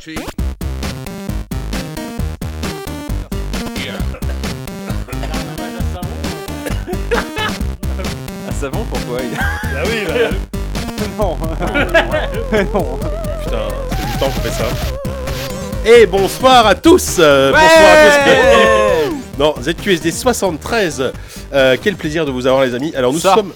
cheek. Ah, ça va pourquoi Bah oui, bah. Non Non Putain, c'est du temps qu'on fait ça. Et bonsoir à tous euh, Bonsoir à tous Non, ZQSD 73 Euh, Quel plaisir de vous avoir les amis. Alors nous Ça. sommes...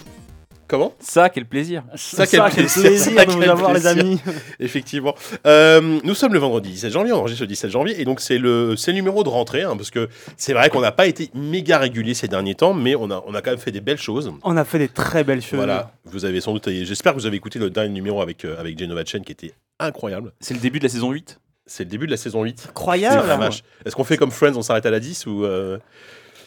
Comment Ça, quel plaisir Ça, quel plaisir. Ça, de vous quel avoir, les plaisir. amis Effectivement. Euh, nous sommes le vendredi 17 janvier, on enregistre le 17 janvier, et donc c'est le, c'est le numéro de rentrée, hein, parce que c'est vrai qu'on n'a pas été méga régulier ces derniers temps, mais on a, on a quand même fait des belles choses. On a fait des très belles choses. Voilà, vous avez sans doute, j'espère que vous avez écouté le dernier numéro avec, euh, avec Genova Chen qui était incroyable. C'est le début de la saison 8 C'est le début de la saison 8. C'est Incroyable la vache. Est-ce qu'on fait comme Friends, on s'arrête à la 10 ou euh,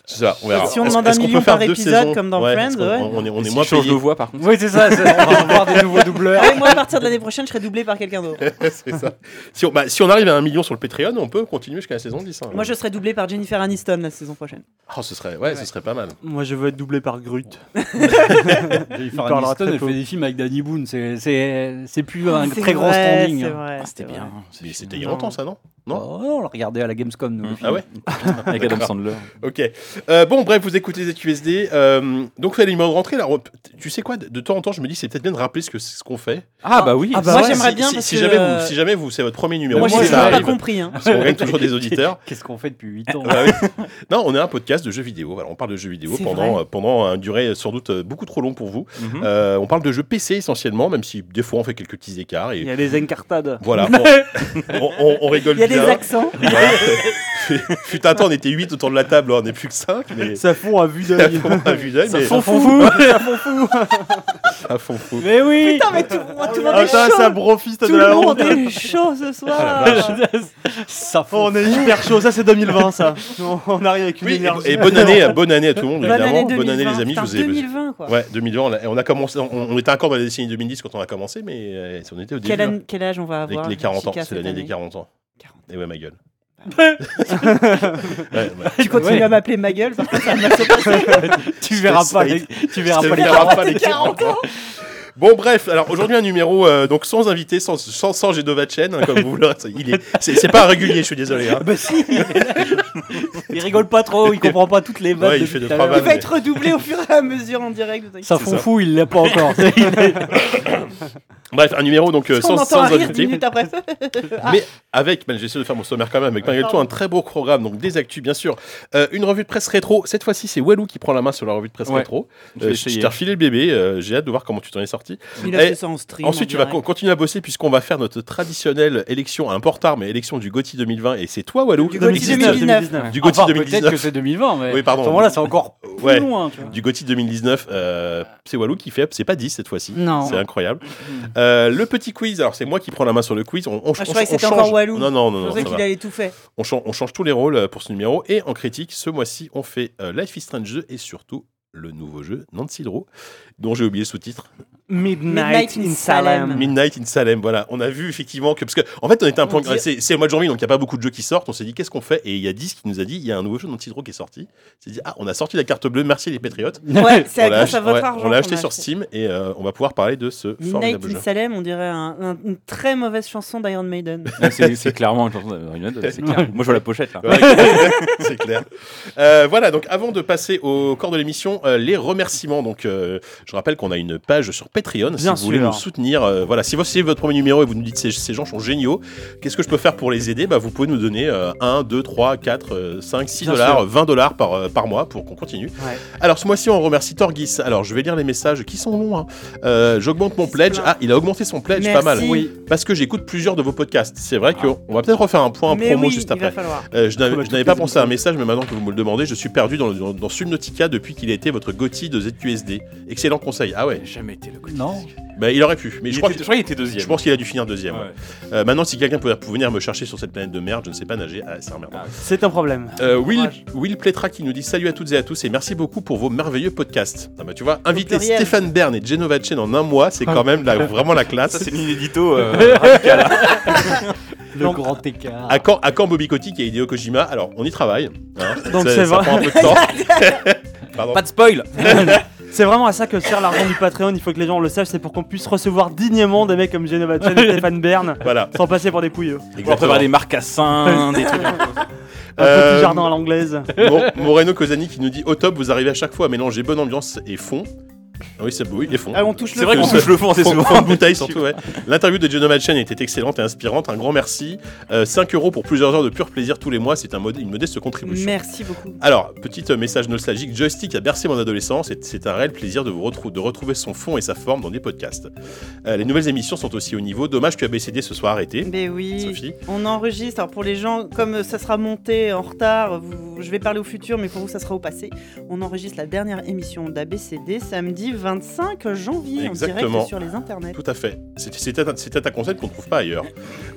je sais pas, on verra. Si on Est-ce- demande un est-ce qu'on peut million faire par deux épisode saisons comme dans Ouais, Friends, est-ce qu'on- ouais. on, on est, on Et est s'il moins change payé. de voix par contre. Oui, c'est ça, c'est- on va avoir des nouveaux doubleurs. Ah oui, moi, à partir de l'année prochaine, je serai doublé par quelqu'un d'autre. C'est ça. Si on, bah, si on arrive à un million sur le Patreon, on peut continuer jusqu'à la saison 10. hein. Moi, je serai doublé par Jennifer Aniston la saison prochaine. Oh, ce serait, ouais, ce Ouais. serait pas mal. Moi, je veux être doublé par Grut. Jennifer parlera Aniston, très elle peu. fait des films avec Danny Boone. C'est- C'est c'est plus un C'est très grand vrai, standing. c'est hein. vrai, Ah, C'était c'est bien. vrai. Mais c'était il y a Non. longtemps, ça, non Non Oh, on l'a regardé à la Gamescom. nous, le Mm. film. Ah ouais Avec Adam D'accord. Sandler. Ok. Euh, bon, bref, vous écoutez les QSD. Euh, donc, c'est les numéros de rentrée. Là, on- tu sais quoi De- De temps en temps, je me dis, c'est peut-être bien de rappeler ce que ce qu'on fait. Ah bah oui Ah bah Moi, Si- ouais. j'aimerais bien Si, parce si que, jamais, euh, vous, si jamais vous, c'est votre premier numéro, Moi, moi, j'ai c'est toujours ça pas arrive. compris. Hein. Parce qu'on gagne toujours des auditeurs. Qu'est-ce qu'on fait depuis Eh, 8 ans ah Bah oui. Non, on est un podcast de jeux vidéo. Voilà, on parle de jeux vidéo C'est pendant, euh, pendant une durée sans doute euh, beaucoup trop longue pour vous. Mhm. Euh, on parle de jeux PC essentiellement, même si des fois on fait quelques petits écarts. Il Et y a les encartades. voilà, on, on- on- on rigole Il y a des bien. accents. Voilà. Fut- Fut un temps, on était 8 autour de la table, là, on n'est plus que 5. Mais... Ça fond à vue À d'œil. fond, à vue d'œil, mais- fond fou à fond fou. Mais oui Putain, mais tout, moi, tout le monde Ah Ah, est Attends, chaud. ça brofiste Tout de le la monde honte est chaud ce soir. Ça fond. Oh, on est hyper chaud, ça c'est 2020 ça. On- On arrive avec une Oui, énergie. et, et bonne année, à- bonne année à tout le monde, Bonne évidemment. année bonne année 2020. les amis, Putain, je vous ai. 2020 quoi. Ouais, 2020, on, a, on a commencé, on, on était encore dans la décennie 2010 quand on a commencé, mais euh, on était au début. Quel, hein. an- quel âge on va Les, avoir les 40 ans, Chica, c'est cette l'année des année 40 ans. 40. Et ouais, ma gueule. Ouais, ouais. Ah Tu continues Ouais. à m'appeler ma gueule parce que ça m'a Tu verras pas. les- Tu verras Je te pas. les- verrai pas les 40 ans. Bon bref, alors aujourd'hui un numéro euh, donc sans invité, sans sans, sans Genova Chen, hein, comme vous voulez. C'est- Il est, c'est, c'est pas un régulier, je suis désolé. hein. Bah si Il rigole pas trop, il comprend pas toutes les vannes. Ouais, il depuis fait deux, tout à trois l'heure. Il vannes. va être redoublé au fur et à mesure en direct. Ça C'est fond ça. fou, il l'a pas encore. Il est- Bref, un numéro donc euh, On sans, entend sans un rire 10 invité. minutes après. Mais avec, ben, j'essaie de faire mon sommaire quand même, avec malgré tout un très beau programme, donc des actus bien sûr. Euh, une revue de presse rétro, cette fois-ci c'est Walou qui prend la main sur la revue de presse Ouais, rétro. je Euh, vais je essayer. t'ai refilé le bébé, euh, j'ai hâte de voir comment tu t'en es sorti. Il a fait ça en stream. Eh, Ensuite tu vas co- continuer à bosser puisqu'on va faire notre traditionnelle élection, un peu en retard, mais élection du Gauthier 2020 et c'est toi Walou. Du Gauthier 2019. Du Gauthier Enfin, 2019. Peut-être que c'est 2020, mais Oui, pardon. à ce moment-là, c'est encore Ouais. plus loin. tu vois. du Gauthier 2019. euh, c'est Walou qui fait, c'est pas 10 cette fois-ci. Non. C'est incroyable. Euh, le petit quiz, alors c'est moi qui prends la main sur le quiz. On, on, Ah, je on- croyais que on c'était change- encore Walou. Non, non, non, Je non, pensais ça qu'il va. allait tout faire. on, change, on change tous les rôles euh, pour ce numéro. Et en critique, ce mois-ci, on fait euh, Life is Strange 2 et surtout le nouveau jeu Nancy Drew, dont j'ai oublié le sous-titre Midnight in Salem. Midnight in Salem. Voilà, on a vu effectivement que parce que en fait on était un point, On dit- c'est c'est le mois de janvier donc il y a pas beaucoup de jeux qui sortent. On s'est dit qu'est-ce qu'on fait et il y a 10 qui nous a dit il y a un nouveau jeu Nancy Drew qui est sorti. On s'est dit ah on a sorti la carte bleue, merci les patriotes. Ouais, c'est à on l'a grâce à ach- votre ouais, argent. on l'a qu'on acheté a sur Steam et euh, on va pouvoir parler de ce Midnight formidable in jeu. Salem, on dirait un- un- une très mauvaise chanson d'Iron Maiden. Ouais, c'est- C'est clairement une chanson de Marine Meadows, c'est clair. Moi je vois la pochette là. Ouais, c'est clair. Euh, voilà, donc avant de passer au corps de l'émission, euh, les remerciements. Donc, euh, je rappelle qu'on a une page sur Patreon si Bien vous voulez sûr. nous soutenir. euh, voilà, si vous c'est votre premier numéro et vous nous dites ces, ces gens sont géniaux, qu'est-ce que je peux faire pour les aider bah, Vous pouvez nous donner euh, 1, 2, 3, 4, euh, 5, 6 Bien dollars, sûr. euh, 20 dollars par, euh, par mois pour qu'on continue. Alors ce mois-ci, on remercie Torgis. Alors je vais lire les messages qui sont longs. hein. Euh, J'augmente mon pledge. Ah, il a augmenté son pledge pas mal. Merci. Oui. Parce que j'écoute plusieurs de vos podcasts. C'est vrai qu'on on va peut-être refaire un point Mais promo oui, juste il va après. falloir. Euh, je Faut n'avais, je mettre n'avais toutes pas les pensé à un émissions. message, mais maintenant que vous me le demandez, je suis perdu dans, dans- dans Subnautica depuis qu'il a été votre Gotti de ZQSD. Excellent conseil. Ah ouais, Jamais été le Non. bah, il aurait pu, mais je crois, que- qu'il était deuxième. je pense qu'il a dû finir deuxième. ouais. Euh, maintenant, si quelqu'un pouvait pouvait venir me chercher sur cette planète de merde, je ne sais pas nager. Ah, c'est emmerdant. C'est un problème. Euh, Will, courage. Will Pletra qui nous dit salut à toutes et à tous et merci beaucoup pour vos merveilleux podcasts. Ah bah tu vois, inviter pluriel. Ah. Stéphane Bern et Genova Chen en un mois, c'est quand même la- vraiment la Ça classe. c'est l'inédito. Le grand écart. À quand, à quand Bobby Kotick et Hideo Kojima Alors, on y travaille. hein. Donc ça, c'est ça vrai. prend un peu de temps. Pardon. de spoil C'est vraiment à ça que sert l'argent du Patreon, il faut que les gens le sachent, c'est pour qu'on puisse recevoir dignement des mecs comme Genova Chen et Stéphane Bern, Voilà. sans passer pour des pouilleux. On va préparer des Exactement. marcassins, des trucs. Un Euh, petit jardin à l'anglaise. Mo- Moreno Cosani qui nous dit au top, vous arrivez à chaque fois à mélanger bonne ambiance et fond. Ah oui, c'est beau, oui, et fond. Ah, on touche C'est le vrai fond. qu'on touche le fond, c'est Fond- souvent. fond de bouteille surtout, ouais. L'interview de Genova Chen était excellente et inspirante. Un grand merci. Euh, 5 euros pour plusieurs heures de pur plaisir tous les mois. C'est un mod- une modeste contribution. Merci beaucoup. Alors, petit euh, message nostalgique, Joystick a bercé mon adolescence et c'est un réel plaisir de, vous retrou- de retrouver son fond et sa forme dans des podcasts. Euh, les nouvelles émissions sont aussi au niveau. Dommage que ABCD se soit arrêté, Ben oui. Sophie. On enregistre. Alors pour les gens, comme euh, ça sera monté en retard, vous- je vais parler au futur, mais pour vous, ça sera au passé. On enregistre la dernière émission d'ABCD samedi 25 janvier en Exactement. direct sur les internets. Tout à fait. C'était- C'était un- c'était un concept qu'on ne trouve pas ailleurs.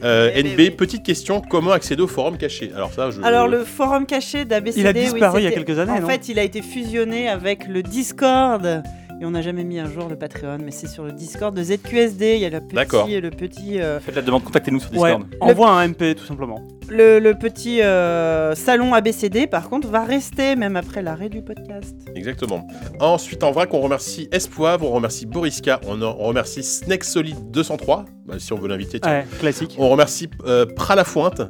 Euh, Eh ben NB, oui. petite question, comment accéder au forum caché Alors ça, je... Alors le forum caché d'ABCD, Il a disparu il y a quelques années, En non fait, il a été fusionné avec le Discord. Et on n'a jamais mis un jour le Patreon, mais c'est sur le Discord de ZQSD. Il y a le D'accord. petit, le petit, euh, Faites la demande, contactez-nous sur Ouais, Discord. envoie un MP tout simplement. le, le petit euh, salon ABCD. Par contre, va rester même après l'arrêt du podcast. Exactement. Ensuite, en vrac, on remercie Espoivre, on remercie Boriska, on, en- on remercie Snake Solid 203, bah, si on veut l'inviter. tiens. Ouais, Ah. classique. On remercie euh, Pralafointe,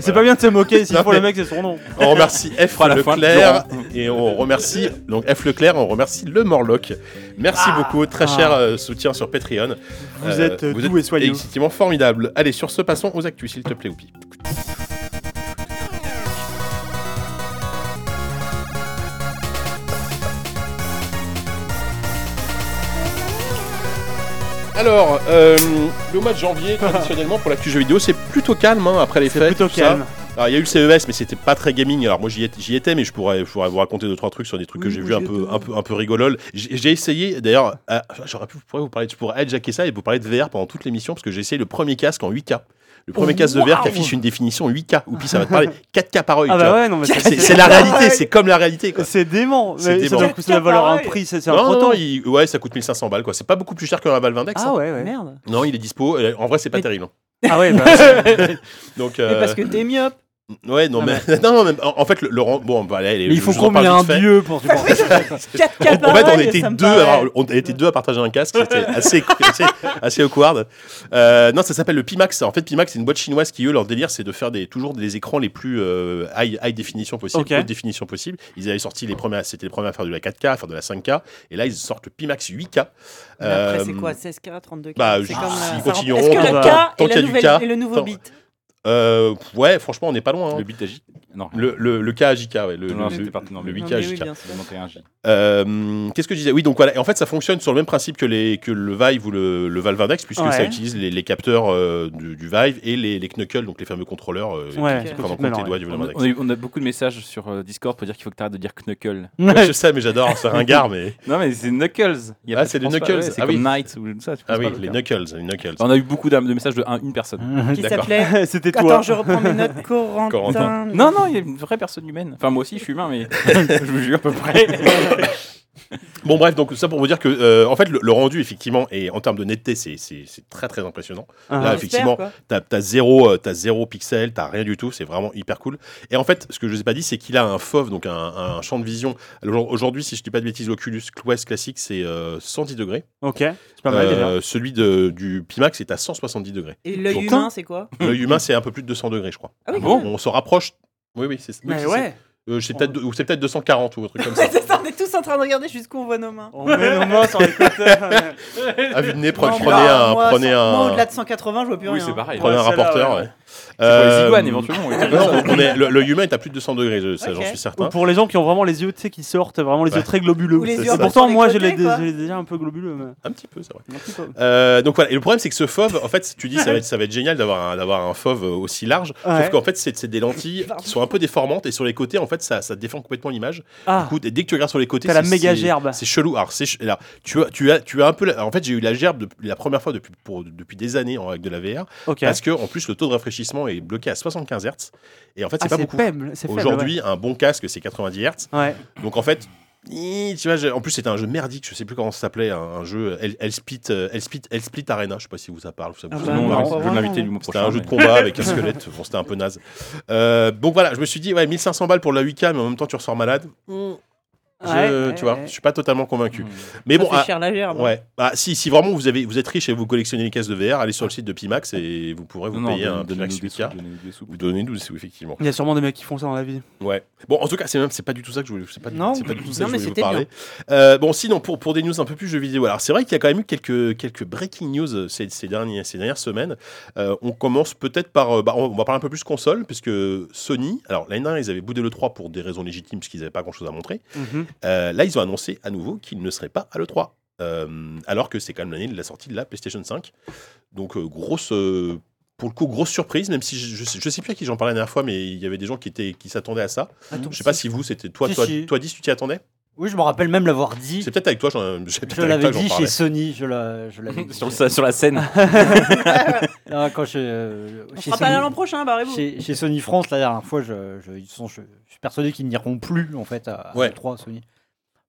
C'est pas bien de se moquer, s'il Non, faut mais- le mec, c'est son nom. On remercie F. Fera la fin, Leclerc et on remercie donc F. Leclerc, on remercie Le Morlock. Merci Ah. beaucoup, très cher euh, soutien sur Patreon. Vous Euh, êtes euh, vous doux et soigneux. Effectivement, formidable. Allez, sur ce, passons aux actus, s'il te plaît, Oupi. Alors, euh, le mois de janvier, traditionnellement, pour l'actu jeu vidéo, c'est plutôt calme hein, après les C'est fêtes. plutôt tout ça. calme. Ah Alors, il y a eu le CES, mais c'était pas très gaming. Alors, moi, j'y étais, j'y étais, mais je pourrais, je pourrais vous raconter deux, trois trucs sur des trucs que Oui, j'ai moi, vus un j'y peu, étais. un peu, un peu rigolol. J'ai j'ai essayé, d'ailleurs, à- j'aurais pu, je pourrais vous parler, je pourrais hijacker ça et vous parler de VR pendant toute l'émission parce que j'ai essayé le premier casque en 8K. Le premier casque de VR qui affiche une définition 8K. Ou puis ça va te parler 4K par œil. Ah tu vois. bah ouais, non, mais ça- C'est- C'est la réalité, c'est comme la réalité. Quoi. C'est dément. C'est Mais ça dément. doit coûter- ça doit valoir un Pareil. prix, c'est c'est un Non, non, proton. non, il- ouais, ça coûte 1500 balles. quoi. C'est pas beaucoup plus cher que la Valve Index. Ah hein. ouais, ouais. Merde. Non, il est dispo. Euh, En vrai, c'est pas Mais- terrible. Ah ouais, bah, Donc, Mais euh, parce que t'es myope. ouais, non, Ah mais, non, non, mais en en fait, le, le rang- bon, bah, allez, mais il je faut vous en parle combien un vite fait. dieu pour supporter ça 4 En- en fait, on était, deux à, on était deux à partager un casque, c'était assez, assez, assez awkward. Euh, non, ça s'appelle le Pimax. En fait, Pimax, c'est une boîte chinoise qui, eux, leur délire, c'est de faire des, toujours des écrans les plus euh, high, high définition possible, Ok. haute définition possible. Ils avaient sorti les premiers, c'était les premiers à faire de la 4K, à faire de la 5K, et là, ils sortent le Pimax 8K. Après, Euh, c'est quoi 16K, 32K bah, C'est je- comme s'ils la- ça continueront, Est-ce que tant- le K tant et, qu'il y a la du nouvelle, K, et le nouveau tant- bit euh, ouais, franchement, on n'est pas loin. hein. Le bit agit. Non. Le, le, le KJK, ouais, le, Non, le- j'étais parti dans le le 8K, Non, mais oui, JK. bien sûr. Le 21J. Euh, qu'est-ce que je disais Oui, donc voilà. Et en fait, ça fonctionne sur le même principe que, les, que le Vive ou le, le Valve Index, puisque Ouais. ça utilise les, les capteurs euh, du, du Vive et les, les Knuckles, donc les fameux contrôleurs euh, Ouais, qui, qui ok. prennent en compte Maintenant, les doigts du On Valve a, Index. on a eu- on a beaucoup de messages sur euh, Discord pour dire qu'il faut que t'arrêtes de dire knuckle. Ouais, je sais, mais j'adore, c'est ringard, mais. Non mais c'est knuckles. Il y a Ah, pas- c'est tu les penses pas, knuckles. ouais, C'est Ah comme oui. Knight ou ça. tu Ah penses oui, pas le les faire. Knuckles, les Knuckles. On a eu beaucoup d'âmes- de messages de un- une personne. qui D'accord. s'appelait. C'était toi. Attends, je reprends mes notes. Corentin. Corentin. Non, non, il y a une vraie personne humaine. Enfin, moi aussi, je suis humain, mais je vous jure à peu près. Bon, bref, donc ça pour vous dire que, euh, en fait, le, le rendu, effectivement, et en termes de netteté, c'est- c'est c'est très très impressionnant. Ah, Là, J'espère, effectivement, quoi. T'as t'as zéro, euh, t'as zéro pixel, t'as rien du tout, c'est vraiment hyper cool. Et en fait, ce que je vous ai pas dit, c'est qu'il a un FOV, donc un, un champ de vision. Alors, Aujourd'hui, si je dis pas de bêtises, l'Oculus Quest classique, c'est euh, 110 degrés. Ok, c'est pas mal Euh, déjà. celui de, du Pimax est à 170 degrés. Et l'œil Pourtant- humain, c'est quoi L'œil humain, c'est un peu plus de 200 degrés, je crois. Ah oui, Bon. On se rapproche. Oui, oui, c'est oui, Mais c'est- ouais, c'est- euh, c'est peut-être de- ou c'est peut-être 240 ou un truc comme ça. C'est ça, on est tous en train de regarder jusqu'où on voit nos mains. on met nos mains sur les côtés. à vue de nez, prenez, Non, prenez moi, un, moi, prenez sans- moi, un, au-delà de 180, je vois plus Oui, rien. c'est pareil. prenez un Ouais, celle-là, rapporteur. ouais. ouais. C'est pour les Euh, iguanes, éventuellement. oui. non, on est- le- l'œil humain est à plus de 200 degrés, je- ça, Ok. j'en suis Ou certain. pour les gens qui ont vraiment les yeux, tu sais, qui sortent, vraiment les Ouais. yeux très globuleux. Ou les C'est yeux ça. un peu Pourtant, sur les moi, je côtés, l'ai dé- quoi. je l'ai déjà un peu globuleux. mais Un petit peu, c'est vrai. un petit peu. Euh, donc voilà, et le problème c'est que ce fauve, en fait, tu dis ça va être, ça va être génial d'avoir un, d'avoir un fauve euh, aussi large, sauf Ouais. qu'en fait c'est c'est des lentilles Pardon. qui sont un peu déformantes et sur les côtés en fait ça, ça déforme complètement l'image. Ah, Du coup, dès que tu regardes sur les côtés, T'as la c'est- méga c'est- gerbe. C'est chelou. Alors c'est ch- alors, tu as tu as tu as un peu la- en fait j'ai eu la gerbe depuis- la première fois depuis pour- depuis des années en- avec de la VR ok. parce que en plus le taux de rafraîchissement est bloqué à 75 Hz et en fait c'est Ah, pas c'est beaucoup. faible, c'est faible. Aujourd'hui, un bon casque c'est 90 Hz. ouais. Ouais. Donc en fait, hi, tu vois, j'ai- en plus c'était un jeu merdique, je sais plus comment ça s'appelait, un, un jeu euh, Hell- Hellsplit, euh, Hellsplit, Hellsplit Arena, je sais pas si vous ça parle, ça vous- Ah ça bah vous parle. Non, non, non, je pas vais l'inviter vraiment. du mois C'était prochain. un jeu de mais- combat avec un squelette, bon, c'était un peu naze. Euh, donc voilà, je me suis dit, ouais, 1500 balles pour la 8K, mais en même temps tu ressors malade. Je- Mm. Ouais, tu ouais, vois, ouais. je suis pas totalement Mm. convaincu. Mais Ça bon, fait ah, cher la gerbe. ouais. Bah, si, si vraiment vous, avez, vous êtes riche et vous collectionnez les caisses de VR, allez sur le site de Pimax et vous pourrez vous payer un donnez-nous Pimax des 8K. sous, donnez-nous des sous. Vous donnez nous, c'est effectivement. Il y a sûrement des mecs qui font ça dans la vie. Ouais. Bon, en tout cas, c'est même c'est pas du tout ça que je voulais, c'est pas, du- Non. c'est pas du tout ça Non, que mais je voulais vous c'était parler. Euh, bon, sinon pour pour des news un peu plus jeux vidéo. Alors c'est vrai qu'il y a quand même eu quelques quelques breaking news euh, ces, ces derniers ces dernières semaines. Euh, on commence peut-être par euh, bah, on, on va parler un peu plus console puisque Sony. Alors l'année dernière ils avaient boudé le 3 pour des raisons légitimes parce qu'ils n'avaient pas grand chose à montrer. Mhm. Euh, là, ils ont annoncé à nouveau qu'ils ne seraient pas à l'E3. euh, alors que c'est quand même l'année de la sortie de la PlayStation 5. Donc, euh, grosse. euh, pour le coup, grosse surprise, même si je, je, sais- je sais plus à qui j'en parlais la dernière fois, mais il y avait des gens qui étaient qui s'attendaient à ça. Attends, Je sais pas si vous, c'était toi, Ah, Si, toi, si. toi, 10, tu t'y attendais Oui, je me rappelle même l'avoir dit. C'est peut-être avec toi, j'en- c'est peut-être Je avec l'avais toi que j'en dit chez parlais. Sony, je la- je l'avais dit. Sur, le- sur la scène. Non, quand je, euh, On chez fera pas Sony- l'an prochain, hein, barrez-vous. chez, chez Sony France, la dernière fois, je, je, ils sont- je- je suis persuadé qu'ils n'iront plus en fait à, à Ouais. E3 Sony.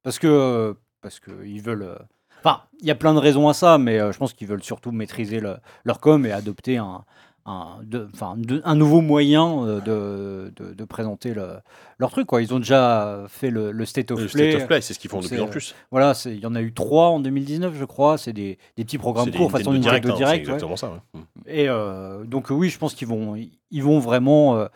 Parce que, euh, parce que ils veulent. euh, Enfin, il y a plein de raisons à ça, mais euh, je pense qu'ils veulent surtout maîtriser le- leur com et adopter un, un, de- enfin, de- un nouveau moyen euh, de, de, de présenter le- leur truc. Quoi. Ils ont déjà fait le, le State of Le Play. State of Play, c'est ce qu'ils font de c'est, plus en euh, plus. Voilà, c'est- il y en a eu trois en 2019, je crois. C'est des, des petits programmes C'est des courts, façon Nintendo Nintendo hein, c'est Direct. ouais. exactement ça. ouais. Mm. Et euh, donc euh, oui, je pense qu'ils vont, ils vont vraiment euh,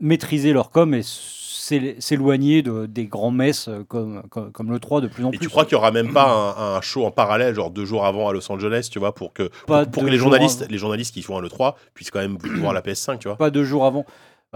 maîtriser leur com et s'éle- s'éloigner de, des grands messes euh, comme, comme, comme le 3 de plus en Et plus. tu crois qu'il y aura même pas un, un show en parallèle, genre deux jours avant à Los Angeles, tu vois, pour que, Pas pour, pour deux que les jours journalistes, avant. les journalistes qui font un E3 puissent quand même voir la PS5, tu vois. Pas deux jours avant.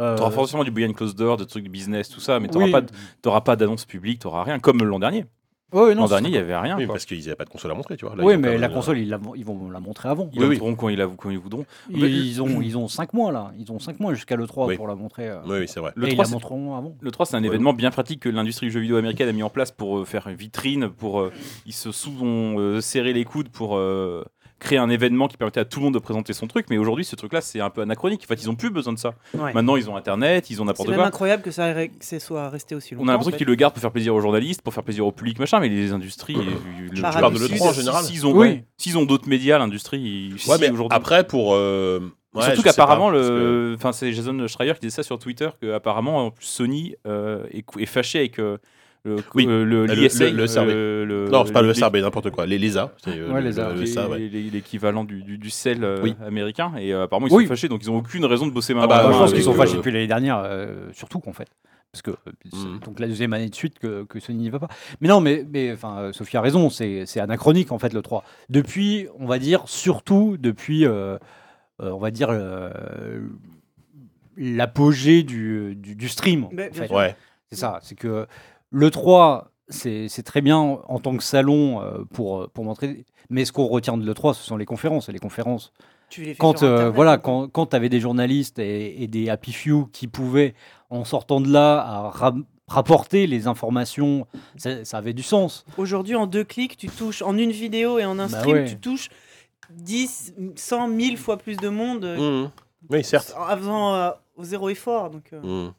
Euh, T'auras forcément du behind closed door, de trucs business, tout ça, mais t'auras oui. pas, de- t'auras pas d'annonce publique, t'auras rien. Comme l'an dernier. Ouais, non, L'an c'est- dernier, il y avait rien. Oui, quoi. parce qu'ils n'avaient pas de console à montrer, tu vois. Là, ils oui, ont quand mais même la une- euh. console, ils, la, ils vont la montrer avant. Ils Oui, la oui. montreront quand ils la quand ils voudront. Ils, ils ont, ils ont 5 mois là. Ils ont 5 mois jusqu'à le 3 Oui. pour la montrer. euh, Oui, oui, c'est vrai. Le et 3, ils c'est- la montreront avant. Le 3, c'est un Ouais. événement bien pratique que l'industrie du jeu vidéo américaine a mis en place pour euh, faire une vitrine, pour euh, ils se sont euh, serrés les coudes pour euh, créer un événement qui permettait à tout le monde de présenter son truc. Mais aujourd'hui, ce truc-là, c'est un peu anachronique. En fait, ils ont plus besoin de ça. Ouais. Maintenant, ils ont Internet, ils ont C'est n'importe même quoi. incroyable que ça, ré- que ça soit resté aussi longtemps. On a l'impression en fait. qu'ils le gardent pour faire plaisir aux journalistes, pour faire plaisir au public, machin. Mais les industries, euh, le- Par je parle habitude, l'E3 Bah, en général. S'ils ont, Oui. s'ils ont d'autres médias, l'industrie, ils- Ouais, si, mais aujourd'hui. après, pour. euh, ouais, je Surtout sais pas, qu'apparemment, parce que- le... enfin, c'est Jason Schreier qui disait ça sur Twitter, qu'apparemment, en plus, Sony euh, est, cou- est fâché avec euh, le, Oui, euh, le, le- l'ISA, le- le SRB. euh, le- Non, c'est pas le l'é- SRB, n'importe quoi. Les LESA. c'est, euh, Ouais, le- LESA. le- l'é- le SA, ouais. l'é- L'équivalent du, du, du sel euh, Oui. américain, et euh, apparemment, ils Oui. sont fâchés, donc ils n'ont aucune raison de bosser Ah maintenant. bah, Bah, je pense ouais, qu'ils oui, sont oui, fâchés oui. depuis l'année dernière, euh, surtout qu'en fait. Parce que euh, c'est Mhm. donc la deuxième année de suite que, que Sony n'y va pas. Mais non, mais, mais enfin, euh, Sophie a raison, c'est c'est anachronique en fait le 3. Depuis, on va dire, surtout depuis, euh, euh, on va dire, euh, l'apogée du, du, du stream. en Mais, bien fait. sûr. Ouais. C'est ça, c'est que le 3, c'est c'est très bien en tant que salon euh, pour, pour montrer. Mais ce qu'on retient de l'E3, ce sont les conférences. Et les conférences, Tu les fais quand sur euh, Internet, voilà donc. quand quand t'avais des journalistes et, et des happy few qui pouvaient en sortant de là à ra- rapporter les informations ça, ça avait du sens Aujourd'hui, en deux clics, tu touches, en une vidéo et en un Bah stream, ouais. tu touches 10, 100, 1000 fois plus de monde euh, Mhm. Oui, certes. en faisant euh, zéro effort. Donc, euh, Mhm.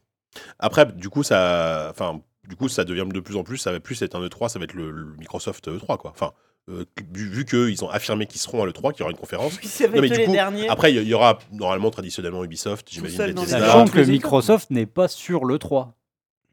Après, du coup, ça. Enfin, du coup, ça devient de plus en plus. Ça va plus être un E3, ça va être le, le Microsoft E3, quoi. Enfin, euh, vu, vu qu'ils ont affirmé qu'ils seront à l'E3, qu'il y aura une conférence. puis ça va Non, mais être du les coup, derniers. Après, il y- il y aura normalement traditionnellement Ubisoft, j'imagine. seul dans Bethesda. les sachant tous que les Microsoft n'est pas sur le 3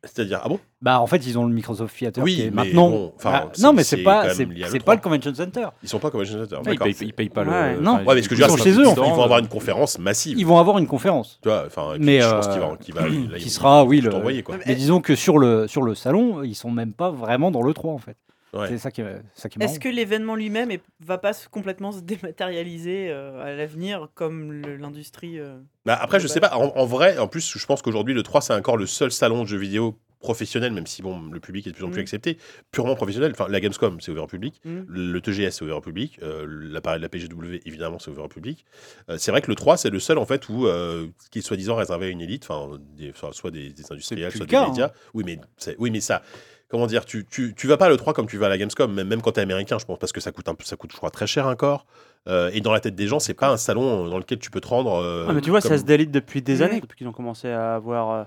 C'est-à-dire, ah bon bah en fait ils ont le Microsoft Theater Oui, qui est mais maintenant bon, enfin, Bah, c'est- non mais c'est c'est quand pas même c'est lié à c'est l'E3. pas le convention center Ils sont pas comme Agenda. Ah, Ils D'accord. payent, ils payent pas Ouais. le. Non. enfin, Ouais, mais ce que je veux Ils dire, sont c'est chez qu'ils eux, vont- en Ils fait. vont avoir une conférence massive. ils vont avoir une conférence Tu vois, enfin, et puis Mais, je pense euh, qu'il va, qu'il va, là, qui Bah, euh. il- sera oui il le- va t'envoyer, quoi. Non, mais mais est- disons que sur le sur le salon ils sont même pas vraiment dans le 3 en fait Ouais. c'est ça qui est ça qui est marrant. Est-ce que l'événement lui-même est- va pas se- complètement se dématérialiser euh, à l'avenir comme le- l'industrie euh, Bah, après, je sais pas. En, en vrai, en plus, je pense qu'aujourd'hui, le 3, c'est encore le seul salon de jeux vidéo professionnel, même si bon, le public est de plus en plus Mm. accepté, purement professionnel. Enfin, la Gamescom, c'est ouvert au public. hmm Le TGS, c'est ouvert au public. Euh, la parade de la PGW, évidemment, c'est ouvert au public. Euh, c'est vrai que le 3, c'est le seul, en fait, où, euh, qui est soi-disant réservé à une élite, enfin, des- enfin, soit des, des industriels, plus soit le des cas, hein. médias. Oui, mais, c'est- oui, mais ça. Comment dire, tu, tu, tu vas pas à le 3 comme tu vas à la Gamescom, même, même quand t'es américain, je pense, parce que ça coûte, un, peu- ça coûte, je crois, très cher encore. Euh, et dans la tête des gens, c'est pas un salon dans lequel tu peux te rendre. euh, Ah, mais tu vois, comme- ça se délite depuis des Mhm. années, depuis qu'ils ont commencé à avoir. euh,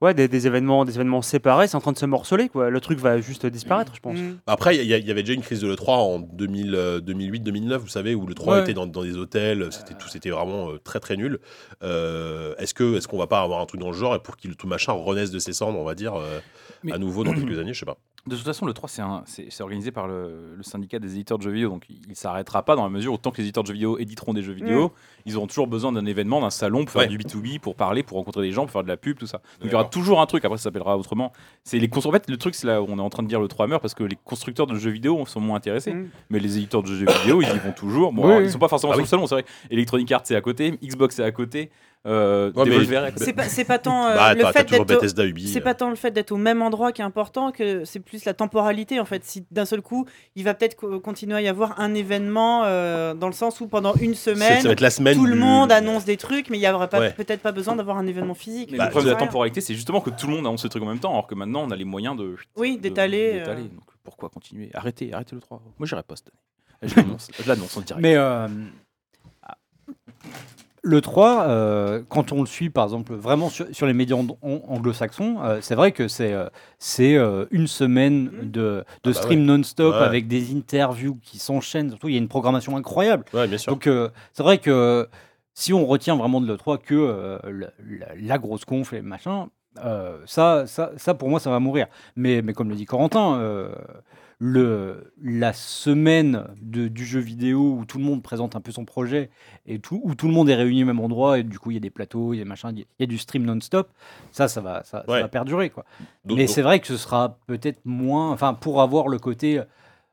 ouais, des, des événements, des événements séparés, c'est en train de se morceler. Quoi. Le truc va juste disparaître, je pense. Mm. Après, il y, a- il y avait déjà une crise de l'E3 en 2000, euh, 2008-2009, vous savez, où l'E3 Ouais. était dans, dans des hôtels, c'était tout, c'était vraiment euh, très très nul. Euh, est-ce que est-ce qu'on va pas avoir un truc dans le genre et pour qu'il tout machin renaisse de ses cendres, on va dire, euh, Mais- à nouveau dans quelques années, je sais pas. De toute façon, le 3, c'est un- c'est c'est organisé par le, le syndicat des éditeurs de jeux vidéo. Donc, il ne s'arrêtera pas dans la mesure où, tant que les éditeurs de jeux vidéo éditeront des jeux vidéo, ils auront toujours besoin d'un événement, d'un salon pour faire Mm. Ouais. du B2B, pour parler, pour rencontrer des gens, pour faire de la pub, tout ça. Donc, il y aura D'accord. toujours un truc. Après, ça s'appellera autrement. C'est les constru- En fait, le truc, c'est là où on est en train de dire le 3 meurt parce que les constructeurs de jeux vidéo sont moins intéressés. Mm. Mais les éditeurs de jeux vidéo, ils y vont toujours. Bon, Oui, alors, oui. ils sont pas forcément Ah sur oui. le salon, c'est vrai. Electronic Arts, c'est à côté. Xbox, c'est à côté. Euh, Ouais, mais- Devolver est à côté. C'est pas, c'est pas tant euh, bah, le t'as, t'as fait toujours d'être au- Bethesda, Ubi. euh, C'est pas tant le fait d'être au même endroit qui est important que c'est plus la temporalité en fait. Si d'un seul coup, il va peut-être co- continuer à y avoir un événement euh, dans le sens où pendant une euh, c'est- semaine, ça va être la semaine. tout le du- monde annonce des trucs, mais il n'y aura pas- Ouais. peut-être pas besoin d'avoir un événement physique. Mais Bah, le problème de la Rien. temporalité, c'est justement que tout le monde annonce ce truc en même temps, alors que maintenant on a les moyens de. Oui, de- d'étaler, euh. d'étaler. Donc pourquoi continuer Arrêtez, arrêtez le 3. Moi j'irai pas cette année. Je l'annonce, je l'annonce en direct. Mais euh, le 3, euh, quand on le suit, par exemple, vraiment sur, sur les médias ang- ang- anglo-saxons, euh, c'est vrai que c'est euh, c'est euh, une semaine Mhm. de, Ah de bah stream non-stop Ouais. avec des interviews qui s'enchaînent. Surtout, il y a une programmation incroyable. Ouais, bien sûr. Donc, euh, c'est vrai que si on retient vraiment de l'E3 que euh, le- la, la grosse conf et machin, euh, ça, ça, ça, pour moi, ça va mourir. Mais, mais comme le dit Corentin, euh, le, la semaine de- du jeu vidéo où tout le monde présente un peu son projet et tout, où tout le monde est réuni au même endroit et du coup, il y a des plateaux, il y a, des machins, il y a- il y a du stream non-stop, ça, ça va, ça, ça Ouais. va perdurer. Quoi. Donc- Mais donc- c'est vrai que ce sera peut-être moins. Enfin, pour avoir le côté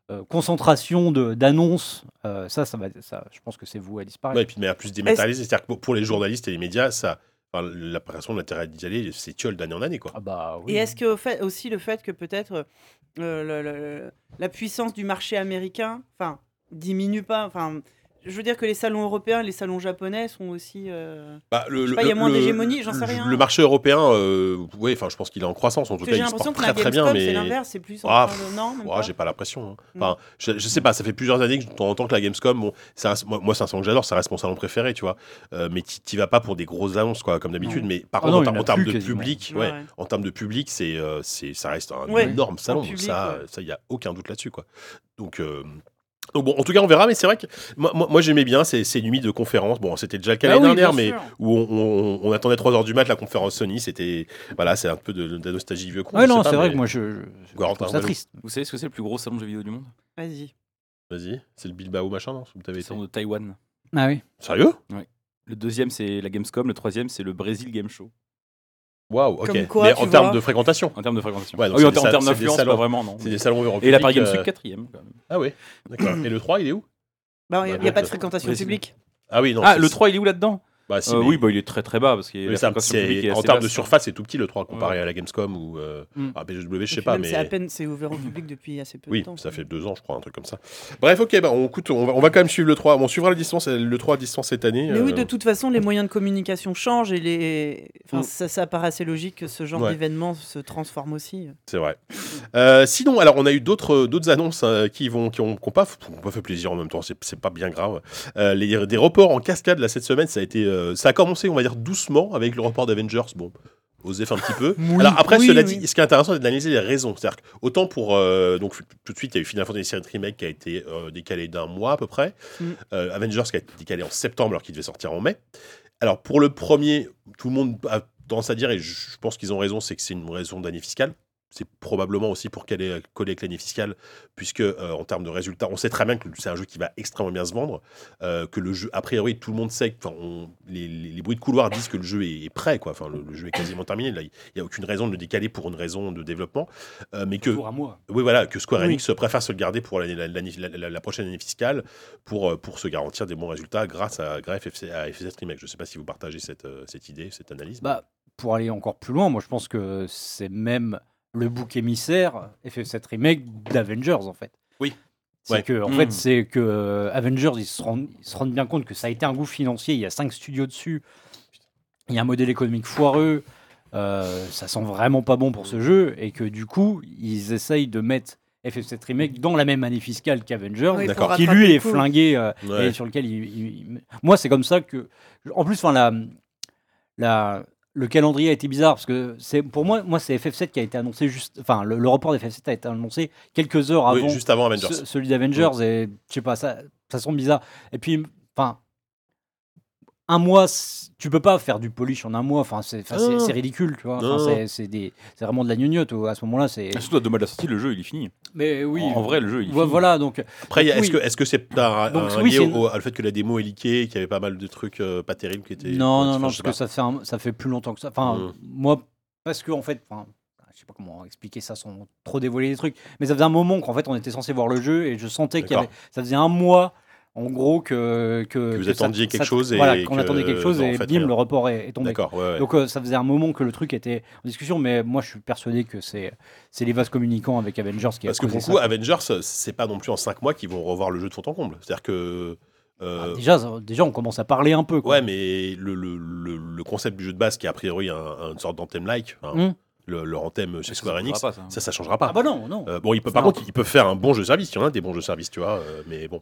euh, concentration de- d'annonces, euh, ça, ça va. Ça, je pense que c'est vous à disparaître. Ouais, Bah, et puis de manière plus dématérialisée, c'est-à-dire que pour- pour les journalistes et les médias, ça, enfin, l'apparition de l'intérêt d'y aller, c'est tiole d'année en année, quoi. Ah bah oui. Et est-ce que au fait, aussi le fait que peut-être euh, le- le- le- la puissance du marché américain, enfin, diminue pas, enfin. Je veux dire que les salons européens, les salons japonais sont aussi. euh, Bah, le, Je sais le- pas, il y a le- moins le- d'hégémonie, j'en sais le- rien. Le marché européen, euh, ouais, enfin, je pense qu'il est en croissance, en tout cas, parce que j'ai il se l'impression porte que la très très Gamescom, bien, c'est mais. l'inverse, c'est plus. en Ah, train de- non, même Ouais, pas. Mm. j'ai pas l'impression. hein. Enfin, je, je sais pas, ça fait plusieurs années que de temps en temps que la Gamescom, bon, c'est un- moi, moi, c'est un salon que j'adore, ça reste mon salon préféré, tu vois. Euh, mais t'y t'y vas pas pour des grosses annonces, quoi, comme d'habitude. Non. Mais par Ah contre, non, en il y ter- en en, a termes plus de quasiment. public, Mm. Ouais, ouais, ouais. en termes de public, c'est, euh, c'est, ça reste un Ouais. énorme salon. public, ça, ouais. ça, il y a aucun doute là-dessus, quoi. Donc. euh, donc bon, en tout cas, on verra, mais c'est vrai que moi, moi, moi, j'aimais bien ces, ces nuits de conférences. Bon, c'était déjà le cas Bah l'année oui, bien dernière, mais sûr. où on, on- on attendait 3 heures du mat la conférence Sony. C'était voilà, c'est un peu de, de la nostalgie vieux con. Ouais, je sais non, pas, c'est vrai mais- que moi je. je- je Corentin, trouve ça vas-y. triste. Vous savez ce que c'est le plus gros salon de jeux vidéo du monde Vas-y. Vas-y, c'est le Bilbao machin, non Vous avez Le été- salon de Taïwan. Ah oui. Sérieux Le deuxième c'est la Gamescom, le troisième c'est le Brésil Game Show. Waouh, ok. Comme quoi, mais tu en termes vois. de fréquentation, En termes de fréquentation. Ouais, donc Ah oui, c'est des en, ter- en sal- termes c'est des d'influence, salons. pas vraiment non. c'est euh, des salons européens. Et la Paris Games Week quatrième. quand même. Ah oui, d'accord. Et le 3, il est où Bah, il n'y Bah, a pas donc, de fréquentation Brésil. publique. Ah oui, non. Ah c'est- le 3 il est où là-dedans bah, si, Euh, mais- Oui, bah il est très très bas parce que mais la ça, fréquentation c'est- publique est en assez termes de basse. surface, c'est tout petit le 3 comparé à la Gamescom ou euh, Mm. à BGW, je Et sais puis pas, même, C'est à mais. peine, c'est ouvert au public depuis assez peu de Oui, temps. ça euh. fait deux ans, je crois, un truc comme ça. Bref, ok, bah, on, écoute, on, va, on va quand même suivre le 3. Bon, on suivra la distance, le 3 à distance cette année. Mais oui, euh, de toute façon, les moyens de communication changent et les. Enfin, Mm. ça, ça paraît assez logique que ce genre Ouais. d'événement se transforme aussi. C'est vrai. Euh, sinon, alors on a eu d'autres d'autres annonces euh, qui vont qui ont, qui ont pas, qui ont pas fait plaisir en même temps. C'est c'est pas bien grave. Euh, les, des reports en cascade là cette semaine, ça a été euh, ça a commencé on va dire doucement avec le report d'Avengers. Bon. Osef un petit peu. Oui, Alors après, oui, cela oui. dit, ce qui est intéressant, c'est d'analyser les raisons. C'est-à-dire que autant pour euh, donc tout de suite, il y a eu Final Fantasy VII remake qui a été euh, décalé d'un mois à peu près. Mm. Euh, Avengers qui a été décalé en septembre alors qu'il devait sortir en mai. Alors pour le premier, tout le monde a tendance à dire, et je je pense qu'ils ont raison, c'est que c'est une raison d'année fiscale. C'est probablement aussi pour caler- euh, coller avec l'année fiscale, puisque euh, en termes de résultats, on sait très bien que c'est un jeu qui va extrêmement bien se vendre, euh, que le jeu, a priori, tout le monde sait, enfin, on- les, les- les bruits de couloir disent que le jeu est, est prêt, quoi. Enfin, le, le jeu est quasiment terminé. Là, il n'y a aucune raison de le décaler pour une raison de développement, euh, mais que Pour à moi. oui, voilà, que Square Oui. Enix préfère se le garder pour l'année- la- l'année- la, la- la prochaine année fiscale pour, euh, pour se garantir des bons résultats grâce à, grâce à FFC, à FF7 Remake. Je ne sais pas si vous partagez cette, euh, cette idée, cette analyse. Bah, pour aller encore plus loin, moi je pense que c'est même le bouc émissaire FF7 remake d'Avengers en fait. Oui. C'est Ouais. que en Mm. fait c'est que euh, Avengers ils se, rendent, ils se rendent bien compte que ça a été un goût financier. Il y a cinq studios dessus. Il y a un modèle économique foireux. euh, ça sent vraiment pas bon pour ce jeu et que du coup ils essayent de mettre FF7 remake dans la même année fiscale qu'Avengers Oui, pour D'accord. qui rattraper lui le est coup. flingué euh, Ouais. et sur lequel il, il- il- moi c'est comme ça que en plus enfin la la le calendrier a été bizarre parce que c'est pour moi, moi c'est FF7 qui a été annoncé juste, enfin le, le report d'FF7 a été annoncé quelques heures Oui, avant juste avant Avengers. ce- celui d'Avengers et je sais pas, ça, ça semble bizarre. Et puis, enfin, un mois, c- tu peux pas faire du polish en un mois. Enfin, c'est enfin, c'est- Non. c'est ridicule, tu vois. Enfin, Non. c'est- c'est des- c'est vraiment de la gnognotte ou à ce moment-là. C'est. Surtout à deux mois de la sortie, le jeu il est fini. Mais oui. Ah, En, en vrai, le jeu il est Vo- fini. Voilà, donc Après, il y a- Oui. est-ce que est-ce que c'est pas un- Donc, un oui, lié c'est au- une- au- à le fait que la démo est leakée, et qu'il y avait pas mal de trucs euh, pas terribles qui étaient. Non, enfin, non, non, je parce sais que pas. ça fait, un- ça fait plus longtemps que ça. Enfin, Mm. moi, parce que en fait, enfin, je sais pas comment expliquer ça sans trop dévoiler les trucs, mais ça faisait un moment qu'en fait on était censé voir le jeu et je sentais qu'il y avait. Ça faisait un mois, en gros, que. Que, Que vous que ça- attendiez quelque ça- chose et Voilà, qu'on que- attendait quelque chose non, en et fait, bim, rien. le report est, est tombé. D'accord. ouais, ouais. Donc euh, ça faisait un moment que le truc était en discussion, mais moi je suis persuadé que c'est c'est les vases communicants avec Avengers qui a Parce que pour causé le ça. coup, Avengers, c'est pas non plus en 5 mois qu'ils vont revoir le jeu de fond en comble. C'est-à-dire que. Ah, euh, déjà, ça- déjà on commence à parler un peu. Quoi. Ouais, mais le, le- le- le concept du jeu de base qui est a priori un, une sorte d'anthème-like, hein, Hmm. le, leur anthème chez Ça Square se Enix, fera pas, ça. ça, ça changera pas. Ah bah non, non. Euh, bon, il peut, par Non. contre, ils peuvent faire un bon jeu service. Il y en a des bons jeux service, tu vois. euh, mais bon,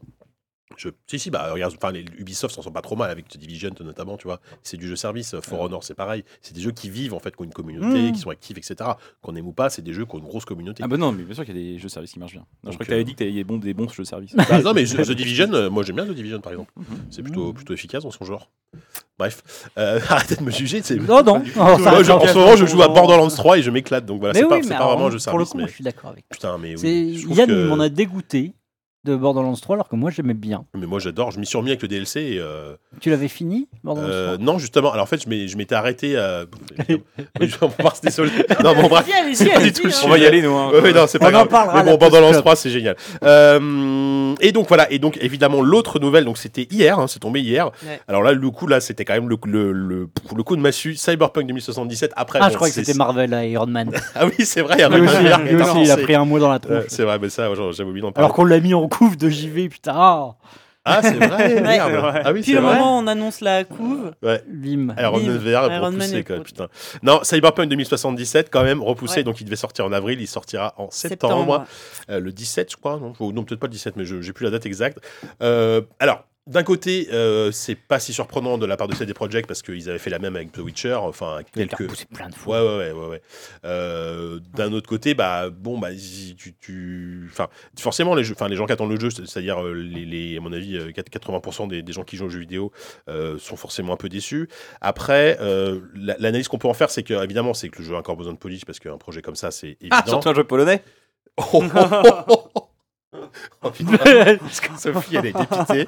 je, si si, bah regarde, enfin, les Ubisoft s'en sort pas trop mal avec The Division notamment, tu vois. C'est du jeu service. euh, For Honor, c'est pareil. C'est des jeux qui vivent en fait, qui ont une communauté, Mm. qui sont actifs, etc. Qu'on aime ou pas, c'est des jeux qui ont une grosse communauté. Ah bah non, mais bien sûr qu'il y a des jeux services qui marchent bien. Non, Donc, je crois que euh, t'avais dit que t'avais des bons, des bons jeux services. Bah, non mais je- The Division, euh, moi j'aime bien The Division par exemple. C'est plutôt, Mm. plutôt efficace dans son genre. Bref, euh, arrêtez de me juger. c'est- Non, non. Alors, ça- Moi, je- en ça- ce moment, je joue à Borderlands 3 et je m'éclate, donc voilà, Mais c'est oui, pas, mais c'est pas alors, hein, vraiment un jeu Pour le service, coup, moi, mais je suis d'accord avec. putain, mais C'est- oui, je trouve Yann que- m'en a dégoûté de Borderlands 3 alors que moi j'aimais bien. mais moi j'adore, je m'y suis remis avec le DLC. et, euh, Tu l'avais fini Borderlands euh, 3 non, justement, alors en fait, je m'ai- je m'étais arrêté. à- Oui, je vais en parler, désolé. Non, bon, bref. Allez-y, C'est allez-y, pas du tout le allez-y, On va y aller, nous. hein. Oui, oui, non, c'est On pas en grave. parlera Mais à bon, la Borderlands post-club. 3, c'est génial. Euh, et donc voilà, et donc évidemment l'autre nouvelle, donc c'était hier, hein, c'est tombé hier. Ouais. Alors là, le coup là, c'était quand même le, le, le, le coup de massue Cyberpunk 2077. Après, Ah, bon, je croyais que c'est- c'était Marvel à Iron Man. Ah oui, c'est vrai. lui aussi, Iron Man lui est aussi, il a avancé. pris un mot dans la Ouais, tronche. C'est vrai, mais ça, genre, j'avais oublié d'en parler. alors qu'on l'a mis en couve de JV, putain. ah, Ah, c'est vrai, merde. c'est vrai. Ah oui, Puis c'est le vrai. moment où on annonce la couve, Bim. Iron Man Vive. VR est Iron Man repoussé est quand même, pro- putain. Non, Cyberpunk 2077 quand même repoussé, Ouais. donc il devait sortir en avril, il sortira en septembre, septembre. euh, le 17 je crois, non, Ou non peut-être pas le 17, mais je j'ai plus la date exacte. Euh, alors. D'un côté, euh, c'est pas si surprenant de la part de CD Projekt parce qu'ils avaient fait la même avec The Witcher, enfin Quelqu'un quelques, poussé plein de fois. Ouais, ouais, ouais, ouais. ouais. Euh, D'un autre côté, bah, bon, bah, si tu, tu, enfin, forcément, les, jeux, enfin, les gens qui attendent le jeu, c'est- c'est-à-dire, euh, les, les- à mon avis, euh, 4- 80% des, des gens qui jouent aux jeux vidéo euh, sont forcément un peu déçus. Après, euh, la- l'analyse qu'on peut en faire, c'est que, évidemment, c'est que le jeu a encore besoin de polish parce qu'un projet comme ça, c'est évident. Ah, surtout un jeu polonais Oh, oh, oh, oh, oh. Oh, putain. Parce que Sophie, elle est dépitée.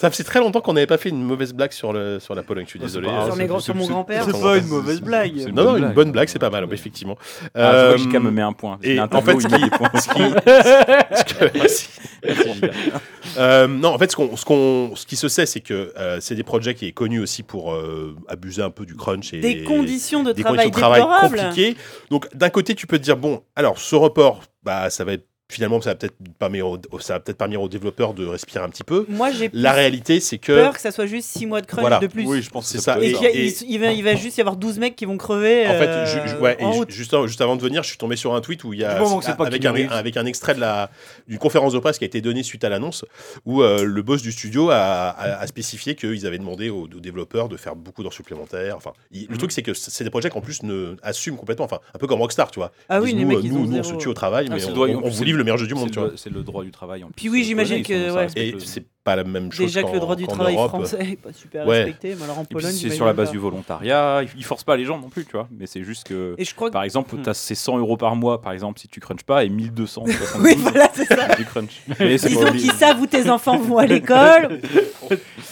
Ça fait très longtemps qu'on n'avait pas fait une mauvaise blague sur, le, sur la Pologne, je suis Non, Ah, c'est désolé. pas grave. Sur, mes C'est- grands- c'est- sur mon c'est- grand-père. C'est pas une mauvaise blague. C'est Non, non, une blague. bonne blague, c'est pas mal, effectivement. Ah, je vois que Euh, Jika me met un point. et Il a un en fait, tableau, il me met qui- des points. ce qui- ce que- merci. Merci, Jika. Euh, non, en fait, ce, qu'on, ce, qu'on, ce qui se sait, c'est que euh, c'est des projets qui est connu aussi pour euh, abuser un peu du crunch et Des conditions de des travail conditions de travail déplorables. compliquées. Donc, d'un côté, tu peux te dire bon, alors ce report, bah, ça va être finalement, ça va peut-être permettre, aux- ça va peut-être permettre aux développeurs de respirer un petit peu. Moi, j'ai La réalité, c'est que peur que ça soit juste 6 mois de crunch Voilà. de plus. Oui, je pense que C'est ça ça. peut et être qu'il y a- et- il, s- il va, il va juste y avoir 12 mecs qui vont crever. En fait, euh, ju- ju- ouais, et en ju- route. juste, en- juste avant de venir, je suis tombé sur un tweet où il y a Du moment que c'est pas avec, Keanu un, Reeves. avec un extrait de la d'une conférence de presse qui a été donnée suite à l'annonce où euh, le boss du studio a, a- a spécifié qu'ils avaient demandé aux, aux développeurs de faire beaucoup d'heures supplémentaires. Enfin, il- le truc c'est que c- c'est des projets qu'en plus ne assument complètement. Enfin, un peu comme Rockstar, tu vois. Ah oui, Ils disent, les nous, mecs, euh, ils nous, ont nous, on se zéro- tue au travail, Ah, mais c'est on, le droit- on- en on plus, vous c'est livre le- le meilleur jeu du c'est monde, le tu vois. droit- C'est le droit du travail. en plus. Puis oui, Les j'imagine Polonais, ils que, sont- ouais. ça Et respecte- c'est pas la même chose. Déjà que le qu'en- droit du qu'en travail Europe. français n'est pas super Ouais. respecté, mais alors en Et puis Pologne. c'est sur j'imagine la base pas. du volontariat, ils- ils forcent pas les gens non plus, tu vois. Mais c'est juste que, Et je crois Bah, que. par exemple, Hmm. t'as ces 100 euros par mois, par exemple, si tu crunches pas, et 1200. Oui, voilà, c'est ça. Tu crunches. Mais c'est Disons pas- qu'ils savent où tes enfants vont à l'école.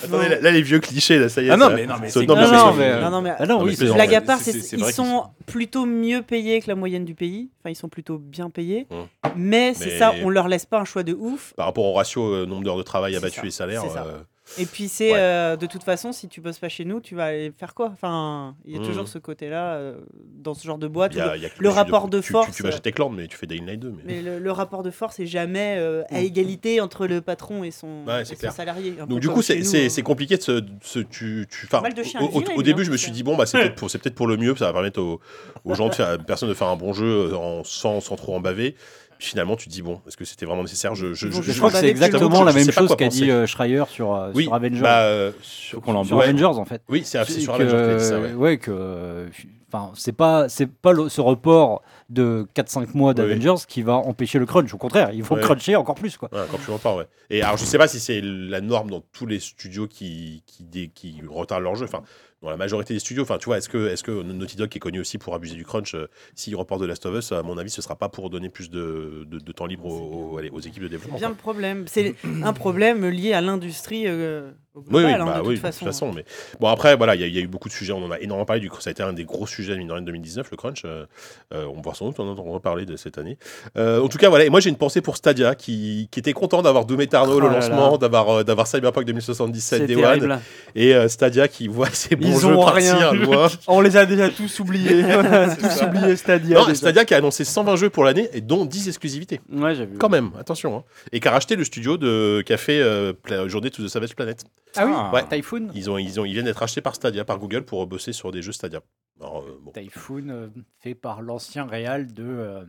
Attendez, là, là, les vieux clichés, là, ça y est. Ah non, ça- mais non, mais ça- c'est- non, mais Non, ça- non, mais- Non, non, mais. euh, Ah non, Non, mais oui, c'est plaisant. Blague à part, c'est- c'est- c'est ils vrai qu'ils sont plutôt mieux payés que la moyenne du pays. Enfin, ils sont plutôt bien payés. Hum. Mais Mais- c'est ça, on leur laisse pas un choix de ouf. Par rapport au ratio euh, nombre d'heures de travail C'est abattues ça, et salaire. c'est ça. euh, Et puis c'est Ouais. euh, de toute façon, si tu bosses pas chez nous, tu vas aller faire quoi Enfin, il y a Mhm. toujours ce côté-là euh, dans ce genre de boîte. Il y où a- le- il y a que le jeu rapport de tu- tu- force, Tu, vas euh, jeter Clan, mais tu fais Dying Light 2. Mais... Mais le, le rapport de force est jamais euh, à égalité entre le patron et son, Hmm. Ouais, et c'est son clair. salarié. Un peu Donc du comme coup, chez c'est- nous, c'est hein. c'est compliqué de se... de se- tu, tu, enfin, Mal de chien à au, au- virer, au lui, début, hein, je me parce suis que- dit, bon, bah, c'est peut-être pour, c'est peut-être pour le mieux, ça va permettre aux, aux gens, de faire, personne de faire un bon jeu en, euh, sans, sans trop en baver. Finalement, tu te dis, bon, est-ce que c'était vraiment nécessaire je, je, Ils vont Je Je crois que c'est sais pas exactement quoi la même penser. chose qu'a dit euh, Schreier sur, euh, Oui, sur Avengers. bah, euh, Faut sur, qu'on l'embauche. sur ouais. Avengers, en fait. oui, c'est c'est sur que, Avengers que t'as dit ça, ouais. ouais. que enfin c'est pas c'est pas le- ce report de 4-5 mois d'Avengers qui va empêcher le crunch au contraire ils vont Ouais. cruncher encore plus quoi Ouais, encore plus longtemps, ouais. Et alors, je sais pas si c'est la norme dans tous les studios qui, qui, dé- qui retardent leur jeu, enfin, dans la majorité des studios. Enfin, tu vois, est-ce que, est que Naughty Dog, qui est connu aussi pour abuser du crunch, euh, s'il reporte de Last of Us, à mon avis, ce sera pas pour donner plus de, de, de temps libre aux, aux- allez, aux équipes de C'est développement. quoi. bien le problème. C'est un problème lié à l'industrie euh, au Oui, global, oui, hein, bah de oui, toute façon. Mais bon, après, voilà, il y, a- il y a eu beaucoup de sujets. On en a énormément parlé. Du coup, ça a été un des gros sujets mine de rien, de 2019, le crunch. Euh, euh, on va sans doute en entendre reparler de cette année. Euh, en tout cas, voilà. Et moi, j'ai une pensée pour Stadia, qui, qui était content d'avoir Doom Eternal Oh au là lancement, d'avoir euh, d'avoir Cyberpunk 2077 Day One, et euh, Stadia qui voit ses bons Ils jeux ont partir. rien. loin. On les a déjà tous oubliés. Voilà, tous oubliés Stadia. Non, déjà. Stadia qui a annoncé 120 jeux pour l'année et dont 10 exclusivités. Ouais, j'ai vu. Quand même, attention. hein. Et qui a racheté le studio de, qui a fait euh, Pla- Journée to the Savage Planet. ah oui Ouais. Typhoon Ils, ont, ils, ont, ils viennent d'être rachetés par Stadia, par Google, pour bosser sur des jeux Stadia. Alors, euh, bon. Typhoon euh, fait par l'ancien réal de euh,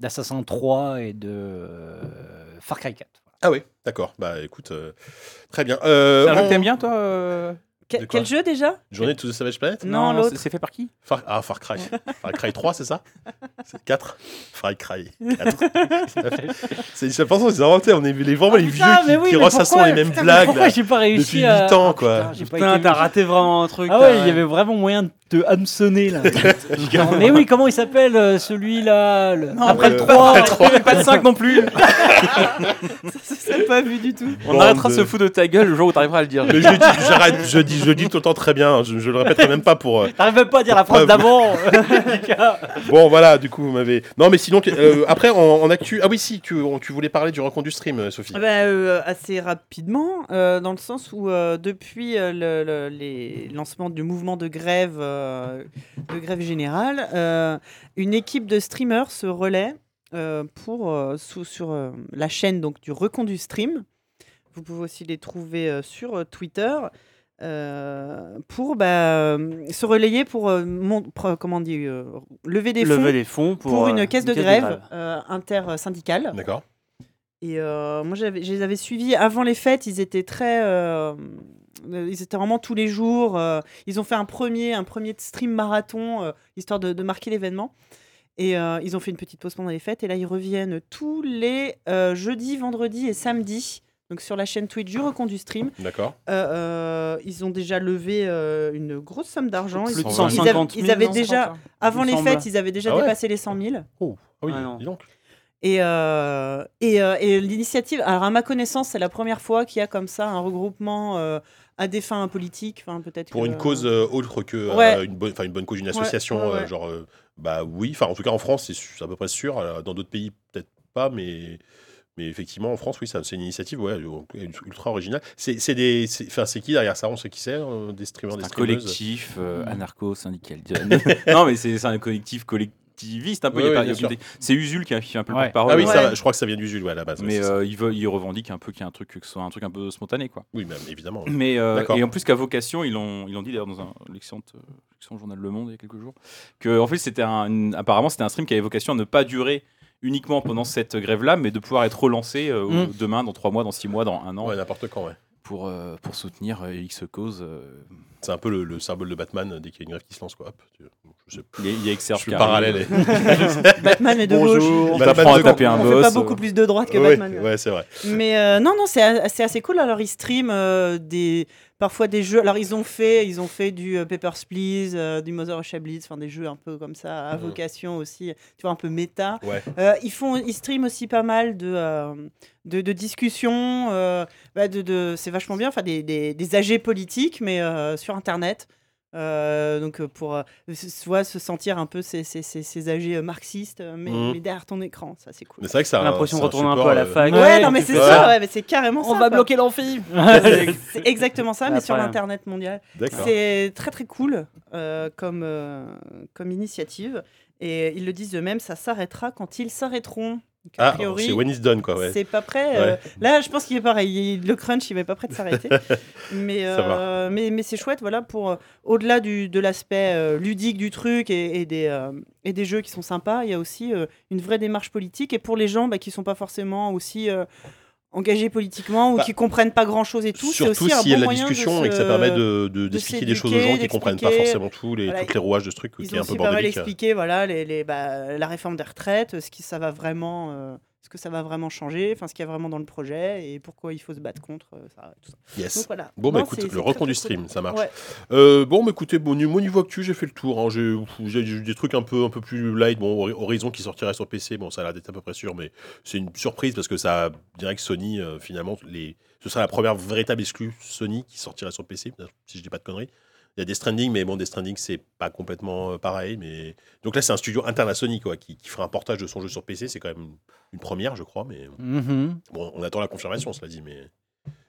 d'Assassin 3 et de euh, Far Cry 4 Ah oui, d'accord. Bah écoute, euh, très bien. Euh, C'est un jeu on- que t'aimes bien, toi euh Que- De quoi quel jeu déjà Journée to the Savage Planet Non, l'autre. c'est- C'est fait par qui Far... Ah, Far Cry. Far Cry 3, c'est ça 4 Far Cry 4. c'est, je pense qu'ils ont inventé, on est les, vraiment Ah, les vieux putain, mais qui, oui, qui mais ressassaient pourquoi euh, les mêmes Putain, mais blagues pourquoi là, j'ai pas réussi depuis 8 à ans, quoi. Putain, j'ai pas Putain, été- t'as raté vraiment un truc. ah t'as- ouais, il y avait vraiment moyen de te hameçonner là. Genre, mais oui, comment il s'appelle euh, celui-là le- Après le euh, 3 Mais pas de 5 non plus C'est pas vu du tout. On Bande arrêtera de de- se foutre de ta gueule le jour où t'arriveras à le dire. Mais je, dis- j'arrête, je, dis, je dis tout le temps très bien, hein, je, je le répéterai même pas pour. euh, T'arrives même pas à dire la phrase Ouais, d'avant. Bon, voilà, du coup, vous m'avez. Non, mais sinon, euh, après, en, en actu. Ah oui, si, tu, on- tu voulais parler du rencontre du stream, euh, Sophie. Ah bah, euh, assez rapidement, euh, dans le sens où euh, depuis euh, le, le- les lancements du mouvement de grève, euh, de grève générale, euh, une équipe de streamers se relaie euh, pour, euh, sous- sur euh, la chaîne donc, du Recondu Stream. Vous pouvez aussi les trouver euh, sur euh, Twitter. euh, pour bah, euh, se relayer pour, euh, mon- pour- comment on dit, euh, lever des fonds Lever des fonds pour, pour, une euh, caisse de grève, euh, intersyndicale. D'accord. Et euh, moi, j'avais- je les avais suivis avant les fêtes. Ils étaient très. euh, euh, ils étaient vraiment tous les jours. euh, ils ont fait un premier, un premier stream marathon, euh, histoire de, de marquer l'événement. Et euh, ils ont fait une petite pause pendant les fêtes. Et là, ils reviennent tous les euh, jeudis, vendredis et samedis. Donc sur la chaîne Twitch du Recon du Stream. D'accord. Euh, euh, ils ont déjà levé euh, une grosse somme d'argent. Plus Ils- de ils avaient- 150 Ils 000, avaient, non, déjà, avant il me les semble. fêtes, ils avaient déjà Ah ouais dépassé les 100 000. Oh, ah oui, Ah non. dis donc. Et, euh, et, euh, et l'initiative, alors à ma connaissance, c'est la première fois qu'il y a comme ça un regroupement euh, à des fins politiques. Enfin, peut-être Pour que- une cause euh, autre que euh, Ouais. une, bonne, enfin, une bonne cause, une Ouais, association, ouais, euh, ouais. genre, euh, bah oui, enfin en tout cas en France, c'est su- c'est à peu près sûr, euh, dans d'autres pays peut-être pas, mais, mais effectivement en France, oui, ça- c'est une initiative ouais, euh, ultra originale. C'est c'est des, c'est- enfin, c'est qui derrière ça, on sait qui c'est, euh, des streamers, des un streameuses collectif euh, anarcho-syndical. non, mais c'est c'est un collectif collectiviste un peu. Oui, il y a oui, pas- bien il y a- sûr. c'est Usul qui a fait un peu Ouais. le parole. Ah oui, ça Ouais. va, je crois que ça vient du Zul, ouais, à la base. ouais, mais c'est ça. euh, ils, veulent- ils revendiquent un peu qu'il y a un truc que ce soit un truc un peu spontané quoi. Oui, bah, évidemment. ouais. Mais euh, D'accord. et en plus qu'à vocation, ils l'ont ils l'ont dit d'ailleurs dans un l'excellent euh, l'excellent journal Le Monde il y a quelques jours que en fait c'était un une- apparemment c'était un stream qui avait vocation à ne pas durer uniquement pendant cette grève là, mais de pouvoir être relancé euh, Mm. demain, dans trois mois, dans six mois, dans un an Ouais, n'importe quand, ouais. pour euh, pour soutenir euh, X cause. euh, C'est un peu le, le symbole de Batman euh, dès qu'il y a une grève qui se lance, quoi. Hop, tu- je sais pas. Il y a- il y a Xerve Je suis qui arrive. parallèle. et- Batman est de gauche. On Batman t'apprend à de taper gauche. un On fait boss. euh. pas beaucoup plus de droite que Ouais, Batman. hein. ouais. ouais, c'est vrai. Mais euh, non, non, c'est a- c'est assez cool. Alors ils streament euh, des, parfois des jeux. Alors ils ont fait, ils ont fait du euh, Papers Please, euh, du Mother of Chablis, enfin des jeux un peu comme ça à Mhm. vocation aussi. Tu vois un peu méta. Ouais. Euh, ils font, ils streament aussi pas mal de euh, de, de discussions. euh, bah, de, de- c'est vachement bien. Enfin des, des, des AG politiques, mais euh, sur internet. Euh, donc euh, pour euh, s- soit se sentir un peu ces, ces, ces, ces AG marxistes, euh, mais, Mhm. mais derrière ton écran, ça c'est cool. Mais c'est vrai que ça. J'ai l'impression de c'est un retourner un support, peu à la euh, fac. Ouais, non, mais c'est fais ça, ça. ouais, mais c'est carrément ça. quoi. l'amphi. C'est exactement ça, Ah, mais sur pas mal. l'Internet mondial. D'accord. C'est très très cool euh, comme, euh, comme initiative. Et ils le disent eux-mêmes, ça s'arrêtera quand ils s'arrêteront. Donc, a Ah, priori, c'est when it's done, quoi. Ouais. C'est pas prêt. euh, là, je pense qu'il est pareil. il- Le crunch, il va pas prêt de s'arrêter. mais, Ça va. euh, mais, mais c'est chouette, voilà, pour euh, au-delà du, de l'aspect euh, ludique du truc et, et des, euh, et des jeux qui sont sympas, il y a aussi euh, une vraie démarche politique. Et pour les gens bah, qui sont pas forcément aussi euh, engagés politiquement ou Bah, qui comprennent pas grand-chose et tout, c'est Surtout aussi un s'il y a de bon la moyen de discussion et que ça se- permet de- de- d'expliquer des choses aux gens qui s'éduquer, comprennent pas d'expliquer. forcément tout les, Voilà, toutes les rouages de ce truc qui Ils est ont un peu aussi pas mal bordélique. euh. expliqué voilà, les, les- bah, la réforme des retraites, ce, qui, ça va vraiment, euh, ce que ça va vraiment changer, enfin, ce qu'il y a vraiment dans le projet et pourquoi il faut se battre contre euh, ça. tout ça. Yes. Donc, voilà. Bon, bah, Non, écoute, c'est- le c'est recon très, du très stream, cool. ça marche. Ouais. Euh, bon, bah, écoutez, bon, niveau- niveau actu, j'ai fait le tour. hein. J'ai j'ai eu des trucs un peu, un peu plus light. Bon, Hori- Horizon qui sortira sur PC, bon, ça a l'air d'être à peu près sûr, mais c'est une surprise parce que ça, direct Sony, euh, finalement, les, ce sera la première véritable exclue Sony qui sortira sur PC, si je dis pas de conneries. Il y a des Stranding, mais bon, des Stranding, c'est pas complètement euh, pareil. Mais donc là, c'est un studio interne à Sony quoi, qui, qui fera un portage de son jeu sur PC. C'est quand même une première, je crois, mais Mhm. bon, on attend la confirmation, cela dit. Mais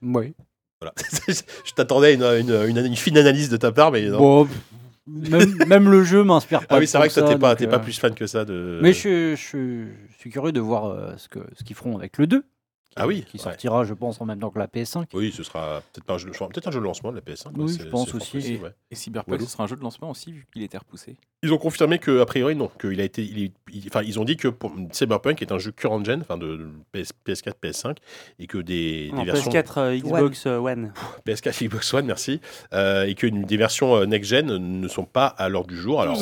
Oui. voilà, je t'attendais à une, une- une- une fine analyse de ta part, mais non. Bon, pff, même, même le jeu m'inspire pas. Ah oui, c'est vrai que tant toi, t'es ça, pas, donc, t'es pas euh, plus fan que ça de. Mais je, je- je suis curieux de voir euh, ce que ce qu'ils feront avec le 2. qui- Ah oui, Qui ouais. sortira, je pense, en même temps que la PS5. Oui, ce sera peut-être pas un jeu, de- peut-être un jeu de lancement de la PS1. Oui, je pense aussi. Et, euh, et Cyberpunk, Walou. ce sera un jeu de lancement aussi, vu qu'il était repoussé. Ils ont confirmé que, a priori, non, qu'il a été, il est- il- enfin, ils ont dit que pour- Cyberpunk est un jeu current gen, enfin de PS, 4 PS5, et que des, des En versions Ah, PS4, euh, Xbox euh, One. PS4, Xbox One, merci, euh, et que une- des versions euh, next gen ne sont pas à l'ordre du jour. Alors,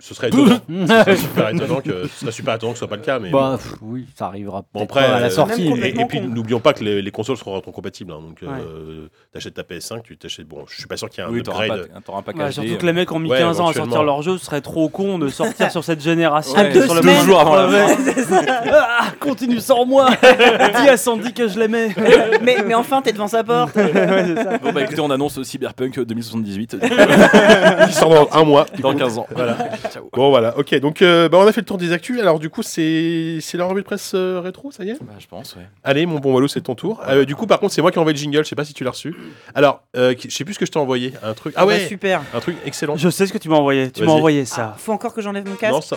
ce serait étonnant. ce serait super étonnant que ce serait super étonnant que ce soit pas le cas, mais. bon. Bah, pff, oui, ça arrivera Bon, peut-être après, pas à la euh, sortie. Même mais- Et, et complètement puis con. n'oublions pas que les, les consoles seront compatibles. hein, donc euh, t'achètes ta PS5, tu t'achètes. Bon, je suis pas sûr qu'il y ait un Oui, t'auras upgrade. pas, hein, t'auras pas Ouais, qu'à surtout acheter, que les mecs ont mis Ouais, 15 ans à éventuellement. sortir leur jeu, ce serait trop con de sortir sur cette génération. Ouais. qui est Deux sur le semaines. même Toujours avant la Ah, continue sans moi Dis à Sandy que je l'aimais mais, mais enfin, t'es devant sa porte. euh. Bon, bah écoutez, on annonce Cyberpunk 2078 Qui sort dans un mois. du euh, dans coup. 15 ans. Voilà. Ciao. Bon voilà, ok, donc euh, bah, on a fait le tour des actus, alors du coup c'est c'est la revue de presse euh, rétro, ça y est Bah, je pense, ouais. Allez mon bon Walou, c'est ton tour. Euh, du coup par contre c'est moi qui ai envoyé le jingle, je sais pas si tu l'as reçu. Alors, euh, qui- je sais plus ce que je t'ai envoyé, un truc, ah Bah, ouais, super. Ah, un truc excellent. Je sais ce que tu m'as envoyé, tu m'as Vas-y. envoyé ça. Faut encore que j'enlève mon Non, casque. ça,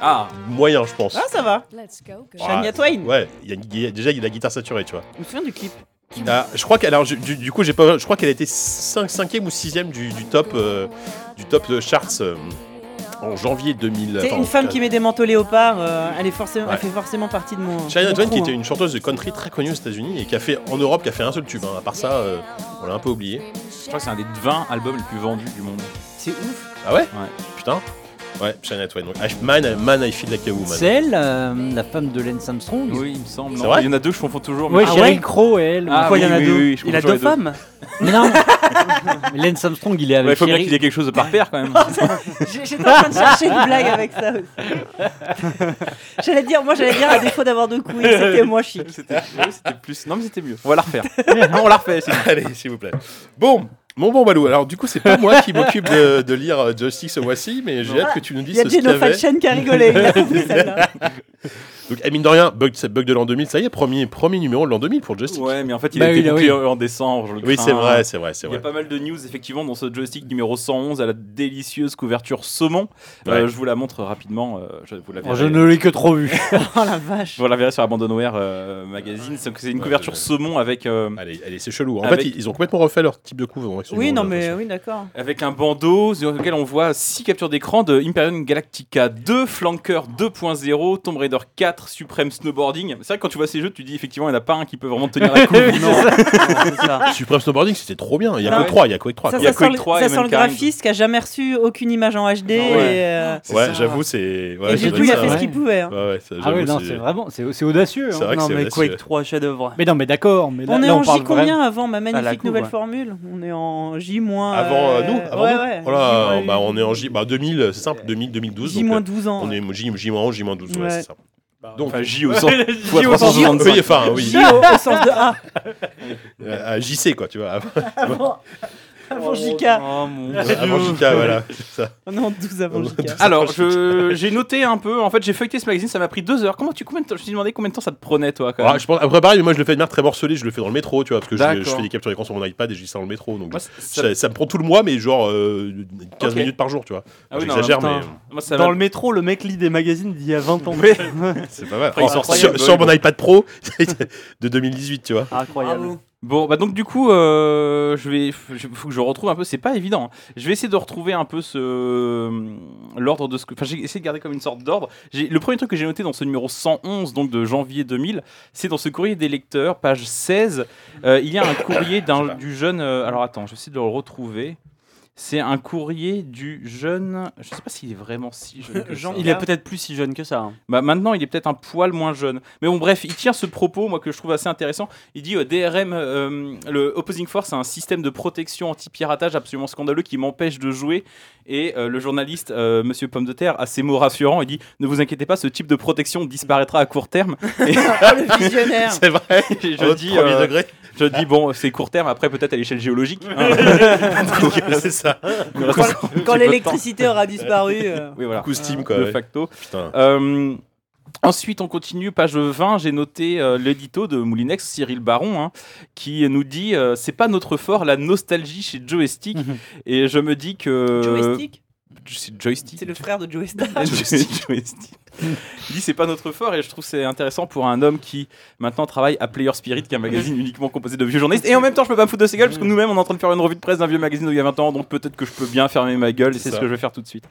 Ah, moyen je pense. Ah, ça va. Let's go. Ouais. Shania Twain. Ah, Ouais, il y a- il y a- déjà il y a la guitare saturée, tu vois. Je me souviens du clip. Ah, je crois qu'elle, alors je- du, du coup j'ai pas, je crois qu'elle était 5 cinquième ou 6ème du, du top, euh, du top de charts euh, en janvier 2000. C'est enfin, une en- femme qui met des manteaux léopards. euh, elle, est forcément, Ouais. elle fait forcément partie de mon. Shania mon Twain, crew, qui était hein. une chanteuse de country très connue aux États-Unis et qui a fait en Europe, qui a fait un seul tube. hein. À part ça, euh, on l'a un peu oublié. je crois que c'est un des 20 albums les plus vendus du monde. C'est ouf. Ah ouais Putain. Ouais, Shania Twain. Donc, I- man, I- man, I feel like a woman. C'est elle, euh, la femme de Len Samstrong Oui, il me semble. C'est non. vrai il y en a deux, je confonds toujours. Ouais, mais- Ah Sheryl ouais Crow et elle. Ah Pourquoi il y en a oui, deux oui, oui, je Il a confonds deux les deux. femmes Mais non Len Samstrong, il est Ouais, il avec faut bien Sheryl- qu'il y ait quelque chose de par pair quand même. J'ai- J'étais en train de chercher une blague avec ça aussi. j'allais dire, moi, j'allais dire, à défaut d'avoir deux couilles, c'était moi chic. c'était ouais, c'était plus. Non, mais c'était mieux. On va la refaire. on la refait. c'est- Allez, s'il vous plaît. Bon. Mon bon Balou, alors du coup, c'est pas moi qui m'occupe de, de lire euh, Justice ce mois-ci, mais j'ai hâte que tu nous Il dises y a ce qu'il y Geno avait. Falchen qui a rigolé. Il a compris celle-là. Donc, à mine de rien, bug, c'est bug de l'an 2000, ça y est, premier, premier numéro de l'an 2000 pour Justice. Ouais, mais en fait, il Bah a été oui, là, bouclé oui. en décembre. je le Oui, crains. c'est vrai, c'est vrai, c'est Il y a vrai. pas mal de news effectivement dans ce joystick numéro 111 à la délicieuse couverture saumon. Euh, Ouais. je vous la montre rapidement. euh, je vous la Oh, verrai, Je ne l'ai que trop vu. Oh la vache. je vous la verrai sur Abandonware euh, magazine. C'est c'est une Ouais, couverture je- saumon avec euh, Allez, allez c'est chelou. En Avec- fait, ils, ils ont complètement refait leur type de couvre. avec ce Oui, numéro, non, j'ai mais l'impression. oui, d'accord. avec un bandeau sur lequel on voit 6 captures d'écran de Imperium Galactica 2, Flanker 2.0, Tomb Raider 4, Supreme Snowboarding. C'est vrai que quand tu vois ces jeux, tu dis effectivement, il n'y en a pas un qui peut vraiment tenir la coupe. Supreme Snowboarding, c'était trop bien. Il y a Ah que ouais. 3, il y a que 3. Ça, Il y a ça sent Quake le, 3 ça et sent le Mankind. graphiste qui a jamais reçu aucune image en HD. Ouais. Et, euh, Ouais, j'avoue, c'est. ouais, et c'est du coup, vrai il a que fait ça- ce qu'il pouvait. hein. Ouais, ouais, ça, Ah oui, j'avoue, non, c'est vraiment, c'est c'est audacieux. C'est hein. vrai que Non c'est mais vrai, Quake c'est- 3, chef-d'œuvre. Mais non, mais d'accord. Mais là, On est là, en parle J combien vraiment- avant ma magnifique couve, nouvelle ouais. formule On est en J moins. Avant euh, euh, nous, avant ouais, nous. ouais. Oh là, J- bah, on est en J. Bah, 2000, c'est simple, 2000, 2012. J donc, moins euh, 12 ans. On est au J, J-11, J-12, ouais, Ouais. c'est ça. Donc, Enfin, J au 100. Oui, enfin, oui. J au, au sens de A. Euh, à JC, quoi, tu vois. avant. Avant, Avant Jika. Oh, mon Dieu. Avant Jika, voilà. c'est ça. On est en 12 avant Oh, Jika. Alors, je- j'ai noté un peu. En fait, j'ai feuilleté ce magazine, ça m'a pris deux heures. Comment tu, combien de temps, je me suis demandé combien de temps ça te prenait, toi, quand Alors, même. je pense, après, pareil, mais moi je le fais de manière très morcelée, je le fais dans le métro, tu vois, parce que je, je D'accord. fais des captures d'écran sur mon iPad et je dis ça dans le métro. Donc, Moi, je- ça- ça, ça me prend tout le mois, mais genre euh, 15 Ok. minutes par jour, tu vois. Ah oui, non, J'exagère, putain. mais Moi, ça Dans m'a- le métro, le mec lit des magazines d'il y a 20 ans. euh, c'est pas mal. Après, il sort sur, rien, mais sur bon. mon iPad Pro de 2018, tu vois. Incroyable. Bon, bah donc du coup, euh, je vais, je- faut que je retrouve un peu. C'est pas évident. hein. Je vais essayer de retrouver un peu ce l'ordre de ce que. Enfin, j'ai essayé de garder comme une sorte d'ordre. J'ai- Le premier truc que j'ai noté dans ce numéro 111, donc de janvier 2000, c'est dans ce courrier des lecteurs, page 16. euh, il y a un courrier d'un- du jeune. euh, alors attends, je vais essayer de le retrouver. C'est un courrier du jeune. Je sais pas s'il est vraiment si jeune. que ça. Il est peut-être plus si jeune que ça. hein. Bah, maintenant, il est peut-être un poil moins jeune. Mais bon, bref, il tient ce propos, moi, que je trouve assez intéressant. Il dit euh, DRM, euh, le Opposing Force a un système de protection anti-piratage absolument scandaleux qui m'empêche de jouer. Et euh, le journaliste, euh, monsieur Pomme de Terre, a ces mots rassurants. Il dit Ne vous inquiétez pas, ce type de protection disparaîtra à court terme. Et Oh, le visionnaire. C'est vrai, je, en mode dis, premier euh, degré. je dis Bon, c'est court terme, après, peut-être à l'échelle géologique. hein. euh, c'est ça. Il reste encore un petit peu Quand de l'électricité aura disparu. euh, temps. Oui, voilà. Coup Steam, quoi. De ouais. facto. Putain. Euh, ensuite, on continue, page 20, j'ai noté euh, l'édito de Moulinex, Cyril Baron, hein, qui nous dit euh, C'est pas notre fort, la nostalgie chez Joystick. Mhm. Et je me dis Euh, que. Joystick C'est Joystick. C'est le frère de Joe Star. Joystick. Joystick. Il dit c'est pas notre fort et je trouve c'est intéressant pour un homme qui maintenant travaille à Player Spirit, qui est un magazine uniquement composé de vieux journalistes. Et en même temps, je peux pas me foutre de ses gueules parce que nous-mêmes on est en train de faire une revue de presse d'un vieux magazine d'il y a 20 ans, donc peut-être que je peux bien fermer ma gueule et C'est c'est ce ça. que je vais faire tout de suite.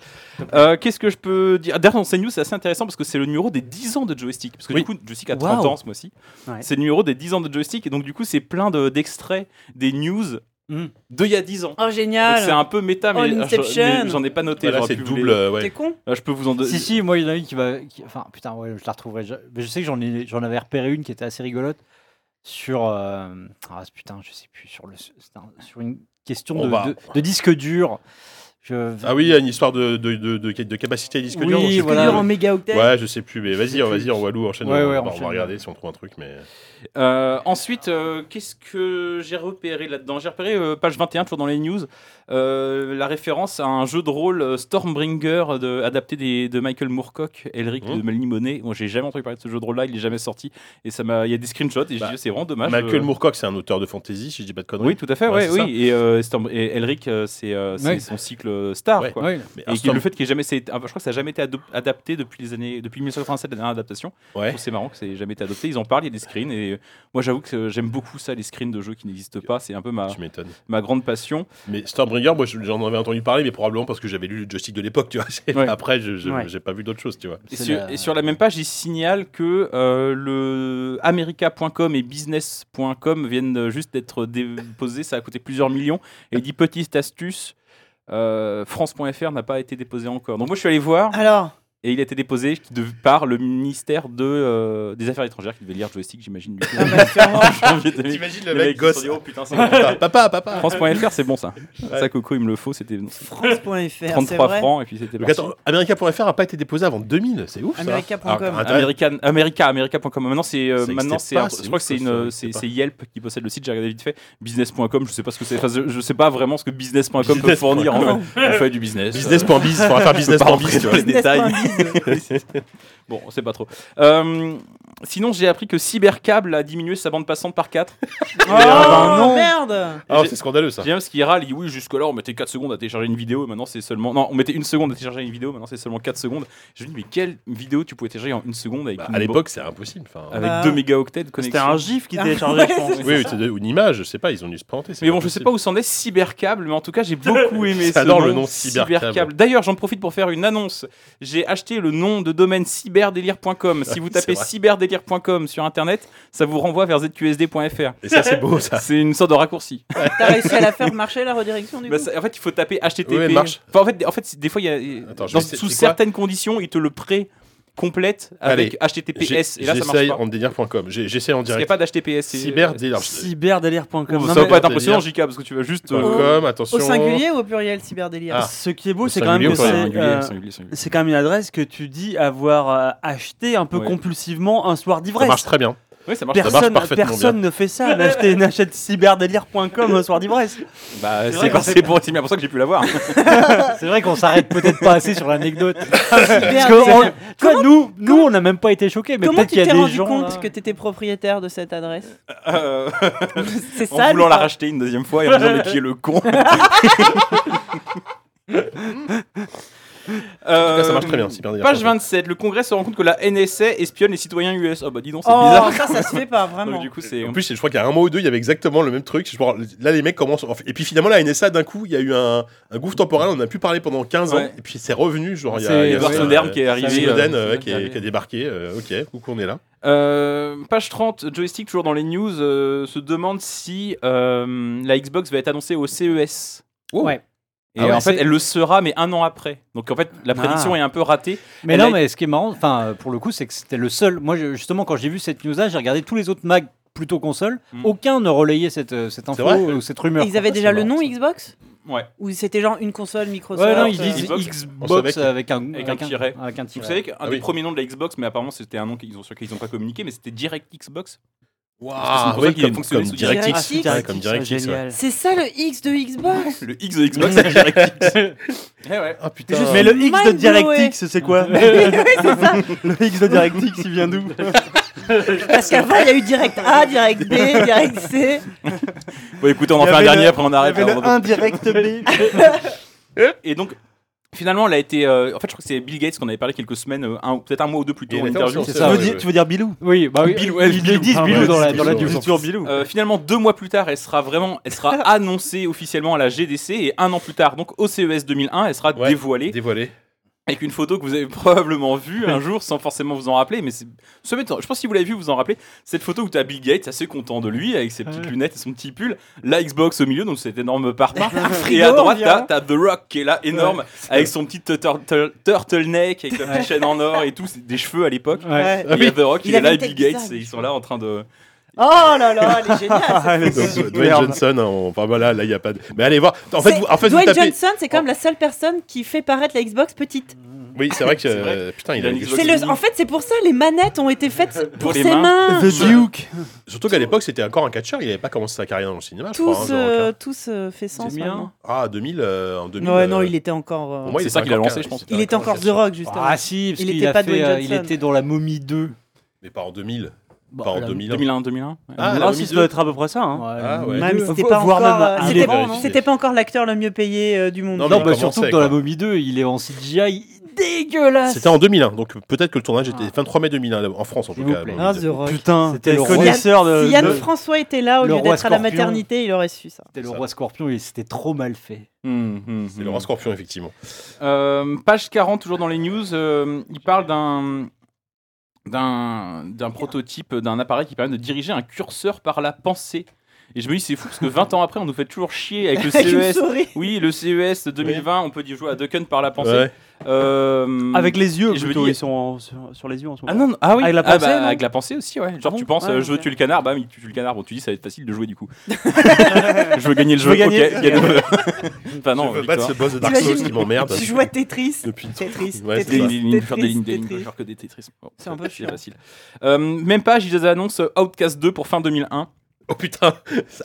Euh, Qu'est-ce que je peux dire D'ailleurs, dans ces news, c'est assez intéressant parce que c'est le numéro des 10 ans de joystick. Parce que Oui. du coup, joystick a 30 Waouh. ans ce mois-ci. Ouais. C'est le numéro des 10 ans de joystick et donc du coup, c'est plein de- d'extraits des news Hmm. Mm. de il y a 10 ans. Oh, Ah, Donc, C'est génial. un peu méta, Oh, mais ah, l'Inception. mais j'en ai pas noté. Voilà, j'aurais c'est pu vous double. les- euh, ouais. T'es con Euh, je peux vous en donner. Si, si, moi, il y en a une qui va. qui- Enfin, putain, ouais, je la retrouverai. Je, mais je sais que j'en ai- j'en avais repéré une qui était assez rigolote sur. euh, ah, putain, je sais plus. Sur, le, c'était un- sur une question Oh, On de, bah. va- de- de disque dur. Je, Ah oui, il y a une histoire de, de, de, de, de capacité disque Oui, dur. je sais plus. voilà. Dur en méga Ouais, je sais plus, mais Je vas-y, sais vas-y, plus. en Walou, enchaîne. Ouais, ouais, on, va- on enchaîne. va regarder si on trouve un truc, mais. Euh, ensuite, euh, qu'est-ce que j'ai repéré là-dedans J'ai repéré euh, page 21, toujours dans les news, euh, la référence à un jeu de rôle euh, Stormbringer de, adapté des- de Michael Moorcock, Elric Mhm. de Melnimonet. Moi, j'ai jamais entendu parler de ce jeu de rôle-là, il est jamais sorti. Et ça m'a, il y a des screenshots et je Bah, dis, c'est vraiment dommage. Michael euh, Moorcock, c'est un auteur de fantasy, si je dis pas de conneries. Oui, tout à fait, Ouais, ouais, c'est ça. oui. Et, euh, Storm- et Elric, euh, c'est euh, c'est Ouais. son cycle euh, star. Ouais. quoi. Ouais. mais Et un qui- Storm- le fait qu'il ait jamais, c'est, ah, je crois que ça n'a jamais été adop- adapté depuis les années, depuis 1987 la dernière adaptation. Ouais. Je trouve C'est marrant que ça ait jamais été adopté. Ils en parlent, il y a des screens. Et euh, moi, j'avoue que euh, j'aime beaucoup ça, les screens de jeux qui n'existent pas. C'est un peu ma, Tu m'étonnes. ma grande passion. Mais Stormbringer, moi je- j'en avais entendu parler, mais probablement parce que j'avais lu le joystick de l'époque, tu vois. C'est- Ouais. Après, je je- Ouais. j'ai pas vu d'autre chose, tu vois. Et C'est sur, la- et sur la même page, ils signalent que euh, le America.com et Business.com viennent euh, juste d'être déposés. Ça a coûté plusieurs millions. Et il dit petite astuce. euh, France.fr n'a pas été déposé encore. Donc moi je suis allé voir Alors, et il a été déposé de- par le ministère de, euh, des Affaires étrangères qui devait lire joystick, j'imagine. Du coup, ah bah, sûrement. en janvier 2000. T'imagines le Les mec mecs, ils se gosse. sont dit, oh, putain, c'est Papa, papa, papa. France.fr, c'est bon ça. Ouais. Ça, Coco, il me le faut. C'était non, France.fr, c'est 33 vrai. francs et puis c'était Donc parti. attends, America.fr a pas été déposé avant 2000, c'est ouf ça. America.com. Alors, Ah, attends, American, America, America.com. Maintenant, c'est euh, Ça maintenant existait c'est pas, un- c'est je crois que ouf, c'est ça, une ça euh, existait c'est pas. c'est Yelp qui possède le site. J'ai regardé vite fait business.com. Je sais pas ce que c'est. Enfin, je, je sais pas vraiment ce que business.com peut Business.com. fournir en, en feuille du business. Euh, Business.biz, on va faire je peux business.biz, pas rentrer tu dans vois. les détails. Oui, c'est- bon, on sait pas trop. Euh, sinon, j'ai appris que Cybercable a diminué sa bande passante par 4. Oh, Ah, non. merde Ah, c'est scandaleux ça. J'aime ce qu'il râle, il dit oui, jusque-là on mettait 4 secondes à télécharger une vidéo, et maintenant c'est seulement. Non, on mettait une seconde à télécharger une vidéo, maintenant c'est seulement 4 secondes. Je me dis, mais quelle vidéo tu pouvais télécharger en une seconde avec Bah, une à bo- l'époque, c'est impossible. enfin. Avec Bah. 2 mégaoctets de Ah. C'était connexion. un gif qui Ah, téléchargeait, je ouais, pense. c'est Oui, oui, c'est de- ou une image, je sais pas, ils ont dû se planter. c'est Mais bon, je sais possible. pas où c'en est, Cybercable, mais en tout cas j'ai beaucoup aimé ce J'adore nom, le nom, Cybercable. D'ailleurs, j'en profite pour faire une annonce. J'ai acheté le nom de domaine cyberdélire.com. Si vous C'est tapez vrai. cyberdélire.com sur internet, ça vous renvoie vers zqsd.fr. Et ça, c'est beau ça. C'est une sorte de raccourci. T'as réussi à la faire marcher la redirection du coup Bah, ça- en fait, il faut taper HTTP. Ouais, elle marche. Enfin, en fait, en fait c'est- des fois, il y a, Attends, je dans- vais essayer- sous c'est quoi certaines conditions, il te le pré complète avec J'ai- HTTPS. Et là, ça marche J'essaye pas. en délire.com. J'ai- J'essaie en Parce qu'il n'y a direct. pas euh, d'HTTPS. c'est- Cyberdélire. Cyberdélire.com. Ça Non, va mais- pas Cyberdélire. être impressionnant, JK, parce que tu vas juste. euh, Ouais. .com, Au attention. singulier ou au pluriel, cyberdélire Ah. Ce qui est beau, Au c'est quand singulier même que ou quoi, c'est. singulier, euh, singulier, singulier. c'est quand même une adresse que tu dis avoir euh, acheté un peu Ouais. compulsivement un soir Ça marche d'ivresse. très bien. Oui, ça marche. ça Personne, parfaitement personne ne fait ça. N'achetez- N'achète cyberdélire.com au soir d'ivresse. marche. Ah, Bah, vrai c'est pas- que- c'est pour, c'est bien pour ça que j'ai pu l'avoir. C'est vrai qu'on s'arrête peut-être pas assez sur l'anecdote. Parce que Merde. on- tu vois, nous, nous, on n'a même pas été choqués, mais Comment peut-être tu qu'il y t'es a des rendu gens. compte là- euh, que tu étais propriétaire de cette adresse Euh, C'est ça en voulant ou la pas racheter une deuxième fois et en disant mais qui est le con. En tout cas, ça marche très bien, super d'ailleurs. Euh, Page 27, le Congrès se rend compte que la NSA espionne les citoyens US. Ah bah dis donc, c'est Oh, bizarre. ça, ça se fait pas, Donc, vraiment. du coup, c'est En plus, je crois qu'il y a un mois ou deux, il y avait exactement le même truc. Je crois, là, les mecs commencent. Et puis finalement, la NSA, d'un coup, il y a eu un, un gouffre temporel. On en a pu parler pendant 15 ans. Ouais. Et puis c'est revenu. Genre, il y a, C'est il y a Edward ça, Snowden euh, qui est arrivé. Snowden, euh, euh, qui, est- qui a débarqué. euh, ok, coucou, on est là. Euh, page 30, Joystick, toujours dans les news, euh, se demande si euh, la Xbox va être annoncée au CES. Ouais. Et Ah ouais, en fait, c'est- elle le sera, mais un an après. Donc en fait, la prédiction est un peu ratée. Mais Elle non, a- mais ce qui est marrant, enfin, euh, pour le coup, c'est que c'était le seul. Moi, je- justement, quand j'ai vu cette news-là, j'ai regardé tous les autres mags plutôt console. Mm. Aucun ne relayait cette, euh, cette info Hmm. vrai Ah, ou cette rumeur. Ils avaient déjà le nom Xbox Ouais. Ou c'était genre une console Microsoft Ouais, non, ils euh, disent Xbox. Xbox On savait avec un, avec un tiret. avec un Vous tiret. savez qu'un Ah des oui. premiers noms de la Xbox, mais apparemment c'était un nom qu'ils ont, sur lequel ils n'ont pas communiqué, mais c'était Direct Xbox. Waouh, console oui, qui a comme, fonctionné comme sous DirectX. DirectX. Ouais, comme DirectX. ouais. C'est ça le X de Xbox Le X de Xbox, c'est Direct X. ouais. Ah putain. Mais le X de mind blowé. DirectX, c'est quoi Le X de DirectX, il vient d'où Parce qu'avant, il y a eu direct A, direct B, direct C. Bon, écoutez, on en Il y fait un avait dernier, le- après on arrête. Il y avait hein, on le va- 1 direct B. Et donc, finalement, elle a été. euh, en fait, je crois que c'est Bill Gates qu'on avait parlé quelques semaines, euh, un- peut-être un mois ou deux plus tôt Il en était en interview. séance. ça, tu, ouais, veux dire, ouais. tu veux dire Bilou Oui, bah oui. Bilou, ouais, ils le disent Bilou, Bilou pardon, dans la c'est dans la Bilou. news. C'est toujours Bilou. Euh, finalement, deux mois plus tard, elle sera vraiment, elle sera annoncée officiellement à la GDC et un an plus tard, donc au E CES 2001, elle sera Ouais. dévoilée Dévoilé. avec une photo que vous avez probablement vue un jour sans forcément vous en rappeler. Mais c'est, ce mec, je pense que si vous l'avez vu, vous en rappelez. Cette photo où tu as Bill Gates assez content de lui avec ses petites Ouais. lunettes et son petit pull, la Xbox au milieu, donc cet énorme parpaing. et à frigo, droite, évidemment. t'as as The Rock qui est là énorme avec son petit turtle- turtleneck, avec la petite chaîne en or et tout, c'est des cheveux à l'époque. Ouais. Ouais. Et il y a The Rock, Ah Il il est avait là, et une Bill tête bizarre, Gates, et il ils sont là en train de. Oh là là, elle est géniale. Ah, elle est Donc, super. Dwayne Johnson, hein, on... enfin voilà, là, il n'y a pas de. Mais allez voir. En fait, C'est- vous, en fait, vous Dwayne tapez. Johnson, c'est comme la seule personne qui fait paraître la Xbox petite. Oui, c'est vrai que. C'est vrai. euh, Putain, il Il a a une une gueule. C'est le... En fait, c'est pour ça les manettes ont été faites pour, les ses mains. mains. The Duke. Surtout qu'à l'époque, c'était encore un catcheur. Il n'avait pas commencé sa carrière dans le cinéma, je Tout crois. hein, The se, Rock, hein. tout se euh, fait sens. C'est bien. maintenant. Ah, 2000, euh, en 2000. Ouais, non, euh, il était encore. euh, pour moi, il C'est était ça qu'il a encore lancé, un- je pense. Il était encore The Rock, justement. Ah si, parce Il qu'il était a pas fait, Dwayne euh, il Johnson. était dans la momie 2. Mais pas en 2000. Bah, pas en hein. la- 2001. 2001, 2001. ouais. Ah, la Ah, momie si, ça deux. doit être à peu près ça. hein. Ouais, Ah, la ouais. momie Ouais, mais 2. c'était Vo- pas, voire encore, même euh, avant, c'était- non c'était pas encore l'acteur le mieux payé euh, du monde. Non, Non, mais bah, il surtout commençait, que quoi. dans la momie 2, il est en CGI Ah, dégueulasse. C'était en 2001, donc peut-être que le tournage était Ah. 23 mai 2001, en France en tout S'il vous cas. plaît. bon, Ah, il- The Rock. Putain, C'était t'es le roi. connaisseur de. Si Yann de- François était là, au le lieu roi d'être à la scorpion. maternité, il aurait su ça. C'était le Ça. roi scorpion et c'était trop mal fait. Hum, hum, C'est le hum. roi scorpion, effectivement. Euh, page 40, toujours dans les news, euh, il parle d'un d'un d'un prototype d'un appareil qui permet de diriger un curseur par la pensée. Et je me dis c'est fou parce que 20 ans après on nous fait toujours chier avec le Avec une CES. souris. Oui, le E CES 2020, on peut y jouer à Ducken par la pensée. Ouais. Euh, Avec les yeux, Et je me plutôt, dis- ils sont en- sur, sur les yeux en ce ah moment. non, non, ah oui, Avec la ah pensée, bah, non avec la pensée aussi, ouais. Genre Ah tu bon penses, Ouais, euh, je veux ok. tuer le canard, bah, mais tu tues le canard, bon, tu dis ça va être facile de jouer du coup. je veux gagner le Je jeu, veux gagner. ok, game over. enfin je non, veux victoire. battre ce boss de Dark Souls T'imagines- qui m'emmerde. Tu joues à Tetris. Depuis- Tetris. Ouais, c'est Des Tetris, ça. lignes, des lignes, faire des Tetris, lignes, des lignes, Tetris. faire que des Tetris. Bon, C'est un peu c'est chiant. facile. Euh, même page, ils annoncent Outcast 2 euh, pour fin 2001. Oh putain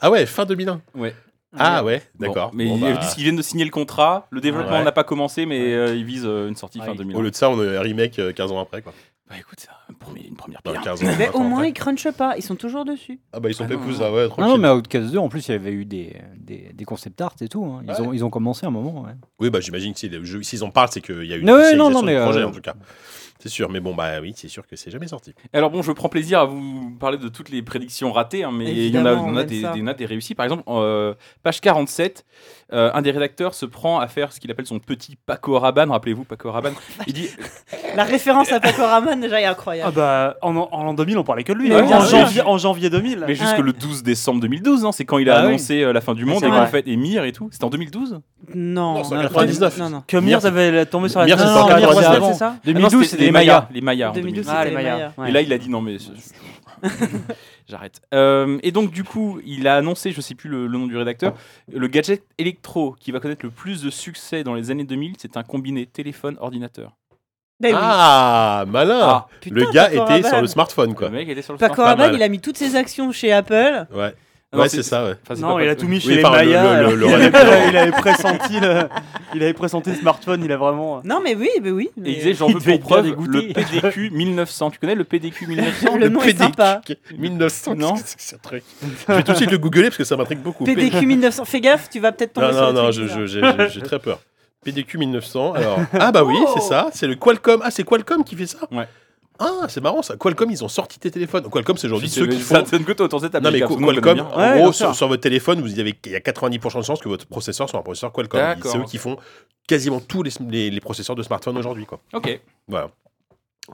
Ah ouais, fin 2001. Ouais. Ah ouais, Bon, d'accord. mais Bon, ils bah, disent qu'ils viennent de signer le contrat. Le développement Ouais. n'a pas commencé, mais euh, ils visent euh, une sortie Ouais, fin ils- 2001. Au lieu de ça, on a un remake euh, 15 ans après, quoi. Bah écoute, c'est un premier- une première Enfin, pierre. 15 ans, Mais 20 au ans moins, après. ils crunchent pas. Ils sont toujours dessus. Ah bah ils sont Ah non, pépouses, non. ah ouais, Ah non, tranquille. mais Outcast 2, en plus, il y avait eu des, des, des concept art et tout. hein. Ils, Ouais. ont, ils ont commencé à un moment. ouais. Oui, bah j'imagine que si les jeux- s'ils en parlent, c'est qu'il y a eu une Ouais, ouais, non, officialisation non, mais, du projet, euh, en tout cas. C'est sûr, mais bon, bah oui, c'est sûr que c'est jamais sorti. Alors bon, je prends plaisir à vous parler de toutes les prédictions ratées, hein, mais il y en a, Évidemment, on on a aime des, ça. des- on a des réussies. Par exemple, euh, page 47, euh, un des rédacteurs se prend à faire ce qu'il appelle son petit Paco Rabanne. Rappelez-vous, Paco Rabanne. Il dit La référence à Paco Raman, déjà, est incroyable. Ah bah, en, en l'an 2000, on parlait que de lui. Mais hein. oui, en, bien sûr. janvier, en janvier 2000. Mais jusque Ouais. le 12 décembre 2012, hein, c'est quand il a Ah oui. annoncé euh, la fin du monde c'est et qu'en vrai. fait Emir et tout. C'était en 2012 Non, Ah, Non, c'est non, 99. Non, non. Que Mir avait tombé sur la Mir, tête. c'est Non, encore Mir, avant. c'est ça Ah non, 2012, c'était c'était les Mayas. Les Mayas en 2012. 2012, c'était Ah, les les Mayas. Mayas. ouais. Et là, il a dit non, mais j'arrête. Euh, et donc, du coup, il a annoncé, je sais plus le, le nom du rédacteur, le gadget électro qui va connaître le plus de succès dans les années 2000, c'est un combiné téléphone-ordinateur. Ben oui. Ah, malin Ah, Putain, Le gars Paco était sur le Rabanne. smartphone, quoi. le mec était sur le Paco smartphone. Pas Rabanne, mal. il a mis toutes ses actions chez Apple. Ouais, Ah non, ouais c'est ça, ouais. enfin, c'est Non, pas- il a tout mis chez Oui, les enfin, le- Mayas. le- le- le il, relais. avait, il avait pressenti le, il avait pressenti le smartphone, il a vraiment. Non, mais oui, mais oui. Et mais- il disait j'en Il veux devait pour être bien preuve dégoûté. le PDQ 1900. Tu connais le PDQ 1900 Le nom est sympa. 1900, Non. qu'est-ce que c'est que ce truc Je vais tout de suite le googler parce que ça m'intrigue beaucoup. PDQ 1900. Fais gaffe, tu vas peut-être tomber Non, sur non, le non, truc je- bizarre. je- j'ai j'ai- j'ai très peur. PDQ 1900, alors. Ah, bah oui, c'est ça, c'est le Qualcomm. Ah, c'est Qualcomm qui fait ça Ouais. Ah, c'est marrant ça. Qualcomm, ils ont sorti tes téléphones. Qualcomm, c'est aujourd'hui ceux qui Ça font. donne que toi, autour de cette Non, mais Qual- application, tout le monde Qualcomm, connaît bien. en bien. Ouais, gros, bien sur, sûr. sur votre téléphone, vous y avez, il y a 90% de chances que votre processeur soit un processeur Qualcomm. D'accord, C'est eux ok. qui font quasiment tous les, les- les processeurs de smartphone aujourd'hui, quoi. Ok. Voilà.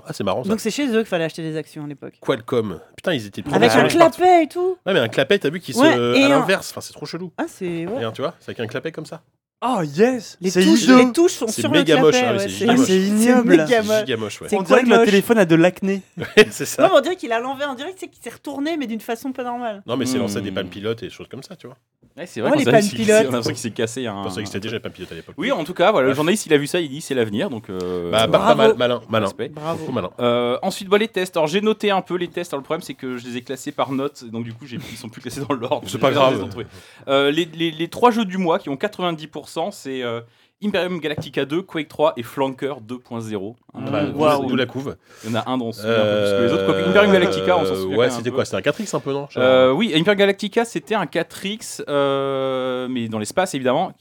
Ah, c'est marrant ça. Donc c'est chez eux qu'il fallait acheter des actions à l'époque. Qualcomm. Putain, ils étaient les premiers Avec sur un les smartphones. clapet et tout. Ouais, mais un clapet, t'as vu qui Ouais, se. euh, et à un- l'inverse. Enfin, c'est trop chelou. Ah, c'est. ouais. Et un, tu vois, c'est avec un clapet comme ça. Oh yes Les C'est touches, hideux. les touches sont C'est sur méga le moche, clapet. hein, ouais, c'est Ah, moche. c'est ignoble. méga moche. C'est giga moche, ouais. C'est On dirait que quoi le moche téléphone a de l'acné. Ouais, c'est Non, ça. mais on dirait qu'il a l'envers. On dirait que c'est qu'il s'est retourné, mais d'une façon pas normale. Non, mais c'est Hmm. l'ancêtre des pannes pilotes et des choses comme ça, tu vois. Ouais, c'est vrai Oh, qu'on les s'est- pannes s'est- pilotes. On a l'impression qu'il s'est cassé un. Je pensais que c'était déjà les pannes pilotes à l'époque. Ah. Oui, en tout cas, voilà, le Bref. journaliste il a vu ça, il dit c'est l'avenir, donc. euh, Bah, pas, voilà. pas mal, malin, malin. Respect. Bravo. Beaucoup malin. Euh, ensuite, bah, les tests. Alors, j'ai noté un peu les tests. Alors, le problème, c'est que je les ai classés par notes. Donc, du coup, j'ai- ils sont plus classés dans l'ordre. C'est pas J'ai regardé grave. les autres, oui. Euh, les, les- les trois jeux du mois qui ont 90%, c'est euh, Imperium Galactica 2, Quake 3 et Flanker 2.0. Ah Euh, bah, vous- waouh. vous- D'où la couve. Il y en a un dont on se souvient un peu plus que les autres. Quoique, Euh, Imperium Galactica, on s'en souvient. quand Ouais, même c'était un quoi peu. C'était un 4X un peu, non Genre- Euh, oui, Imperium Galactica, c'était un 4X, euh, mais dans l'espace évidemment,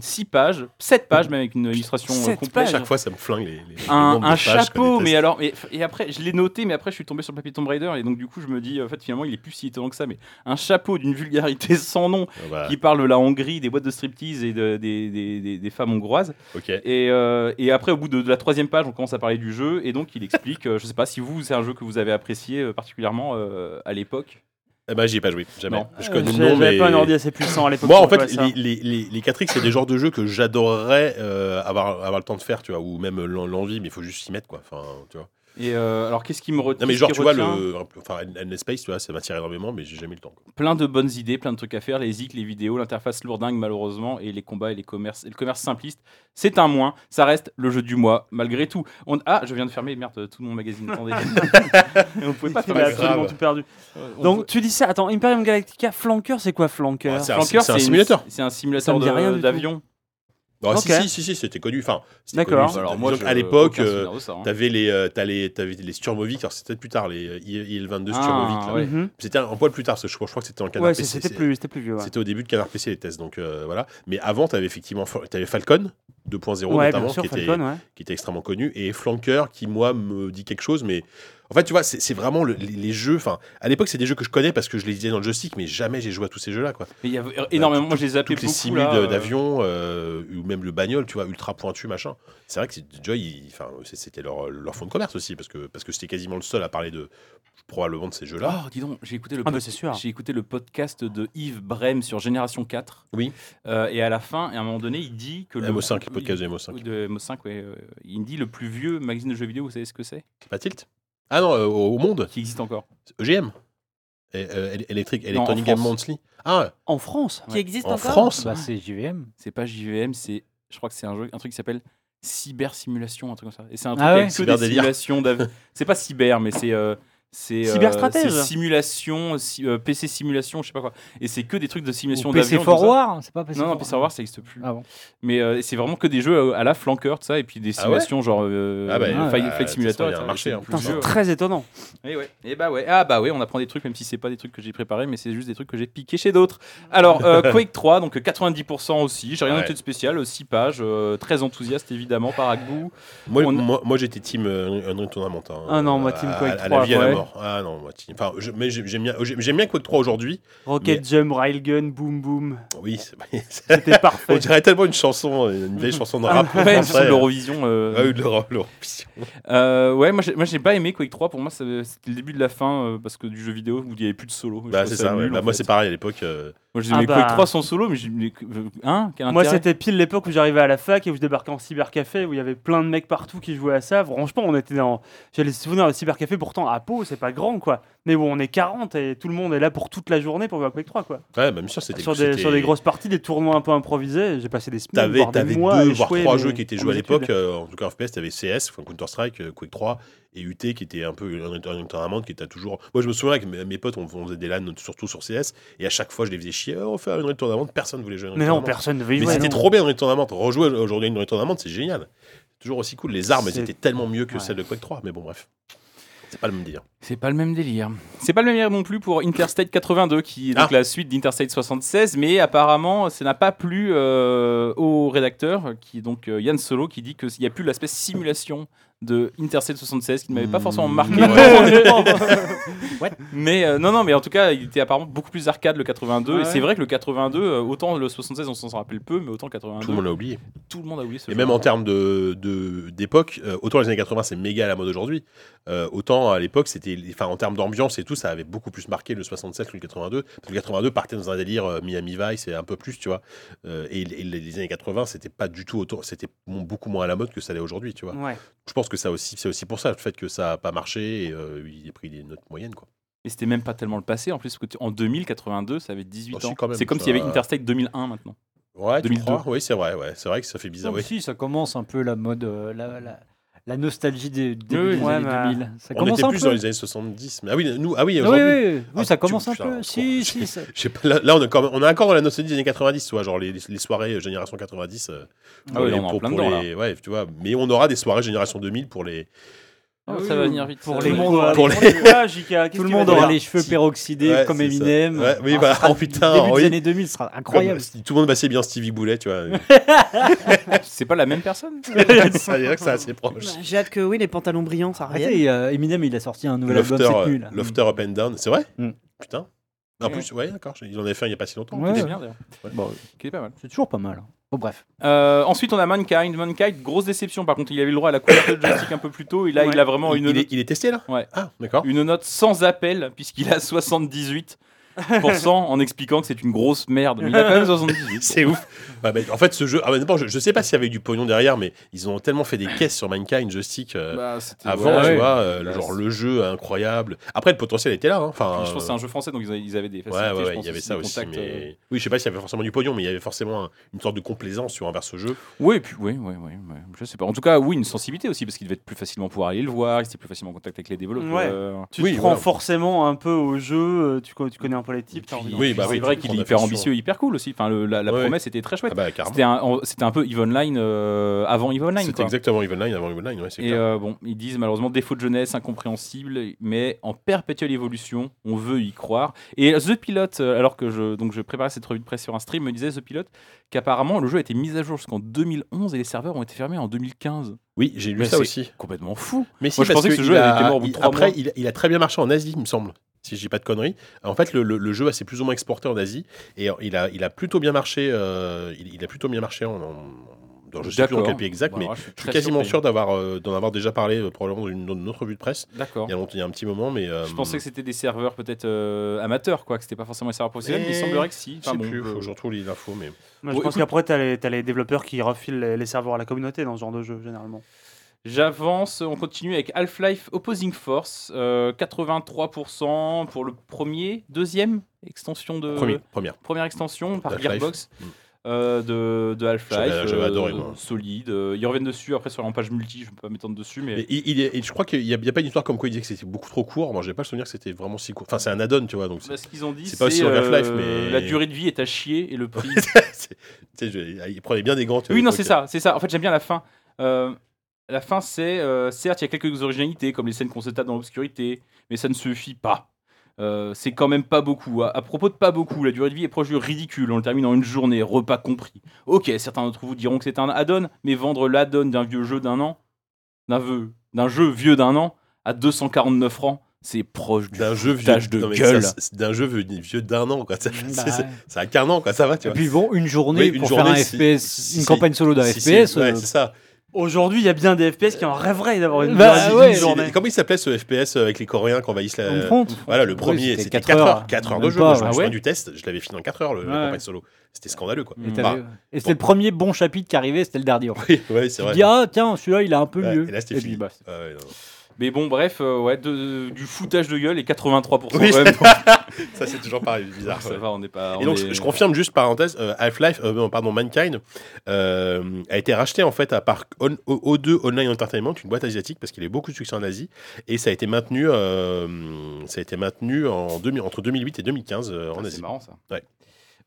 6 pages, 7 pages, même avec une illustration euh, Sept À complète. chaque fois, ça me flingue les. les- les un, nombres de un pages, je chapeau, déteste. mais alors, mais- et après, je l'ai noté, mais après, je suis tombé sur le papier Tomb Raider, et donc du coup, je me dis, en fait, finalement, il est plus si étonnant que ça, mais un chapeau d'une vulgarité sans nom Ah bah, qui parle de la Hongrie, des boîtes de striptease et de- des, des- des- des femmes hongroises. Ok. Et, euh, et après, au bout de, de la troisième page, on commence à parler du jeu, et donc il explique, euh, je sais pas si vous, c'est un jeu que vous avez apprécié euh, particulièrement euh, à l'époque. Eh ben, j'y ai pas joué, jamais. Non. Je connais le Euh, J'avais nom, mais. j'avais pas un ordi assez puissant à l'époque. Moi, en pour fait, jouer à ça. les, les, les, les 4X, c'est des genres de jeux que j'adorerais euh, avoir, avoir le temps de faire, tu vois, ou même l'en- l'envie, mais il faut juste s'y mettre, quoi. Enfin, tu vois. Et euh, alors, qu'est-ce qui me retient Non, mais genre, tu vois, le, enfin, Endless Space, tu vois, ça m'attire énormément, mais j'ai jamais eu le temps. quoi. plein de bonnes idées, plein de trucs à faire, les zik, les vidéos, l'interface lourdingue malheureusement et les combats et les commerces, et le commerce simpliste, c'est un moins. Ça reste le jeu du mois malgré tout. On... Ah, je viens de fermer, merde, tout mon magazine. Attendez, on pouvait pas Il faire grave. a absolument tout perdu. Donc Donc tu dis ça, attends, Imperium Galactica, flanqueur, c'est quoi flanqueur Ah, c'est un, c'est un simulateur. C'est un Ça simulateur me dit de- rien du tout. d'avion. Non, Ok. si, si, si, si, c'était connu. Enfin, c'était D'accord. connu, c'était- disons qu'à l'époque, aucun euh, souvenir de ça, hein. t'avais les, euh, t'as les, t'avais les Sturmovik, alors c'était peut-être plus tard, les euh, I- IL-22 Ah, Sturmovik. là. ouais. Mhm. C'était un, un poil plus tard, parce que je crois, je crois que c'était en canard Ouais, c'est- PC. c'était c'est- plus, c'était plus vieux. ouais. C'était au début de Canard PC les tests, donc euh, voilà. Mais avant, t'avais effectivement Fa- t'avais Falcon 2.0 Ouais, notamment, bien sûr, qui, était, Falcon, ouais. Ah, qui était extrêmement connu, et Flanker, qui moi me dit quelque chose, mais en fait, tu vois, c'est c'est vraiment le- les, les jeux. Enfin, à l'époque, c'est des jeux que je connais parce que je les disais dans le joystick, mais jamais j'ai joué à tous ces jeux-là, quoi. Mais il y avait énormément, moi je les appelais Toutes les beaucoup. simules là, de- euh, d'avion euh, ou même le bagnole, tu vois, ultra pointu, machin. C'est vrai que c'est- Joy, il- enfin, c'est- c'était leur, leur fonds de commerce aussi, parce que parce que c'était quasiment le seul à parler de probablement de ces jeux-là. Oh, dis donc, j'ai écouté le Ah, bah, pod- c'est sûr. J'ai écouté le podcast de Yves Brem sur Génération 4. Oui. Euh, et à la fin, et à un moment donné, il dit que Ah, le MO5, podcast de MO5. Ou de MO5, ouais. euh, Il me dit le plus vieux magazine de jeux vidéo, vous savez ce que c'est Pas Tilt Ah non, euh, au au monde, Qui existe encore EGM. E Et, euh, Ele- Electric, en Electronic Game France. Monthly. Ah, En France Qui existe en encore France bah, C'est JVM. C'est pas JVM, c'est. Je crois que c'est un, jeu, un truc qui s'appelle Cyber Simulation, un truc comme ça. Et c'est un truc Ah ouais avec que des Cyberdélire. simulations d'av- c'est pas cyber, mais c'est. euh, c'est euh, Cyberstratège. c'est simulation, si- euh, PC simulation, je sais pas quoi. Et c'est que des trucs de simulation Ou d'avion. PC tout ça. Forward C'est pas PC Non, non, Forward. PC Forward, ça existe plus. Ah bon. Mais euh, c'est vraiment que des jeux à, à la flanqueur, tout ça, et puis des Ah simulations genre euh, Ah bah, euh, ah, Flight- bah, Flight de Simulator. toute façon, il y a un marché, etc. hein, C'est putain, plus Putain, vieux. c'est très étonnant. Et ouais. Et bah ouais. Ah bah ouais, on apprend des trucs même si c'est pas des trucs que j'ai préparés, mais c'est juste des trucs que j'ai piqué chez d'autres. Alors euh, Quake 3, donc euh, 90% aussi. J'ai rien Ouais. noté de spécial, 6 pages, euh, très enthousiaste évidemment par Agbou. moi, On- moi, moi, j'étais team euh, Unreal Tournament. hein. Ah non, moi, À- team à- Quake à, la 3, vie, à la ouais. mort. Ah non, moi, team- Enfin, je- mais j'ai- j'aime bien, j'aime j'aime bien Quake 3 aujourd'hui. Rocket Jump, Railgun, Boom Boom. Oui, c'est- C'était on parfait. dirait tellement une chanson, une vieille chanson de rap. Ouais, français. sur Ah, l'Eurovision. euh, Ah oui, de l'Euro- l'Eurovision. euh, ouais, moi j'ai moi, j'ai pas aimé Quake 3. Pour moi, ça- c'était le début de la fin euh, parce que du jeu vidéo où il y avait plus de solo. Je Bah, trouvais c'est ça, ouais. nul, Bah, en moi fait. c'est pareil à l'époque. euh, Moi, j'ai Ah aimé bah. Quake 3 sans solo, mais j'ai. mais, euh, Hein Quel Moi, intérêt c'était pile l'époque où j'arrivais à la fac et où je débarquais en cybercafé, où il y avait plein de mecs partout qui jouaient à ça. Franchement, on était dans. J'ai les souvenirs de cybercafé, pourtant à Pau, c'est pas grand quoi. Mais bon, on est 40 et tout le monde est là pour toute la journée pour Quake 3, quoi. Ouais, bah, bien sûr, c'était Sur des, c'était- sur des grosses parties, des tournois un peu improvisés, j'ai passé des semaines, T'avais voire des t'avais deux, mois à voire échouer, trois mais jeux qui étaient en joués à habitude. l'époque. euh, en tout cas, en FPS, t'avais CS, enfin, Counter-Strike, euh, Quake 3 et UT qui était un peu un tournament qui était toujours. Moi, je me souviens que mes mes potes, on, on faisait des LAN surtout sur CS et à chaque fois, je les faisais chier. Oh, on fait un tournament, personne voulait jouer à un Mais non, tournament. personne ne veut y Mais jouer. c'était non. trop bien une tournament. Rejouer aujourd'hui une tournament, c'est génial. C'est Toujours aussi cool. Les armes, elles C'est- étaient tellement mieux que Ouais. celles de Quake 3. Mais bon, bref. C'est pas le même délire. C'est pas le même délire. C'est pas le même délire non plus pour Interstate 82, qui est donc Ah. la suite d'Interstate 76, mais apparemment, ça n'a pas plu euh, au rédacteur, qui est donc euh, Yann Solo, qui dit qu'il n'y a plus l'aspect simulation de Interstate 76, qui ne m'avait pas forcément marqué. Ouais. Mais euh, non, non, mais en tout cas, il était apparemment beaucoup plus arcade le 82, et Ouais. c'est vrai que le 82, euh, autant le 76, on s'en rappelle peu, mais autant le 82, Tout le monde l'a oublié. a oublié ce Et jeu. même en termes d'époque, de, d'époque, euh, autant les années 80 c'est méga à la mode aujourd'hui, euh, autant à l'époque c'était, enfin en termes d'ambiance et tout, ça avait beaucoup plus marqué le 67 que le 82. Parce que le 82 partait dans un délire euh, Miami Vice et un peu plus, tu vois. Euh, et, les- les les années 80 c'était pas du tout autant, c'était mon- beaucoup moins à la mode que ça l'est aujourd'hui, tu vois. Ouais. Je pense que ça aussi, c'est aussi pour ça le fait que ça a pas marché et euh, il a pris des notes moyennes quoi. Et c'était même pas tellement le passé, en plus, parce que tu- en 2082, ça avait 18 Oh, si, ans. quand même, C'est comme ça- s'il y avait Interstate 2001 maintenant. Ouais, tu 2002. crois Oui, c'est vrai, ouais, c'est vrai que ça fait bizarre. Non, ouais. Ah, Si, ça commence un peu la mode, euh, la, la- la nostalgie des, début oui, des ouais, années bah, 2000. Ça On commence était un plus peu. dans les années 70. Mais ah oui, nous, ah oui, Oui, aujourd'hui. oui, oui, Ah, ça tu- commence un putain, peu. on Si, se- si, ça- Je sais pas, là, là, on, est encore, on est encore dans la nostalgie des années 90, tu vois, genre les, les soirées euh, génération 90. euh, Ah oui, les- là, on est en plein pour dedans, les- ouais, tu vois, mais on aura des soirées génération 2000 pour les. Ah, ça va venir vite. Pour ça les va monde venir aura- Pour pour les- les Ouais, JK, qu'est-ce Tout le qu'il va monde dire aura les cheveux Si. perodxydés Ouais, comme c'est ça. Eminem. Ouais, oui, Ah, bah, ça sera oh, le putain, Début oui. des années 2000 ce sera incroyable. comme si tout le monde passait bien Stevie Boulet, tu vois. vite. C'est pas la même personne ça veut dire que c'est assez proche. Bah, J'ai hâte que oui, les pantalons brillants, ça Arrêtez, revienne. euh, Eminem il a sorti un nouvel Lofter, album cette nuit. euh, là. Lofter Up and Down, c'est vrai Mm. Putain. En Ouais. plus, ouais, d'accord, j'ai- ils en avaient fait un il n'y a pas si longtemps. Ouais. Qui est bien, d'ailleurs. Bon, Qui est pas mal. c'est toujours pas mal. hein. Bon, bref. Euh, ensuite, on a Mankind. Mankind, grosse déception. Par contre, il avait le droit à la couleur de joystick un peu plus tôt. Et là, Ouais. il a vraiment il, une, il note, est, il est testé là Ouais. Ah, d'accord. une note sans appel, puisqu'il a 78% en expliquant que c'est une grosse merde. Mais il a quand même 78. C'est ouf. Ouais, mais en fait, ce jeu, ah, mais d'abord, je, je sais pas s'il y avait du pognon derrière, mais ils ont tellement fait des caisses sur Mankind, Joystick. euh, Bah, c'était- Avant, ouais, tu ouais. vois, euh, le- Bah, genre c'est- le jeu incroyable. Après, le potentiel était là. hein. Enfin, Je pense que c'est un jeu français, donc ils avaient- ils avaient des euh, facilités. ouais, ouais, je ouais, pense, il y avait aussi, ça de aussi. contact, euh. Mais oui, je sais pas s'il y avait forcément du pognon, mais il y avait forcément un- une sorte de complaisance sur envers ce jeu. Oui, et puis, oui, oui, oui, oui, je sais pas. En tout cas, oui, une sensibilité aussi, parce qu'il devait être plus facilement pouvoir aller le voir, il était plus facilement en contact avec les développeurs. Tu Oui, te prends voilà. forcément un peu au jeu, euh, tu, co- tu connais un peu les types. t'as envie Puis- d'en- Oui, bah c'est oui, vrai tu qu'il est prends hyper affection. ambitieux, hyper cool aussi. Enfin, le- la, la Ouais, promesse était très chouette. Ah bah, carrément. C'était un, en- c'était un peu Eve Online euh, avant Eve Online. C'était Quoi. exactement Evil Line avant Evil Line, ouais, c'est Et clair. euh, bon, ils disent malheureusement défaut de jeunesse, incompréhensible, mais en perpétuelle évolution, on veut y croire. Et The Pilot, euh, alors que je, donc je préparais cette revue de presse sur un stream, me disait The Pilot qu'apparemment le jeu a été mis à jour jusqu'en 2011 et les serveurs ont été fermés en 2015. Oui, j'ai lu euh, Mais ça c'est- aussi. Complètement fou. Mais si, Moi, je parce pensais que ce il jeu a- avait été mort au bout de il- trois Après, mois. il, il a très bien marché en Asie, il me semble. Si je dis pas de conneries. En fait, le, le- le jeu a s'est plus ou moins exporté en Asie et il a, il a plutôt bien marché. euh, il, il a plutôt bien marché en. en- dans- je sais plus en D'accord. quel pays exact, Bah, mais alors, je suis je suis très quasiment surpris. sûr d'avoir euh, d'en avoir déjà parlé euh, probablement dans une, dans une autre revue de presse. D'accord. Il y a, longtemps- il y a un petit moment, mais euh, Je pensais que c'était des serveurs peut-être euh, amateurs, quoi, que c'était pas forcément des serveurs professionnels, mais il Eh, semblerait que si. Je sais Enfin, bon, plus, faut euh, que je retrouve les infos, mais. euh, Moi, je Ouais, pense écoute- qu'après, t'as les, t'as les développeurs qui refilent les, les serveurs à la communauté dans ce genre de jeu, généralement. J'avance, on continue avec Half-Life Opposing Force, euh, 83% pour le premier, deuxième extension de Premier, première. première extension par Half-Life. Gearbox Mm. euh, de, de Half-Life, euh, J'avais- j'avais adoré, moi. solide. euh, ils reviennent dessus après sur l'empage multi, je ne vais pas m'étendre dessus, mais, Mais il, il est- et je crois qu'il n'y a, il y a pas une histoire comme quoi il disait que c'était beaucoup trop court. Moi, j'ai pas le souvenir que c'était vraiment si court. Enfin, c'est un add-on, tu vois. Donc, c'est- Bah, ce qu'ils ont dit, euh, c'est pas aussi sur Half-Life, mais- la durée de vie est à chier et le prix. c'est- tu sais, je- il prenait bien des gants. tu vois, oui, non, donc, c'est ça, c'est ça. En fait, j'aime bien la fin. Euh, la fin, c'est euh, certes, il y a quelques originalités, comme les scènes qu'on se tape dans l'obscurité, mais ça ne suffit pas. Euh, c'est quand même pas beaucoup. À, à propos de pas beaucoup, la durée de vie est proche du ridicule. On le termine en une journée, repas compris. Ok, certains d'entre vous diront que c'est un add-on, mais vendre l'add-on d'un vieux jeu d'un an, d'un vœu- d'un jeu vieux d'un an, à 249 francs, c'est proche du euh, D'un jeu vieux. foutage de non, mais gueule. ça, c'est- D'un jeu vieux, vieux d'un an, quoi. Ça, Bah, c'est- c'est- ouais. ça a qu'un an, quoi. Ça va, tu Et vois. puis bon, une journée Oui, une pour journée, si- faire un FPS, si- une si- campagne solo d'un Si, si, FPS. ouais, euh, c'est ça. Aujourd'hui, il y a bien des FPS qui en rêveraient d'avoir une durée Bah, d'une ouais. journée. Et Comment il s'appelait ce FPS euh, avec les Coréens qui envahissent la. on compte. Euh, Voilà, le Oui, premier, c'était c'était quatre 4 heures. heures, 4 heures de même jeu. pas, Moi, je me ouais. souviens Ouais. du test, je l'avais fini en 4 heures, le- la Ouais. campagne solo. C'était scandaleux, quoi. Bah, Et Mm. t'avais- et c'était le premier bon chapitre qui arrivait, c'était le dernier. en fait. Oui, ouais, c'est Tu te vrai. dis, ah tiens, celui-là il est un peu Ouais, mieux. et là, c'était Et fini. puis, bah, Ah ouais, non. Mais bon, bref, euh, ouais, de- du foutage de gueule et 83% Oui, quand même. Ça, c'est toujours pareil, bizarre. Ça ouais. va, on n'est Et pas. on donc, je- est- euh, je confirme juste parenthèse, euh, Half-Life, euh, non, pardon, Mankind euh, a été racheté en fait à par On- O- O2 Online Entertainment, une boîte asiatique, parce qu'il a eu beaucoup de succès en Asie, et ça a été maintenu, euh, ça a été maintenu en 2000 entre 2008 et 2015 euh, en Ah, C'est Asie. marrant ça. Ouais.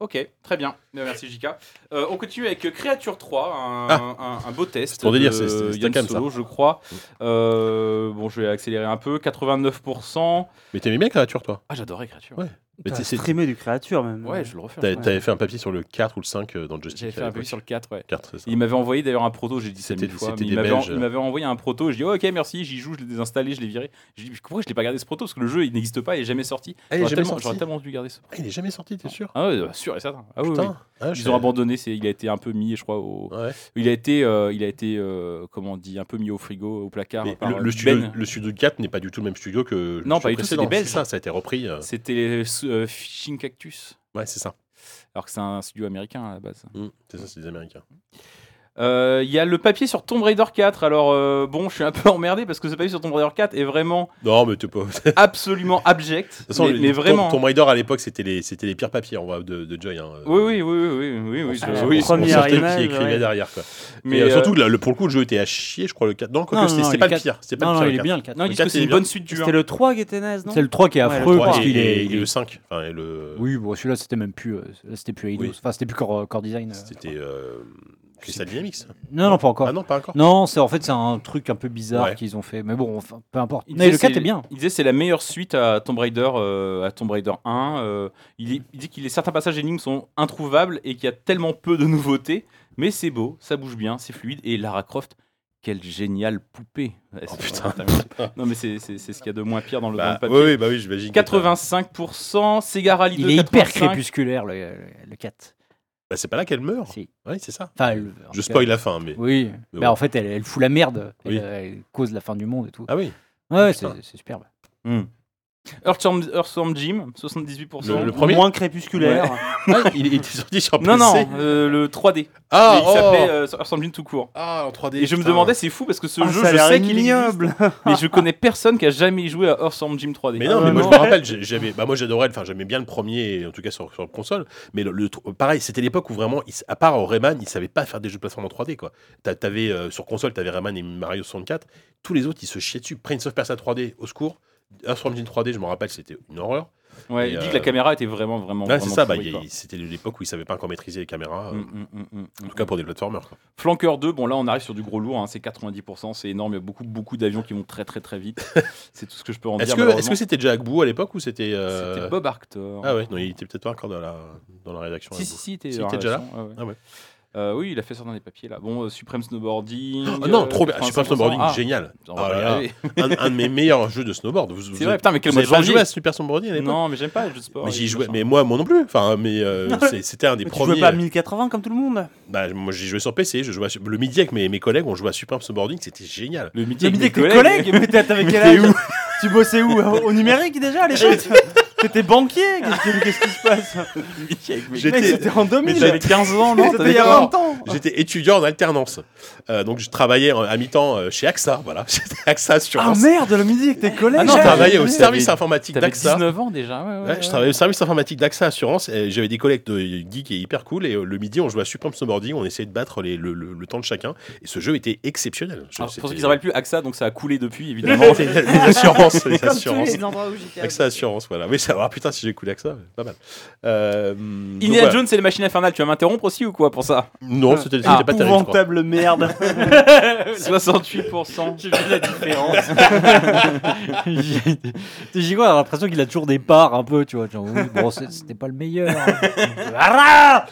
Ok, très bien. Euh, Merci JK. Euh, on continue avec Creature 3, un, un- un beau test. ton délire, de Ah. c'est- c'est- c'est Yann calme, ça. Solo, je crois. Euh, bon, je vais accélérer un peu. 89%. Mais t'aimais bien Créature, toi Ah, j'adorais Creature. Ouais. Mais T'as t'es- c'est- streamé du créature même. Ouais, je le refais. hein. t'as- ouais. T'avais fait un papier sur le 4 ou le 5 euh, dans le Justice J'avais fait à un peu l'époque. sur le 4, ouais. 4, c'est ça. Il m'avait envoyé d'ailleurs un proto, j'ai dit ça C'était- mille fois, c'était mais des il m'avait en- Belges. il m'avait envoyé un proto, j'ai dit oh, ok merci, j'y joue, je l'ai désinstallé, je l'ai viré. J'ai dit mais pourquoi je l'ai pas gardé ce proto parce que le jeu il n'existe pas, il est jamais sorti. Ah, il est J'aurais jamais tellement, sorti j'aurais tellement dû garder ce proto. Ah, il est jamais sorti, t'es sûr Ah ouais, euh, sûr et certain. Ah oui, oui. Putain, ah, je Ils sais- ont abandonné, c'est- il a été un peu mis, je crois, au, Ouais. il a été, euh, il a été euh, comment on dit, un peu mis au frigo, au placard. Mais par le, le Ben. studio, le studio 4 n'est pas du tout le même studio que le Non, studio pas du tout, c'est des précédent. Belges. ça, ça a été repris. euh, C'était les euh, Fishing Cactus, Ouais, c'est ça. alors que c'est un studio américain à la base. Mm, C'est ça, c'est des Américains. Euh, Il y a le papier sur Tomb Raider 4. Alors euh, bon, je suis un peu emmerdé parce que ce papier sur Tomb Raider 4 est vraiment Non, mais t'es pas. De absolument abject. toute façon, mais, le- mais Tom- vraiment. Tomb Raider à l'époque, c'était les, c'était les pires papiers en vrai, de, de Joy. hein. Oui, oui, oui, oui, oui, oui, oui. On je- sortait- oui, on sortait première qui image, écrivait ouais. derrière. Quoi. mais, Ah, Mais euh, surtout, que là, le, pour le coup, le jeu était à chier, je crois, le 4. Non, quoi que Non, non, c'était non, c'était il pas est le quatre. pire. C'était pas Non, le non, pire. il le est 4. bien le 4. non, ils le disent que quatre, c'est il est une bien. bonne suite du 1. C'était le 3 qui était naze, non C'est le 3 qui est Ouais, le affreux trois, parce et, qu'il est. et il le est- 5. Enfin, et le. Oui, bon, celui-là c'était même plus, euh, là, c'était plus Eidos. Oui. Enfin, c'était plus Core, Core Design. euh. C'était. Euh, Crystal Dynamics. Non, non, pas encore. Ah non, pas encore. Non, c'est en fait c'est un truc un peu bizarre Ouais. qu'ils ont fait, mais bon, enfin, peu importe. Il Mais disait le 4 c'est- est bien. Il disait c'est la meilleure suite à Tomb Raider, euh, à Tomb Raider 1. euh, il, est- il dit qu'il est certains passages énigmes sont introuvables et qu'il y a tellement peu de nouveautés, mais c'est beau, ça bouge bien, c'est fluide et Lara Croft. Quelle géniale poupée Ouais, c'est- Oh, putain. Non mais c'est c'est- c'est ce qu'il y a de moins pire dans le, dans le Bah, oui, papier. oui, bah oui, j'imagine. que t'as- 85%, Sega Rally 2, Il est hyper 85. crépusculaire le, le- le 4. Bah, c'est pas là qu'elle Oh. meurt. Si. Oui, c'est ça. Enfin, le- en Je tout cas, spoil la fin, mais. Oui. Mais Bah, bon. En fait, elle, elle fout la merde. Elle, Oui. elle cause la fin du monde et tout. Ah oui. ouais, putain. c'est c'est superbe. Earthworm, Earthworm Jim, 78%. Le- le premier Moins crépusculaire. Ah, il il était sorti sur PC. Non, non, euh, le 3D. Ah, il oh. s'appelait euh, Earthworm Jim tout court. Ah, en 3D. Et je me putain. demandais, c'est fou parce que ce Ah, jeu, ça a je l'air sais qu'il ignoble. existe, mais je connais personne qui a jamais joué à Earthworm Jim 3D. Mais non, mais Ah, moi je non. me rappelle, j'ai- j'avais, bah moi j'adorais, enfin j'aimais bien le premier, en tout cas sur, sur console. Mais le, le tr- pareil, c'était l'époque où vraiment, ils- à part Rayman, ils savaient pas faire des jeux de plateforme en 3D quoi. T'a- T'avais euh, sur console, t'avais Rayman et Mario 64. Tous les autres, ils se chiaient dessus. Prince of Persia 3D, au secours. Earthworm Jim 3D, je me rappelle, c'était une horreur. Ouais, Et, il dit euh, que la caméra était vraiment, vraiment. Là, c'est vraiment ça, bah, pourrie, il- quoi. c'était l'époque où ils savaient pas encore maîtriser les caméras. euh, Mm, mm, mm, mm, mm. En tout cas pour des platformers. Quoi. Flanker 2, bon là on arrive sur du gros lourd, hein, c'est 90%, c'est énorme, il y a beaucoup, beaucoup d'avions qui vont très très très vite. c'est tout ce que je peux en Est-ce dire. que, est-ce malheureusement. que c'était déjà Agbu à l'époque ou c'était. euh, C'était hein. Bob Arctor. Ah ouais, non, il était peut-être pas encore dans la, dans la rédaction. Si, Agbu. si, si, t'es Si, dans t'es la déjà là version, ouais, ouais. Ah ouais. Euh, oui, il a fait ça dans les papiers là. Bon, euh, Supreme Snowboarding. Ah non, euh, trop bien. Super 85%. Snowboarding, Ah, génial. on va Ah pas là y là. arriver. un, un de mes meilleurs jeux de snowboard. Vous, C'est vrai, putain, mais quel vous mode avez pas j'en joué à Super Snowboarding à l'époque Non, mais j'aime pas le jeu de sport. Mais et j'y jouais, machin. mais moi, moi non plus. Enfin, mais euh, c'est- c'était un des Mais tu premiers. euh, jouais pas à 1080 comme tout le monde Bah, moi, j'y jouais sur PC. Je jouais à- le midi avec mes, mes collègues. On jouait à Super Snowboarding. C'était génial. Le midi T'as avec mis mes des collègues Mais t'as- t'avais quel âge Tu bossais où Au numérique déjà à l'époque T'étais banquier Qu'est-ce qui- qu'est-ce qui se passe Mec, J'étais- C'était en mais 2000 j'avais C'était 15 ans, non il y a d'accord. 20 ans Ah. J'étais étudiant en alternance. Euh, donc, je travaillais en- à mi-temps euh, chez AXA. Voilà, j'étais AXA Ah Assurance. merde, le midi avec tes collègues Ah je non, travaillais au t'avais- service t'avais- informatique T'avais d'AXA. 19 ans déjà, ouais, ouais, Ouais, ouais. je travaillais au service informatique d'AXA Assurance et j'avais des collègues de geek et hyper cool et euh, le midi on jouait à Supreme Snowboarding, on essayait de battre les- le, le- le temps de chacun et ce jeu était exceptionnel. Je- Alors, c'est c'était- Ah, pour ceux qui ne s'appellent plus AXA, donc ça a coulé depuis, évidemment. Évidemment, les, les assurances, les Comme tous assurances. les endroits où j'étais. AXA Assurance, voilà. Oui, ça va, Ah, putain, si j'ai coulé AXA, pas mal. Euh, donc, Indiana voilà. Jones, c'est les machines infernales. Tu vas m'interrompre aussi ou quoi pour ça Non, c'était c'était Ah, pas terrible. je crois. Épouvantable merde 68%. J'ai vu la différence. Tu dis quoi J'ai l'impression qu'il a toujours des parts un peu, tu vois. Genre, oui, bon, c'est- c'était pas le meilleur. hein. Ah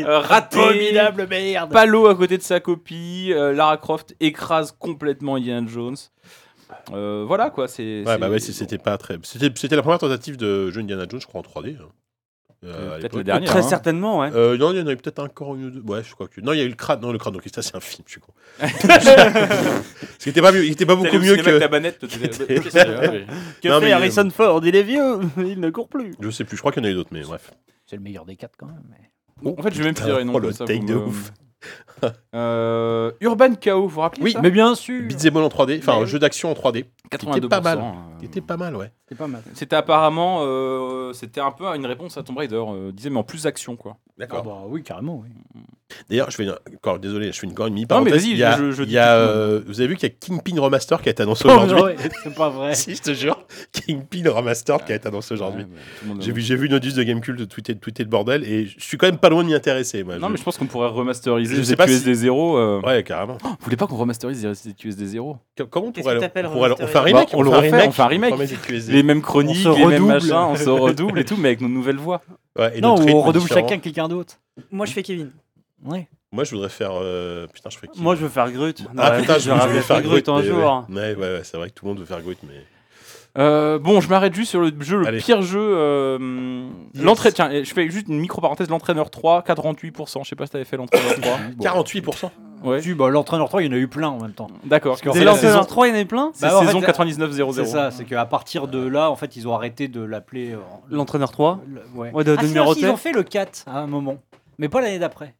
Euh, raté. Abominable merde. Palo à côté de sa copie. euh, Lara Croft écrase complètement Indiana Jones. Euh, voilà quoi, c'est. Ouais, bah ouais, c'est- c'était pas très. C'était c'était la première tentative de jeu Indiana Jones, je crois, en 3D. hein. Euh, à Peut-être l'époque. la dernière. Très hein. certainement, ouais. Euh, non, il y en a eu peut-être encore une ou deux. Ouais, je crois que. Non, il y a eu le crâne. Non, le crâne, donc ça, c'est un film, je suis con. Parce qu'il était pas, mieux- il était pas T'es beaucoup allé au mieux cinéma avec que. la banette. toi, t'étais- C'était- Qu'est-ce que c'est Que Non, fait mais, euh, Harrison Ford Il est vieux, il ne court plus Je sais plus, je crois qu'il y en a eu d'autres, mais bref. C'est le meilleur des quatre quand même. mais- Oh, En fait, je vais même plus Putain, dire les noms. oh, le comme ça, take vous de me- ouf. Euh, Urban Chaos, vous vous rappelez Oui, ça Mais bien sûr, Beat'em all en 3D, enfin Ouais. un jeu d'action en 3D. était pas mal. euh, Qui était pas mal, ouais. c'est pas mal. C'était apparemment, euh, c'était un peu une réponse à Tomb Raider. euh, disait mais en plus action quoi. Ah bah oui, carrément. Oui. D'ailleurs, je fais une- encore désolé, je fais une encore une mini Non, mais parenthèse. vas-y, Il y a- je- je il dis y a, tout. euh, vous avez vu qu'il y a Kingpin Remaster qui a été Oh, annoncé aujourd'hui. Ouais, c'est pas vrai. si, je te jure, Kingpin Remaster qui a été annoncé aujourd'hui. Ouais, bah, tout le monde- J'ai vu, j'ai vu une audience de Gamecult de tweeter, de tweeter le bordel et je suis quand même pas loin de m'y intéresser. Moi. Non mais je pense qu'on pourrait remasteriser Je sais les pas QSD 0. euh, Ouais, carrément. Vous voulez pas qu'on remasterise les QSD 0 Qu- Comment on Qu'est-ce pourrait, que le- t'appelles on pourrait le- on fait un remake remake Bah, on le fait un refait, on fait un remake. On fait un QSD. Les mêmes chroniques, On se les mêmes redouble. machins, on se redouble et tout, mais avec nos nouvelles voix. Ouais, et non, le on rythme redouble différent. chacun quelqu'un d'autre. Moi, je fais Kevin. Ouais. Moi, je voudrais faire. euh, Putain, je ferais qui Moi, je veux faire Grut. Ah Ouais, putain, je, je rappelle voulais faire Grut Groot un jour. Ouais, ouais, ouais, c'est vrai que tout le monde veut faire Groot, mais. Euh, bon, je m'arrête juste sur le jeu, le Allez. pire jeu. euh, Yes. l'entra- Tiens, je fais juste une micro-parenthèse l'entraîneur 3, 48%. Je sais pas si t'avais fait l'entraîneur 3. 48%. Ouais. Tu- bah, L'entraîneur 3, il y en a eu plein en même temps. D'accord. qu'en C'est fait, la la saison, Saison 3, il y en a plein c'est Bah, en fait, saison la- 99-00. C'est ça, c'est qu'à partir de là, en fait, ils ont arrêté de l'appeler. euh, L'entraîneur 3 le- ouais. Ouais, de Ah, si, numéro ah, si, ils ont fait le 4 à un moment, mais pas l'année d'après.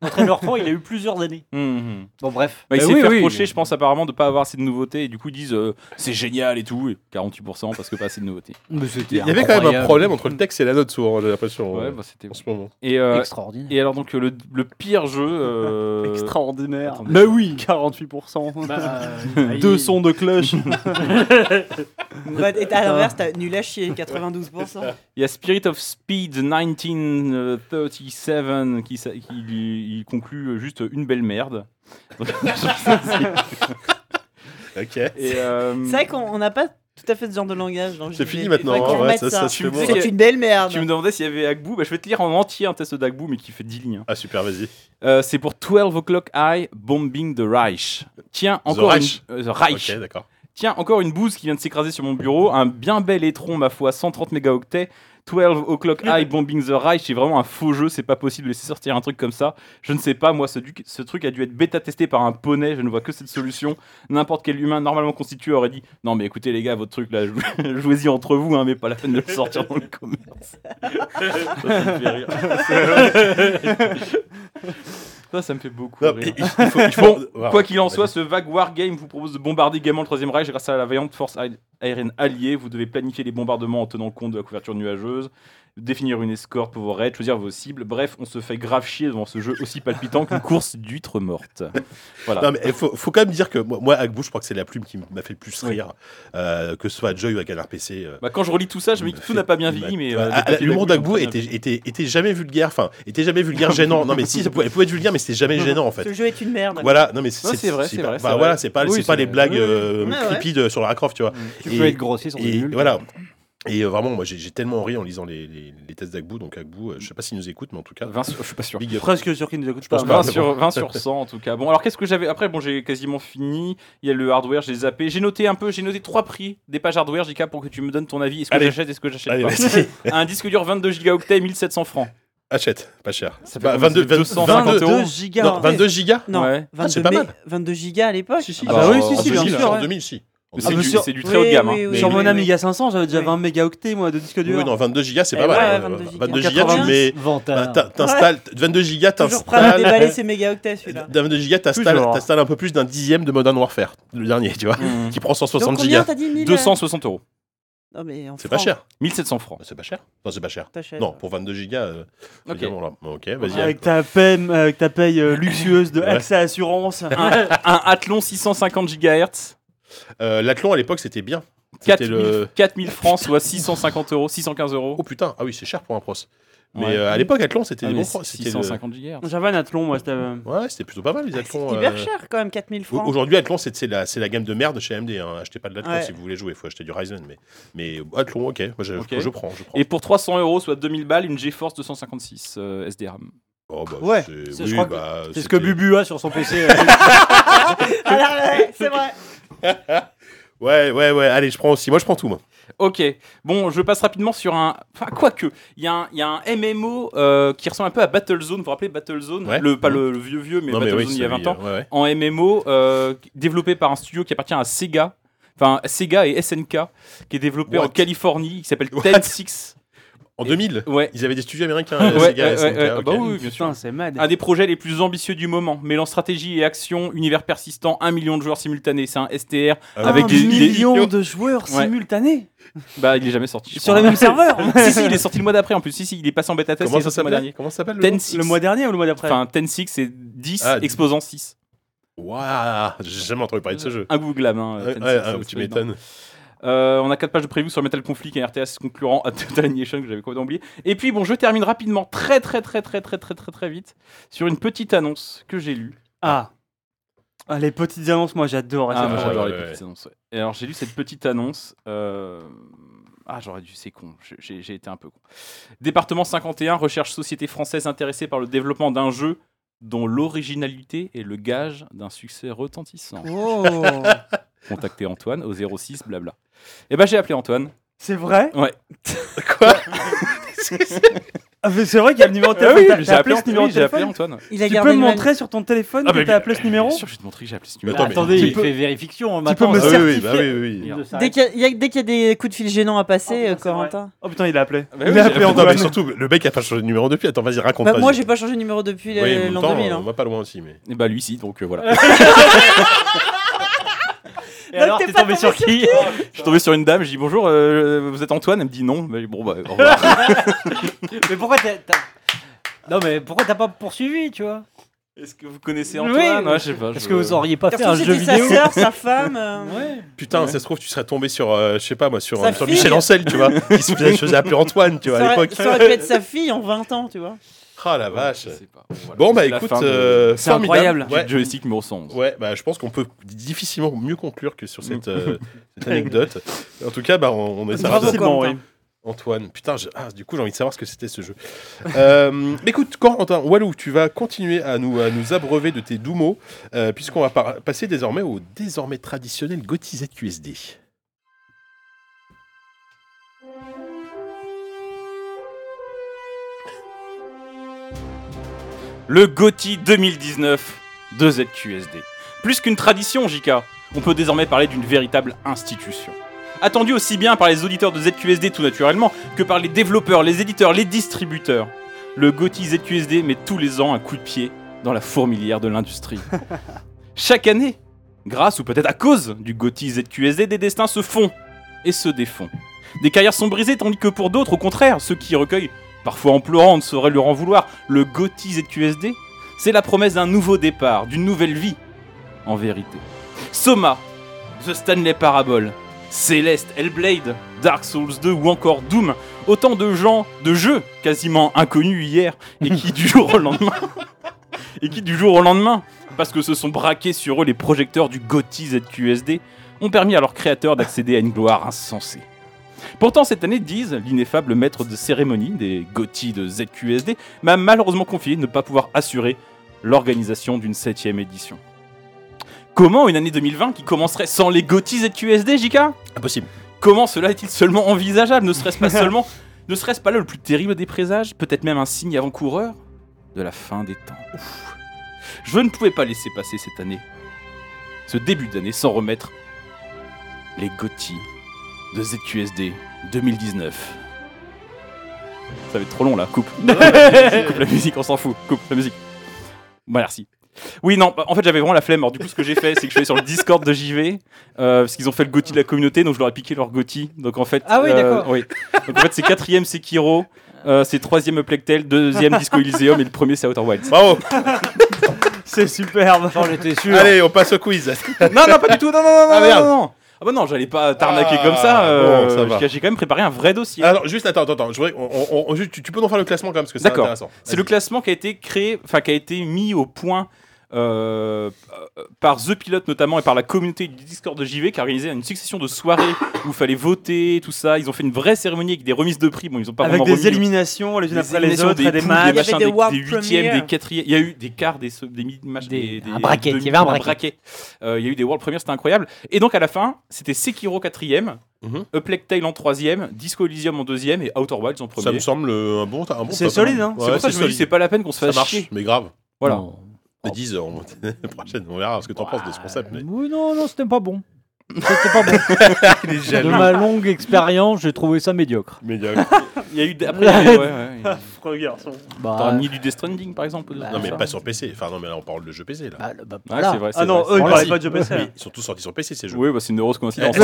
L'entraîneur 3, il a eu plusieurs années. Mhm. Bon, bref. Bah, il Bah s'est oui, fait oui. reprocher, je pense, apparemment, de pas avoir assez de nouveautés. Et du coup, ils disent euh, c'est génial et tout. Et 48% parce que pas assez de nouveautés. Il y avait quand même un problème entre le texte et la note, souvent, j'ai l'impression. Ouais, euh, bah, c'était. En ce moment. Et, euh, extraordinaire. et alors, donc, le, le pire jeu. euh, Extraordinaire. attendez. Bah oui, 48%. Bah, euh, Deux sons de cloche. Bah, et à l'inverse, t'as nul à chier, 92%. Il y a Spirit of Speed 1937 qui, sa- qui lui- il conclut juste une belle merde. Ok. Et, euh, C'est vrai qu'on on n'a pas tout à fait ce genre de langage. donc C'est je fini vais- maintenant, il faudrait hein, qu'on ouais, remette ça- ça se fait C'est moins. une belle merde. tu me demandais s'il y avait Agbu, bah, je vais te lire en entier un test d'Agbu, mais qui fait 10 lignes. hein. Ah, super, vas-y. Euh, c'est pour 12 o'clock high Bombing the Reich. Tiens, encore Reich. une. euh, the Reich. Ok, d'accord. Tiens, encore une bouse qui vient de s'écraser sur mon bureau. Un bien bel étron, ma foi, 130 mégaoctets. 12 O'Clock High Bombing the Reich, c'est vraiment un faux jeu, c'est pas possible de laisser sortir un truc comme ça. Je ne sais pas, moi, ce, du- ce truc a dû être bêta testé par un poney, je ne vois que cette solution. N'importe quel humain normalement constitué aurait dit Non, mais écoutez, les gars, votre truc là, jou- jouez-y entre vous, hein, mais pas la peine de le sortir dans le commerce. ça, ça me fait rire. ça, ça me fait beaucoup Non, rire. mais il il faut. il faut- Ah, voilà. Quoi qu'il en soit, ce vague wargame vous propose de bombarder également le Troisième Reich grâce à la vaillante force aé- aérienne alliée. Vous devez planifier les bombardements en tenant compte de la couverture nuageuse, définir une escorte pour vos raids, choisir vos cibles. Bref, on se fait grave chier devant ce jeu aussi palpitant qu'une course d'huîtres mortes. Voilà. Non, mais il faut, faut quand même dire que moi, moi Agbou, je crois que c'est la plume qui m'a fait le plus rire, euh, que ce soit à Joy ou à Canard PC. euh, Bah, quand je relis tout ça, je me dis que tout n'a pas bien vieilli, mais. euh, Ah, le ah, papier L'humour d'Agbu, d'Agbou il est très était, bien. était, était jamais vulgaire, enfin, était jamais vulgaire gênant. Non, mais si, ça pouvait, elle pouvait être vulgaire, mais c'était jamais gênant en fait. Ce jeu est une merde. Voilà, non, mais c'est Ouais, c'est vrai, c'est pas- vrai, bah, c'est voilà, vrai. c'est pas, Oui, c'est pas c'est les vrai. blagues euh, Ouais, ouais. creepy de- sur la Croft, tu vois. Tu Et- peux être grossier sur Et des nuls. voilà. Et euh, vraiment, moi, j'ai j'ai tellement ri en lisant les, les, les tests d'Agbou. Donc, Agbou, euh, je sais pas s'il nous écoute, mais en tout cas, 20 sur- je suis pas sûr. big up. Presque sûr qu'il nous écoute pense pas. pas. 20 sur, 20 sur 100 en tout cas. Bon, alors qu'est-ce que j'avais Après, bon, j'ai quasiment fini. Il y a le hardware, j'ai zappé. J'ai noté un peu, j'ai noté trois prix des pages hardware, JK, pour que tu me donnes ton avis. Est-ce que Allez. j'achète, est-ce que j'achète Allez, pas vas-y, Un disque dur 22 gigaoctets, 1700 francs. achète, pas cher. Ça fait Bah, combien, 22, c'est 250 euros. 22 gigas. non, 22 gigas Non, Ouais. Ah, c'est 22, pas mai- mal. 22 gigas à l'époque. Si, si, Ah bah bah, oui, si, en si, bien 2000, sûr. En ouais. 2000, si. En Mais Ah, c'est bah, du, sur- c'est du très haut de oui, gamme. hein. oui, oui, Sur oui, mon oui. Amiga 500, j'avais déjà Oui. 20 mégaoctets moi de disque Oui, dur. non, 22 gigas, c'est Eh pas ouais, mal. ouais, Euh, 22 22 gigas. gigas, tu 80. mets. bah, Vantard. t'in- t'installes- 22 gigas, Toujours prêt à t'installes. déballer ces mégaoctets celui-là. 22 gigas, t'installes Toujours. t'installes un peu plus d'un dixième de Modern Warfare, le dernier, tu vois, Mhm. qui prend Donc 160 combien Oh. gigas. t'as dit 1000 260 euros. Non, mais en C'est pas francs, cher. 1700 francs. Bah, C'est pas cher. Non, c'est pas cher. t'achètes. Non, pour 22 gigas, euh, Ok. évidemment, là. Ok, vas-y. Avec ta paye, avec ta paye euh, luxueuse de Ouais. accès assurance. Un, un Athlon 650 GHz. Euh, L'Athlon à l'époque c'était bien. C'était 4000, le. 4000 francs, soit 650 euros, 615 euros. Oh putain, ah oui, c'est cher pour un pros. Mais Ouais. euh, à l'époque, Athlon c'était Ah, des mais bons pros. C'était le- 650 GHz. J'avais un athlon, moi, c'était. euh, Ouais, c'était plutôt pas mal les Ah, C'est Athlons. hyper euh, cher quand même, 4000 au- francs. Aujourd'hui, Athlon, c'est c'est la, c'est la gamme de merde chez AMD. hein. Achetez pas de l'Athlon Ouais. si vous voulez jouer, il faut acheter du Ryzen. Mais, mais Athlon, ok, moi je, je- Ok. je prends. Je prends. Et pour 300 euros, soit 2000 balles, une GeForce 256 euh, SDRAM. Oh, bah, Ouais, c'est- c'est- je oui, crois que bah, C'est ce que c'était- Bubu a sur son euh, PC. Ah, là, ouais, c'est vrai. Ouais, ouais, ouais, allez, je prends aussi. Moi je prends tout, moi. Ok, bon, je passe rapidement sur un. Enfin, quoique, il y, a un- il y a un MMO euh, qui ressemble un peu à Battlezone. Vous vous rappelez Battlezone Ouais. Mm. le, Pas le, le vieux vieux, mais Non, Battlezone oui, il y a celui, 20 ans. euh, ouais, ouais. en MMO euh, développé par un studio qui appartient à Sega, enfin Sega et SNK, qui est développé What en Californie, qui s'appelle What Ten Six. En 2000 Ouais. Ils avaient des studios américains. euh, Ouais, Sega et ouais, SNK, ouais, ok. ah bah oui, bien sûr. Putain, c'est mad. Un des projets les plus ambitieux du moment, mêlant stratégie et action, univers persistant, un million de joueurs simultanés, c'est un STR. Ah avec un des- des- million de joueurs Ouais. simultanés Bah, il est jamais sorti. je sur crois. le même serveur. si, si, il est sorti le mois d'après en plus. Si, si, il est passé en bêta test. Comment il ça est sorti le mois s'appelle dernier. Comment ça s'appelle le Ten nom Six. Le mois dernier ou le mois d'après Enfin, 10-6, c'est 10 Ah, exposant 6. Waouh J'ai jamais entendu parler de ce jeu. Un Google à main. Ouais, euh, 10-6, ouais, ça, ah, c'est tu pas énorme. m'étonnes. Euh, on a 4 pages de preview sur Metal Conflict et RTS concurrent à Total Annihilation que j'avais complètement oublié. Et puis bon, je termine rapidement, très très très très très très très très vite, sur une petite annonce que j'ai lue. Ah. Ah, les petites annonces, moi j'adore. Ah, ça. moi ouais, j'adore ouais, les ouais. petites annonces. ouais. Et alors j'ai lu cette petite annonce. euh, Ah, j'aurais dû, c'est con, je- j'ai j'ai été un peu con. Département 51, recherche société française intéressée par le développement d'un jeu dont l'originalité est le gage d'un succès retentissant. Oh. Contactez Antoine au 06 blabla. Et ben j'ai appelé Antoine. C'est vrai Ouais. Ah, mais C'est vrai qu'il y a le numéro de téléphone. T'as- Eh j'ai t'as appelé appelé, ce numéro Antoine, de j'ai appelé téléphone Antoine. Il a Tu gardé peux me le même. montrer sur ton téléphone Ah, que mais t'as appelé ce numéro Bien sûr, je vais te montrer que j'ai appelé ce numéro. Attends, mais- Bah, Attendez, tu il peux- fait vérification. tu peux maintenant, me Ah euh, oui, oui, bah certifier. oui, oui. de sa Dès qu'il y, a- il y a- dès qu'il y a des coups de fil gênants à passer, Ah, euh, c'est vrai. Corentin. Oh putain, il a appelé. Bah oui, il j'ai a appelé appelé Non, mais Antoine. surtout, le mec a pas changé de numéro depuis. Attends, vas-y, raconte. Bah, vas-y. moi, j'ai pas changé de numéro depuis Oui, le- en même l'an temps, 2000. hein. On va pas loin aussi, mais. Et bah lui, si, donc euh, voilà. Et alors, t'es t'es pas tombé sur qui je suis tombé sur une dame, je dis bonjour, euh, vous êtes Antoine Elle me dit non. Mais bon, bah, au revoir. Mais pourquoi t'as. t'as- Non, mais pourquoi t'as pas poursuivi, tu vois Est-ce que vous connaissez Oui. Antoine Ouais, je sais pas. Parce je- que vous auriez pas fait un Parce que jeu c'était sa vidéo. sœur, sa femme. euh, Putain, Ouais. ça se trouve, tu serais tombé sur, euh, je sais pas moi, sur, Sa sur fille. Michel Ancel, tu vois. Il se faisait, se faisait appeler Antoine, tu vois, ça, à aurait, l'époque. ça aurait pu être sa fille en 20 ans, tu vois. Ah la Ouais, vache. je sais pas. Voilà. Bon, bah C'est la écoute, fin de- euh, C'est formidable. incroyable. du Ouais. joystick numéro 111. Ouais, bah, je pense qu'on peut difficilement mieux conclure que sur cette, Mm. euh, cette anecdote. En tout cas, bah, on, on est Bravo, servi. Facilement, Corentin. oui. Antoine, putain, j'ai- ah, du coup, j'ai envie de savoir ce que c'était ce jeu. Euh, écoute, Corentin, Walou, tu vas continuer à nous, à nous abreuver de tes doux mots, euh, puisqu'on va par- passer désormais au désormais traditionnel Gotti ZQSD. Le GOTY 2019 de ZQSD. Plus qu'une tradition, JK, on peut désormais parler d'une véritable institution. Attendu aussi bien par les auditeurs de ZQSD tout naturellement que par les développeurs, les éditeurs, les distributeurs, le GOTY ZQSD met tous les ans un coup de pied dans la fourmilière de l'industrie. Chaque année, grâce ou peut-être à cause du GOTY ZQSD, des destins se font et se défont. Des carrières sont brisées tandis que pour d'autres, au contraire, ceux qui recueillent Parfois en pleurant, on ne saurait leur en vouloir. Le Gotti ZQSD, c'est la promesse d'un nouveau départ, d'une nouvelle vie. En vérité. Soma, The Stanley Parable, Céleste, Hellblade, Dark Souls 2 ou encore Doom, autant de gens, de jeux quasiment inconnus hier et qui du jour au lendemain. Et qui du jour au lendemain, parce que se sont braqués sur eux les projecteurs du Gotti ZQSD, ont permis à leurs créateurs d'accéder à une gloire insensée. Pourtant, cette année, Diz, l'ineffable maître de cérémonie des GOTY de ZQSD, m'a malheureusement confié ne pas pouvoir assurer l'organisation d'une 7 édition. Comment une année 2020 qui commencerait sans les GOTY ZQSD, JK Impossible. Comment cela est-il seulement envisageable Ne serait-ce pas seulement. Ne serait-ce pas là le plus terrible des présages Peut-être même un signe avant-coureur de la fin des temps. Ouf. Je ne pouvais pas laisser passer cette année, ce début d'année, sans remettre les GOTY de ZQSD 2019. Ça va être trop long là, coupe. coupe la musique, on s'en fout. Coupe la musique. Bon, merci. Oui, non, bah, en fait j'avais vraiment la flemme. Alors, du coup, ce que j'ai fait, c'est que je suis allé sur le Discord de JV, euh, parce qu'ils ont fait le GOTY de la communauté, donc je leur ai piqué leur GOTY. Donc en fait. Ah oui, euh, d'accord. oui. Donc en fait, c'est quatrième Sekiro, euh, c'est troisième A Plague Tale, deuxième Disco Elysium et le premier c'est Outer Wilds. Bravo. C'est superbe. J'en étais sûr. Allez, on passe au quiz. non, non, pas du tout, non, non, non, Ah, non, merde. non, non. Ah bah non, j'allais pas t'arnaquer Ah, comme ça. euh, bon, ça va. j'ai- J'ai quand même préparé un vrai dossier. Alors, juste, attends, attends, attends. Je voudrais- on- on- on- juste, tu, tu peux nous faire le classement quand même, parce que c'est D'accord. intéressant. C'est le classement qui a été créé, enfin qui a été mis au point euh, euh, par The Pilot notamment et par la communauté du Discord de JV qui a organisé une succession de soirées où il fallait voter, tout ça. Ils ont fait une vraie cérémonie avec des remises de prix. Bon, ils ont pas Avec vraiment des remis le- éliminations les unes des après les éliminations, autres, et des poules, Il y matchs. avait machins, des des, World des huitièmes, Premiere. des quatrièmes. Il y a eu des quarts, des, se- des mi- mach- Des- des, un bracket, il y avait un bracket. Euh, il y a eu des World Premiers, c'était incroyable. Et donc à la fin, c'était Sekiro quatrième, Mhm. A Plague Tale en troisième, Disco Elysium en deuxième et Outer Wilds en premier. Ça me semble euh, un bon. un bon C'est top, solide, hein. Ouais, c'est pour ça Oh. que je me dis, solide. c'est pas la peine qu'on se Ça fasse marche, chier. mais grave. Voilà. Non. Mais 10 heures, on... prochaine, on verra ce que t'en penses de ce concept. Mais... Oui, Euh, non, non, c'était pas bon. C'était pas bon. Il est De ma longue expérience, j'ai trouvé ça médiocre. Médiocre. Il y a eu. d- Après, il y a eu- ouais, ouais, il y a eu- Frère garçon. Bah, T'aurais mis du Death Stranding par exemple ou des Bah, trucs Non, mais comme pas ça. sur PC. Enfin, non, mais là, on parle de jeux PC, là. bah, bah, Ouais, voilà. c'est vrai, c'est Ah non, vrai, eux, ils c'est parlaient vrai. pas de jeu PC. Mais ils sont tous sortis sur PC, ces jeux. Oui, bah, c'est une heureuse coïncidence.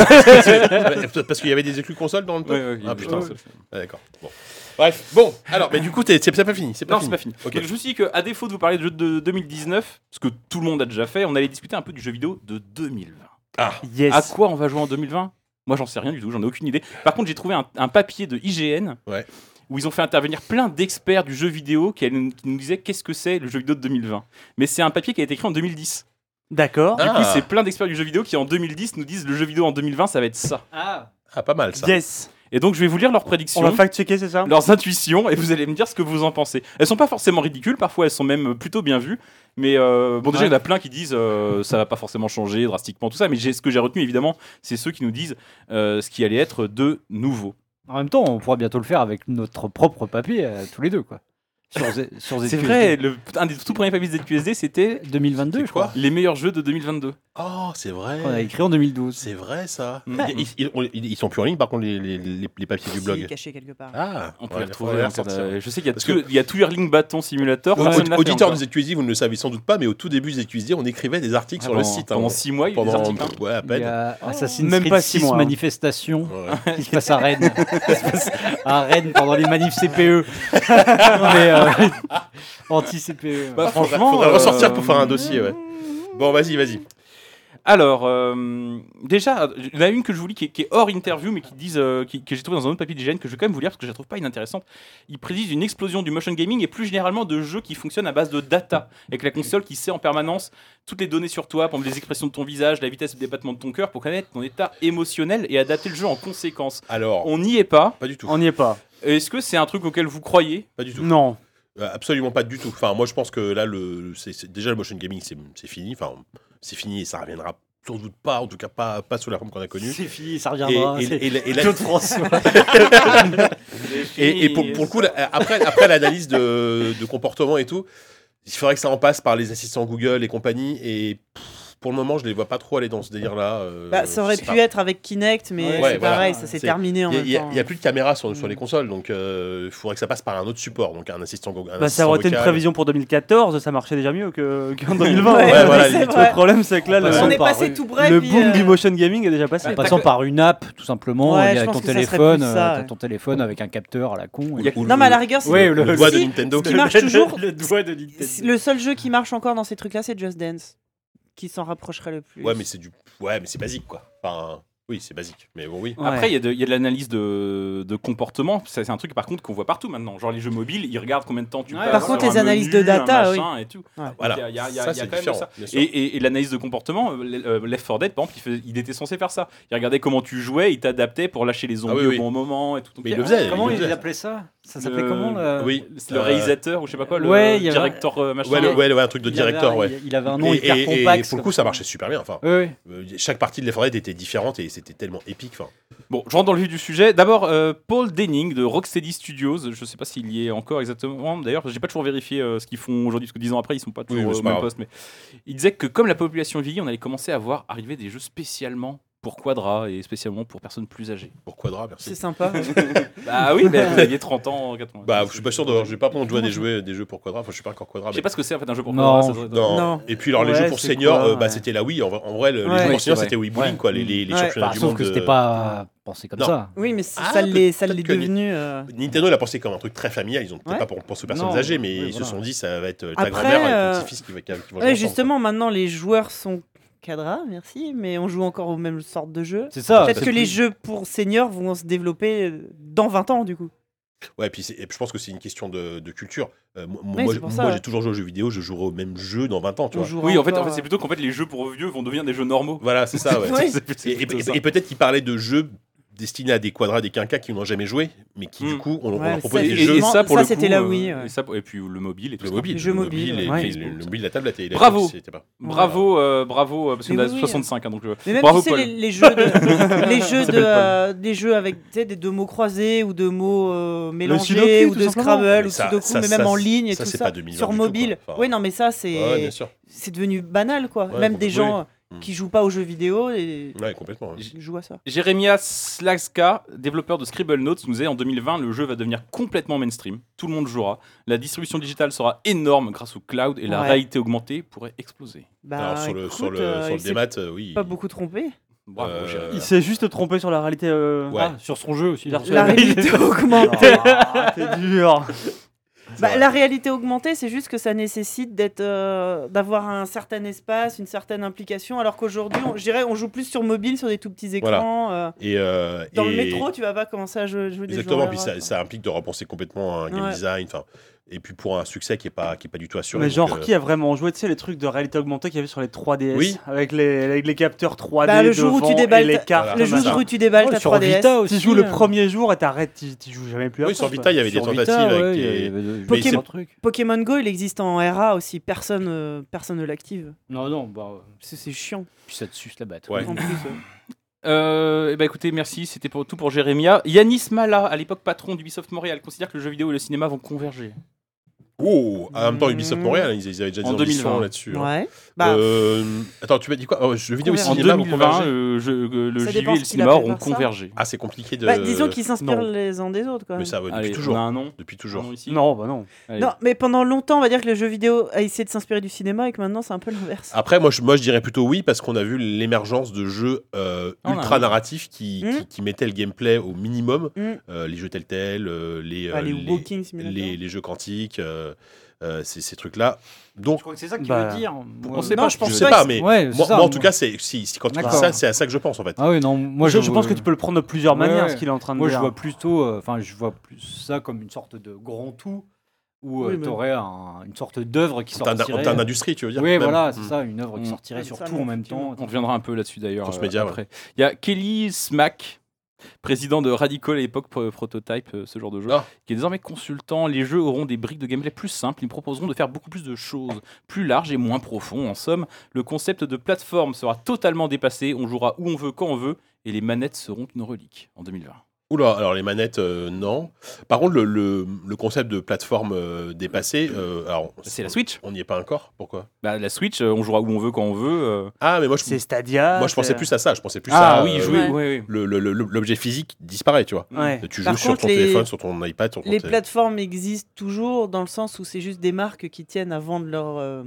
Ouais, Parce qu'il y avait des exclus consoles dans le temps. Ouais, ouais, ah ouais. putain, Ouais. c'est- ah, d'accord. Bon. Bref, bon, alors, mais du coup, t'es- c'est c'est pas fini. C'est pas Non, c'est fini. pas fini. Ok. Donc, je me suis dit qu'à défaut de vous parler de jeux de 2019, ce que tout le monde a déjà fait, on allait discuter un peu du jeu vidéo de 2020. Yes. À quoi on va jouer en 2020 Moi, j'en sais rien du tout, j'en ai aucune idée. Par contre, j'ai trouvé un, un papier de IGN Ouais. où ils ont fait intervenir plein d'experts du jeu vidéo qui, allaient- qui nous disaient qu'est-ce que c'est le jeu vidéo de 2020. Mais c'est un papier qui a été écrit en 2010. D'accord. Ah. Du coup, c'est plein d'experts du jeu vidéo qui, en 2010, nous disent le jeu vidéo en 2020, ça va être ça. Ah, Ah, pas mal ça. Yes. Et donc, je vais vous lire leurs On prédictions. va fact-checker, c'est ça leurs intuitions et vous allez me dire ce que vous en pensez. Elles sont pas forcément ridicules, parfois elles sont même plutôt bien vues. Mais euh, bon, déjà, il y en a plein qui disent euh, ça va pas forcément changer drastiquement, tout ça. Mais j'ai- ce que j'ai retenu, évidemment, c'est ceux qui nous disent euh, ce qui allait être de nouveau. En même temps, on pourra bientôt le faire avec notre propre papier, euh, tous les deux, quoi. Sur, Z- sur C'est ZQSD. vrai, le- un des tout premiers papiers de ZQSD, c'était 2022, je crois. les meilleurs jeux de 2022. Oh, c'est vrai. Qu'on a écrit en 2012. C'est vrai ça. Mm. Ils, ils- on- ils- ils sont plus en ligne par contre les, les- les- les papiers du Si, blog. caché quelque part. Ah, On peut ouais, les retrouver. on va les en fait, ressortir. euh, je sais qu'il y a Parce tout- il y a tout Hurling Baton Simulator. Au- personne l'a fait Auditeurs encore. de ZQSD, vous ne le savez sans doute pas, mais au tout début de ZQSD, on écrivait des articles sur le Pendant- site. hein. Pendant 6 mois, il y a eu Ah des Pendant- articles. hein. ouais, à Il y peine. a Assassin's Même Creed pas six 6 mois, hein. manifestations Ouais. qui se passe à Rennes. Qui se passe à Rennes pendant les manifs CPE. Mais euh, E. anti-CPE. Faudra- Bah, franchement, faudra ressortir euh, pour faire un dossier. Ouais. Bon, vas-y, vas-y. Alors, euh, déjà, il y en a une que je vous lis qui est, qui est hors interview, mais qui disent, euh, qui- que j'ai trouvé dans un autre papier d'hygiène que je vais quand même vous lire parce que je la trouve pas inintéressante. Ils prédisent une explosion du motion gaming et plus généralement de jeux qui fonctionnent à base de data, avec la console qui sait en permanence toutes les données sur toi, par exemple les expressions de ton visage, la vitesse des battements de ton cœur, pour connaître ton état émotionnel et adapter le jeu en conséquence. Alors, On n'y est pas. pas du tout. On n'y est pas. Est-ce que c'est un truc auquel vous croyez Pas du tout. Non. Euh, Absolument pas du tout. Enfin, moi, je pense que là, le, c'est- c'est- déjà, le motion gaming, c'est c'est fini. Enfin, c'est fini et ça reviendra sans doute pas, en tout cas pas, pas sous la forme qu'on a connue. C'est fini, ça Et, reviendra. et- c'est- et la- et la- Claude François. Et, et pour, pour le coup, la- après, après l'analyse de, de comportement et tout, il faudrait que ça en passe par les assistants Google et compagnie. Et pff, pour le moment, je les vois pas trop aller dans ce délire-là. euh, Bah, ça aurait je sais pu pas. être avec Kinect, mais Ouais, c'est ouais, voilà. pareil, ça s'est C'est- terminé en Il y a- même il y a, temps. il y a plus de caméra sur, sur les Mm. consoles, donc euh, il faudrait que ça passe par un autre support, donc un assistant Google. un Bah, ça assistant aurait été une vocal. prévision pour 2014, ça marchait déjà mieux que- qu'en 2020. Ouais, Ouais, voilà, c'est limite, vrai. Le problème, c'est que là, Ouais, On le, est par- passé oui. tout bref. le puis, boom euh, du motion gaming est déjà passé. En passant par une app, tout simplement, Ouais, liée je avec pense ton que ça serait téléphone, plus euh, ça, t'as ouais. ton téléphone avec un capteur à la con. Il y a- Ou Non, mais à la rigueur, Ouais, c'est le- le doigt de si, Nintendo. ce qui marche toujours, le doigt de Nintendo. le seul jeu qui marche encore dans ces trucs-là, c'est Just Dance, qui s'en rapprocherait le plus. Ouais, mais c'est du, ouais, mais c'est basique, quoi. Enfin, oui, c'est basique, mais bon, oui. Après, il y a de, il y a de l'analyse de, de comportement. Ça, c'est un truc, par contre, qu'on voit partout maintenant. Genre les jeux mobiles, ils regardent combien de temps tu Ouais. passes. Par sur contre, un les analyses menu, de data, un machin Et, tout. Voilà, Il y a- il y a- ça il y a c'est quand même différent. ça. bien sûr. Et, et- et l'analyse de comportement, euh, le- euh, Left 4 Dead, par exemple, il, faisait- il était censé faire ça. Il regardait comment tu jouais, il t'adaptait pour lâcher les zombies Ah oui, oui. au bon moment et tout. Donc, Mais il le faisait. Comment il le ils faisait. appelaient ça Ça s'appelait Le- comment le... Oui, c'est le euh, réalisateur ou je sais pas quoi, le Ouais, il y avait- directeur euh, machin. Ouais, le- ouais, ouais, un truc de Il avait directeur, un- ouais. Il avait un nom et, hyper et- et compact. pour le coup, ça marchait super bien. Enfin, Oui, oui. euh, chaque partie de Left 4 Dead était différente et c'était tellement épique. Enfin, Bon, je rentre dans le vif du sujet. D'abord, euh, Paul Denning de Rocksteady Studios. Je sais pas s'il y est encore exactement. D'ailleurs, j'ai pas toujours vérifié euh, ce qu'ils font aujourd'hui, parce que 10 ans après, ils sont pas toujours Oui, mais au c'est même pas grave. poste. Mais il disait que comme la population vieillit, on allait commencer à voir arriver des jeux spécialement pour Quadra et spécialement pour personnes plus âgées. pour Quadra, merci. C'est sympa. Bah oui, mais vous aviez 30 ans, 80. Bah, je suis pas sûr d'avoir. Je vais pas prendre de jouer à des jeux, des jeux pour Quadra. Enfin, je suis pas encore Quadra. Je sais mais- pas ce que c'est en fait un jeu pour Non, Quadra. ça doit être- Non. Non. Et puis, alors, les Ouais, jeux pour c'est seniors, quoi, euh, bah, ouais. c'était la Wii. En vrai, en vrai, le- les Ouais. jeux Oui, pour seniors, c'est c'était vrai. Wii Bowling, quoi. Les, Ouais. les, les Ouais. championnats Bah, du sauf monde. que c'était euh, pas pensé comme Non. ça. Oui, mais ça Ah, ça l'est ça peut-être l'est que- devenu. euh, Nintendo l'a pensé comme un truc très familial. Ils ont peut-être Ouais. pas pour- pensé aux personnes Non. âgées, mais Oui, ils voilà. se sont dit, ça va être ta Après, grand-mère et euh, ton petit-fils qui, va- qui, va- qui vont jouer Ouais, ensemble, justement, maintenant les joueurs sont cadra, merci, mais on joue encore aux mêmes sortes de jeux. C'est Ah, ça. Peut-être c'est que les plus- jeux pour seniors vont se développer euh, dans 20 ans, du coup. quoi. Ouais, puis c'est- et puis je pense que c'est une question de, de culture. Euh, moi, Oui, moi, c'est pour moi, ça, j'ai ouais. toujours joué aux jeux vidéo. Je jouerai au même jeu dans 20 ans, tu On vois. jouera Oui, en fait, encore, en fait, c'est euh, plutôt qu'en fait les jeux pour vieux vont devenir des jeux normaux. Voilà, c'est ça. Ah ouais. Ouais. C'est plus- c'est Et, et- plutôt et- ça. et peut-être qu'il parlait de jeux destinés à des quadras, des quinquas qui n'ont jamais joué, mais qui du Mm. coup, on, on Ouais, leur ça, propose c'est- des et- jeux. et ça, pour ça, le c'était coup, la euh, Wii, ouais. Et, ça, et puis le mobile et tout Le ça. mobile, jeux le mobiles, mobile, et ouais. puis le, le mobile, la tablette. et la Bravo. tablette, c'était pas- Bravo, euh, bravo, euh, parce qu'on Mais a oui, oui. 65, hein, donc euh, Mais même bravo tu sais, Paul. les, les jeux de, les jeux de, s'appelle Paul. euh, des jeux avec tu sais, des deux mots croisés ou deux mots euh, mélangés Sudoku, ou tout de simplement. Scrabble Mais ou ça- Sudoku, ça- mais même ça, en ligne et ça, tout c'est ça pas 2020 sur du tout, quoi. mobile. Enfin, oui, non, mais ça Ouais, bien c'est sûr. c'est devenu banal quoi. Ouais, Hmm. même des complètement, gens euh, Mm. qui jouent pas aux jeux vidéo et Ouais, complètement. hein. ouais. qui jouent à ça. Jeremia Slaska, développeur de Scribble Notes, nous dit en 2020, le jeu va devenir complètement mainstream. Tout le monde jouera. La distribution digitale sera énorme grâce au cloud et la Ouais. réalité augmentée pourrait exploser. Bah, Alors, sur le, sur écoute, le, euh, sur le il s'est démat, euh, oui. pas beaucoup trompé. Bravo, Euh, Jérémy. Il s'est juste trompé sur la réalité. euh, Ouais. Ah, sur son jeu aussi. La- La réalité augmentée. Ah, t'es dur. Bah, la réalité augmentée, c'est juste que ça nécessite d'être, euh, d'avoir un certain espace, une certaine implication, alors qu'aujourd'hui, on- je dirais, on joue plus sur mobile, sur des tout petits écrans. euh, Et, euh, dans le et- métro, tu vas pas commencer à jouer, jouer des euh, jeux. Exactement, à puis la ça, race, ça implique de repenser complètement un game Ouais. design, enfin, et puis pour un succès qui n'est pas, qui est pas du tout assuré. Mais donc, genre, euh, qui a vraiment joué, tu sais, les trucs de réalité augmentée qu'il y avait sur les 3DS Oui. avec, les, avec les capteurs 3D Bah, le jour où tu devant déballes et les ta- cartes. Le Voilà, jour ça. où tu déballes ta sur 3DS. Vita aussi. Tu joues le euh, premier jour et t'arrêtes, tu tu joues jamais plus. Oui, après, sur quoi. Vita, il y avait des sur Vita, tentatives avec ouais, il y des- avait de- Mais c'est- plein de trucs. Pokémon Go, il existe en RA aussi. Personne, euh, personne ne l'active. Non, non, bah, euh, C'est, c'est chiant. puis ça te suce la batterie. Ouais. En plus, euh. Euh, eh ben, écoutez, merci, c'était pour, tout pour Jérémia. Yanis Mala, à l'époque patron d'Ubisoft Montréal, considère que le jeu vidéo et le cinéma vont converger. Oh, en même temps, Ubisoft Mm. Montréal, ils, ils avaient déjà des En ambitions 2020. là-dessus. hein. Ouais. Bah, Euh, attends, tu m'as dit quoi oh, Jeux vidéo et Convergence. En cinéma, vous 2020, convergez le, jeu- euh, le Ça JV dépend et ce le qu'il cinéma appelle auront par ça. convergé. Ah, c'est compliqué de. bah, disons qu'ils s'inspirent non. les uns des autres. Quand même. Mais ça, ouais, depuis Allez, toujours. on a un nom. Depuis Un toujours. nom ici. Non, bah non. Allez. Non, mais pendant longtemps, on va dire que le jeu vidéo a essayé de s'inspirer du cinéma et que maintenant, c'est un peu l'inverse. Après, moi je, moi, je dirais plutôt oui, parce qu'on a vu l'émergence de jeux euh, Ah, on a ultra un- narratifs qui, Mm. qui, qui mettaient le gameplay au minimum. Mm. Euh, les jeux Telltale, euh, les, Bah, euh, les les- walking simulators. les, les jeux quantiques, euh, euh, ces, ces trucs-là. Donc, Je crois que c'est ça qu'il Bah, veut dire. on sait non, pas. je je pense sais pas, pas, mais Ouais, c'est moi, ça, moi, en tout moi. cas, c'est si, si- quand tu dis D'accord. ça, c'est à ça que je pense en fait. Ah oui, non, moi je, je pense que tu peux le prendre de plusieurs Ouais, manières, ouais. ce qu'il est en train de Moi, je dire. vois plutôt, euh, enfin, je vois plus ça comme une sorte de grand tout où Oui, tu mais- aurais une sorte d'œuvre qui En termes d'in- en sortirait. termes d'industrie, tu veux dire oui, même. voilà, c'est Mm. ça, une œuvre Mm. qui sortirait Ah, sur ça, tout non, en même temps. On reviendra un peu là-dessus d'ailleurs. euh, Transmédia, après. Il y a Kelly Smack, président de Radical à l'époque pro- prototype, euh, ce genre de jeu, Ah. qui est désormais consultant. Les jeux auront des briques de gameplay plus simples. Ils proposeront de faire beaucoup plus de choses, plus larges et moins profondes. En somme, le concept de plateforme sera totalement dépassé. On jouera où on veut, quand on veut, et les manettes seront une relique en 2020. Oula, alors les manettes, euh, non. Par contre, le, le- le concept de plateforme euh, dépassée, euh, alors, C'est la Switch. On n'y est pas encore, pourquoi Bah, la Switch, euh, on jouera où on veut, quand on veut. euh. Ah, mais moi je, C'est Stadia. moi, je pensais c'est- plus à ça, je pensais plus à. euh, jouer. Ah oui, oui, oui. le- le- le- L'objet physique disparaît, tu vois. Ouais. Tu joues Par sur contre, ton les- téléphone, sur ton iPad, sur ton Les tél- plateformes existent toujours dans le sens où c'est juste des marques qui tiennent à vendre leur. euh,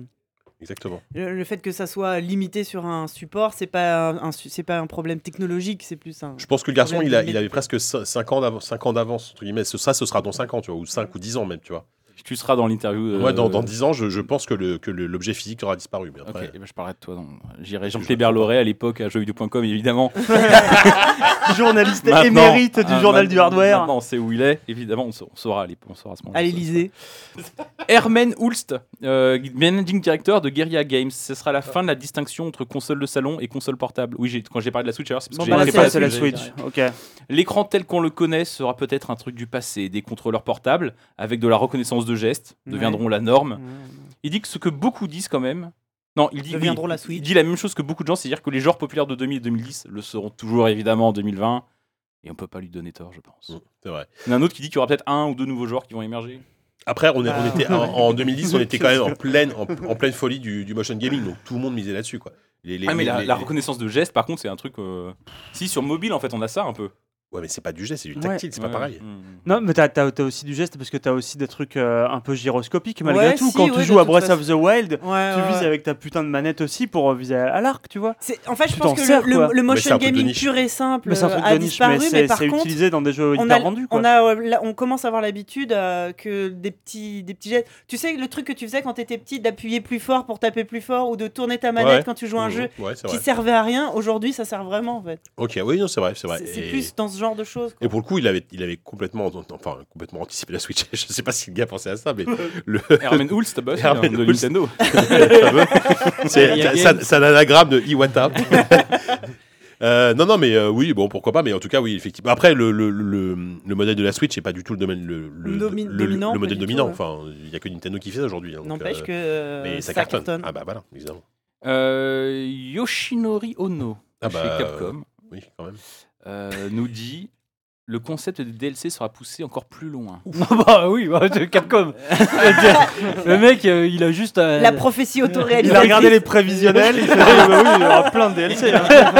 Exactement. Le, le fait que ça soit limité sur un support, c'est pas un, un su- c'est pas un problème technologique, c'est plus un. Je pense que le garçon, Problème il, a- de il avait presque 5 ans d'avance, cinq ans d'avance, entre guillemets. Ce- Ça, ce sera dans 5 ans, tu vois, ou 5 ou 10 ans même, tu vois. Tu seras dans l'interview. euh, Moi, dans, dans 10 ans, je, je pense que l'objet que le- l'objet physique aura disparu. Mais Ok, après, eh ben, je parlerai de toi. dans- J'irai Jean Clébert Loret à l'époque à jeuxvideo.com évidemment. Journaliste Maintenant, émérite du hein, Ah, journal du maintenant- hardware. Maintenant, on sait où il est. Évidemment, on sa- on saura, à l'ép- on saura à ce moment-là. À l'Elysée. Herman Hulst, euh, managing director de Guerrilla Games. Ce sera la fin de la distinction entre console de salon et console portable. Oui, j'ai- quand j'ai parlé de la Switch, alors, c'est parce Bon, que bah là, j'ai c'est c'est pas c'est la Switch. Switch. Ok. L'écran tel qu'on le connaît sera peut-être un truc du passé. Des contrôleurs portables avec de la reconnaissance de gestes deviendront la norme. Il dit que ce que beaucoup disent quand même. Non, il dit, oui, Deviendront la Switch. il dit la même chose que beaucoup de gens, c'est-à-dire que les genres populaires de 2000 et 2010 le seront toujours évidemment en 2020. Et on peut pas lui donner tort, je pense. Mm, c'est vrai. Il y en a un autre qui dit qu'il y aura peut-être un ou deux nouveaux genres qui vont émerger. Après, on, est- on Ah. était en, en 2010, on était quand même en pleine, en, en pleine folie du, du motion gaming, donc tout le monde misait là-dessus, quoi. Les- les- ah, mais la, les- la les- reconnaissance de gestes, par contre, c'est un truc. euh, Si, sur mobile, en fait, on a ça un peu. Ouais, mais c'est pas du geste, c'est du Ouais. tactile, c'est Ouais. pas pareil. Mm. Non, mais t'as as, aussi du geste parce que t'as aussi des trucs euh, un peu gyroscopiques malgré Ouais, tout. si, Quand ouais, tu de joues à toute Breath of façon. the Wild, Ouais, ouais, tu Ah, ouais. vises avec ta putain de manette aussi pour euh, viser à l'arc, tu vois. C'est- En fait, je tu pense t'en que sers, le- le, quoi. le Mais c'est motion un truc de gaming niche. pur et simple Mais c'est un truc euh, a de niche, disparu, mais mais, c'est par c'est contre, utilisé dans des jeux on, hyper a- rendus. quoi. on, a, euh, là, on commence à avoir l'habitude euh, que des petits, des petits gestes. Tu sais, le truc que tu faisais quand t'étais petit, d'appuyer plus fort pour taper plus fort ou de tourner ta manette Ouais. quand tu jouais à un jeu Ouais, c'est qui vrai. servait à rien, aujourd'hui, ça sert vraiment en fait. Ok, oui, non, c'est vrai, c'est vrai. C'est c'est Et- plus dans ce genre de choses. quoi. Et pour le coup, il avait, il avait complètement, enfin, complètement anticipé la Switch. Je sais pas si le gars pensait à ça, mais le, Herman Hulst, bah, c'est Herman un de Hulst. Nintendo. c'est c'est un- c'est un anagramme de Iwata. Euh, non, non, mais euh, oui, bon, pourquoi pas, mais en tout cas, oui, effectivement. Après, le, le, le, le modèle de la Switch n'est pas du tout le domaine le, le, Domi- le- dominant, le pas modèle du tout, dominant. ouais. Enfin, il n'y a que Nintendo qui fait ça aujourd'hui. hein, donc, N'empêche euh, que euh, mais ça cartonne. Ah bah voilà, évidemment. Euh, Yoshinori Ono, Ah chez bah, Capcom, Oui, quand même. euh, nous dit le concept de DLC sera poussé encore plus loin. Ah Non, bah oui, bah, de Capcom. le mec, euh, il a juste. euh, La prophétie autoréalisée. Il a regardé les prévisionnels, il s'est dit, bah oui, il y aura plein de DLC. hein.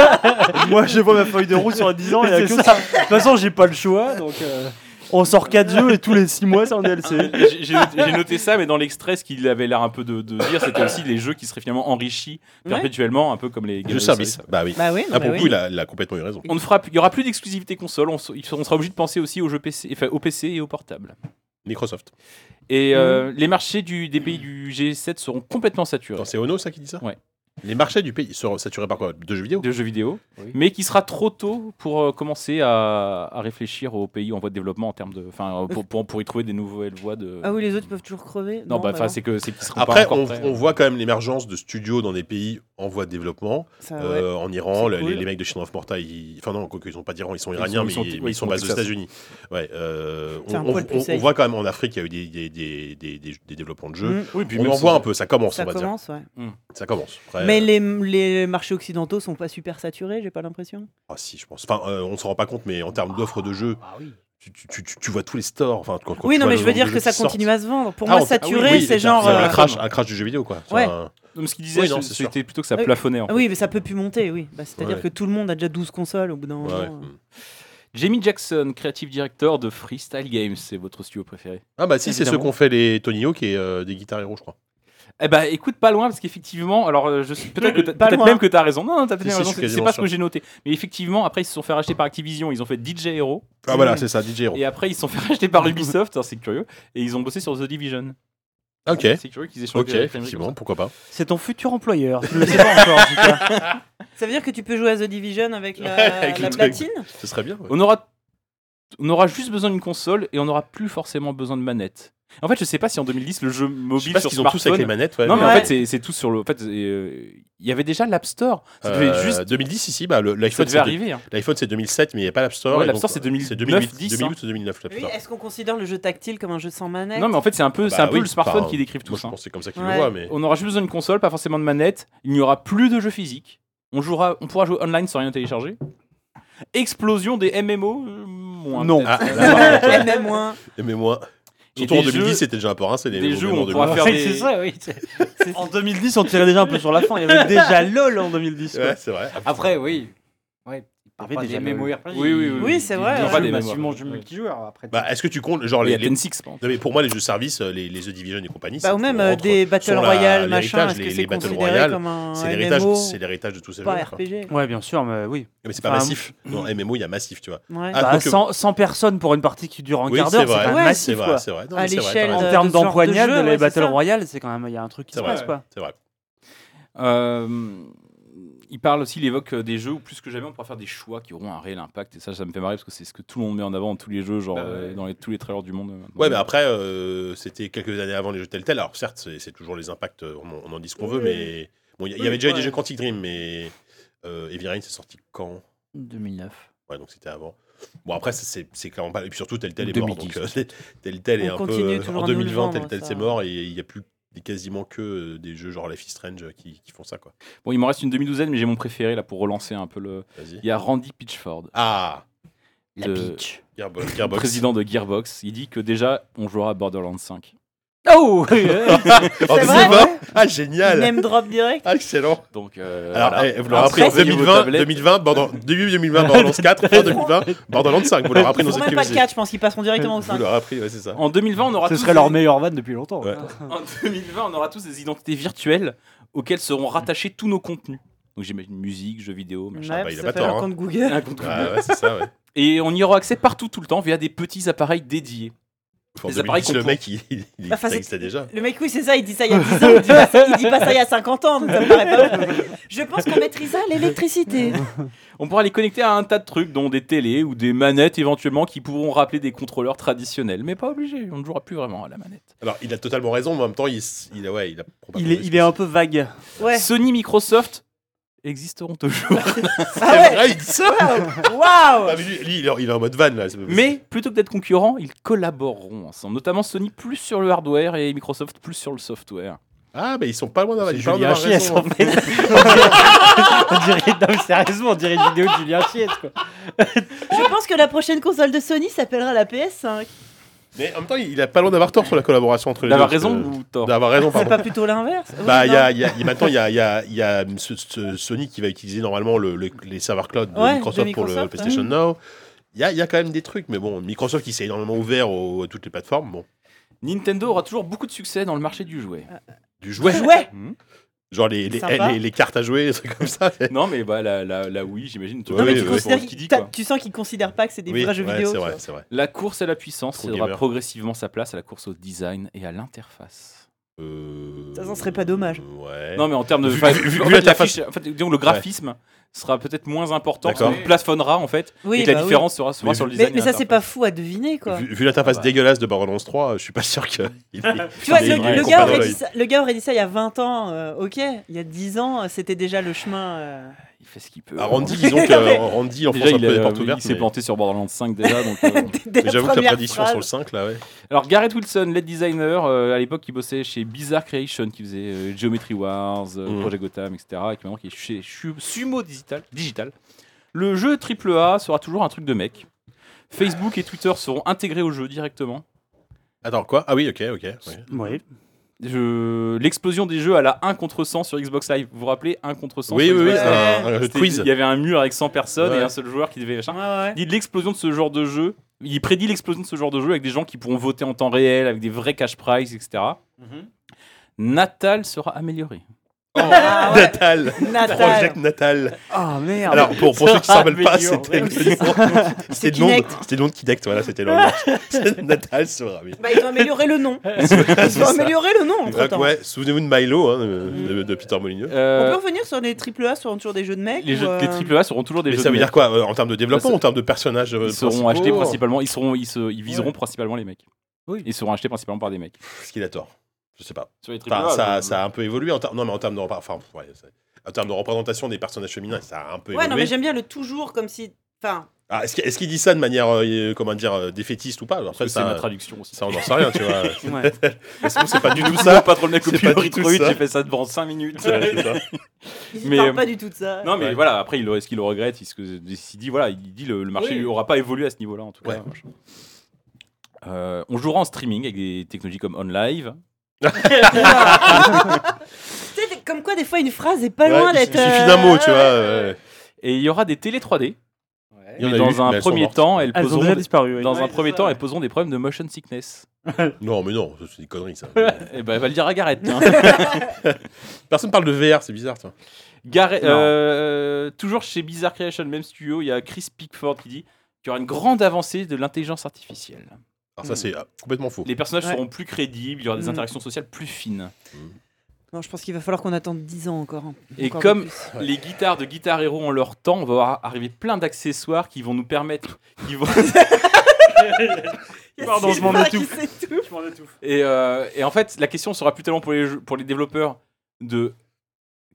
Moi, je vois ma feuille de route sur 10 ans, il y a C'est que ça. ça. De toute façon, j'ai pas le choix, donc euh, on sort 4 jeux et tous les 6 mois, c'est un DLC. J'ai j'ai noté, j'ai noté ça, mais dans l'extrait, ce qu'il avait l'air un peu de, de dire, c'était aussi les jeux qui seraient finalement enrichis Ouais. perpétuellement, un peu comme les Jeu of service. Bah oui. Bah oui, non, Là, pour mais le oui. coup, il a, il a complètement eu raison. On ne fera, plus- il y aura plus d'exclusivité console. On, s- il- on sera obligé de penser aussi aux jeux PC, enfin, au PC et aux portables. Microsoft. Et euh, Mhm. les marchés du, des pays du G7 seront complètement saturés Attends, C'est Ono, ça, qui dit ça Ouais. Les marchés du pays seront saturés par quoi De jeux vidéo de jeux vidéo, Oui. mais qui sera trop tôt pour euh, commencer à, à réfléchir aux pays en voie de développement en termes de, enfin, euh, pour, pour, pour y trouver des nouvelles voies de. Ah oui, les autres peuvent toujours crever. Non, bah, enfin, non. c'est que c'est qu'ils seront Après, pas encore on, prêts. on voit quand même l'émergence de studios dans des pays en voie de développement. Ça, Ah ouais. Euh, en Iran, C'est les, cool. les mecs de Children of Morta, ils... enfin non, quoi qu'ils sont pas d'Iran, ils sont Ils iraniens, sont- ils mais sont- ils- mais ils, oui, ils sont sont basés aux au Texas. États-Unis. Ouais, euh, C'est on, un poil on- plus on- safe. on voit quand même en Afrique, il y a eu des, des- des- des- des- des développements de jeux. Mm. Oui, puis on même en ça- voit un peu, ça commence, Ça on va dire. commence, ouais. Ça commence. Après, Mais euh, les, les marchés occidentaux sont pas super saturés, j'ai pas l'impression. ah, si, je pense. Enfin, euh, on s'en rend pas compte, mais en termes d'offres de jeux, Ah oui. tu, tu- tu- tu- tu vois tous les stores. Enfin, quand- quand oui, tu non, vois mais le je nombre veux de dire jeux que ça qui sortent. continue à se vendre. Pour Ah, moi, on- ah oui, saturé, oui, c'est ça- genre. ça- Un euh, crash, un crash du jeu vidéo, quoi. Enfin, Ouais. un- Donc, ce qu'il disait, Oui, Ah non, c'est sûr. c'était plutôt que ça Oui. plafonnait. hein. en fait. Oui, mais ça peut plus monter, oui. Bah, C'est-à-dire Ouais. que tout le monde a déjà 12 consoles au bout d'un euh. ouais, ouais. moment. Jamie Jackson, creative director de Freestyle Games, c'est votre studio préféré Ah, bah si, c'est ceux Évidemment. qu'ont fait les Tony Hawk et euh, des Guitar Hero, je crois. Eh ben, écoute, pas loin, parce qu'effectivement, alors, euh, je suis- peut-être que t'as- Pas peut-être loin. même que t'as raison. Non, non, t'as Si, si, peut-être raison. je suis C'est c'est quasiment pas ce sûr. que j'ai noté. Mais effectivement, après, ils se sont fait racheter par Activision. Ils ont fait DJ Hero. Ah, voilà, c'est ça, DJ Hero. Et après, ils se sont fait racheter par Ubisoft. hein, c'est curieux. Et ils ont bossé sur The Division. Ok, C'est curieux qu'ils aient Eh. changé. ok, la famille effectivement, pourquoi pas. C'est ton futur employeur. Tu le sais pas encore, en tout cas. ouais. Ça veut dire que tu peux jouer à The Division avec la, Avec la le truc. platine Ce serait bien. ouais. On aura, on aura juste besoin d'une console et on n'aura plus forcément besoin de manettes. En fait, je sais pas si en 2010 le Je jeu sais mobile pas sur qu'ils ont tous avec les smartphone. manettes. ouais, non, mais mais- en Ouais. fait, c'est- c'est tout sur le. En fait, euh, il y avait déjà l'App Store. Ça devait Euh, juste. 2010, ici, bah, le- Ça l'iPhone, devait c'est de- arriver. hein. l'iPhone, c'est 2007, mais il n'y a pas l'App Store. Ouais, et l'App donc, Store, c'est euh, 2009, 2008, 10, hein. 2008 ou 2009, l'App Oui, Store. est-ce qu'on considère le jeu tactile comme un jeu sans manette Non, mais en fait, c'est un peu, c'est Bah un peu oui, le smartphone enfin, qui décrivent Moi, tous. je hein. pense que c'est comme ça qu'ils Ouais. le voient, mais. On aura juste besoin d'une console, pas forcément de manette. Il n'y aura plus de jeux physiques. On, jouera, on pourra jouer online sans rien télécharger. Explosion des MMO euh, moins, Non. peut-être. Euh, Ah, Ouais, même moins. Mais moi. Et Surtout en des 2010, jeux- c'était déjà un peu rincé. les des nouveaux jeux où moments on de pourra jeu. faire Ouais, des- C'est ça, oui. En 2010, on tirait déjà un peu sur la fin. Il y avait déjà LOL en 2010. quoi. Ouais, c'est vrai. Après, oui. Ouais. Il y avait déjà des le- MMORPG. Oui, oui, oui. Oui, c'est vrai, Il y ouais. aura des massivement MMO. jeux multijoueurs après. Bah, est-ce que tu comptes, genre, Il y les. a les- Tekken 6, par exemple. Non, mais pour moi, les jeux services, euh, les, les The Division et compagnie. Bah, c'est- ou même on euh, rentre- des Battle sont la- Royale, l'héritage, machin, est-ce les- que les c'est Battle considéré Royale, comme un C'est l'héritage, MMO, c'est l'héritage de tous ces jeux. pas quoi. RPG Ouais, bien sûr, mais oui. Mais c'est pas Enfin, massif. Dans MMO, il y a massif, tu vois. Ouais. Ah, Bah, quoique- 100, 100 personnes pour une partie qui dure un Oui, quart d'heure, c'est c'est quand vrai. même Ouais, C'est massif. vrai, quoi. c'est vrai. Non, hein. À mais c'est vrai, l'échelle t'as de- raison. En termes ce genre de d'empoignade, jeu, ouais, les Battle c'est ça. Royale, c'est quand même. Il y a un truc qui C'est se vrai, passe, quoi. c'est vrai. Euh, il parle aussi, il évoque euh, des jeux où plus que jamais on pourra faire des choix qui auront un réel impact. Et ça, ça me fait marrer parce que c'est ce que tout le monde met en avant dans tous les jeux, genre Bah, ouais. euh, dans les- tous les trailers du monde. euh, maintenant. Ouais, bah. mais après, euh, c'était quelques années avant les jeux Telltale. Alors, certes, c'est, c'est toujours les impacts, euh, on, on en dit ce qu'on veut, mais. Bon, il y, il y Oui, avait déjà eu ouais. des jeux Quantic Dream, mais. Euh, Heavy Rain, c'est sorti quand 2009. Ouais, donc c'était avant. Bon, après, ça, c'est, c'est clairement pas. Et puis surtout, Telltale Ou est mort. 2010, Donc, euh, Telltale est On un peu. continue euh, toujours En à nous le 2020, vendre, Telltale, ça. c'est mort et il n'y a plus quasiment que euh, des jeux genre Life is Strange euh, qui, qui font ça, quoi. Bon, il m'en reste une demi-douzaine, mais j'ai mon préféré là pour relancer un peu le. Vas-y. Il y a Randy Pitchford. euh, Ah La de- pitch. Gearbox. Gearbox. président de Gearbox, il dit que déjà on jouera à Borderlands 5. Oh ouais. Oh, c'est C'est vrai, vrai Ah, génial Name drop direct Ah, excellent Donc euh, Alors, voilà. eh, vous l'aurez Après, appris en c'est niveau 2020, tablette. 2020, Bordan- début 2020, Borderlands 4, fin 2020, Borderlands 5. Vous l'aurez appris Ils dans font cette même pas de QVC. 4, je pense qu'ils passeront directement au Vous 5. l'aurez appris, ouais, c'est ça. En 2020, on aura Ce tous serait des- leur meilleur van depuis longtemps. Ouais. En 2020, on aura tous des identités virtuelles auxquelles seront rattachés tous nos contenus. Donc j'imagine musique, jeux vidéo, machin. bah, Ouais, il a ça pas fait tort, leur hein. compte Google. Un compte Google. Ah, ouais, c'est ça, ouais. Et on y aura accès partout tout le temps via des petits appareils dédiés. En Les appareils 2010, le qu'on mec, il, il, il Enfin, ça c'est- existait déjà. Le mec, oui, c'est ça, il dit ça il y a 10 ans, il dit pas ça, il dit pas ça il y a 50 ans, donc ça me paraît pas mal. Je pense qu'on maîtrisera l'électricité. On pourra les connecter à un tas de trucs, dont des télés ou des manettes éventuellement qui pourront rappeler des contrôleurs traditionnels, mais pas obligé. On ne jouera plus vraiment à la manette. Alors, il a totalement raison, mais en même temps, il, s- il, a- ouais, il a bah, Il est, il est un peu vague. Ouais. Sony, Microsoft existeront toujours. Ah ouais. Ah, il dit ça Waouh Waouh Ah, mais lui, lui, il, est, il est en mode van, là. c'est pas possible. Mais plutôt que d'être concurrents, ils collaboreront ensemble, notamment Sony plus sur le hardware et Microsoft plus sur le software. Ah, mais ils sont pas loin d'avoir C'est ils sont pas loin Julien d'avoir Chies, raison. hein. en fait. on dirait, non, mais sérieusement, on dirait une vidéo de Julien Chies, quoi. Je pense que la prochaine console de Sony s'appellera la PS5. Mais en même temps, il a pas loin d'avoir tort sur la collaboration entre les D'avoir deux, parce raison que- ou tort D'avoir raison, C'est pardon. pas plutôt l'inverse Oui, Ah Bah, il y non. a, il y a- maintenant, il y a, il y a- il y a ce- ce Sony qui va utiliser normalement le- le- les serveurs cloud de, Ouais, de Microsoft pour le Microsoft, PlayStation Now. Il y a, il y a quand même des trucs, mais bon, Microsoft qui s'est énormément ouvert au- à toutes les plateformes, bon, Nintendo aura toujours beaucoup de succès dans le marché du jouet. Euh, du jouet. Jouet Hmm. Genre les, les, Sympa. les- les cartes à jouer, des trucs comme ça. non, mais bah, la, la, la Wii, j'imagine. tout Non, le Non, mais oui, tu, oui. monde considères pour qui qu'ils- dit, t'as- quoi. tu sens qu'ils considèrent pas que c'est des Oui, vrais jeux ouais, vidéo. c'est tu vrai, vois. c'est vrai. La course à la puissance Trop cédera gamer. progressivement sa place à la course au design et à l'interface. Euh, Ça, ça serait pas dommage. Ouais. Non, mais en termes de. Vu- enfin, vu- vu en fait, l'interface- l'affiche- en fait, disons, le graphisme sera peut-être moins important. D'accord. parce qu'on plafonnera, en fait. Oui, et que bah la oui. différence sera, sera Mais sur vu- le Mais, design. mais et ça, c'est l'interface. pas fou à deviner, quoi. Vu, vu l'interface Ah bah. dégueulasse de Baron 3, je suis pas sûr que. il Ah, est- Tu vois, il le, est comparé le gars au aurait l'œil. dit ça, le gars aurait dit ça il y a 20 ans, euh, ok. Il y a 10 ans, euh, c'était déjà le chemin. euh. Il fait ce qu'il peut. Ah, Randy, disons que Non, mais- Randy en Déjà, France un il, peu les a- portes il ouvertes. s'est mais- planté sur Borderlands 5 déjà. donc, euh, Dès Mais j'avoue que la première prédiction phrase. sur le 5, là, ouais. Alors Gareth Wilson, lead designer, euh, à l'époque qui bossait chez Bizarre Creation, qui faisait euh, Geometry Wars, euh, Mhm. Project Gotham, etc. Et qui maintenant qui est chez Su- Sumo Digital, Digital. Le jeu AAA sera toujours un truc de mec. Facebook et Twitter seront intégrés au jeu directement. Attends, quoi Ah oui, ok, ok. ouais. Oui. Je- L'explosion des jeux à la 1 contre 100 sur Xbox Live. Vous vous rappelez 1 contre 100 Oui, sur oui, oui, Xbox Live un, un jeu de C'était- quiz. Il y avait un mur avec 100 personnes et Ouais. un seul joueur qui devait... machin. Ouais, ouais. Il dit de l'explosion de ce genre de jeu. Il prédit l'explosion de ce genre de jeu avec des gens qui pourront voter en temps réel, avec des vrais cash prize, etc. Natal sera amélioré. Ah ouais. Natal Project Natal. Natal Oh Ah, merde. Ah, Alors, pour, pour Ça ceux qui ne se rappellent pas, amélioré. c'était C'est c'était le nom de- Kinect. c'était le nom de Kinect, voilà, c'était le nom. Natal sera, oui. Bah, ils ont amélioré le nom. Ils ont C'est ça. amélioré le nom entre temps. Ouais, souvenez-vous de Milo, hein, de, Mm. de- de Peter Molyneux. On peut Euh, revenir sur les AAA, seront toujours des jeux de mecs les, ou, jeux, euh, les AAA seront toujours des Mais jeux ça de veut mecs. dire quoi euh, En termes de développement, Ça, en termes de personnages euh, Ils seront principaux, achetés principalement, ils, seront, ils, se, ils viseront Ouais. principalement les mecs. Oui. Ils seront achetés principalement par des mecs. Est-ce euh, qu'il a tort Je sais pas. Sur les euh, Enfin, AAA, ça, donc, ça a un peu évolué en termes. Non, mais en termes de, repar- enfin, ouais, ça- en termes de représentation des personnages féminins, ça a un peu Ouais, évolué. non, mais j'aime bien le toujours comme si. Enfin, Ah, est-ce qu'il est-ce qu'il dit ça de manière, euh, euh, comment dire, euh, défaitiste ou pas Alors, Après, parce que c'est ça, ma traduction aussi. ça, on n'en sait rien, tu vois. Ouais. Parce que c'est pas du tout Non, ça. pas trop le mec au c'est pas pilori du tout trop vite, ça. j'ai fait ça devant 5 minutes. Ouais, c'est ça. ils Mais, parlent euh, pas du tout de ça. non mais Ouais. voilà, après il aurait- ce qu'il le regrette, il, se- il dit voilà, il dit le, le marché Oui. n'aura pas évolué à ce niveau-là en tout Ouais. cas. machin. Euh, on jouera en streaming avec des technologies comme OnLive. Tu sais, comme quoi, des fois, une phrase est pas Ouais, loin il- d'être. Il suffit euh, d'un mot, tu vois. ouais, ouais, ouais. Et il y aura des télé 3D. Il y en mais a dans eu, mais un elles sont premier mortes. temps, elles Elles ont poseront déjà des- disparu. oui. dans Ouais, un c'est premier ça, temps, ouais. elles poseront des problèmes de motion sickness. Non, mais non, ça, c'est des conneries, ça. Eh ben, va le dire à Gareth. hein. Personne parle de VR, c'est bizarre, toi. Gareth, Non. euh, toujours chez Bizarre Creation, même studio, il y a Chris Pickford qui dit qu'il y aura une grande avancée de l'intelligence artificielle. Alors, Mm. ça, c'est ah, complètement faux. Les personnages Ouais. seront plus crédibles, il y aura des Mm. interactions sociales plus fines. Non, je pense qu'il va falloir qu'on attende 10 ans encore. hein. Et Encore comme de plus. Ouais. les guitares de Guitar Hero ont leur temps, on va voir arriver plein d'accessoires qui vont nous permettre. qui vont- Il y a Pardon, je m'en Sylvain étouffe. qui s'étouffe. et, euh, et en fait, la question sera plus tellement pour les, jeux- pour les développeurs de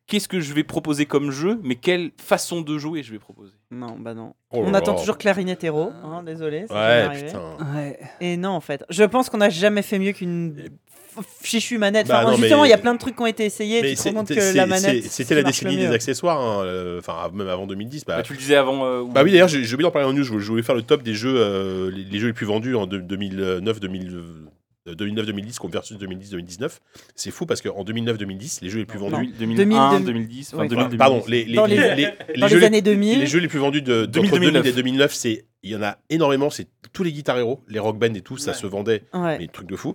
qu'est-ce que je vais proposer comme jeu, mais quelle façon de jouer je vais proposer. Non, bah non. Oh On là attend là. toujours Clarinette Hero, hein, désolé. ça vient Ouais, d'arriver. putain. Ouais. Et non, en fait. Je pense qu'on n'a jamais fait mieux qu'une f- fichue manette. Bah non, Enfin, mais- justement, il y a plein de trucs qui ont été essayés. Mais tu te rends c'est- compte c'est- que la manette. c'est- c'est ce c'était la qui marche le décennie des mieux. accessoires, hein, euh, enfin av- même avant 2010. Bah, Bah, tu le disais avant. euh, où- bah oui, d'ailleurs, j'ai j'ai oublié d'en parler en news. Je voulais faire le top des jeux, euh, les, les jeux les plus vendus en 2009-2010 versus 2010-2019. C'est fou parce qu'en 2009-2010, les jeux les plus vendus. 2000, 2001, 2000, 2010, enfin ouais. Enfin, 2000, Pardon, les, les, Dans les- les- les- Dans les jeux les les- années 2000. les jeux les plus vendus de, de- entre 2000 2000 et 2009, c'est il y en a énormément. C'est tous les Guitar Hero, les Rock Band et tout, ça Ouais. se vendait Ouais. mais truc de fou.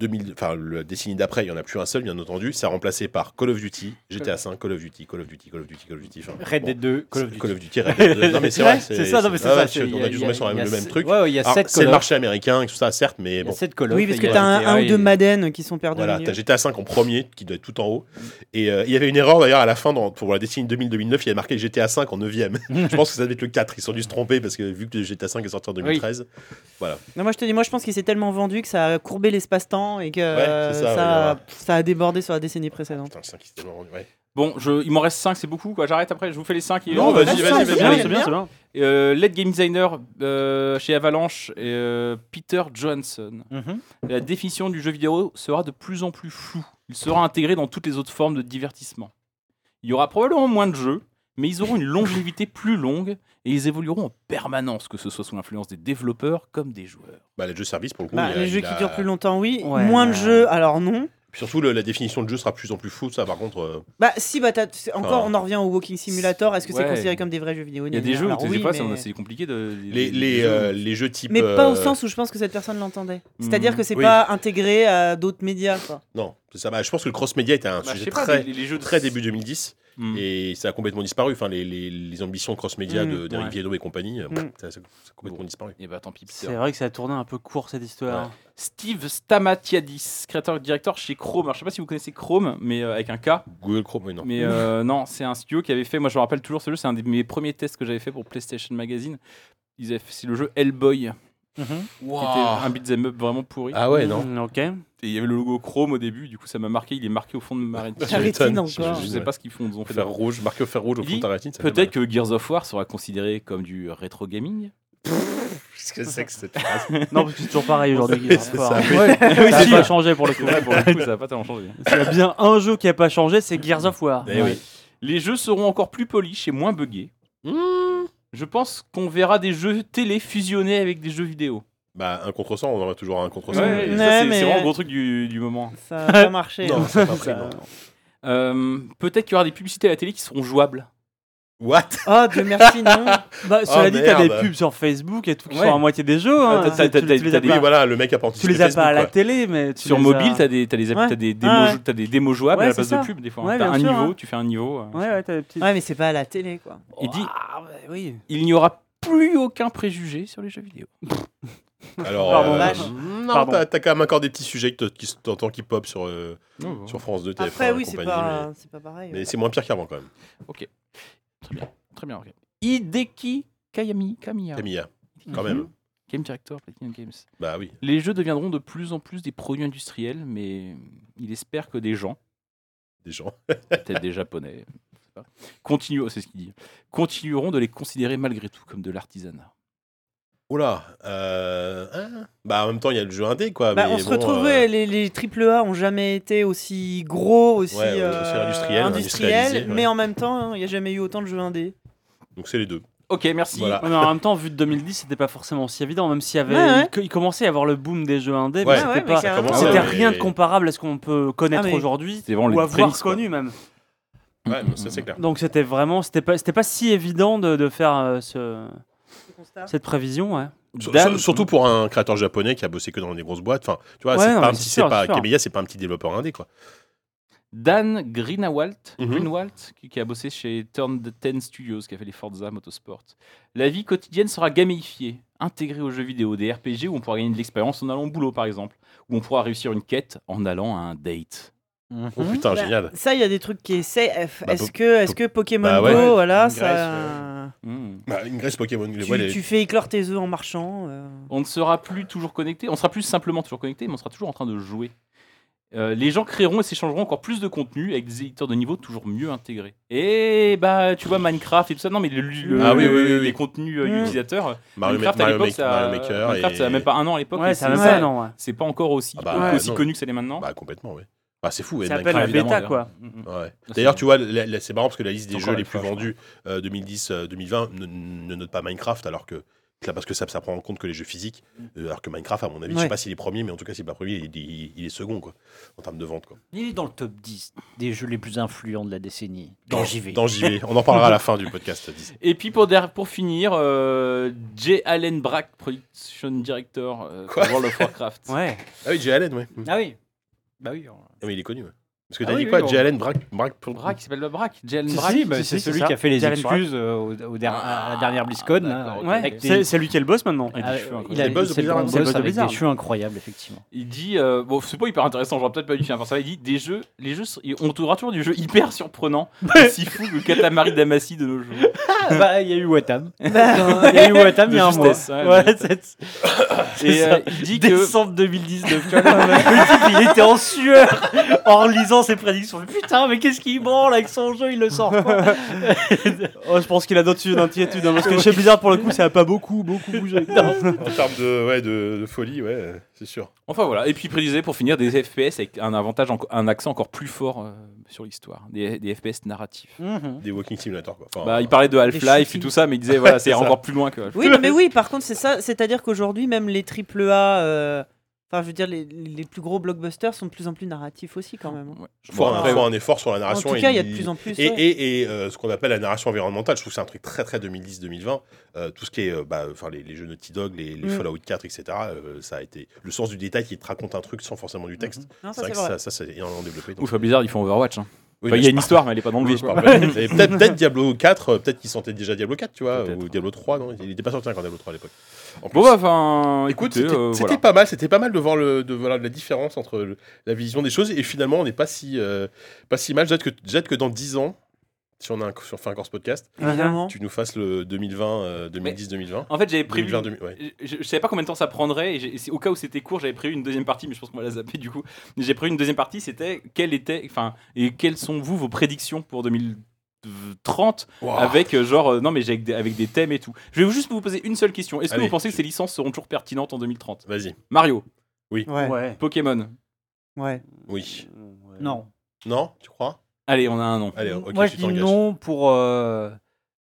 2000, enfin, la décennie d'après, il n'y en a plus un seul, bien entendu. C'est remplacé par Call of Duty, GTA V, Call of Duty, Call of Duty, Call of Duty, Call of Duty. enfin, Red bon, Dead 2, Call of c'est- Duty. Call of Duty, Red Dead 2. Non, mais c'est vrai. C'est ça, non, mais c'est ah ça. ouais, c'est- On il y a dû tomber sur il y le a même sept- truc. Ouais, ouais, il y a Alors, 7 C'est le marché américain et tout ça, certes, mais Il y bon. a 7 Call of Oui, parce il que y a t'as un, GTA, un il ou y deux a- Madden qui sont perdus. au Voilà, milieu. t'as GTA V en premier, qui doit être tout en haut. Et euh, il y avait une erreur d'ailleurs à la fin, dans, pour la décennie 2000-2009, il y avait marqué GTA V en 9ème. Je pense que ça devait être le 4. Ils se sont dû se tromper parce que vu que GTA V est sorti en 2013. Non, moi je te dis, moi je pense qu'il s'est tellement vendu que ça a courbé l'espace-temps et que euh, c'est ça, ça, ouais, il y en a. pff, ça a débordé sur la décennie précédente. Putain, le 5 il s'est tellement rendu. Ouais. Bon, je- il m'en reste 5, c'est beaucoup, quoi. J'arrête après, je vous fais les 5. Non, vas-y, vas-y, vas-y, bah, vas-y. C'est bien, c'est bien, c'est bien. Euh, Lead Game Designer euh, chez Avalanche, et, euh, Peter Johnson. Mhm. La définition du jeu vidéo sera de plus en plus floue. il sera intégré dans toutes les autres formes de divertissement. Il y aura probablement moins de jeux, mais ils auront une longévité plus longue et ils évolueront en permanence, que ce soit sous l'influence des développeurs comme des joueurs. Bah, les jeux services pour le coup. il Bah, y a- les il jeux qui a- durent plus longtemps, oui. Ouais. Moins de jeux, alors non. Surtout, le- la définition de jeu sera de plus en plus floue, ça, par contre. euh, Bah si, bah, t'as- c'est- encore, Ah. on en revient au Walking Simulator. Est-ce que c'est Ouais. considéré comme des vrais jeux vidéo Il y a des jeux où Alors tu sais oui, pas, mais- c'est- c'est compliqué de. les, des- les, des jeux. euh, les jeux type. Mais pas au euh, Mm, sens où je pense que cette personne l'entendait. Hmm. C'est-à-dire que c'est Oui. pas intégré à d'autres médias. Quoi. Non, c'est ça. Bah, je pense que le cross-média était un Bah, je sujet sais pas, très, les- les jeux de- très début 2010 Mm. et ça a complètement disparu. Enfin, les, les, les ambitions cross-média Mm. de Derek Ouais. Viedo et compagnie, euh, Mm. ça, ça- ça a complètement disparu. Eh bah tant pis. C'est vrai que ça a tourné un peu court cette histoire. Ouais. Steve Stamatiadis, créateur directeur chez Chrome. Alors, je sais pas si vous connaissez Chrome, mais euh, avec un K. Google Chrome, oui, non. Mais euh, non, c'est un studio qui avait fait. Moi, je me rappelle toujours ce jeu. C'est un des mes premiers tests que j'avais fait pour PlayStation Magazine. Ils avaient fait- c'est le jeu Hellboy, qui était un beat'em up vraiment pourri. Ah ouais, non. Mm, Mm-hmm. Ok. Et il y avait le logo Chrome au début. Du coup, ça m'a marqué. Il est marqué au fond de ma rétine. La rétine m'étonne. encore. Je sais pas ce qu'ils font. Ils ont fait Fer rouge, marqueur fer rouge au fond de ta rétine. ça fait Peut-être que Gears of War sera considéré comme du rétro gaming. mal. Qu'est-ce que c'est que cette phrase Non, parce que c'est toujours pareil aujourd'hui. C'est Gears of ça. War. Ouais. Ça n'a si. pas changé pour le coup. Ouais, pour le coup, ça va pas tellement hein. changer. S'il y a bien un jeu qui a pas changé, c'est Gears of War. Eh oui. Les jeux seront encore plus polish et moins buggés. Mmh. Je pense qu'on verra des jeux télé fusionnés avec des jeux vidéo. Bah, un contre-sens, on aura toujours un Ouais, contre-sens. ça, mais- c'est Ouais, mais- c'est vraiment le gros truc du, du moment. Ça a pas marché. Non, hein. ça a pas pris, non. Euh, Peut-être qu'il y aura des publicités à la télé qui seront jouables. What Oh, Dieu merci, non. Bah, cela dit, t'as merde. des pubs sur Facebook et tout qui Ouais. sont à moitié des jeux. hein. Oh, Ah, t'as- t'as- Tu- tu les t'as as des- Oui, pas- voilà, le mec a porté Tu les as pas à la télé, mais tu Sur les mobile, as- Ah t'as des, t'as les, apps- Ouais. t'as des, démos, Ouais. jou- t'as des démos jouables Ouais, à la c'est place ça. de pub des fois. Ouais, t'as bien un sûr, niveau, hein. tu fais un niveau. euh, Ouais, ouais, t'as des petites. Ouais, mais c'est pas à la télé, quoi. Il dit Ah, ouais, oui. il n'y aura plus aucun préjugé sur les jeux vidéo. Alors, Pardon, euh, vache. non, Pardon. t'as t'as quand même encore des petits sujets que t- qui s- t'entends qui pop sur, euh, sur France 2, TF1 Après, et oui, c'est compagnie, pas, c'est pas pareil. mais- Mais ouais. c'est moins pire qu'avant, quand même. Très bien, très bien. ok. Hideki Kayami, Kamiya, Mhm. Camilla, quand même. Game Director Platinum Games. Bah oui. Les jeux deviendront de plus en plus des produits industriels, mais il espère que des gens, Des gens. peut-être des japonais, je sais pas, continuent, c'est ce qu'il dit, continueront de les considérer malgré tout comme de l'artisanat. Oula. Euh, hein bah en même temps, il y a le jeu indé, quoi. Bah, mais on se bon, retrouve, euh, ouais, les, les AAA ont jamais été aussi gros, aussi, Ouais, aussi euh, industriels, industriels, industrialisés, ouais. mais en même temps, hein, il n'y a jamais eu autant de jeux indés. Donc c'est les deux. Ok, merci. Voilà. Ouais, mais en même temps, vu de 2010, c'était pas forcément si évident, même s'il y avait, Ouais, ouais. Il, il commençait à y avoir le boom des jeux indés, Ouais. mais Ah ouais, c'était mais pas- carrément. Ça commence c'était à- rien de mais- comparable à ce qu'on peut connaître Ah, mais- aujourd'hui C'est vraiment ou les avoir prémices, quoi. connu même. Ouais, mais ça c'est clair. Donc c'était vraiment, c'était pas, c'était pas si évident de, de faire euh, ce- ce constat. cette prévision, ouais. Sur- Dan- sur- surtout pour un créateur japonais qui a bossé que dans des grosses boîtes. Enfin, tu vois, Ouais, c'est non, pas, un mais petit- c'est c'est sûr, pas c'est sûr. Camilla, c'est pas un petit développeur indé, quoi. Dan Greenawalt, Mhm. Greenwalt, qui, qui a bossé chez Turn the Ten Studios, qui a fait les Forza Motorsport. La vie quotidienne sera gamifiée, intégrée aux jeux vidéo, des RPG où on pourra gagner de l'expérience en allant au boulot, par exemple, où on pourra réussir une quête en allant à un date. Oh putain, Bah, génial. Ça, il y a des trucs qui essaient. F- Bah, Est-ce po- que, est que Pokémon bah Go, ouais. voilà, Une ça. Grèce, Hmm. Bah, une Grèce Pokémon. les- Tu, ouais, les- tu fais éclore tes œufs en marchant. euh. On ne sera plus toujours connecté, on sera plus simplement toujours connecté, mais on sera toujours en train de jouer. Euh, les gens créeront et s'échangeront encore plus de contenu avec des éditeurs de niveau toujours mieux intégrés. Et bah, tu vois, Minecraft et tout ça, non, mais le, le- Ah oui, oui, oui, Hmm. les oui. contenus euh, Mm. utilisateurs. Mario, Minecraft, à Mario l'époque, Make- ça, Mario Maker. Minecraft, et- ça a même pas un an à l'époque. Ouais, et ça c'est- a même ça. pas non, ouais. C'est pas encore aussi, Ah bah, aussi non. connu que ça l'est maintenant. Bah complètement, oui. Bah c'est fou. Ça et s'appelle Minecraft, la évidemment. bêta, quoi. Mm, mm. Ouais. c'est D'ailleurs, bon. tu vois, la- la- c'est marrant parce que la liste des C'est jeux encore les la plus fin, je vendus euh, 2010-2020 ne, ne note pas Minecraft, alors que là, parce que ça, ça prend en compte que les jeux physiques, euh, alors que Minecraft, à mon avis, je sais Ouais. pas s'il est premier, mais en tout cas, s'il n'est pas premier, il, il- il est second quoi, en termes de vente. Quoi. Il est dans le top 10 des jeux les plus influents de la décennie. Dans JV. Dans JV. On en parlera à la fin du podcast. Disney. Et puis pour, der- pour finir, euh, J. Allen Brack, production director euh, pour Quoi World of Warcraft. Ouais. Ah oui, J. Allen, ouais. Ah oui. Bah oui. on- Ah oui, il est connu. Ouais. Parce que Ah t'as oui, dit oui, quoi on- J. Allen, Brack, Brack, Brack, il s'appelle pas Brack. J. Allen Si, Brack. si, bah, si, c'est si, celui c'est qui ça. a fait les Jalen excuses euh, au, au der- à la dernière BlizzCon. là, d'accord, ok. avec Ouais, des- c'est, c'est lui qui est le boss maintenant. avec- des cheveux incroyables. il a C'est le boss de c'est le Blizzard, boss c'est le boss de avec Blizzard. des cheveux incroyables, effectivement. Il dit, euh, bon, c'est pas hyper intéressant, j'aurais peut-être pas dû faire ça. Il dit des jeux, les jeux, sont- on trouvera toujours du jeu hyper surprenant, aussi fou que le Katamari Damacy de nos jours. bah, il y a eu Watam. Il y a eu Watam il y a De un mois. justesse, ouais, Ouais, c'est- Et ça. euh, il dit que Décembre 2019. tu vois, le type, il était en sueur en lisant faisant ses prédictions. Putain, mais qu'est-ce qu'il branle avec son jeu Il le sort pas. Oh, je pense qu'il a d'autres sujets d'inquiétude. hein, parce que chez Blizzard, pour le coup, ça a pas beaucoup, beaucoup bougé. En termes de, ouais, de, de folie, ouais, euh, c'est sûr. Enfin voilà, et puis il prédisait pour finir des FPS avec un avantage, enco- un accent encore plus fort euh, sur l'histoire, des, des FPS narratifs. Mhm. Des Walking Simulator, quoi. Enfin, Bah, il parlait de Half-Life et shootings. tout ça, mais il disait voilà, c'est C'est ça. encore plus loin que. Oui, non, mais oui, par contre, c'est ça. C'est-à-dire qu'aujourd'hui, même les triple A, euh, enfin, je veux dire, les, les plus gros blockbusters sont de plus en plus narratifs aussi, quand même. hein. Ouais. faut, un, après, faut un effort sur la En narration. tout et cas, il y a de plus en plus. Et, ouais. et- et, euh, ce qu'on appelle la narration environnementale, je trouve que c'est un truc très très 2010-2020. Euh, tout ce qui est euh, bah, enfin, les, les jeux Naughty Dog, les, les Mm. Fallout 4, etc. euh, ça a été le sens du détail qui te raconte un truc sans forcément du texte. Non, C'est Mm-hmm. ça, vrai c'est que ça, vrai. ça c'est énormément développé. donc- Ouf, à Blizzard, ils font Overwatch. hein. Oui, Enfin, mais il y je a une parle- histoire, mais elle est pas dans le Oui, je jeu. parle pas. Et Peut-être peut-être Diablo 4, euh, peut-être qu'ils sentaient déjà Diablo 4, tu vois, Peut-être. ou Diablo 3, non, il n'était pas sorti encore Diablo 3 à l'époque. En plus, Bon bah, enfin, Écoute, écoutez, c'était euh, c'était voilà. pas mal, c'était pas mal de voir le, de, voilà, la différence entre le- la vision des choses et finalement on n'est pas si euh, pas si mal. J'ai hâte que, j'ai hâte que dans 10 ans, si on a un, si on fait encore ce podcast, Évidemment. tu nous fasses le 2020, euh, 2010, 2020. En fait, j'avais prévu. 2020, 2000, ouais. Je, je savais pas combien de temps ça prendrait. Et j'ai- et c'est- au cas où c'était court, j'avais prévu une deuxième partie, mais je pense qu'on va la zapper du coup. Mais J'ai prévu une deuxième partie. C'était quelle était, enfin, et quelles sont vous vos prédictions pour 2030 Ah, avec euh, genre euh, non mais j'ai avec des, avec des thèmes et tout. Je vais juste vous poser une seule question. Est-ce que Allez. vous pensez que ces licences seront toujours pertinentes en 2030 Vas-y. Mario, Ouais. Ouais. Pokémon. ouais. Oui. Non. Non, tu crois Allez, on a un nom. Allez, ok, Moi, je tu dis t'engages. non pour. euh,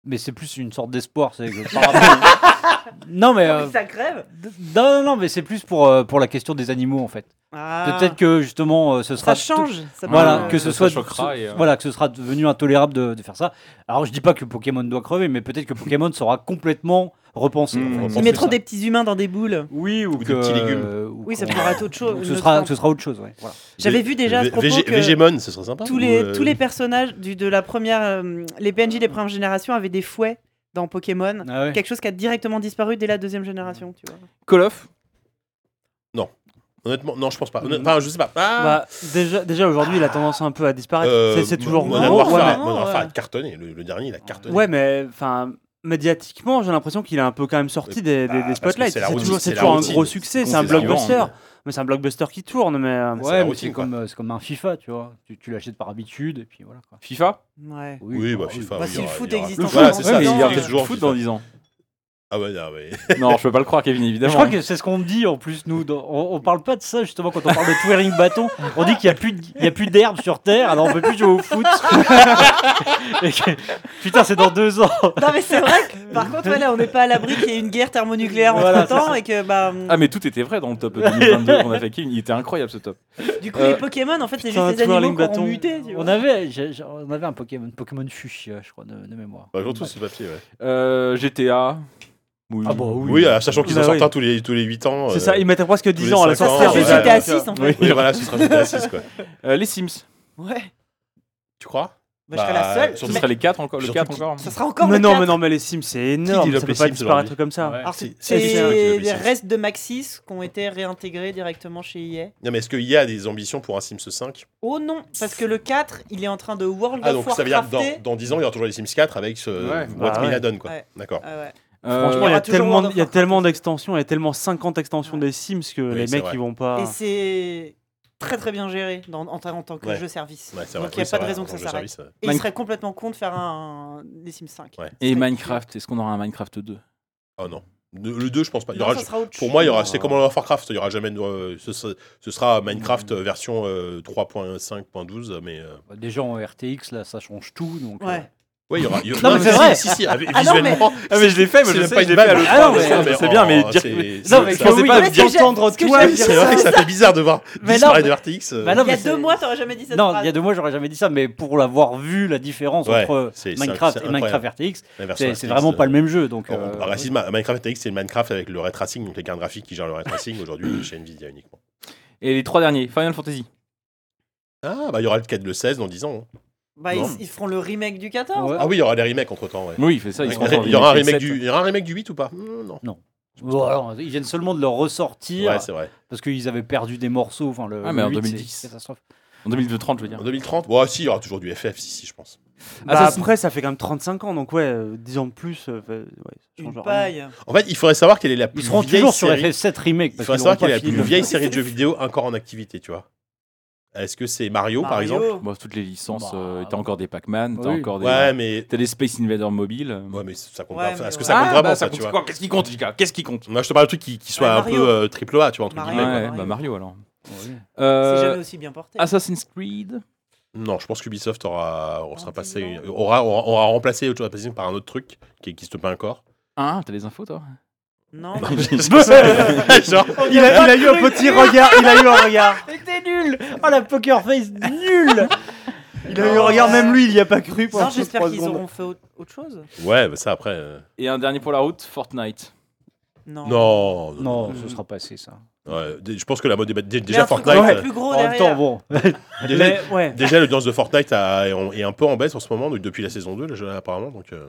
Mais c'est plus une sorte d'espoir. c'est que par rapport- non, mais. euh, Ah Ça crève d- Non, non, mais c'est plus pour, euh, pour la question des animaux en fait. Peut-être que justement euh, ce Ah, ça sera. change. ça Voilà, peut- que Ça, ce ça soit. choquera et, euh, Voilà, que ce sera devenu intolérable de, de faire ça. Alors je dis pas que Pokémon doit crever, mais peut-être que Pokémon sera complètement repensé. Mmh, en hein. fait. Ils Ils c'est mettront ça. des petits humains dans des boules. Oui, ou, des que, petits légumes. euh, ou Oui, ça qu'on- pourra être autre chose. Ce une sera, autre ce forme. sera autre chose, ouais. Voilà. J'avais vu déjà à ce Vé- propos Végé- que- Végémon, ce serait sympa. Tous ou, les, euh, tous les personnages du, de la première. euh, les PNJ des premières générations avaient des fouets dans Pokémon. Ah ouais. Quelque chose qui a directement disparu dès la deuxième génération, tu vois. Call of. Honnêtement, non, je pense pas. Honnêt- Enfin, je sais pas. Ah Bah, déjà, déjà aujourd'hui, il a tendance un peu à disparaître. Euh, C'est- c'est toujours Modern gros, Warfare, ouais, mais- Modern ouais. Warfare a cartonné. Le, le dernier, il a cartonné. Ouais, mais enfin, médiatiquement, j'ai l'impression qu'il a un peu quand même sorti des, des- Bah, des parce que spotlights. c'est C'est la routine, toujours, c'est c'est la toujours un routine. gros succès, c'est un Considérant, blockbuster. Mais c'est un blockbuster qui tourne, mais. euh, Ah, c'est la Ouais, mais routine, c'est quoi. comme, euh, c'est comme un FIFA, tu vois. Tu, tu l'achètes par habitude, et puis voilà. Quoi. FIFA. Ouais. Oui, bah FIFA. Bah, oui, si il y le aura- foot il y aura- existe encore, Voilà, c'est ouais, ça. mais il il y y a a du toujours toujours foot FIFA. dans 10 ans. Ah ouais, non, mais. Non, je peux pas le croire, Kevin, Mais évidemment. Je crois que hein. c'est ce qu'on dit en plus, nous. dans- On, on parle pas de ça justement quand on parle de twirling bâton. On dit qu'il n'y a plus de- il y a plus d'herbe sur terre, alors on peut plus jouer au foot. Et que- putain, c'est dans deux ans. Non, mais c'est vrai que, par contre, voilà, on n'est pas à l'abri qu'il y ait une guerre thermonucléaire Voilà, entre temps et que, bah, Ah mais tout était vrai dans le top 2022 qu'on a fait Kevin, il était incroyable ce top. du coup, euh, les Pokémon, en fait, c'est putain, juste des twirling animaux qui bâton. ont muté, tu vois. On avait, j'ai- j'ai- on avait un Pokémon, Pokémon Fuchsia, je crois, de, de mémoire. Bah, j'en trouve ce papier, ouais. Euh, GTA. Oui. Ah bah oui. Oui, euh, sachant qu'ils en Bah sortent oui. un tous les, tous les 8 ans. C'est euh, ça, il mettait presque 10 ans à la cinq ans, sortir. C'est Ouais, juste GTA ouais. 6, en Oui, fait. voilà, ce sera GTA 6, quoi. Euh, les Sims. Ouais. Tu crois Bah, je serais la seule. Ce surtout- Mais- serait les 4 encore, le Surtout 4 qui- encore. Ça sera encore mais le non, quatre. mais non, mais les Sims, c'est énorme. développe Ça les peut pas Sims disparaître aujourd'hui comme ça. Alors, c'est C'est- c'est difficile, c'est hein, les le PC. restes de Maxis qui ont été réintégrés directement chez EA. Non, mais est-ce qu'il y a des ambitions pour un Sims 5 Oh non, parce que le 4, il est en train de World Ah, of donc ça veut dire Warcraft. dans, dans 10 ans, il y aura toujours les Sims 4 avec ce. Ouais, What bah me la ouais. donne, quoi. Ouais. D'accord. Ah ouais. Euh, Franchement, il y aura a toujours tellement, World of il y a Warcraft. tellement d'extensions, il y a tellement 50 extensions Ouais. des Sims que Oui, les c'est mecs, vrai. ils vont pas. Et c'est très très bien géré dans- en, en tant que Ouais. jeu service. Ouais, c'est vrai. donc il n'y a Oui, c'est pas de vrai, raison en que tant ça jeu s'arrête. service, ouais. Et Minec- il serait complètement con de faire un des Sims 5. Ouais. Et Minecraft, est-ce qu'on aura un Minecraft 2 Oh non. Le le 2, je pense pas. Il y Non, aura- ça sera autre Pour chose. moi, il y aura. C'est comme World of Warcraft. Il y aura jamais. de- euh, ce, sera, ce sera Minecraft euh, version euh, 3.5.12, mais. euh, Bah, Déjà en RTX, là, ça change tout. Donc, euh, Ouais. Ouais, il y aura. il y aura- Non, mais c'est si, vrai. Si, si, avec- Ah non, mais- visuellement. Ah mais je l'ai fait, C'est même sais, pas je une l'ai balle fait à à l'autre. Ah non, mais- je sais bien, mais oh, dire- c'est- Non, c'est- mais que c'est oui, pas mais bien que j'ai- entendre ce toi, que j'ai- dire C'est vrai que ça fait bizarre de voir Mais Disparait non, de RTX. euh, mais non, Il y a c'est- deux mois, t'aurais jamais dit cette Non, il phrase. y a deux mois, j'aurais jamais dit ça, mais pour l'avoir vu la différence Ouais, entre c'est- c'est Minecraft inc- et c'est Minecraft RTX, la version c'est c'est RTX, vraiment pas euh, le même jeu. Donc, on- on euh, parle racisme. Minecraft RTX, c'est le Minecraft avec le ray tracing, donc les cartes graphiques qui gèrent le ray tracing aujourd'hui chez Nvidia uniquement. Et les trois derniers, Final Fantasy. Ah, bah il y aura le 4 le 16 dans 10 ans. hein. Bah, Non. ils, ils feront le remake du 14. Ouais. Ah oui, il y aura des remakes entre temps. Oui, il fait ça, ils sont Il y aura un remake du- il y aura un remake du 8 ou pas Hmm, Non. Bon, alors, ils viennent seulement de le ressortir Ouais, c'est vrai. parce qu'ils avaient perdu des morceaux. Enfin, le, Ah, mais le en 8, c'est 2010. une catastrophe. En 2030, je veux dire. En 2030 Ouais, si, il y aura toujours du FF, si, si, je pense. Bah, Ah, ça, c'est- après, ça fait quand même 35 ans, donc ouais, euh, 10 ans de plus, euh, fait- ouais, ça change Une rien. paille. En fait, il faudrait savoir quelle est la plus Ils seront vieille toujours sur série. FF7 Remake. Il parce faudrait qu'ils savoir n'auront quelle est pas la fini plus le- vieille série de jeux vidéo encore en activité, tu vois. Est-ce que c'est Mario, Ah, par Mario. exemple Bon, toutes les licences, Bah, euh, t'as encore des Pac-Man, t'as oui. encore des. Ouais, mais T'as des Space Invaders mobiles. ouais, mais ça compte. Ouais, pas. mais Est-ce que ouais. ça compte Ah, vraiment bah, ça, tu compte vois quoi Qu'est-ce qui compte, Lucas Qu'est-ce qui compte Moi, je te parle de truc qui, qui soit Ouais, un Mario. peu euh, triple A, tu vois, entre Mario. guillemets. Ouais, Mario. bah Mario alors. Oui. Euh, C'est jamais aussi bien porté. Assassin's Creed. Non, je pense qu'Ubisoft aura, on sera Non, passé, c'est aura, aura, aura remplacé Autour Passing par un autre truc qui n'existe pas encore. Ah, t'as des infos toi non. Genre, il a, eu un petit Oh, regard, il a eu un regard. Mais t'es nul Oh la poker face nulle Il a eu un regard, même lui, il n'y a pas cru pendant Non, j'espère trois qu'ils secondes. auront fait au- autre chose. Ouais, bah ça après. euh, Et un dernier pour la route, Fortnite. Non. Non, non. Non, Mm. ce sera pas assez ça. Ouais, dé- je pense que la mode est dé- Mais déjà un truc Fortnite. encore euh, plus gros en même temps, derrière. bon. déjà, Mais, ouais. déjà, l'audience de Fortnite a- est, en- est un peu en baisse en ce moment donc, depuis la saison 2 là, je- apparemment. Donc euh,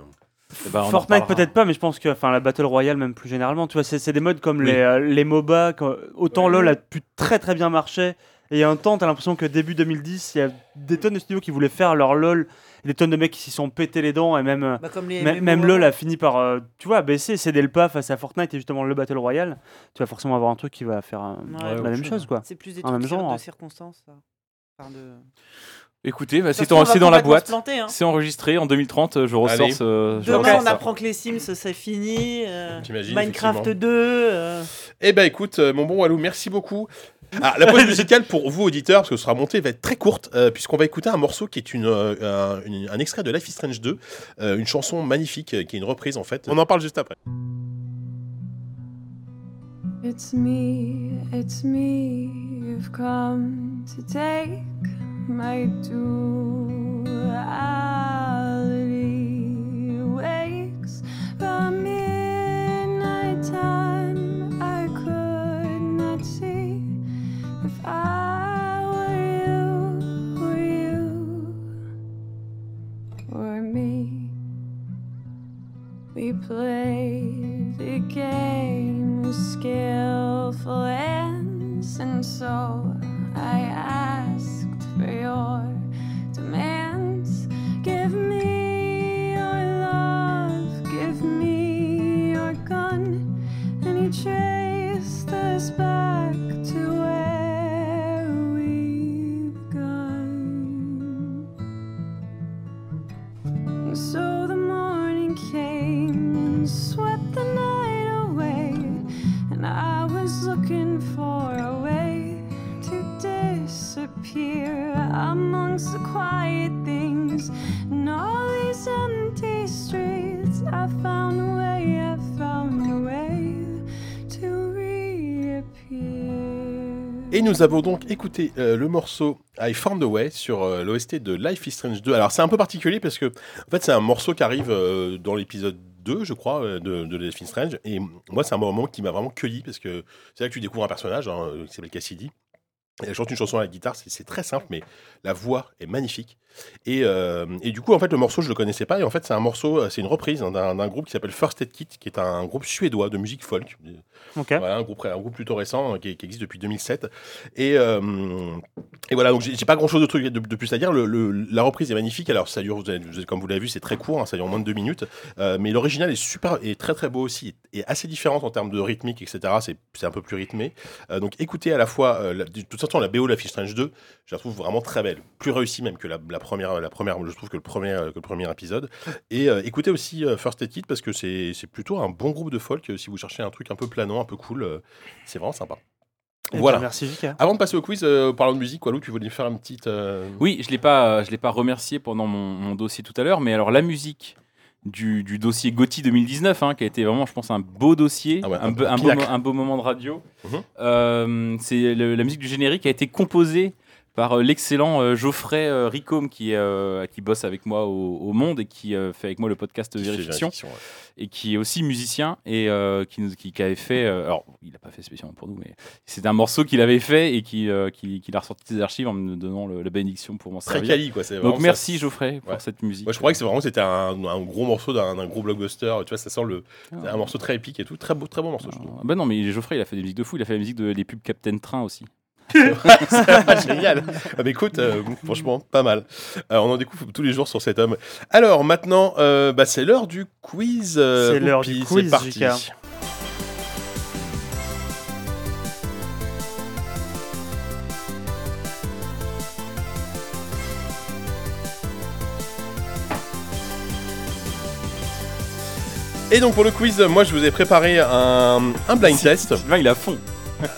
Eh ben, on en Fortnite reparlera. peut-être pas, mais je pense que enfin la Battle Royale même plus généralement, tu vois, c'est c'est des modes comme Oui. les, euh, les MOBA, quand- autant Ouais. LoL a pu très très bien marcher. Et il y a un temps, t'as l'impression que début 2010, il y a des tonnes de studios qui voulaient faire leur LoL, des tonnes de mecs qui s'y sont pété les dents, et même, euh, Bah, comme les mê- MMO. même LoL a fini par, euh, tu vois, baisser, céder le pas face à Fortnite et justement le Battle Royale. Tu vas forcément avoir un truc qui va faire euh, Ouais, la autre même chose. chose, quoi. C'est plus des En trucs même cir- genre. de circonstances. ça. Enfin, de... Écoutez, bah, Ça se c'est trouve, en- on va c'est dans la complètement se boîte. planter, hein. C'est enregistré en 2030. euh, Je ressors Allez. ce. je Demain, ressors on ça. apprend que les Sims, c'est fini. euh, T'imagines, Minecraft effectivement. 2. euh, Eh ben écoute, euh, mon bon Walou, merci beaucoup. Ah, la pause musicale pour vous auditeurs, parce que ce sera monté, va être très courte, euh, puisqu'on va écouter un morceau qui est une, euh, un, une- un extrait de Life is Strange 2, euh, une chanson magnifique, euh, qui est une reprise en fait. On en parle juste après. It's me, it's me, you've come to take my duality. Wakes by midnight time, I could not see if I were you, were you, or me. We played the game with skillful ends, and so I asked for your demands. Give me your love, give me your gun, and you traced us back to where we begun. And So the morning came and swept the night away, and I was looking for a way to disappear amongst the quiet things and all these empty streets. I found a way, I found a way to reappear. Et nous avons donc écouté euh, le morceau I Found the Way sur euh, l'OST de Life is Strange 2. Alors c'est un peu particulier parce que en fait c'est un morceau qui arrive euh, dans l'épisode 2, je crois, euh, de, de Life is Strange. Et moi c'est un moment qui m'a vraiment cueilli parce que c'est là que tu découvres un personnage hein, euh, qui s'appelle Cassidy. Elle chante une chanson à la guitare, c'est- c'est très simple, mais la voix est magnifique. Et, euh, et du coup, en fait, le morceau, je le connaissais pas. Et en fait, c'est un morceau, euh, c'est une reprise hein, d'un d'un groupe qui s'appelle First Aid Kit, qui est un groupe suédois de musique folk. Ok. Voilà, un groupe, un groupe plutôt récent euh, qui, qui existe depuis 2007. Et, euh, et voilà, donc j'ai j'ai pas grand chose de, truc, de, de plus à dire. Le- le- la reprise est magnifique. Alors, ça dure, vous avez- vous avez- comme vous l'avez vu, c'est très court, hein, ça dure moins de deux minutes. Euh, mais l'original est super, est très très beau aussi, et assez différent en termes de rythmique, etc. C'est- C'est un peu plus rythmé. Euh, donc écoutez à la fois, euh, la- de toute façon, la BO, la Fish Strange 2, je la trouve vraiment très belle. Plus réussie même que la, la première, la première, je trouve que le premier, euh, que le premier épisode. Et euh, écoutez aussi euh, First Aid Kit parce que c'est c'est plutôt un bon groupe de folk. euh, si vous cherchez un truc un peu planant, un peu cool, euh, c'est vraiment sympa. Et Voilà. puis, Merci, Vika. Avant de passer au quiz, euh, parlant de musique, Walou, tu voulais faire une petite. euh, Oui, je l'ai pas, euh, je l'ai pas remercié pendant mon, mon dossier tout à l'heure, mais alors la musique du, du dossier Gauthier 2019, hein, qui a été vraiment, je pense, un beau dossier, Ah ouais, un, Mmh. un be- un beau, pinacle. mo- un beau moment de radio. Mhm. Euh, c'est le- la musique du générique a été composée par euh, l'excellent euh, Geoffrey euh, Ricôme qui, euh, qui bosse avec moi au, au Monde et qui euh, fait avec moi le podcast petite Vérification vérification, ouais. et qui est aussi musicien et euh, qui, nous- qui, qui avait fait. euh, alors, il n'a pas fait spécialement pour nous, mais c'est un morceau qu'il avait fait et qui, euh, qui, qu'il a ressorti des archives en me donnant le- la bénédiction pour m'en Très servir. quali, quoi. c'est vraiment Donc ça. merci Geoffrey pour Ouais. cette musique. Moi, je croyais que c'est vraiment c'était un, un gros morceau d'un d'un gros blockbuster. Tu vois, ça sent le Ah. un morceau très épique et tout, très beau, très bon morceau. je trouve. Ah, bah non, mais Geoffrey, il a fait des musiques de fou. Il a fait la musique de, des pubs Captain Train aussi. Ah, Génial. Ah, mais écoute, euh, franchement, pas mal. Euh, on en découvre tous les jours sur cet homme. Alors maintenant, euh, bah, c'est l'heure du quiz. euh, C'est l'heure du Oupi, quiz, C'est parti. Jika. Et donc pour le quiz, moi je vous ai préparé un, un blind test. Sylvain, il a fond.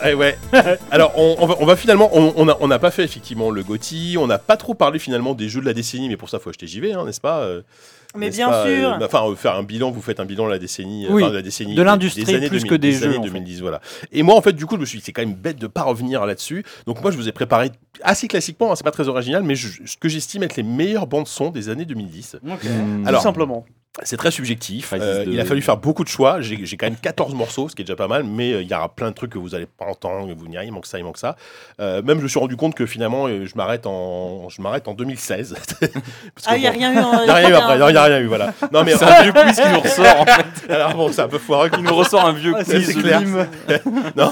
Eh ouais. Alors, on, on va, on va finalement, on on a- on n'a pas fait effectivement le GOTY, on n'a pas trop parlé finalement des jeux de la décennie, mais pour ça, faut acheter JV, hein, n'est-ce pas euh, Mais n'est-ce bien pas, euh, sûr. bah, Enfin, euh, faire un bilan, vous faites un bilan de la décennie, euh, Oui, enfin, de la décennie, de l'industrie des années plus que des des jeux, années en fait. 2010, voilà. Et moi, en fait, du coup, je me suis dit, c'est quand même bête de pas revenir là-dessus. Donc moi, je vous ai préparé assez classiquement, hein, c'est pas très original, mais je- ce que j'estime être les meilleures bandes son des années 2010. Tout Alors, simplement. C'est très subjectif. Crisis Euh, de- Il a fallu faire beaucoup de choix. J'ai j'ai quand même 14 morceaux, ce qui est déjà pas mal, mais euh, il y aura plein de trucs que vous n'allez pas entendre. que Vous n'y il manque ça, il manque ça. Euh, même je me suis rendu compte que finalement, euh, je m'arrête en, je m'arrête en 2016. Parce que Ah, il n'y a bon, rien eu. en- il y a rien eu après. Non, Il n'y a rien eu, voilà. Non, mais C'est un vieux quiz qui nous ressort. en fait. alors bon, c'est un peu foireux. Il nous ressort un vieux Ah, c'est quiz. clair. Non, mais, non,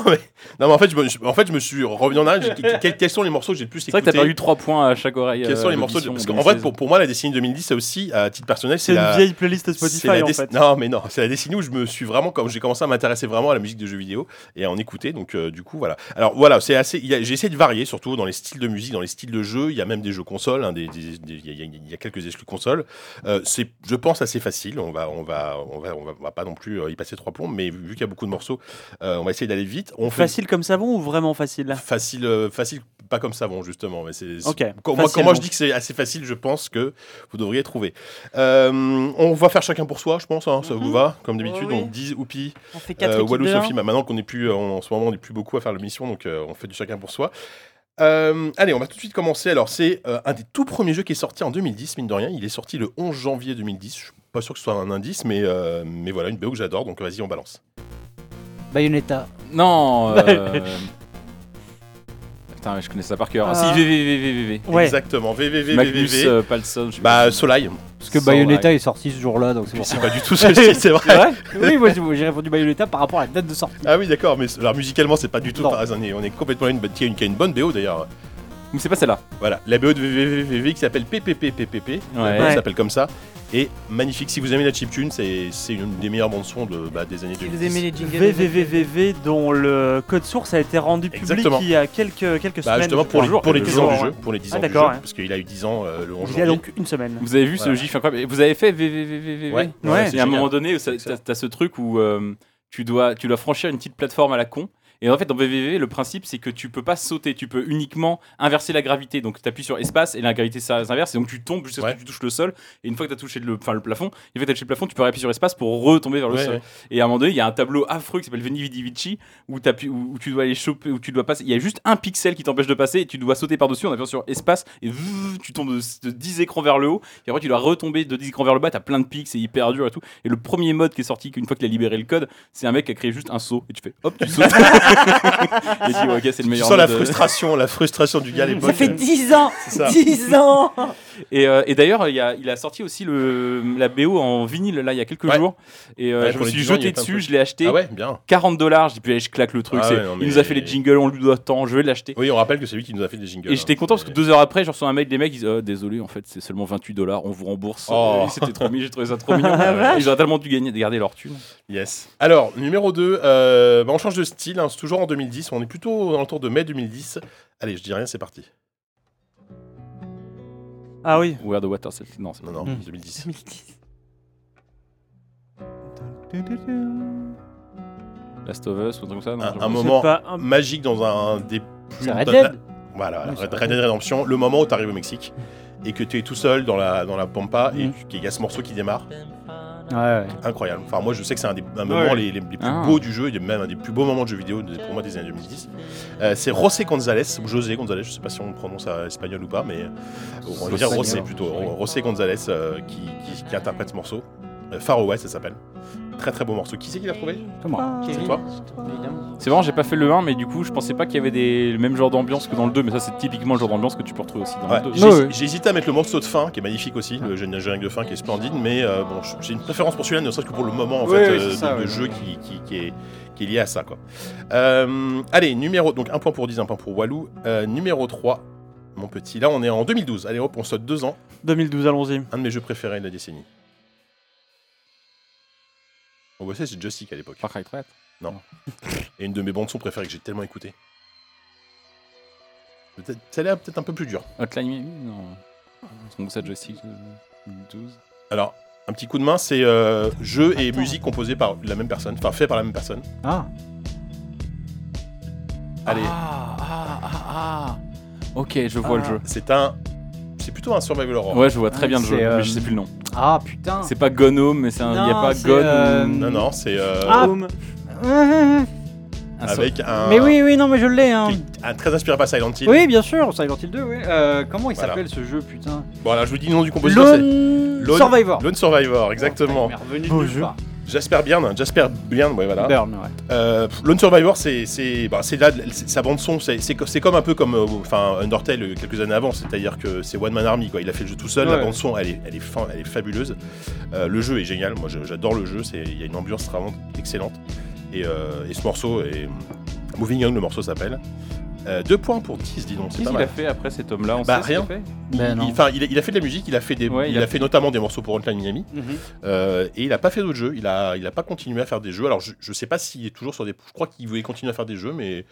mais en fait, je me, je- en fait, je me suis revenu en arrière. j'ai- que- Quels, quels sont les morceaux que j'ai le plus C'est vrai écoutés que t'as perdu 3 points à chaque oreille. Quels euh, sont les morceaux de- d'audition Parce en qu'en vrai, 2016. pour, pour moi, la décennie 2010, c'est aussi, à titre personnel, C'est c'est une la. vieille playlist C'est la Spotify en déc- fait. Non, mais non, c'est la décennie où je me suis vraiment, comme j'ai commencé à m'intéresser vraiment à la musique de jeux vidéo et à en écouter. Donc, euh, du coup, voilà. Alors, voilà, c'est assez. il y a- J'ai essayé de varier, surtout dans les styles de musique, dans les styles de jeux. Il y a même des jeux consoles. hein, des- des- des- Il y, a- il y a- il y a quelques exclus consoles. Euh, c'est, je pense, assez facile. On va, on va, on va, on va, on va pas non plus euh, y passer trois plombs, mais vu qu'il y a beaucoup de morceaux, euh, on va essayer d'aller vite. On fait Facile comme savon ou vraiment facile facile, euh, facile, pas comme savon justement. Mais c'est, c'est- Ok, quand, moi, quand facile, hein. moi, donc. je dis que c'est assez facile, je pense que vous devriez trouver. Euh, on va faire chacun pour soi, je pense. hein, ça vous va, comme d'habitude. Mhm. Oui, oui. On dit Oupi, On fait 4 euh, équipes Walou, de un. Sophie. Bah, maintenant qu'on est plus, euh, on- en ce moment, on n'est plus beaucoup à faire l'émission, donc euh, on fait du chacun pour soi. Euh, allez, on va tout de suite commencer. Alors, c'est euh, un des tout premiers jeux qui est sorti en 2010, mine de rien. Il est sorti le 11 janvier 2010. Je suis pas sûr que ce soit un indice, mais, euh, mais voilà, une BO que j'adore. Donc, vas-y, on balance. Bayonetta. Non. euh, Putain, je connais ça par cœur. Ah, Ah. Si, VVVVV. Ouais. Exactement. VVV, Magnus VVV. euh, Palsson. je sais Bah, pas. Soleil. Parce que Sans Bayonetta est sorti ce jour-là, donc c'est pour ça. C'est pas du tout ceci, c'est vrai. Oui, moi j'ai j'ai répondu Bayonetta par rapport à la date de sortie. Ah oui, d'accord, mais alors musicalement, c'est pas du tout. Non. pareil, On est, on est complètement une, bonne- qui a une, qui a une bonne BO d'ailleurs. Mais c'est pas celle-là. Voilà, la BO de VVVV qui s'appelle PPPPPP. Ouais. Elle Ouais. s'appelle comme euh, ça. Et magnifique. Si vous aimez la chiptune, c'est c'est une des meilleures bandes son de, bah, des années Si 2010. vous aimez les jingles. VVVVV dont le code source a été rendu public Exactement. il y a quelques, quelques Bah, semaines. justement pour je les, crois. pour les Le 10 ans du jour, jeu, ouais. pour les 10 Ah, ans du jeu, d'accord, ouais. parce qu'il a eu 10 ans euh, le 11 Il y janvier. a donc une semaine. Vous avez vu Voilà. ce gif incroyable Vous avez fait VVVVV Ouais, Ouais. c'est Il y a un génial. moment donné, où ça- Excellent. t'as t'as ce truc où euh, tu, dois, tu dois franchir une petite plateforme à la con. Et en fait, dans VVV, le principe, c'est que tu peux pas sauter, tu peux uniquement inverser la gravité. Donc, tu appuies sur espace et la gravité s'inverse. Et donc, tu tombes jusqu'à ce Ouais. que tu touches le sol. Et une fois que tu as touché le, enfin, le plafond, une fois que tu touché le plafond, tu peux appuyer sur espace pour retomber vers le Ouais, sol. ouais. Et à un moment donné, il y a un tableau affreux qui s'appelle Veni Vidi Vici où, t'appuies- où, où tu dois aller choper, où tu dois passer. Il y a juste un pixel qui t'empêche de passer et tu dois sauter par-dessus en appuyant sur espace et vzz, tu tombes de, de 10 écrans vers le haut. Et après, tu dois retomber de 10 écrans vers le bas. T'as plein de pics, c'est hyper dur et tout. Et le premier mode qui est sorti, qu'une fois qu'il a libéré le code, c'est un mec qui a créé juste un saut et tu fais hop, tu sautes. et tu dis, ouais, ok, c'est le Tu meilleur sens la mode. euh. frustration, la frustration du gars à Ça l'époque. Ah fait 10 ans C'est ça. 10 ans Et, euh, et d'ailleurs, il, y a- il a sorti aussi le, la BO en vinyle là il y a quelques Ouais. jours. Et euh, Ouais, je pour me les suis 10 ans, il y jeté a plein de dessus, trucs. je l'ai acheté. Ah ouais, bien. 40 dollars, j'ai pu je claque le truc. Ah c'est- ouais, non, mais- Il nous a fait les jingles, on lui doit tant, je vais l'acheter. Oui, on rappelle que c'est lui qui nous a fait des jingles. Et j'étais hein. content parce que Mais- deux heures après, je reçois un mail des mecs, ils disent Ah, Désolé, en fait, c'est seulement 28 dollars, on vous rembourse. Oh. Euh, C'était trop mignon, j'ai trouvé ça trop mignon. ils auraient tellement dû gagner, de garder leur thune. Yes. Alors, numéro 2, on change de style, hein, c'est toujours en 2010, on est plutôt dans le tour de mai 2010. Allez, je dis rien, c'est parti. Ah oui. Where the Water Celtic. Non, c'est Non, non, Hmm. 2010. 2010. Last of Us ou un truc comme ça. non, Un, je- un C'est moment pas un- magique dans un des plus. C'est Red dans- Dead Voilà, voilà, Oui, c'est Red, Red Red Dead Redemption, le moment où t'arrives au Mexique et que tu es tout seul dans la, dans la pampa et Hmm. tu- qu'il y a ce morceau qui démarre. Ouais, ouais. Incroyable. Enfin, moi, je sais que c'est un des un moments Ouais. les, les- les plus Ah. beaux du jeu et même un des plus beaux moments de jeu vidéo de- pour moi des années 2010. Euh, c'est José González, ou José González, je sais pas si on prononce euh, espagnol ou pas, mais euh, on va dire Espagnol, José plutôt. oui. José González euh, qui, qui- qui interprète ce morceau. Euh, Far Away, ça s'appelle. Très très beau morceau. Qui c'est qui l'a trouvé Comment C'est toi C'est marrant, j'ai pas fait le 1, mais du coup, je pensais pas qu'il y avait des... le même genre d'ambiance que dans le 2, mais ça, c'est typiquement le genre d'ambiance que tu peux retrouver aussi dans Ouais, le 2. j'ai- Ouais, ouais. J'ai hésité à mettre le morceau de fin qui est magnifique aussi, le jeune générique de fin qui est splendide, mais euh, bon, j- j'ai une préférence pour celui-là, ne serait-ce que pour le moment en Ouais, fait, ouais, euh, c'est ça, de, de ouais. jeu qui, qui- qui est, qui est lié à ça. Quoi. Euh, allez, numéro. Donc un point pour 10, un point pour Walou. Euh, numéro 3, mon petit. Là, on est en 2012. Allez hop, on saute deux ans. 2012, allons-y. Un de mes jeux préférés de la décennie. On voit bah, ça, c'est Joystick à l'époque. Far Cry 3. Et une de mes bandes son préférées que j'ai tellement écoutée. Peut-être- Celle-là, peut-être un peu plus dure. Hotline Miami Non. Donc ça, joystick. euh, 12. Alors, Un petit coup de main, c'est euh, jeu et Attends. musique composés par la même personne, enfin fait par la même personne. Ah, Allez, Ah, ah, ah, ah. Ok, je vois le Ah. jeu. c'est un. C'est plutôt un survival horror. Ouais, je vois très bien le C'est, jeu, euh, mais je sais plus le nom. ah putain. C'est pas Gone Home, mais c'est un. Il n'y a Non, pas c'est, Gone. euh, ou- Non, non, c'est euh, Ah, Home. Euh, Ah. un so- avec un. Mais oui, oui, non, mais je l'ai. Hein. qui- un très inspiré par Silent Hill. Oui, bien sûr, Silent Hill 2, oui. Euh, comment il Voilà. s'appelle ce jeu, putain Voilà, je vous dis le nom du compositeur. c'est Lone... Lone- Survivor. Lone Survivor, exactement. Putain, il m'est revenu Beau de nulle jeu. part. Jasper Byrne, Jasper Byrne, ouais, voilà. Burn, ouais. Euh, pff, Lone Survivor, c'est c'est bah, c'est là c'est- sa bande son, c'est c'est co- c'est comme un peu comme euh, enfin Undertale euh, quelques années avant, c'est-à-dire que c'est One Man Army quoi. Il a fait le jeu tout seul, la Ouais. bande son, elle est elle est fin, elle est fabuleuse. Euh, le jeu est génial, moi je- j'adore le jeu, c'est il y a une ambiance vraiment excellente et, euh, et ce morceau est Moving Young, le morceau s'appelle. Euh, deux points pour 10, dis donc, c'est Qu'est-ce pas qu'il a mal. fait après cet homme-là On Bah, sait ce qu'il rien. fait Il, Ben non. il- enfin, il a, il a fait de la musique, il a fait des, Ouais, il, il a, a fait notamment des morceaux pour Hotline Miami. Mhm. Euh, et il n'a pas fait d'autres jeux. Il a, il a pas continué à faire des jeux. Alors, je, je sais pas s'il est toujours sur des. Je crois qu'il voulait continuer à faire des jeux, mais.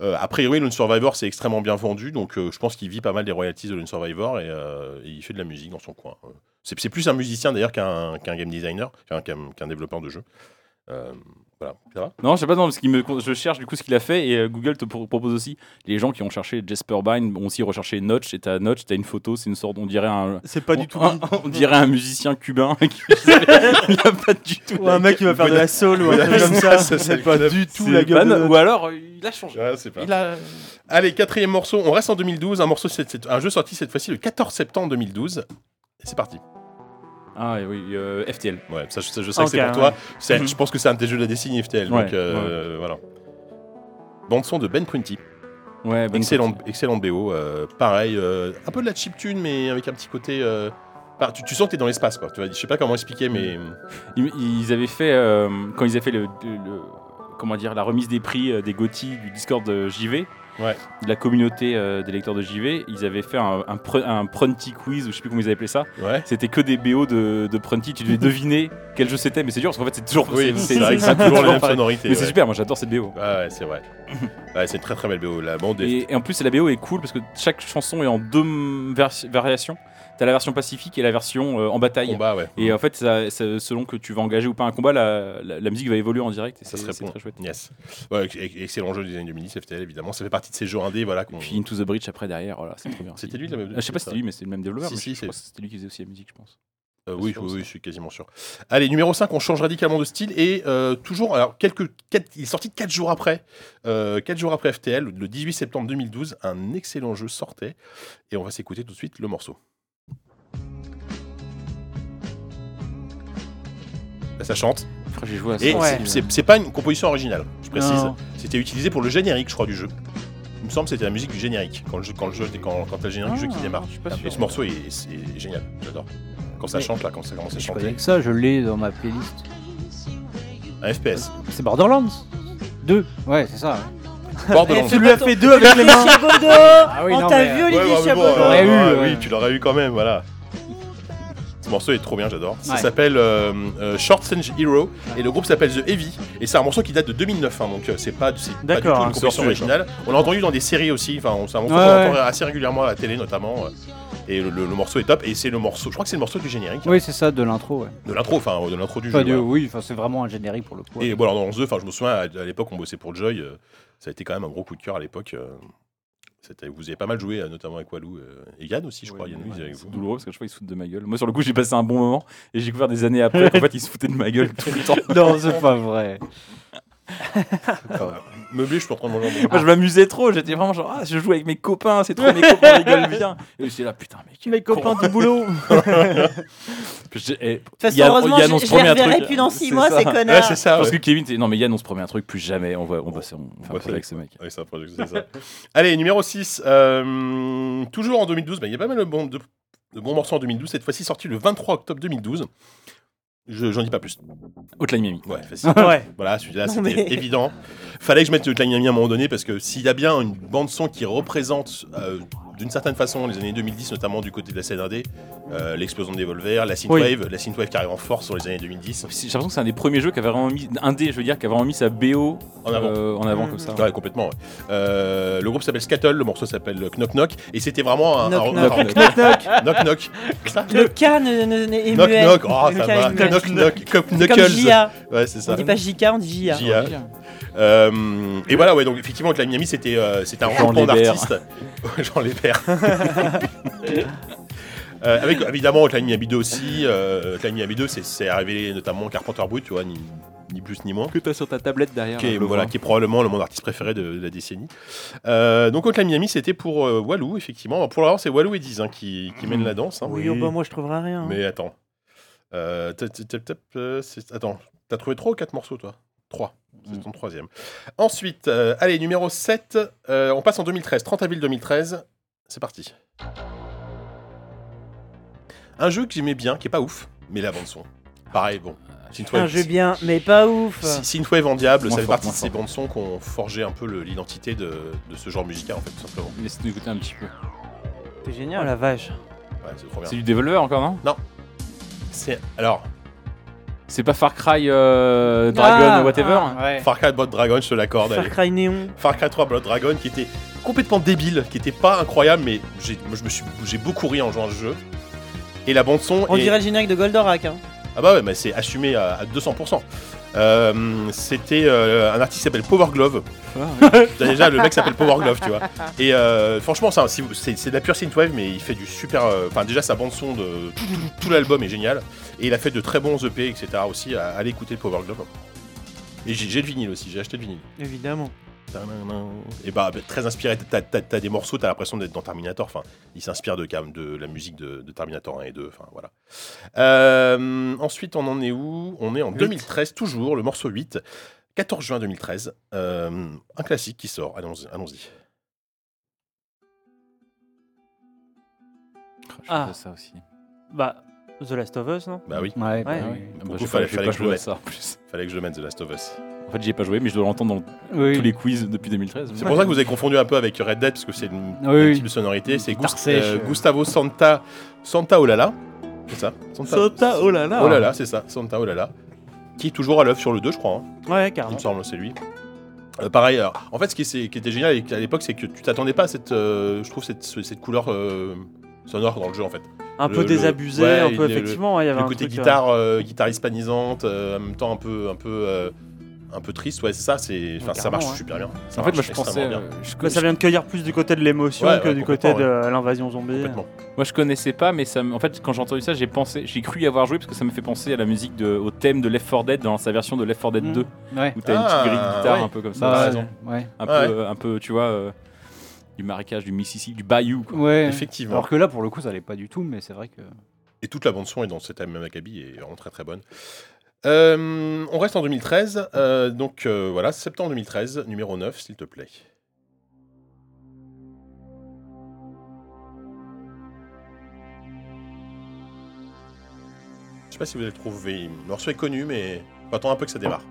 euh, a priori, Lone Survivor c'est extrêmement bien vendu, donc euh, je pense qu'il vit pas mal des royalties de Lone Survivor et, euh, et il fait de la musique dans son coin. Euh, C'est c'est plus un musicien d'ailleurs qu'un qu'un game designer, enfin, qu'un qu'un développeur de jeu. Euh, voilà, ça va Non, je sais pas, non, parce qu'il me, je cherche du coup ce qu'il a fait et euh, Google te pro- propose aussi. Les gens qui ont cherché Jasper Bind ont aussi recherché Notch et t'as Notch, t'as une photo, c'est une sorte, on dirait un. C'est pas on, du tout. un- on dirait un musicien cubain qui il a pas du tout. Ou un mec qui va faire de la soul ou un truc comme ça. C'est pas du tout C'est la gueule. ban- de- Ou alors euh, il a changé. Ouais, c'est pas- Il a... Allez, quatrième morceau, on reste en 2012, un, morceau, c'est- c'est un jeu sorti cette fois-ci le 14 septembre 2012. C'est parti. Ah et oui, euh, FTL. Ouais, ça, je, ça, je sais que c'est Ok, pour toi. ouais. C'est- Mhm. Je pense que c'est un des jeux de la décennie FTL. Ouais, donc euh, voilà. Bande son de Ben Prunty. Ouais, bonne Excellent, sortie. excellent BO. euh, pareil, euh, un peu de la chiptune, mais avec un petit côté. euh, par- tu, tu sens que t'es dans l'espace, quoi. Tu vois, je sais pas comment expliquer, mais. Mhm. Ils, ils avaient fait euh, quand ils avaient fait le, le- comment dire la remise des prix euh, des GOTY du Discord de JV. Ouais. De la communauté euh, des lecteurs de JV, ils avaient fait un, un, pre- un Prunty quiz ou je sais plus comment ils appelaient ça. Ouais. C'était que des BO de, de Prunty, tu devais deviner quel jeu c'était, mais c'est dur parce qu'en fait c'est toujours. Mhm. Oui, c'est- c'est c'est- vrai que c'est c'est toujours la même pareil. sonorité. Mais c'est ouais. super, moi j'adore cette BO. Ah ouais, c'est vrai. Ouais, c'est une très très belle BO. La bande est- Et, et en plus, la BO est cool parce que chaque chanson est en deux mm, vers- variations. T'as la version pacifique et la version euh, en bataille. combat, ouais. Et en fait, ça- ça- selon que tu vas engager ou pas un combat, la, la- la musique va évoluer en direct. Et Ça c'est- serait c'est bon. très chouette. Yes. Ouais, ex- excellent jeu des années 2010, FTL, évidemment. Ça fait partie de ces jeux indés, voilà. qu'on- Puis Into the Bridge après derrière, voilà, c'est trop bien. C'était lui, la Ah, Je sais pas si c'était lui, mais c'est le même développeur. Si, mais si, je c'est- crois que c'était lui qui faisait aussi la musique, je pense. Euh, oui, sûr, oui, ça. oui, je suis quasiment sûr. Allez, numéro 5, on change radicalement de style et euh, toujours, alors, quelques, quatre- il est sorti 4 jours après, 4 jours après FTL, le 18 septembre 2012, un excellent jeu sortait et on va s'écouter tout de suite le morceau. Là, ça chante. Après, j'ai joué à ça. Et c'est- Ouais. c'est c'est pas une composition originale, je précise. Non. C'était utilisé pour le générique, je crois, du jeu. Il me semble que c'était la musique du générique, quand le jeu, quand le jeu, quand, quand t'as le générique du jeu qui Ah, démarre. je suis pas Et sûr. ce morceau est, est génial, j'adore. Quand ça Mais- chante, là, quand ça commence à Je chanter. connais que ça, je l'ai dans ma playlist. Un FPS. C'est Borderlands 2. Ouais, c'est ça. Borderlands. Tu lui as fait deux avec les mains. Ah oui, On non, t'a mais- vu, Ouais, Olivier ouais, mais bon, Chabot euh, J'aurais eu, ouais, ouais. Oui, tu l'aurais eu quand même, voilà. Ce morceau est trop bien, j'adore. Ça Ouais. s'appelle euh, euh, Short Range Hero et le groupe s'appelle The Heavy. Et c'est un morceau qui date de 2009, hein, donc euh, c'est pas, c'est pas du tout une D'accord, hein, composition sorti, originale. On l'a entendu dans des séries aussi, enfin, on- c'est un morceau Ouais, qu'on ouais. entend assez régulièrement à la télé notamment. euh, Et le, le- le morceau est top. Et c'est le morceau, je crois que c'est le morceau du générique, Oui, c'est ça, de l'intro, ouais. de l'intro, enfin, de l'intro du jeu. Enfin, du- voilà. Oui, enfin, c'est vraiment un générique pour le coup. Et bon, alors dans The, enfin, je me souviens, à, à l'époque, on bossait pour Joy. euh, ça a été quand même un gros coup de cœur à l'époque. euh, c'était- vous avez pas mal joué, euh, notamment avec Walou euh, et Yann aussi, je crois. Yann Louise avec c'est vous. douloureux parce que je crois qu'ils se foutent de ma gueule. Moi, sur le coup, j'ai passé un bon moment et j'ai découvert des années après qu'en fait, ils se foutaient de ma gueule tout le temps. Non, c'est pas vrai. Meublé, je peux entendre mon Moi, je m'amusais trop, j'étais vraiment genre, ah, je joue avec mes copains, c'est trop mes copains, ils rigolent bien. Et j'étais là, putain, mec. Mes copains du boulot. De toute façon, heureusement, je- je les reverrai plus dans six mois, ces connards. Ouais, c'est ça. Parce ouais. que Kevin, t'es- non mais Yann, on se promet un truc, plus jamais, on va, on va, Ah on va faire un Ouais, projet avec ce mec. Oui, c'est un projet, c'est ça. Allez, numéro 6. toujours en 2012, bah, il y a pas mal de bons, de, de bons morceaux en 2012. Cette fois-ci, sorti le 23 octobre 2012. Je, j'en dis pas plus. Outline Miami. Ouais, facile. Ouais. Voilà, celui-là, Non, c'était mais- évident. Fallait que je mette le Klein Miami à un moment donné parce que s'il y a bien une bande son qui représente euh, d'une certaine façon, les années 2010, notamment du côté de la scène indé, euh, l'explosion des Devolver, la Oui. synthwave, la synthwave qui arrive en force sur les années 2010. J'ai l'impression que c'est un des premiers jeux qui a vraiment mis, un des, je veux dire, qui a vraiment mis sa BO En avant. euh, en avant comme Mhm. ça. Ouais, Hein, complètement. ouais. Euh, le groupe s'appelle Scattle, le morceau s'appelle euh, Knock Knock, et c'était vraiment un. Knock un- Knock. un- Knock knock un- knock Knock. Ça Le K ne, ne, ne, est Knock muet. Knock, oh Le ça K est va. muet. Knock Knock, comme C'est comme Knuckles. JA. Ouais, c'est On ça. dit pas JK, on dit JA. J.A. Euh, et voilà, ouais, donc effectivement, avec la Miami, c'était euh, c'était un Jean rencontre Lébert. d'artistes. Jean Lébert. Euh, avec évidemment Hotline Miami 2 aussi. Euh, Hotline Miami 2, c'est- c'est arrivé notamment Carpenter Brut, tu vois, ni, ni plus ni moins. Que t'as sur ta tablette Ah, derrière. hein, Qui est, voilà, qui est probablement le mon artiste préféré de, de la décennie. Euh, donc Hotline Miami, c'était pour euh, Walou, effectivement. Pour l'heure, c'est Walou et Diz hein, qui, qui mènent la danse. hein. Oui, oh, bah, moi je trouverai rien. hein. Mais attends. Euh, tap, tap, tap, tap, euh, c'est- attends, t'as trouvé trois ou quatre morceaux, toi Trois. Mm. C'est ton troisième. Ensuite, euh, allez, numéro 7, on passe en 2013, 30 avril 2013. C'est parti. Un jeu que j'aimais bien, qui est pas ouf, mais la bande-son. Pareil, bon. Synthwave, Un jeu bien, mais pas ouf. Sy- Synthwave en diable, Moins ça fait fort, partie de moins ces fort. bandes-sons qui ont forgé un peu le- l'identité de, de ce genre musical, en fait, tout simplement. Laisse-nous écouter un petit peu. C'est Oh génial. la vache. Ouais, c'est trop bien. C'est du Devolver encore, non C'est- Alors, C'est pas Far Cry euh, Dragon Ah, whatever Ouais. Far Cry Blood Dragon, je te l'accorde, allez. Far Cry Néon. Far Cry 3 Blood Dragon qui était complètement débile, qui était pas incroyable, mais j'ai, moi, je me suis, j'ai beaucoup ri en jouant à ce jeu. Et la bande son On est- dirait le générique de Goldorak. Hein. ah bah ouais, mais c'est assumé à, à 200%. Euh, c'était euh, un artiste qui s'appelle Power Glove. Déjà, le mec s'appelle Power Glove, tu vois. Et euh, franchement, ça, si vous- c'est, c'est de la pure synthwave, mais il fait du super. euh, Enfin, déjà, sa bande son de tout, tout- tout l'album est génial. Et il a fait de très bons E EP, etc. Aussi, à, aller écouter le Power Glove. Et j'ai, j'ai le vinyle aussi, j'ai acheté le vinyle. Évidemment. Et bah, bah, très inspiré, t'as, t'as- t'as des morceaux, t'as l'impression d'être dans Terminator. Enfin, il s'inspire de, quand même de la musique de, de Terminator 1 et 2. Enfin, voilà. Euh, ensuite, on en est où On est en 2013, toujours, le morceau 8, 14 juin 2013. Euh, un classique qui sort, allons-y. allons-y. Ah. Ah, ça aussi. Bah, The Last of Us, non Bah oui, Ouais, bah Ouais. oui. Ah bah, Beaucoup j'ai fallait- pas, j'ai fallait pas que je joué le à ça en plus. fallait que je le mène The Last of Us. En fait, j'y ai pas joué, mais je dois l'entendre dans Oui. tous les quiz depuis 2013. C'est pour ça que vous avez confondu un peu avec Red Dead, parce que c'est une, Oui, un oui. type de sonorité. C'est Guitare Gust- sèche, euh, euh. Gustavo Santa, Santa Olala. C'est ça Santa, oh là là Oh là là, c'est ça, Santa Oh là là, qui est toujours à l'œuvre sur le 2, je crois. hein. Ouais, Il me carrément. semble, c'est lui. Euh, pareil, alors, en fait, ce qui, est- qui était génial avec- à l'époque, c'est que tu t'attendais pas à cette, euh, je trouve, cette, ce- cette couleur euh, sonore dans le jeu, en fait. Un Le- peu le- désabusé, ouais, un il peu y a le- effectivement. ouais, il y avait Le un côté truc, euh, guitare, euh, guitare hispanisante, euh, en même temps un peu, un peu, euh, un peu triste, ouais, ça, c'est, enfin, ça carrément, marche ouais. super bien. Ça En fait, moi marche je pensais. extrêmement bien, euh, je bah, ça vient de cueillir plus du côté de l'émotion Ouais, que ouais, du complètement, côté de euh, l'invasion zombie. complètement. Moi je connaissais pas, mais ça me- en fait quand j'ai entendu ça, j'ai pensé, j'ai cru y avoir joué parce que ça me fait penser à la musique de, au thème de Left 4 Dead dans sa version de Left 4 Dead Mm. 2, Ouais. où t'as une Ah, petite grille de guitare ouais. un peu comme ça, Bah, un raison. ouais. peu, ouais. euh, un peu, tu vois, euh, du marécage, du Mississippi, du Bayou. Quoi. Ouais. Effectivement. Alors que là, pour le coup, ça allait pas du tout, mais c'est vrai que. Et toute la bande son est dans cet même acabit et est vraiment très très bonne. Euh, on reste en 2013, euh, donc euh, voilà, septembre 2013, numéro 9, s'il te plaît. Je sais pas si vous allez le trouver. Le morceau est connu, mais faut attendre un peu que ça démarre.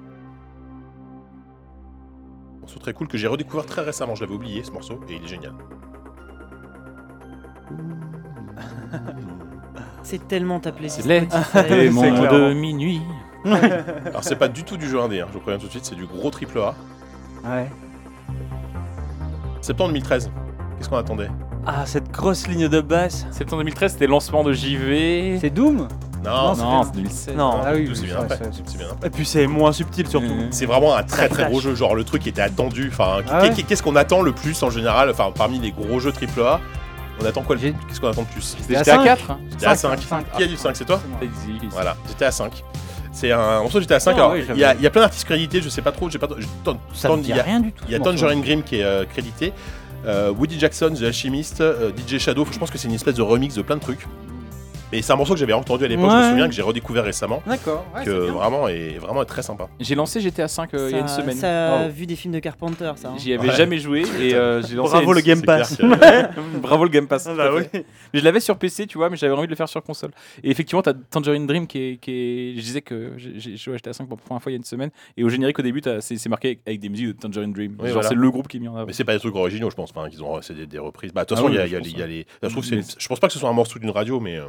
Morceau très cool que j'ai redécouvert très récemment. Je l'avais oublié ce morceau et il est génial. C'est tellement ta plaisir. Les démons C'est clair. de minuit. Alors c'est pas du tout du jeu indé, hein, je vous préviens tout de suite, c'est du gros triple A. Ouais. Septembre 2013. Qu'est-ce qu'on attendait Ah, cette grosse ligne de basse. Septembre 2013, c'était le lancement de JV. C'est Doom Non, c'est- Non, c'est 2016. Non. Mmh. Ah oui, tout, c'est oui, bien ça, après. ça, C'est bien après. Et puis c'est moins subtil surtout. Euh, C'est vraiment un très Ça très clash. gros jeu, genre le truc qui était attendu. Enfin, Ah qu'est- ouais. qu'est- qu'est-ce qu'on attend le plus en général Enfin, parmi les gros jeux AAA, on attend quoi le- J'ai- Qu'est-ce qu'on attend le plus C'était à GTA cinq. 4 hein. GTA Cinq, 5. cinq. Qui a du 5 C'est toi C'est moi. Voilà, GTA 5. C'est un morceau de GTA 5. Ah Alors, ouais, il j'avais- y, a- il y a plein d'artistes crédités, je sais pas trop. j'ai Pas... je- tant- Ça tant- me dit il y a- rien du tout. Il y a ce morceau. Tangerine Grim qui est euh, crédité, euh, Woody Jackson, The Alchemist, euh, DJ Shadow. Je pense que c'est une espèce de remix de plein de trucs. Mais c'est un morceau que j'avais entendu à l'époque, je Ouais. me souviens, que j'ai redécouvert récemment. D'accord. que vraiment est, vraiment est très sympa. J'ai lancé GTA V euh, il y a une Ça- semaine. Ça a Oh. vu des films de Carpenter, ça. hein. J'y avais Ouais. jamais joué et euh, j'ai lancé. Bravo une- le Game C'est clair Pass. que- Bravo le Game Pass. Ah tout à bah fait. oui. Mais je l'avais sur PC, tu vois, mais j'avais envie de le faire sur console. Et effectivement, t'as Tangerine Dream qui est. Qui est- Je disais que j'ai- j'ai joué à GTA 5 pour la première fois il y a une semaine. Et au générique, au début, t'as- c'est c'est marqué avec des musiques de Tangerine Dream. Oui, Genre, voilà. c'est le groupe qui est mis en avant. Mais c'est pas des trucs originaux, je pense pas. hein, qu'ils ont c'est des, des reprises. Bah, de toute Ah façon, oui, il y a, je il y a pense, les- il ouais. y a les. ça se trouve, Mais- c'est- je pense pas que ce soit un morceau d'une radio, mais. euh,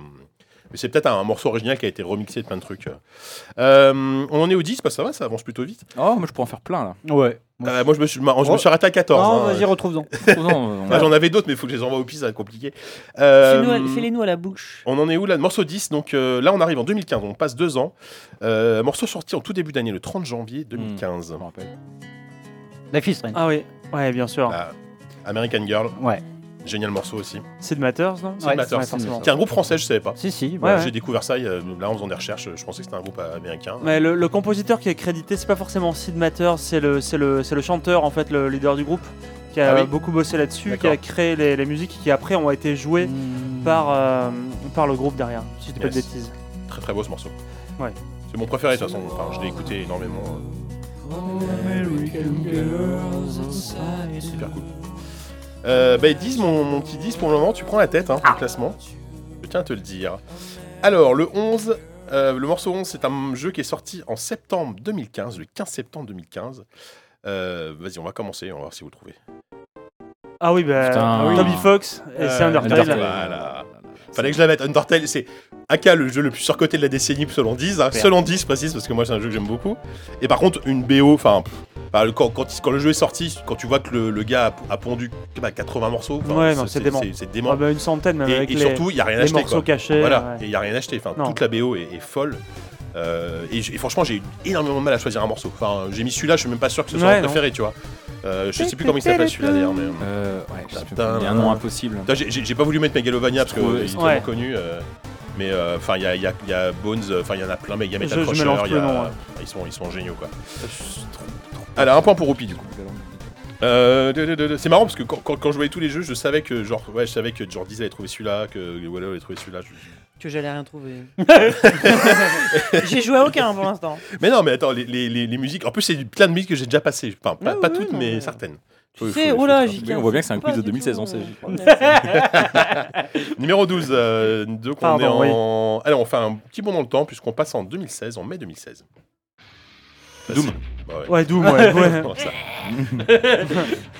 Mais c'est peut-être un, un morceau original qui a été remixé de plein de trucs. Euh, on en est au 10, parce que ça va, ça avance plutôt vite. Oh, moi je pourrais en faire plein là. Ouais. Euh, moi, je me suis, je me suis arrêté à 14. Non, hein. vas-y, retrouve-en. Oh, non, on- Ah, J'en avais d'autres, mais il faut que je les envoie au piste, ça va être compliqué. Euh, Fais-nous à- Fais-les-nous à la bouche. On en est où là Morceau 10, donc euh, là on arrive en 2015, on passe deux ans. Euh, morceau sorti en tout début d'année, le 30 janvier 2015. Hmm. je me rappelle. La fille Strange. Ah oui, ouais, bien sûr. Ah, American Girl, Ouais. génial morceau aussi. C'est de Matters, non C'est de Matters. Ouais, forcément. Qui est un groupe français, je savais pas. Si, si. Ouais, Euh, ouais. J'ai découvert ça il y a- là en faisant des recherches, je pensais que c'était un groupe euh, américain. Mais le, le compositeur qui est crédité, c'est pas forcément Sid Matters, c'est le, c'est le, c'est le chanteur, en fait, le leader du groupe, qui a Ah oui beaucoup bossé là-dessus, qui D'accord. a créé les, les musiques qui après ont été jouées par, euh, par le groupe derrière, si je dis pas de Yes. bêtises. Très très beau ce morceau. Ouais. C'est mon préféré de toute façon, enfin je l'ai écouté énormément. C'est Super cool. Euh, bah, 10, mon, mon petit 10 pour le moment, tu prends la tête, hein, au classement. Je tiens à te le dire. Alors, le 11, euh, le morceau 11, c'est un jeu qui est sorti en septembre 2015, le 15 septembre 2015. Euh, Vas-y, on va commencer, on va voir si vous le trouvez. Ah oui, bah, Putain. ah oui. Toby Fox, et c'est Euh, Undertale. Undertale. Voilà. Fallait que je la mette. Undertale, c'est AK, le jeu le plus surcoté de la décennie, selon 10. hein. Merde. Selon 10, je précise, parce que moi, c'est un jeu que j'aime beaucoup. Et par contre, une BO, enfin, pff, enfin, le- quand, quand, quand le jeu est sorti, quand tu vois que le, le gars a, a pondu bah, 80 morceaux, enfin, Ouais, non, c'est dément. C'est dément. Ah bah, une centaine, même et avec et les, surtout, il n'y a rien les acheté. morceaux Quoi. cachés. Voilà, ouais. il n'y a rien acheté. Enfin, Non. toute la BO est, est folle. Euh, et, j- et franchement, j'ai eu énormément de mal à choisir un morceau. Enfin, j'ai mis celui-là, je suis même pas sûr que ce soit Ouais, mon non. préféré, tu vois. Euh, je sais plus comment il s'appelle celui-là d'ailleurs, mais. euh, Euh, ouais, je sais plus. Il y Putain, a un nom impossible. Putain, J'ai j'ai- j'ai pas voulu mettre Megalovania parce Je trouve- que c'est ouais. tellement connu. euh, mais euh, enfin, il y a, il y a- il y a Bones, euh, enfin, il y en a plein, mais il y a Metal Je- je Crusher, mélange il y a- tout le nom, ouais. ils, sont, ils sont géniaux quoi. Alors, un point pour Oupi du coup. Euh, de- de- de- de- c'est marrant parce que quand, quand- quand je voyais tous les jeux, je savais que genre, ouais, je savais que genre Diz allait trouver celui-là, que Wallow allait trouver celui-là. je- Que j'allais rien trouver. J'ai joué à aucun pour l'instant. Mais non, mais attends, les, les- les- les musiques, en plus, c'est du- plein de musiques que j'ai déjà passées. Enfin, pas, Ouais, pas ouais, toutes, non, mais euh, mais- certaines. Faut- Tu faut- sais, faut oh là, le faire. j'y Mais on voit bien que c'est un quiz de 2016, on sait, j'y crois. Numéro 12, euh, donc on Pardon, est en. Alors, on fait un petit bond dans le temps puisqu'on passe en 2016, en mai 2016. Doom. Bah ouais. Ouais, Doom, ouais. ouais. Comment ça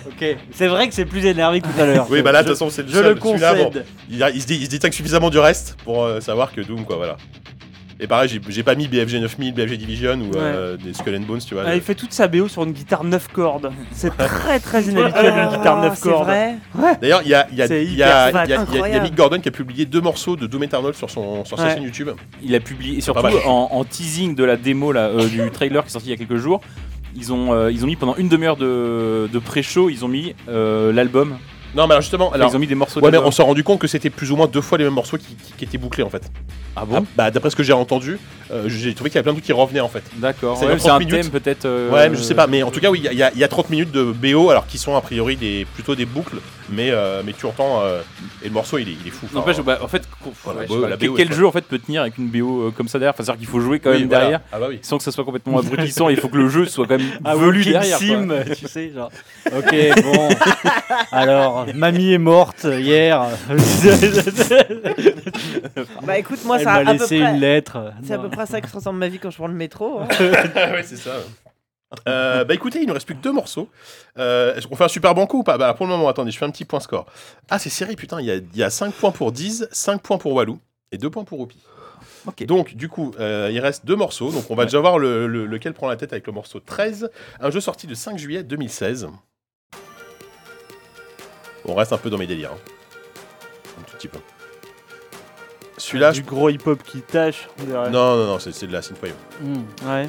Ok. C'est vrai que c'est plus énervé que tout à l'heure. Oui, bah là, de toute façon, c'est le Je seul. le Celui-là, bon, concède. il, a- il se dit, il se détaque suffisamment du reste pour euh, savoir que Doom, quoi, voilà. Et pareil, j'ai- j'ai pas mis BFG 9000, BFG Division ou euh, des Skull and Bones, tu vois. Ah, il fait toute sa BO sur une guitare 9 cordes. C'est très très inhabituel une guitare 9 C'est cordes. vrai. D'ailleurs, il y a, il y a- C'est il y a- hyper il y a- fat, il y a- il y a incroyable. Mick Gordon qui a publié deux morceaux de Doom Eternal sur, son, sur sa Ouais. chaîne YouTube. Il a publié, et surtout pas mal. en, en teasing de la démo là, euh, du trailer qui est sorti il y a quelques jours, ils ont, euh, ils ont mis pendant une demi-heure de, de pré-show, ils ont mis euh, l'album. Non, mais alors justement, alors. Ils ont mis des morceaux de Ouais, mais on l'album. s'est rendu compte que c'était plus ou moins deux fois les mêmes morceaux qui, qui- qui étaient bouclés en fait. Ah Ah, bon bah, d'après ce que j'ai entendu, euh, j'ai trouvé qu'il y a plein de trucs qui revenaient en fait. D'accord. Ah, C'est Ouais, dans C'est un 30 minutes. thème peut-être. euh, Ouais, mais je sais pas, mais en tout cas, oui, il y a- il y, a- il y a 30 minutes de BO, alors qui sont a priori des, plutôt des boucles, mais, euh, mais tu entends. euh, et le morceau, il est, il est fou. Enfin, N'empêche, bah, en fait, Voilà, bah, ouais, je sais pas, la quel, BO, quel quoi. jeu en fait peut tenir avec une BO euh, comme ça derrière Enfin, c'est-à-dire qu'il faut jouer quand oui, même voilà. derrière, Ah bah oui. sans que ça soit complètement abrutissant. il faut que le jeu soit quand même Ah, velu King derrière. quoi. Sim, tu sais, genre. Ok, bon. Alors, mamie est morte hier. Bah écoute, moi, Elle ça a m'a à peu laissé près. une lettre. C'est à peu près à ça que se ressemble ma vie quand je prends le métro. hein. ouais, c'est ça. Euh, bah écoutez, il nous reste plus que deux morceaux. Euh, Est-ce qu'on fait un super banco ou pas Bah pour le moment, attendez, je fais un petit point score. Ah, c'est serré, putain, il y a, il y a 5 points pour Diz, 5 points pour Walou et 2 points pour Oupi. Ok. Donc, du coup, euh, il reste deux morceaux. Donc, on va Ouais. déjà voir le- le- lequel prend la tête avec le morceau 13. Un jeu sorti le 5 juillet 2016. On reste un peu dans mes délires. hein. Un tout petit peu. Ah, Celui-là, du je... gros hip-hop qui tâche. on dirait. non, non, non, c'est c'est de la synthwave. Ouais.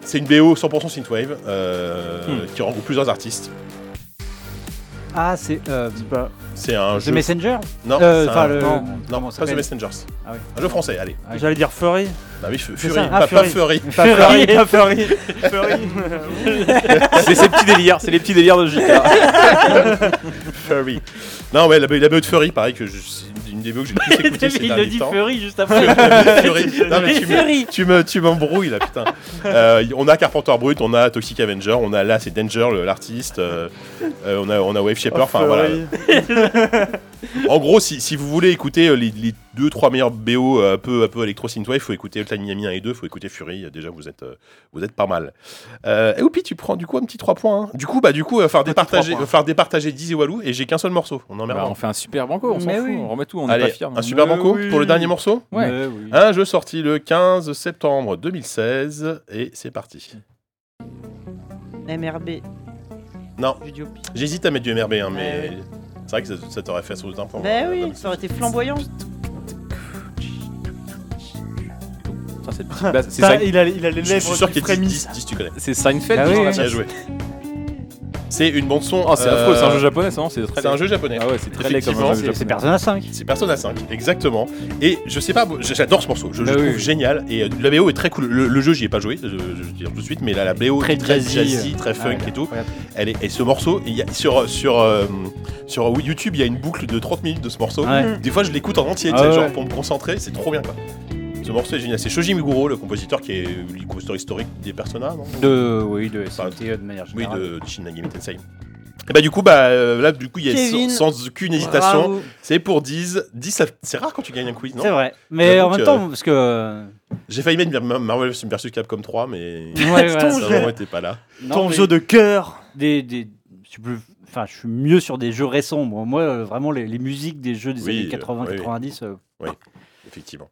C'est une BO 100% synthwave euh, qui regroupe plusieurs artistes. Ah, c'est. euh, C'est pas. C'est un The jeu. Messenger Non, Euh, c'est Enfin, un- le. non, non, comment pas ça The s'appelle Messengers. Ah oui. Un jeu français, allez. Ouais. J'allais dire Furry. Non, oui, Fu- C'est Fury, ça. pas, Ah, pas Fury. Fury. Pas Furry, pas Furry. c'est ces petits délires, c'est les petits délires de GTA. Fury. Non, ouais, la, BO la BO de Fury, pareil, que je- c'est une une des BO que j'ai le plus écoutée ces Il le derniers dit temps. Fury juste Tu après. me- tu me- non, mais tu me- Fury. tu me- tu m'embrouilles là, putain. Euh, y- on a Carpenter Brut, on a Toxic Avenger, on a là, c'est Danger, le- l'artiste, euh, euh, on, a, on a Wave Oh, Shaper, enfin voilà. En gros, si, si vous voulez écouter euh, les, les deux, trois meilleurs BO euh, un peu, un peu électro synthwave, faut écouter Hotline Miami 1 et 2, faut écouter Fury, euh, déjà vous êtes, euh, vous êtes pas mal. Euh, et Oupi, tu prends du coup un petit 3 points. hein. Du coup, bah du coup, euh, faire départager, trois points. euh, faire départager Dizzy Walou et j'ai qu'un seul morceau. On emmerde. Bah, on fait un super banco, on s'en Mais fout, oui. on remet tout, on est Allez, pas fiers. hein. un super Mais banco oui. pour le dernier morceau Ouais. Mais oui. Mmh. Un jeu sorti le 15 septembre 2016 et c'est parti. MRB. Non, Judy Hopi. j'hésite à mettre du MRB, hein, mais Ouais, c'est vrai que ça, ça t'aurait fait sauter un point. Bah Ben Euh, oui, donc, ça aurait été flamboyant. Ça, c'est le petit bas- c'est Ça, Sein- il, a, il a les Je suis lèvres sûr qui qu'il y a 10, frémissent. 10, 10, tu connais. C'est Seinfeld. Ah oui, qui ouais. chante la Bien chanson. joué. C'est une bande son. Oh, c'est affreux, c'est un jeu japonais. japonais, ça, non C'est très Euh, C'est un laid. jeu japonais. Ah ouais, c'est très laid comme Effectivement, un C'est- jeu C'est japonais. Persona 5. C'est Persona 5, exactement. Et je sais pas, bon, j'adore ce morceau, je le Bah oui, trouve oui. génial. Et euh, la BO est très cool. Le, le jeu, j'y ai pas joué, je, je veux dire tout de suite, mais là, la BO Très est très jazzy, jazzy, très Ah funk ouais, et tout. incroyable. Elle est, et ce morceau, il y a- sur, sur, euh, sur YouTube, il y a une boucle de 30 minutes de ce Ah morceau. Ouais. Des fois, je l'écoute en entier, tu Ah sais, genre ouais. pour me concentrer, c'est trop bien quoi. Ce morceau est génial. C'est Shoji Miguro, le compositeur qui est le compositeur historique des personnages. De, oui, de SMT, de manière Oui, générale. de, de Shin Megami Tensei. Et bah du coup, bah euh, là, du coup, il y a Kevin, sans, sans aucune hésitation, Bravo. c'est pour 10. 10, ça- c'est rare quand tu gagnes un quiz, non C'est vrai. Mais J'avoue en même que- temps, parce que. J'ai failli mettre Mar- Marvel vs Capcom 3, mais Ouais, ça voilà. vraiment était pas là. Non, Ton mais jeu de cœur. Des, des, je, suis plus- enfin, je suis mieux sur des jeux récents. Moi, moi euh, vraiment, les, les musiques des jeux des Oui, années 80, euh, oui, oui. 90. euh, Effectivement.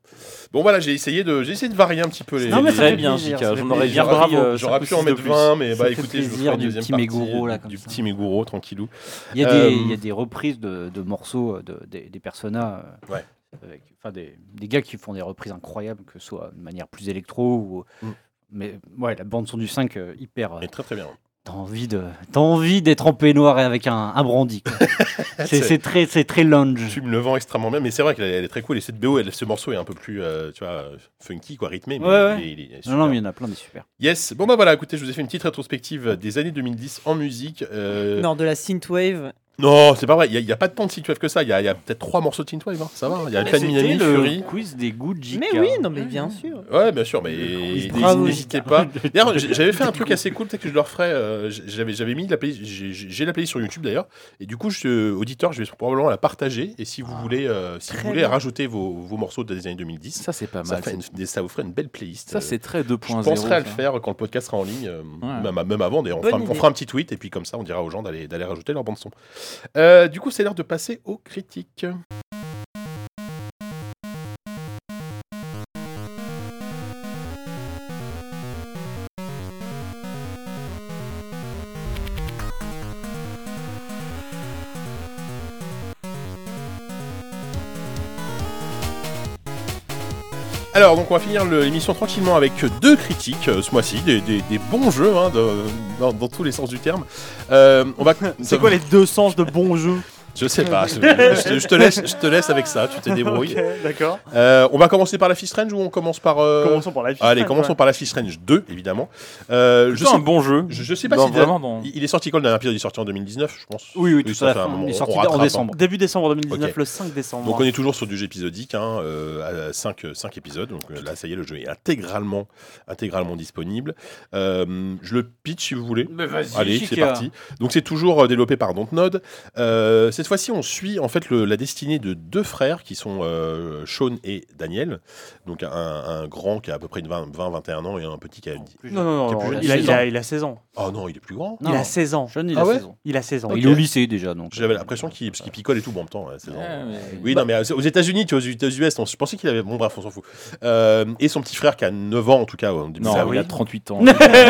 Bon voilà, j'ai essayé de, j'ai essayé de varier un petit peu les. Non, mais les- ça Très fait bien, plaisir, Jika, ça j'en fait aurais plaisir. bien J'aurais pris. pu, euh, j'aurais cinq pu en ou mettre six de 20, mais Ça bah fait écoutez, je vous plaisir ferai une du deuxième petit partie Meguro, là, comme du ça. petit Meguro, tranquillou. Il y, a des, Euh, il y a des reprises de, de morceaux euh, de, des, des personnages. euh, Ouais. avec- enfin, des, des gars qui font des reprises incroyables, que ce soit de manière plus électro ou. euh, Mm. Mais ouais, la bande-son du 5, euh, hyper. euh, Mais très très bien. T'as envie de, t'as envie d'être en peignoir et avec un, un brandy. quoi. c'est, c'est très, c'est très Tu lunge. me le vends extrêmement bien, mais c'est vrai qu'elle elle est très cool. Et cette BO, elle- ce morceau est un peu plus, euh, tu vois, funky, quoi, rythmé. Mais Ouais, ouais. Il, est, il est Non, super. non, mais il y en a plein des super. Yes. Bon bah voilà, écoutez, je vous ai fait une petite rétrospective des années 2010 en musique. Euh, Non, de la synthwave. Non, c'est pas vrai. Il n'y a, pas tant de synthwave que ça. Il y a, il y a peut-être trois morceaux de synthwave. hein. Ça va. Il y a Alpha Miami, Fury. quiz des goûts Mais oui, non, mais bien sûr. Ouais, bien sûr, mais n'hésitez pas. D'ailleurs, j'ai- j'avais fait un truc assez cool, peut-être que je le referai. euh, j'avais, j'avais mis la playlist, j'ai, j'ai la playlist sur YouTube d'ailleurs, et du coup, je, auditeur, je vais probablement la partager. Et si vous voulez, euh, si vous Ah. Très voulez bien. rajouter vos, vos morceaux des années 2010, Ça, c'est pas ça, mal. fait une- ça vous ferait une belle playlist. Ça, c'est très 2.0. je penserai à le ça. faire quand le podcast sera en ligne, euh, Ouais. même, même avant. D'ailleurs, on, Bonne fera, on idée. fera un petit tweet et puis comme ça, on dira aux gens d'aller, d'aller rajouter leur bande son. Euh, du coup, c'est l'heure de passer aux critiques. Alors, donc, on va finir le- l'émission tranquillement avec deux critiques euh, ce mois-ci, des, des- des bons jeux hein, de- dans, dans tous les sens du terme. Euh, on va. C'est quoi les deux sens de bon jeu Je sais pas. c'est- Je, te- je te laisse, je te laisse avec ça. Tu t'es débrouillé. Ok, d'accord. Euh, on va commencer par la Fish Range ou on commence par. euh, Commençons par la fiche. Allez, commençons par la Fish Range 2, évidemment. Euh, je, Plutôt sais, un bon jeu. je, je sais pas Dans- si. vraiment dans. Il il est sorti quand le dernier épisode Il est sorti en 2019, je pense. Oui, oui, tout ça à la fait un fin. moment, Il est on sorti rattrape, en hein. décembre. Début décembre 2019, Ok. le 5 décembre. Donc on est toujours sur du jeu épisodique, hein, euh, à 5, épisodes. Donc euh, là, ça y est, le jeu est intégralement, intégralement disponible. Euh, je le pitch si vous voulez. Allez, c'est parti. Donc c'est toujours euh, développé par Dontnod. Euh, cette fois-ci, on suit en fait le- la destinée de deux frères qui sont euh, Sean et Daniel. Donc un, un grand qui a à peu près 20-21 ans et un petit qui a... Non, non, non, Il est plus jeune. il, a, Il a il, a, il a 16 ans. Oh non, il est plus grand. Non, Il a 16 ans. jeune, il Ah a ouais 16 ans. Il a 16 ans. Il est au lycée déjà, donc. euh, J'avais l'impression qu'il parce qu'il picole et tout, bon, en même temps, à 16 ans. Ouais, mais- Oui, non, mais euh, aux États-Unis, tu vois, aux États-US, on- je pensais qu'il avait. Bon, bref, on s'en fout. Euh, et son petit frère qui a 9 ans, en tout cas. au début, Non, Bah ça, il oui. a 38 ans.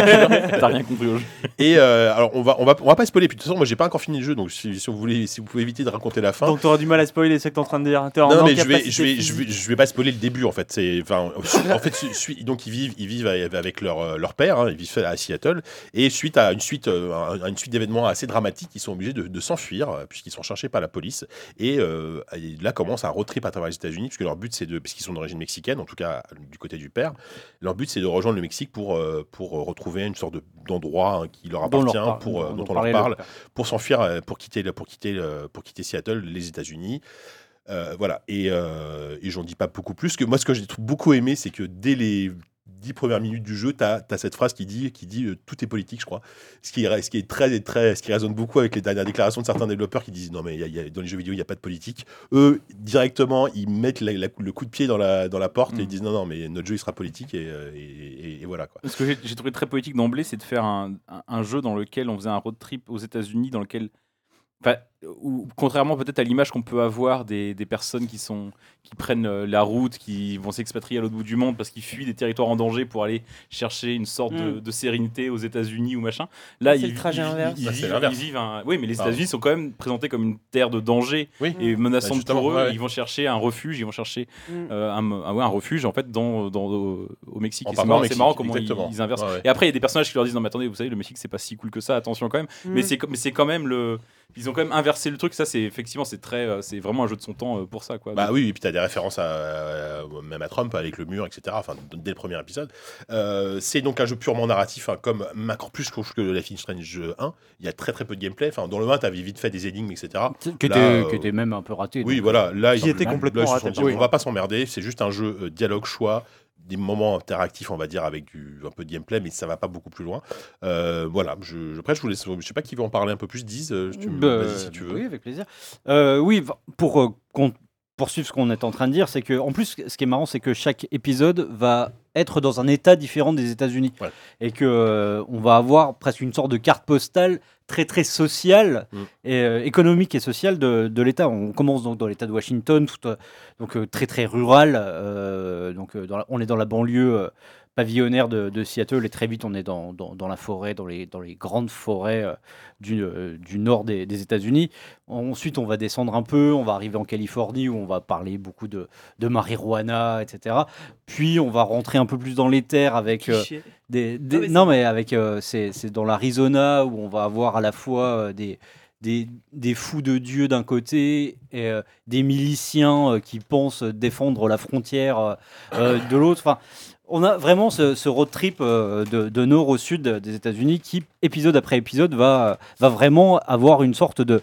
T'as rien compris au jeu. Et euh, alors, on va, on, va, on va pas spoiler. Puis de toute façon, moi, j'ai pas encore fini le jeu, donc si, si vous, voulez, si vous pouvez éviter de raconter la fin. Donc t'auras du mal à spoiler ce que t'es en train de dire. T'es en non, mais je vais, incapacité je, vais, je, physique. vais, je vais pas spoiler le début, en fait. C'est- Enfin, en fait, su- su- donc, ils vivent, ils vivent avec leur, euh, leur père, hein, ils vivent à Seattle. Et suite à une suite, euh, à une suite d'événements assez dramatiques, ils sont obligés de, de s'enfuir, euh, puisqu'ils sont cherchés par la police. Et, euh, et là commence un road trip à travers les États-Unis, puisque leur but c'est de, puisqu'ils sont d'origine mexicaine, en tout cas du côté du père, leur but c'est de rejoindre le Mexique pour, euh, pour retrouver une sorte de- d'endroit hein, qui leur dont on appartient, leur parle, pour, euh, dont dont on on leur parlait parle, là. pour s'enfuir, euh, pour quitter, le- pour, quitter, le- pour quitter Seattle, les États-Unis. Euh, voilà, et, euh, et j'en dis pas beaucoup plus. Que moi, ce que j'ai beaucoup aimé, c'est que dès les dix premières minutes du jeu, tu as, cette phrase qui dit, qui dit euh, tout est politique, je crois. Ce qui, ra- ce qui est très, très, ce qui résonne beaucoup avec les dernières déclarations de certains développeurs qui disent non mais il y a- il y a- dans les jeux vidéo il n'y a pas de politique. Eux directement ils mettent la- la- le coup de pied dans la, dans la porte Mm. et ils disent non non mais notre jeu il sera politique et, euh, et- et- et voilà quoi. Ce que j'ai- j'ai trouvé très poétique d'emblée, c'est de faire un, un- un jeu dans lequel on faisait un road trip aux États-Unis, dans lequel. Enfin, où, contrairement peut-être à l'image qu'on peut avoir des, des personnes qui, sont, qui prennent euh, la route, qui vont s'expatrier à l'autre bout du monde parce qu'ils fuient des territoires en danger pour aller chercher une sorte de, Mm. de sérénité aux États-Unis ou machin. Là, C'est ils, le trajet ils- ils- inverse. ils Bah, c'est vivent- l'inverse. ils vivent un- Oui, mais les Pardon. États-Unis sont quand même présentés comme une terre de danger Oui. Bah, et menaçante justement, pour eux. ouais, ouais. Ils vont chercher un refuge, ils vont chercher Mm. euh, un, ah ouais, un refuge en fait dans, dans- au, au Mexique. En Et C'est partant marrant, au c'est Mexique, marrant comment ils, exactement. ils inversent. Ouais, ouais. Et après, il y a des personnages qui leur disent non mais attendez, vous savez, le Mexique c'est pas si cool que ça, attention quand même. Mm. Mais Mm. c'est comme- mais c'est quand même le, ils ont quand même inversé le truc. Ça c'est effectivement c'est très, euh, c'est vraiment un jeu de son temps euh, pour ça quoi. Bah Donc, oui, et puis t'as des références à, euh, même à Trump avec le mur, etc. Enfin, d- dès le premier épisode. Euh, c'est donc un jeu purement narratif, hein, comme encore plus que, que la Life is Strange 1. Il y a très très peu de gameplay. Enfin, dans le 1, t'avais vite fait des énigmes, etc. Qui était, euh, qui était même un peu raté. Oui, donc, euh, voilà. Là, Qui ils- était là, complètement ils se sont raté. dit, Oui. On va pas s'emmerder. C'est juste un jeu euh, dialogue choix, des moments interactifs, on va dire, avec du un peu de gameplay, mais ça va pas beaucoup plus loin. Euh, voilà. Je, je- après, je vous laisse. Je sais pas qui veut en parler un peu plus. Dise. euh, tu me- Bah, Vas-y si tu veux. Oui, avec plaisir. Euh, oui, va- pour euh, qu'on- poursuivre ce qu'on est en train de dire, c'est que en plus, ce qui est marrant, c'est que chaque épisode va être dans un état différent des États-Unis Ouais. et que euh, on va avoir presque une sorte de carte postale très très sociale Mm. et euh, économique et sociale de, de l'État. On commence donc dans l'État de Washington, tout, euh, donc euh, très très rural. euh, donc euh, dans la- on est dans la banlieue. euh, pavillonnaire de, de Seattle et très vite on est dans, dans- dans la forêt, dans les, dans les grandes forêts euh, du, euh, du nord des, des États-Unis. Ensuite, on va descendre un peu, on va arriver en Californie où on va parler beaucoup de, de marijuana, etc. Puis on va rentrer un peu plus dans les terres avec euh, Cliché. des, des- Ah, mais non, mais avec euh, c'est c'est dans l'Arizona où on va avoir à la fois euh, des des, des fous de Dieu d'un côté et euh, des miliciens euh, qui pensent défendre la frontière euh, euh, de l'autre. Enfin, on a vraiment ce, ce road trip euh, de, de nord au sud des États-Unis qui, épisode après épisode, va, va vraiment avoir une sorte de,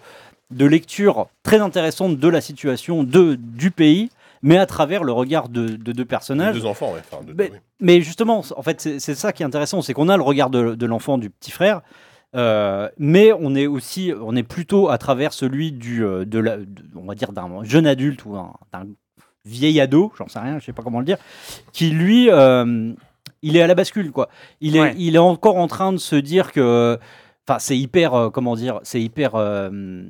de lecture très intéressante de la situation de, du pays, mais à travers le regard de, de deux Les personnages. Deux enfants, ouais. Enfin, deux- Ben, oui. Mais justement, en fait, c'est c'est ça qui est intéressant, c'est qu'on a le regard de, de l'enfant, du petit frère, euh, mais on est aussi, on est plutôt à travers celui du, euh, de la, de- on va dire d'un jeune adulte ou un- d'un vieil ado, j'en sais rien, je sais pas comment le dire, qui lui, euh, il est à la bascule, quoi. Il est, Ouais. il est encore en train de se dire que, enfin, c'est hyper, euh, comment dire, c'est hyper. euh,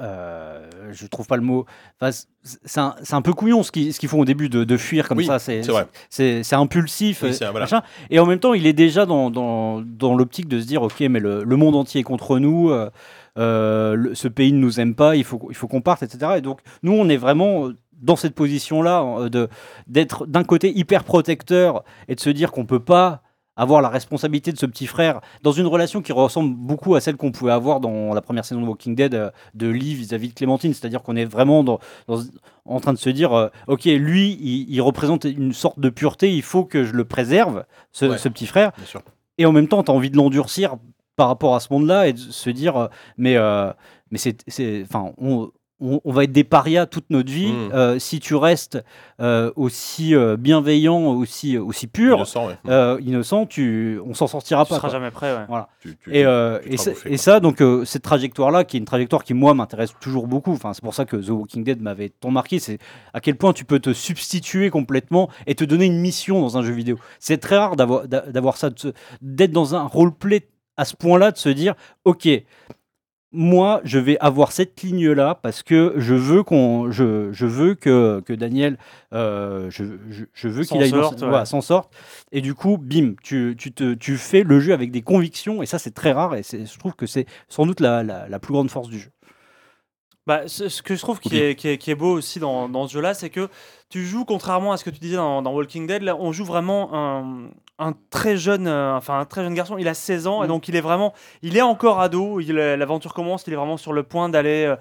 euh, je trouve pas le mot. Enfin, c'est- c'est un, c'est un peu couillon ce qu'ils ce qu'ils font au début de, de fuir comme Oui, ça. C'est C'est vrai. c'est c'est impulsif. Oui, euh, c'est un- voilà. machin. Et en même temps, il est déjà dans, dans, dans l'optique de se dire, ok, mais le, le monde entier est contre nous, euh, euh, le- ce pays ne nous aime pas, il faut, qu'on- il faut qu'on parte, etc. Et donc, nous, on est vraiment euh, dans cette position-là euh, de d'être d'un côté hyper protecteur et de se dire qu'on peut pas avoir la responsabilité de ce petit frère dans une relation qui ressemble beaucoup à celle qu'on pouvait avoir dans la première saison de Walking Dead euh, de Lee vis-à-vis de Clémentine, c'est-à-dire qu'on est vraiment dans, dans- en train de se dire, euh, ok, lui, il, il représente une sorte de pureté, il faut que je le préserve, ce, Ouais. ce petit frère, Bien sûr. et en même temps, tu as envie de l'endurcir par rapport à ce monde-là et de se dire, euh, mais, euh, mais c'est, c'est- enfin, on, on- on va être des parias toute notre vie. Mm. euh, si tu restes euh, aussi euh, bienveillant, aussi, aussi pur, Innocent, ouais. euh, innocent, tu, on s'en sortira Tu pas. seras quoi. jamais prêt, ouais. Tu- tu- Et, euh, tu te et, feras ça- bouffer, et quoi. ça, donc, euh, cette trajectoire-là, qui est une trajectoire qui, moi, m'intéresse toujours beaucoup, enfin, c'est pour ça que The Walking Dead m'avait tant marqué, c'est à quel point tu peux te substituer complètement et te donner une mission dans un jeu vidéo. C'est très rare d'avoir d'a- d'avoir ça, de se- d'être dans un roleplay à ce point-là, de se dire, OK, moi, je vais avoir cette ligne-là parce que je veux, qu'on, je, je veux que, que Daniel, euh, je, je- je veux S'en qu'il aille dans- sorte, ouais. voilà, s'en sorte. Et du coup, bim, tu, tu, te, tu fais le jeu avec des convictions et ça, c'est très rare et c'est, je trouve que c'est sans doute la, la, la plus grande force du jeu. Bah, ce, ce que je trouve qui Oupi. est, qui, est, qui est beau aussi dans, dans ce jeu-là, c'est que tu joues, contrairement à ce que tu disais dans, dans Walking Dead, là, on joue vraiment un, un très jeune, euh, enfin un très jeune garçon. Il a 16 ans et donc il est vraiment, il est encore ado. il est- L'aventure commence, il est vraiment sur le point d'aller. euh,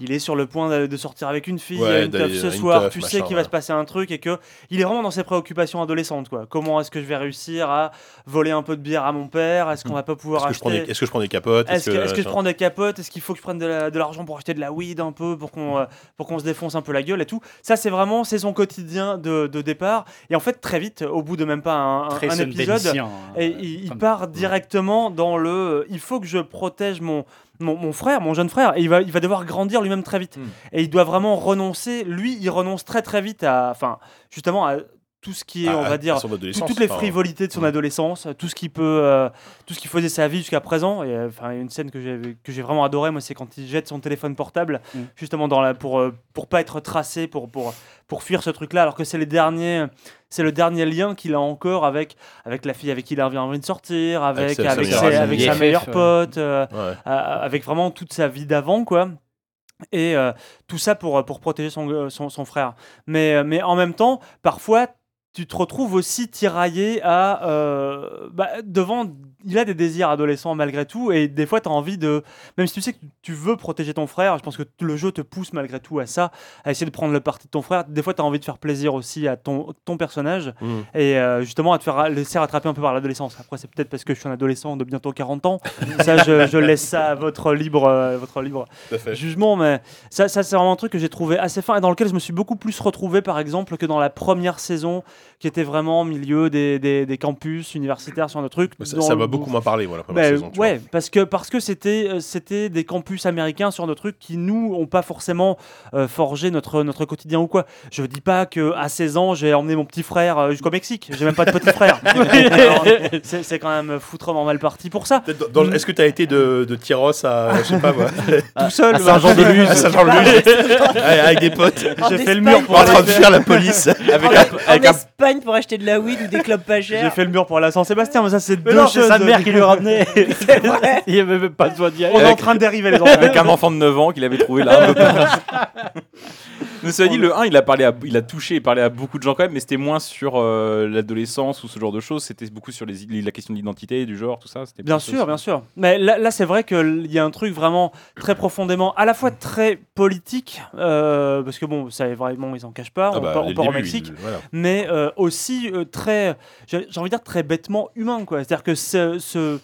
il est sur le point de- de sortir avec une fille, Ouais, il y a une d'aller- teuf ce une soir, teuf, tu machin, sais qu'il va ouais. se passer un truc et que il est vraiment dans ses préoccupations adolescentes quoi. Comment est-ce que je vais réussir à voler un peu de bière à mon père Est-ce qu'on va pas pouvoir Mm. Est-ce que, je prends acheter des... est-ce que euh, je prends des capotes est-ce que, est-ce que je machin prends des capotes Est-ce qu'il faut que je prenne de la- de l'argent pour acheter de la weed un peu, pour qu'on euh, pour qu'on se défonce un peu la gueule et tout Ça, c'est vraiment, c'est son quotidien de, de départ. Et en fait, très vite, au bout de même pas un, un- Très un épisode, Sundancien, et euh, il, il comme- part directement dans le euh, il faut que je protège mon, mon, mon frère, mon jeune frère. Et il va, il va devoir grandir lui-même très vite. Hmm. Mm. Et il doit vraiment renoncer. Lui, il renonce très très vite à. Enfin, justement, à tout ce qui est, Ah, on va à dire. son tout- adolescence, toutes les enfin, frivolités de son Mm. adolescence, tout ce qui peut, euh, tout ce qui faisait sa vie jusqu'à présent. Et euh, enfin, il y a une scène que j'ai que j'ai vraiment adorée, moi, c'est quand il jette son téléphone portable, Mm. justement dans la pour euh, pour pas être tracé, pour pour pour fuir ce truc-là, alors que c'est les derniers, c'est le dernier lien qu'il a encore avec avec la fille avec qui il a envie de sortir, Avec avec sa- sa avec, meilleure ses- amie. avec sa BFF, meilleure ouais. pote, euh, ouais. euh, avec vraiment toute sa vie d'avant, quoi. Et euh, tout ça pour, pour protéger son, euh, son, son frère. Mais, euh, mais en même temps, parfois, tu te retrouves aussi tiraillé à. euh, bah, devant. Il a des désirs adolescents malgré tout, et des fois, tu as envie de. Même si tu sais que tu veux protéger ton frère, je pense que t- le jeu te pousse malgré tout à ça, à essayer de prendre le parti de ton frère. Des fois, tu as envie de faire plaisir aussi à ton, ton personnage, Mhm. et euh, justement, à te faire ra- laisser rattraper un peu par l'adolescence. Après, c'est peut-être parce que je suis un adolescent de bientôt 40 ans, ça, je, je laisse ça à votre libre, euh, votre libre Tout à fait. jugement, mais ça, ça c'est vraiment un truc que j'ai trouvé assez fin et dans lequel je me suis beaucoup plus retrouvé, par exemple, que dans la première saison, qui était vraiment au milieu des, des, des campus universitaires, sur de trucs. Ça- dans Ça le- m'a beaucoup moins parlé, moi, la première Ben, saison. tu vois. ouais, parce que parce que c'était euh, c'était des campus américains sur nos trucs qui nous ont pas forcément euh, forgé notre notre quotidien ou quoi. Je dis pas que à 16 ans j'ai emmené mon petit frère euh, jusqu'au Mexique. J'ai même pas de petit frère. Alors, c'est c'est quand même foutrement mal parti pour ça. Peut-être dans- dans- Est-ce que tu as été de, de Tyros à, je sais pas moi, Tout seul. à Saint-Jean-de-Luz. bah, ouais, avec des potes En J'ai fait le Espagne, mur pour Ah en train la- de fuir la police avec En, un, avec en un- Espagne pour acheter de la weed ou des clubs pas J'ai chers. fait le mur pour la Saint-Sébastien, mais ça c'est Mais deux non, c'est choses. sa mère qui lui ramenait. C'est vrai. il n'y avait même pas besoin d'y On aller. est en train de dériver les enfants. avec un enfant de 9 ans qu'il avait trouvé là un peu partout. Mais cela dit, le 1, il a, parlé à- il a touché et parlé à beaucoup de gens quand même, mais c'était moins sur euh, l'adolescence ou ce genre de choses, c'était beaucoup sur les, la question de l'identité, du genre, tout ça. c'était Bien plus ça sûr, aussi. bien sûr. Mais là, là, c'est vrai qu'il y a un truc vraiment très profondément, à la fois très politique, euh, parce que bon, ça, vraiment, ils en cachent pas. Ah on bah, part, on dès le part au début, Mexique. il- voilà. mais euh, aussi euh, très, j'ai j'ai envie de dire très bêtement humain, quoi. C'est-à-dire que ce, ce-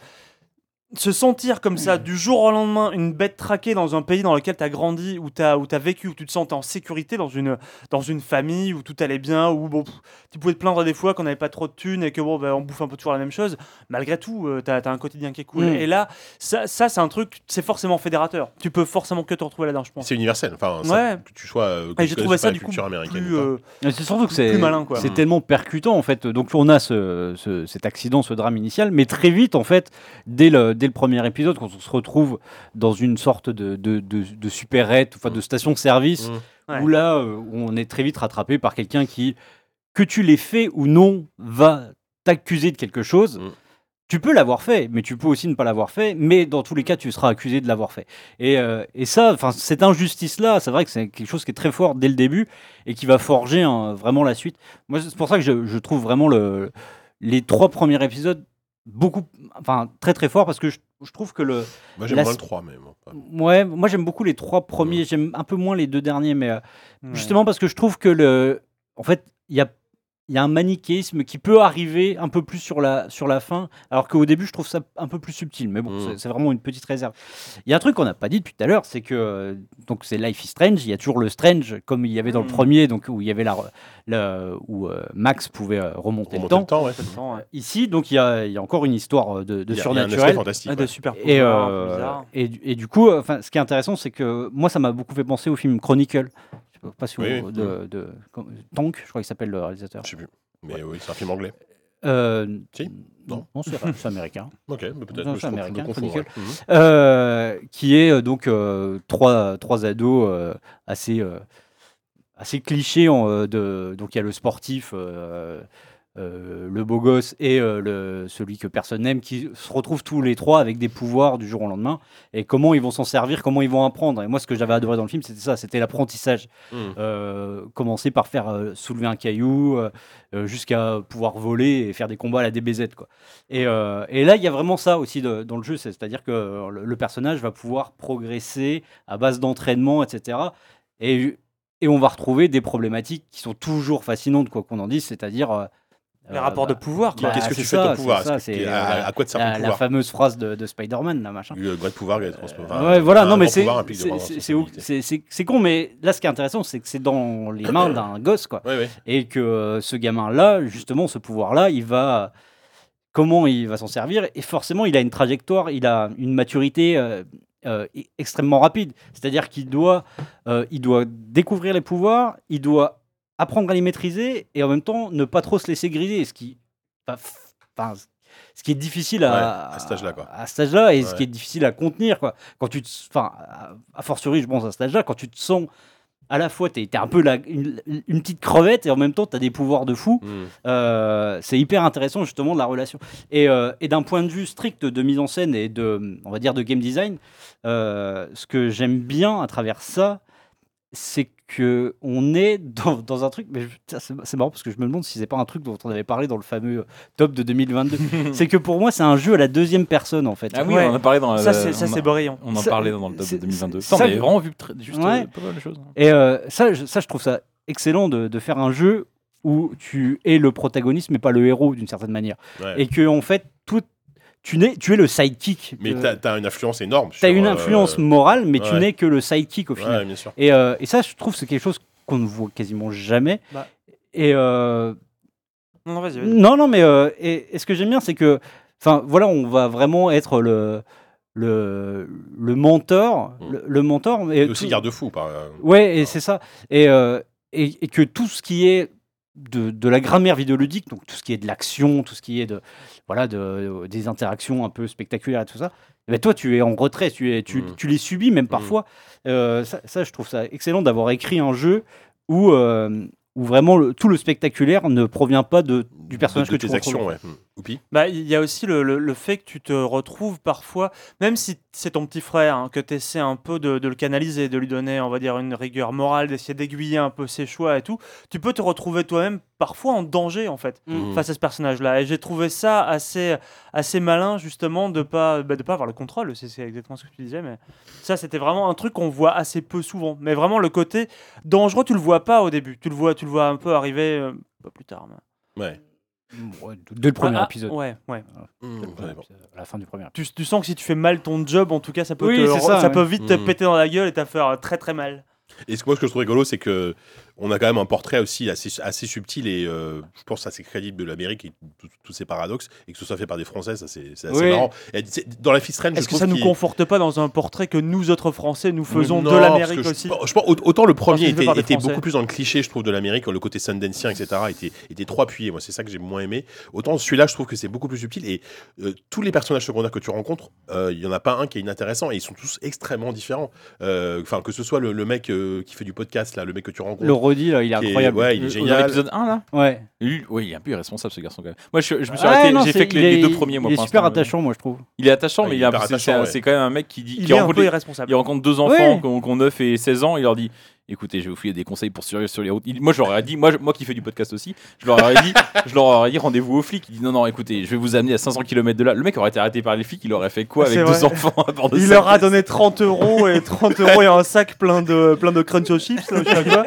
se sentir comme ça du jour au lendemain une bête traquée dans un pays dans lequel t'as grandi, où t'as où t'as vécu, où tu te sens en sécurité dans une dans une famille où tout allait bien, où bon, pff, tu pouvais te plaindre des fois qu'on n'avait pas trop de thunes et que bon, bah, on bouffe un peu toujours la même chose. Malgré tout, euh, t'as as un quotidien qui est cool. Mm. Et là, ça, ça c'est un truc, c'est forcément fédérateur. Tu peux forcément que te retrouver là-dedans, je pense. C'est universel, enfin, ça- Ouais. que tu sois. euh, que Et tu j'ai connaisses trouvé pas ça la du coup culture américaine. plus, ou pas. euh, Mais C'est surtout que plus c'est malin, quoi. Mm. c'est tellement percutant en fait. Donc on a ce, ce- cet accident, ce drame initial, mais très vite en fait, dès le, dès le premier épisode, quand on se retrouve dans une sorte de, de, de, de supérette, enfin de station-service, Mm. Ouais. où là euh, on est très vite rattrapé par quelqu'un qui, que tu l'aies fait ou non, va t'accuser de quelque chose. Mm. Tu peux l'avoir fait, mais tu peux aussi ne pas l'avoir fait. Mais dans tous les cas, tu seras accusé de l'avoir fait. Et, euh, et ça, enfin, cette injustice-là, c'est vrai que c'est quelque chose qui est très fort dès le début et qui va forger hein, vraiment la suite. Moi, c'est pour ça que je, je trouve vraiment le, les trois premiers épisodes beaucoup, enfin, très très forts parce que je, je trouve que le, Moi, j'aime La- moins le 3, mais bon. ouais, moi j'aime beaucoup les trois premiers, j'aime un peu moins les deux derniers, mais euh, Ouais. justement parce que je trouve que le, en fait, il y a il y a un manichéisme qui peut arriver un peu plus sur la, sur la fin, alors qu'au début, je trouve ça un peu plus subtil. Mais bon, Mm. c'est- c'est vraiment une petite réserve. Il y a un truc qu'on n'a pas dit depuis tout à l'heure, c'est que euh, donc c'est Life is Strange. Il y a toujours le Strange, comme il y avait dans le Mm. premier, donc où il y avait la, re- la- où euh, Max pouvait euh, remonter le Remonter temps. le temps, ouais. Temps, ouais. Ici, donc il y, a, il y a encore une histoire euh, de, de Il y a- il y a un aspect surnaturel. fantastique, Ah, ouais. de super Et, pouvoir, un euh, peu bizarre. et, du- et du coup, euh, enfin, ce qui est intéressant, c'est que moi, ça m'a beaucoup fait penser au film Chronicle. Je sais pas si vous- Oui, oui. de, de- com- Tank, je crois qu'il s'appelle le réalisateur. Je sais plus. Mais oui, c'est un film anglais. Euh, Si. non, non, c'est c'est américain. Ok, mais peut-être. Non, mais je c'est me- je me américain, confonds, Chronicle. ouais. Mhm. Euh, qui est euh, donc euh, trois, trois ados euh, assez, euh, assez clichés. en, euh, de, donc il y a le sportif euh, euh, le beau gosse et euh, le, celui que personne n'aime, qui se retrouvent tous les trois avec des pouvoirs du jour au lendemain, et comment ils vont s'en servir, comment ils vont apprendre. Et moi, ce que j'avais adoré dans le film, c'était ça, c'était l'apprentissage. Mm. Hmm. Euh, commencer par faire euh, soulever un caillou, euh, euh, jusqu'à pouvoir voler et faire des combats à la DBZ. Quoi. Et, euh, et là, il y a vraiment ça aussi de- dans le jeu, c'est- c'est-à-dire que euh, le, le personnage va pouvoir progresser à base d'entraînement, etc. Et, et on va retrouver des problématiques qui sont toujours fascinantes, quoi qu'on en dise, c'est-à-dire... euh, Les euh, rapports de bah, pouvoir, quoi. bah, Qu'est-ce que c'est tu fais de ton ça, pouvoir c'est ça, Est-ce que- c'est, à, euh, à quoi te sert ton la, la pouvoir fameuse phrase de, de Spider-Man, là, machin. Le grand pouvoir, le grand pouvoir. Euh, ouais, Un voilà, non, mais grand c'est pouvoir implique de c'est- grandes c'est- c'est- responsabilités. c'est- c'est- c'est con, mais là, ce qui est intéressant, c'est que c'est dans les mains d'un gosse, quoi Ouais, ouais. et que euh, ce gamin-là, justement, ce pouvoir-là, il va comment il va s'en servir et forcément il a une trajectoire, il a une maturité euh, euh, e- extrêmement rapide. C'est-à-dire qu'il doit, euh, il doit découvrir les pouvoirs, il doit apprendre à les maîtriser et en même temps ne pas trop se laisser griser, ce qui, enfin, f- enfin, ce qui est difficile à, Ouais, à cet âge-là, quoi. à cet âge-là, et ce Ouais. qui est difficile à contenir quoi. Quand tu, te- enfin, à- à fortiori, je pense à cet âge-là, quand tu te sens à la fois, tu es un peu la- une, une petite crevette et en même temps, tu as des pouvoirs de fou. Mm. Euh, c'est hyper intéressant justement de la relation. Et, euh, et d'un point de vue strict de mise en scène et de, on va dire, de game design, euh, ce que j'aime bien à travers ça, c'est que on est dans, dans un truc. Mais je- tiens, c'est c'est marrant parce que je me demande si c'est pas un truc dont on avait parlé dans le fameux top de 2022. c'est que pour moi, c'est un jeu à la deuxième personne en fait. Ah oui, Ouais. on en a parlé dans la- Ça, c'est ça, on a- c'est hein. brillant. On en Ça- parlait dans le top de c'est- 2022. c'est- Ça, on ça, avait je- vraiment vu tr- juste Ouais. euh, pas mal de choses. Et euh, ça, je, ça, je trouve ça excellent de, de faire un jeu où tu es le protagoniste mais pas le héros d'une certaine manière. Ouais. Et que en fait, tout, tu, n'es- tu es le sidekick. Mais de- t'as t'as une influence énorme. T'as sur, une euh, influence morale, mais tu ouais. n'es que le sidekick au final. Ouais, bien sûr. Et, euh, et ça, je trouve, c'est quelque chose qu'on ne voit quasiment jamais. Bah. Et euh, Non, non, vas-y, vas-y. non, non, mais euh, et, et ce que j'aime bien, c'est que, enfin, voilà, on va vraiment être le le le mentor, Mm. le, le mentor, mais Et aussi tout- garde-fou. par, euh, Ouais, et c'est ça. Et, euh, et, et que tout ce qui est de, de la grammaire vidéoludique, donc tout ce qui est de l'action, tout ce qui est de voilà de, euh, des interactions un peu spectaculaires et tout ça, eh ben toi tu es en retrait, tu, es, tu, Mhm. tu les subis même parfois. Euh, ça, ça, je trouve ça excellent d'avoir écrit un jeu où, euh, où vraiment le- tout le spectaculaire ne provient pas de, du personnage de- de que tu tes contrôles. actions, ouais. Mm. Oupi. Bah, il y a aussi le, le- le fait que tu te retrouves parfois, même si c'est ton petit frère, hein, que tu essaies un peu de, de le canaliser, de lui donner, on va dire, une rigueur morale, d'essayer d'aiguiller un peu ses choix et tout, tu peux te retrouver toi-même parfois en danger, en fait, Mmh, Mm. face à ce personnage-là. Et j'ai trouvé ça assez, assez malin, justement, de pas, bah, de pas avoir le contrôle. C'est c'est exactement ce que tu disais, mais ça, c'était vraiment un truc qu'on voit assez peu souvent. Mais vraiment, le côté dangereux, tu le vois pas au début. Tu le vois, tu le vois un peu arriver euh, pas plus tard. mais- Ouais. Ouais, Dès le premier Ah, ah, épisode. Ouais, ouais. Mm, Dès le premier ouais, bon. épisode, à la fin du premier. tu, tu sens que si tu fais mal ton job, en tout cas, ça peut, Oui, te- c'est ça, ouais. peut vite te Mhm. péter dans la gueule et t'affaire faire euh, très très mal. Et ce que moi, ce que je trouve rigolo, c'est que on a quand même un portrait aussi assez, assez subtil et euh, je pense assez crédible de l'Amérique et tout- tous ces paradoxes et que tout ça fait par des Français, ça c'est c'est assez Oui. marrant. Et c'est- dans la fistraine, Est-ce que ça nous conforte pas dans un portrait que nous autres Français nous faisons de Non, l'Amérique parce que aussi Je, pense- je pense- autant le premier Parce qu'il fait était, par des était Français. beaucoup plus dans le cliché, je trouve, de l'Amérique, le côté Sundancien, etc., était, était trop appuyé. Moi, c'est ça que j'ai moins aimé. Autant celui-là, je trouve que c'est beaucoup plus subtil. Et euh, tous les personnages secondaires que tu rencontres, euh, il y en a pas un qui est inintéressant et ils sont tous extrêmement différents. Euh, Enfin, que ce soit le, le mec euh, qui fait du podcast, là, le mec que tu rencontres. Le Roddy, là, il est qui est- incroyable. Euh, ouais, il est Dans génial. l'épisode 1, là ouais. Lui- Oui, il est un peu irresponsable ce garçon quand même. Moi, je, je me suis Ah, arrêté, non, j'ai c'est- fait que il les, les est- deux premiers. Moi, Il est pour super l'instant. attachant, moi, je trouve. Il est attachant, Ah, mais il il est est hyper c'est- attachant, c'est ouais. c'est quand même un mec qui dit. Il qui est un rencontre peu les- irresponsable. il rencontre deux enfants Ouais. qu'on qu'on neuf et 16 ans. Il leur dit Écoutez, je vais vous filer des conseils pour survivre sur les routes. Il- moi, je leur aurais dit, moi, je- moi qui fais du podcast aussi, je leur aurais dit, je leur aurais dit rendez-vous aux flics. Il dit Non, non, écoutez, je vais vous amener à 500 km de là. Le mec aurait été arrêté par les flics. Il aurait fait quoi C'est avec deux vrai. enfants à bord de Il sa leur a caisse donné 30 euros et 30 euros et un sac plein de, plein de Cruncho Chips, là, je sais pas quoi.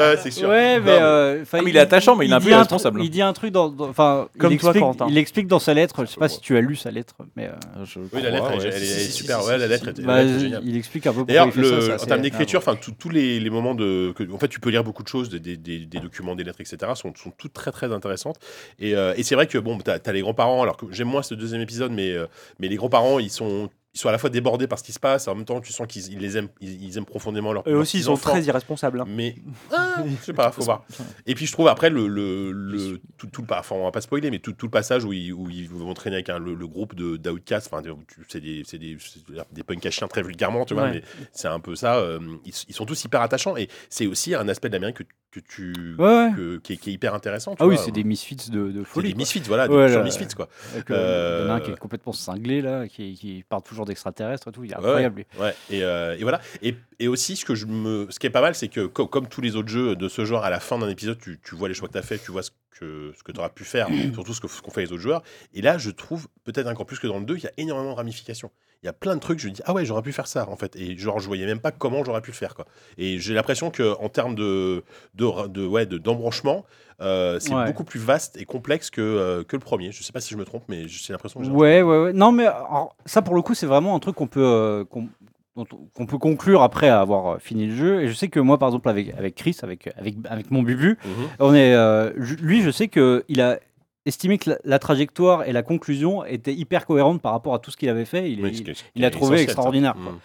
Ouais, c'est sûr. Ouais, mais, Non, mais- euh, enfin, Ah, mais il est attachant, mais il est un peu dit truc- irresponsable. Il dit un truc dans. dans- Enfin, il Comme toi, explique- Corentin. Il explique dans sa lettre, je sais pas si tu as lu sa lettre, mais. euh, Ah, Je Oui, la lettre, crois, elle, ouais. elle- elle Si, est si, si, super. si, ouais, si, la si. lettre, elle- la bah, lettre est géniale. il explique un peu pourquoi D'ailleurs, il fait le- ça, ça. en c'est- termes d'écriture, enfin, tout- tous les, les moments de, que- en fait, tu peux lire beaucoup de choses, des, des- des- des documents, des lettres, etc., sont, sont toutes très très intéressantes. Et, euh, et c'est vrai que bon, t'as as les grands-parents. Alors que j'aime moins ce deuxième épisode, mais euh, mais les grands-parents, ils sont ils sont à la fois débordés par ce qui se passe, en même temps, tu sens qu'ils ils les aiment, ils, ils aiment profondément leur. Eux aussi, ils sont très irresponsables. hein. Mais ah, je sais pas, faut voir. Et puis je trouve après le, le, le- tout, tout le pas, enfin on va pas spoiler, mais tout, tout le passage où ils, où ils vont traîner avec un- le, le groupe de d'outcasts, enfin des- tu- c'est des c'est des, c'est des punks à chiens très vulgairement, tu vois, Ouais. mais c'est un peu ça. euh, ils, ils sont tous hyper attachants et c'est aussi un aspect de l'Amérique que, que tu, Ouais, ouais. que- qui, est, qui est hyper intéressant. tu Ah oui, vois. c'est des misfits de, de C'est folie. des quoi. misfits, voilà, des Ouais, purs là, misfits, quoi. Avec, euh, Il y en a un qui Euh, est complètement cinglé, là, qui, qui parle toujours d'extraterrestres et tout. Il est Ouais, incroyable. lui. Ouais, et, euh, et voilà. Et, et aussi, ce, que je me... ce qui est pas mal, c'est que co- comme tous les autres jeux de ce genre, à la fin d'un épisode, tu, tu vois les choix que tu as fait, tu vois ce que, ce que tu auras pu faire, surtout ce que- ce qu'ont fait les autres joueurs. Et là, je trouve, peut-être encore plus que dans le 2, il y a énormément de ramifications. Il y a plein de trucs, je me dis, ah ouais, j'aurais pu faire ça, en fait. Et genre, je voyais même pas comment j'aurais pu le faire, quoi. Et j'ai l'impression qu'en termes de, de, de, ouais, de- d'embranchement, euh, c'est Ouais. beaucoup plus vaste et complexe que, euh, que le premier. Je sais pas si je me trompe, mais j'ai l'impression que j'ai Ouais, ouais, ouais. Non, mais alors, ça, pour le coup, c'est vraiment un truc qu'on peut, euh, qu'on dont on- qu'on peut conclure après avoir euh, fini le jeu. Et je sais que moi, par exemple, avec, avec Chris, avec, avec, avec mon bubu, Mhm. on est, euh, ju- lui, je sais qu'il a estimé que la, la trajectoire et la conclusion étaient hyper cohérentes par rapport à tout ce qu'il avait fait. Il, est- Oui, il- ce qui est- ce qui il a est trouvé essentiel, ça. extraordinaire, quoi. Mm.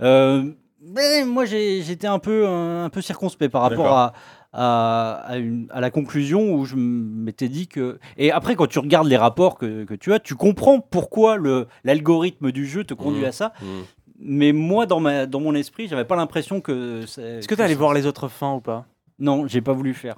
Euh, mais moi, j'ai- j'étais un peu, un, un peu circonspect par rapport D'accord. à, à, à une- à la conclusion où je m'étais dit que. Et après, quand tu regardes les rapports que, que tu as, tu comprends pourquoi le- l'algorithme du jeu te conduit Mhm. à ça. Mm. Mais moi, dans, ma, dans mon esprit, j'avais pas l'impression que. Est-ce que t'es allé voir les autres fins ou pas Non, j'ai pas voulu faire.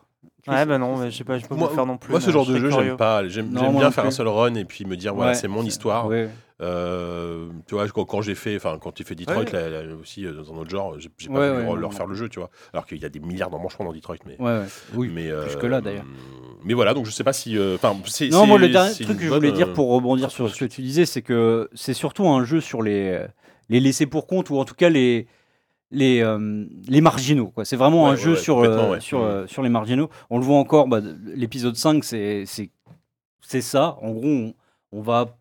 Ouais, bah non, mais je sais pas, je peux pas Moi- le faire non plus. Moi, ce mais genre je de serais jeu, curieux. j'aime pas. J'aime Non, j'aime moi bien non faire un plus. seul run et puis me dire, voilà, Ouais. c'est mon histoire. Ouais. Euh, tu vois, quand, quand j'ai fait, enfin, quand tu fais Detroit, Ouais. là, là aussi, euh, dans un autre genre, j'ai j'ai Ouais, pas voulu ouais, re- non, leur non. faire le jeu, tu vois. Alors qu'il y a des milliards d'embranchements dans Detroit, mais. Ouais, ouais. Oui. mais euh, jusque-là, d'ailleurs. Mais voilà, donc je sais pas si. euh, Enfin, c'est. Non, c'est- moi, le dernier c'est truc une que je voulais bonne, dire euh, pour rebondir sur ce que tu disais, c'est que c'est surtout un jeu sur les, les laissés pour compte, ou en tout cas les, les, euh, les marginaux. quoi. C'est vraiment Ouais, un ouais, jeu ouais, sur, complètement, euh, ouais. sur, Mhm. euh, sur les marginaux. On le voit encore, bah, l'épisode 5, c'est c'est- c'est ça. En gros, on, on va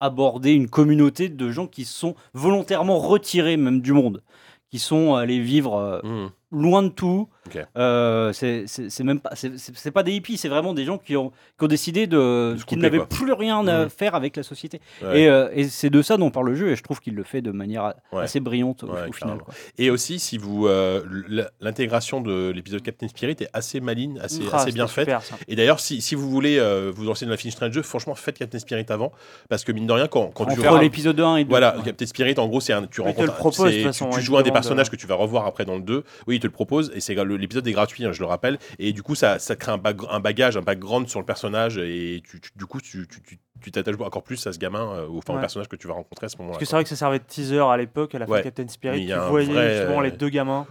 aborder une communauté de gens qui se sont volontairement retirés même du monde, qui sont allés vivre euh, mm. loin de tout. Ok. Euh, c'est- c'est c'est même pas, c'est- c'est c'est pas des hippies, c'est vraiment des gens qui ont, qui ont décidé de, De se qui couper, n'avaient quoi. plus rien à Mhm. faire avec la société. Ouais. Et, euh, et c'est de ça dont parle le jeu, et je trouve qu'il le fait de manière a- Ouais. assez brillante au, Ouais, au final. carrément. quoi. Et aussi, si vous. euh, l- L'intégration de l'épisode Captain Spirit est assez maligne, assez, Ah, assez bien c'était faite. super, ça. Et d'ailleurs, si, si vous voulez euh, vous lancer dans la finish train de jeu, franchement, faites Captain Spirit avant. Parce que mine de rien, quand, quand tu Entre l'épisode 1 et 2. Voilà, ouais. Captain Spirit, en gros, c'est un, tu Oui, il te rencontres, le propose, de c'est- toute façon, tu, hein, tu il joues un te des demande, personnages euh. que tu vas revoir après dans le 2. Oui, il te le propose et c'est le- l'épisode est gratuit, hein, je le rappelle. Et du coup, ça, ça crée un, bag- un bagage, un background sur le personnage et tu, tu- du coup, tu tu- tu- tu t'attaches encore plus à ce gamin, euh, au enfin, au Ouais. personnage que tu vas rencontrer à ce moment-là. Parce que c'est vrai que ça servait de teaser à l'époque, à la fin Ouais. de Captain Mais Spirit, il y tu a un voyais vrai, justement euh, les deux gamins.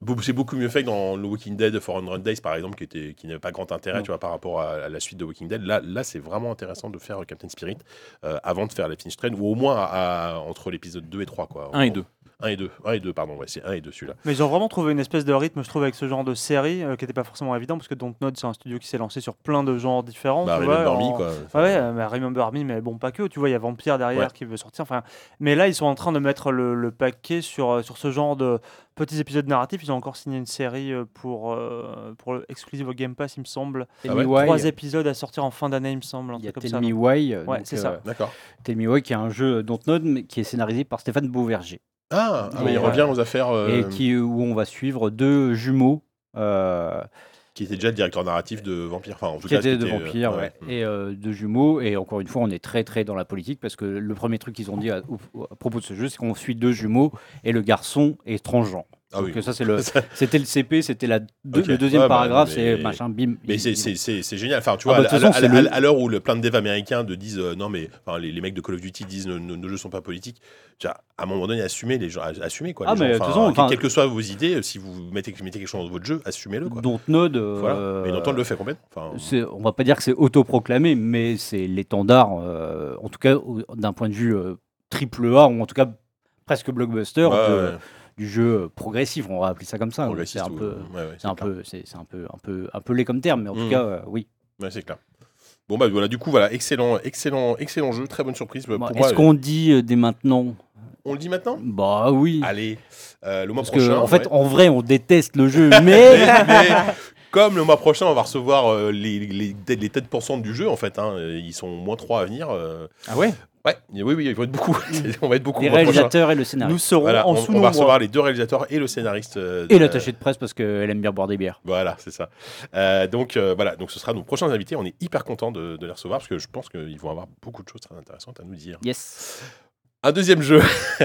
Beaucoup- C'est beaucoup mieux fait que dans le Walking Dead For 100 Days, par exemple, qui, était, qui n'avait pas grand intérêt Mm. Non. tu vois, par rapport à, à la suite de Walking Dead. Là, là c'est vraiment intéressant de faire Captain Spirit euh, avant de faire la finish train, ou au moins à- à- entre l'épisode 2 et 3. Quoi. 1 et 2. 1 et 2, 1 et 2, pardon, ouais, c'est 1 et 2 celui-là. Mais ils ont vraiment trouvé une espèce de rythme, je trouve, avec ce genre de série euh, qui n'était pas forcément évident parce que Dontnod, c'est un studio qui s'est lancé sur plein de genres différents. Bah, tu vois, Remember en- Me, quoi. Ouais, ouais, euh, mais Remember Me, mais bon, pas que. Tu vois, il y a Vampire derrière Ouais. qui veut sortir. Enfin, mais là, ils sont en train de mettre le, le paquet sur, euh, sur ce genre de petits épisodes narratifs. Ils ont encore signé une série euh, pour, euh, pour le exclusive au Game Pass, il me semble. Tell Ah Me ouais. Why, Trois épisodes à sortir en fin d'année, il me semble. Un Il y a truc comme ça. Tell Me Why, euh, Ouais, donc, c'est ça. euh, D'accord. Tell Me Why, qui est un jeu Dontnod, mais qui est scénarisé par Stéphane Beauverger, Ah, ah, Et, mais il euh, revient aux affaires. euh, et qui, où on va suivre deux jumeaux. euh, Qui était déjà le directeur narratif de Vampire. Enfin, en tout qui cas, était qui de était, euh, vampires ouais, ouais, mm. et euh, de jumeaux. Et encore une fois, on est très très dans la politique parce que le premier truc qu'ils ont dit à, au- à propos de ce jeu, c'est qu'on suit deux jumeaux et le garçon est transgenre. Ah Donc euh, oui. ça, c'est le, c'était le CP, c'était la deux- Ok. le deuxième Ouais, bah, paragraphe, mais- c'est machin, bim. Mais il- c'est- il- c'est c'est- c'est génial. Enfin, tu Ah vois, bah, de à, toute façon, à- c'est à- le- à l'heure où le, plein de devs américains de disent euh, non, mais enfin, les, les mecs de Call of Duty disent nos, nos- nos jeux sont pas politiques. Tu vois, à un moment donné, assumez les gens. Assumez quoi. Ah, les mais gens. de toute façon, que- enfin- quelles que soient vos idées, si vous mettez, mettez quelque chose dans votre jeu, assumez-le quoi. Dontnod, euh, Voilà. Mais Nintendo le fait complètement. Enfin, c'est- on va pas dire que c'est autoproclamé, mais c'est l'étendard, euh, en tout cas au- d'un point de vue euh, triple A ou en tout cas presque blockbuster ouais, de- ouais, du jeu euh, progressif. On va appeler ça comme ça. progressiste, C'est un ouais, peu. ouais, ouais, C'est un clair. peu, c'est c'est un peu, un peu, un peu laid comme terme, mais en Mm. tout cas, euh, oui. Ouais, c'est clair. Bon bah voilà, du coup voilà, excellent, excellent, excellent jeu, très bonne surprise euh, pour Bon, moi. Est-ce qu'on dit euh, dès maintenant On le dit maintenant Bah oui. Allez, euh, le mois Parce que, prochain. en fait, ouais. en vrai, on déteste le jeu, mais Mais comme le mois prochain, on va recevoir euh, les, les, les têtes pensantes du jeu, en fait. hein, euh, Ils sont au moins 3 à venir. euh. Ah ouais Ouais, oui, oui, il va être beaucoup. on va être beaucoup. les le mois prochain. réalisateurs et le scénariste. Nous serons Voilà, en on, on va sous-nombre. recevoir les deux réalisateurs et le scénariste. euh, Et de- l'attaché de presse parce qu'elle aime bien boire des bières. Voilà, c'est ça. Euh, donc euh, voilà, donc ce sera nos prochains invités. On est hyper contents de, de les recevoir parce que je pense qu'ils vont avoir beaucoup de choses très intéressantes à nous dire. Yes. Un deuxième jeu.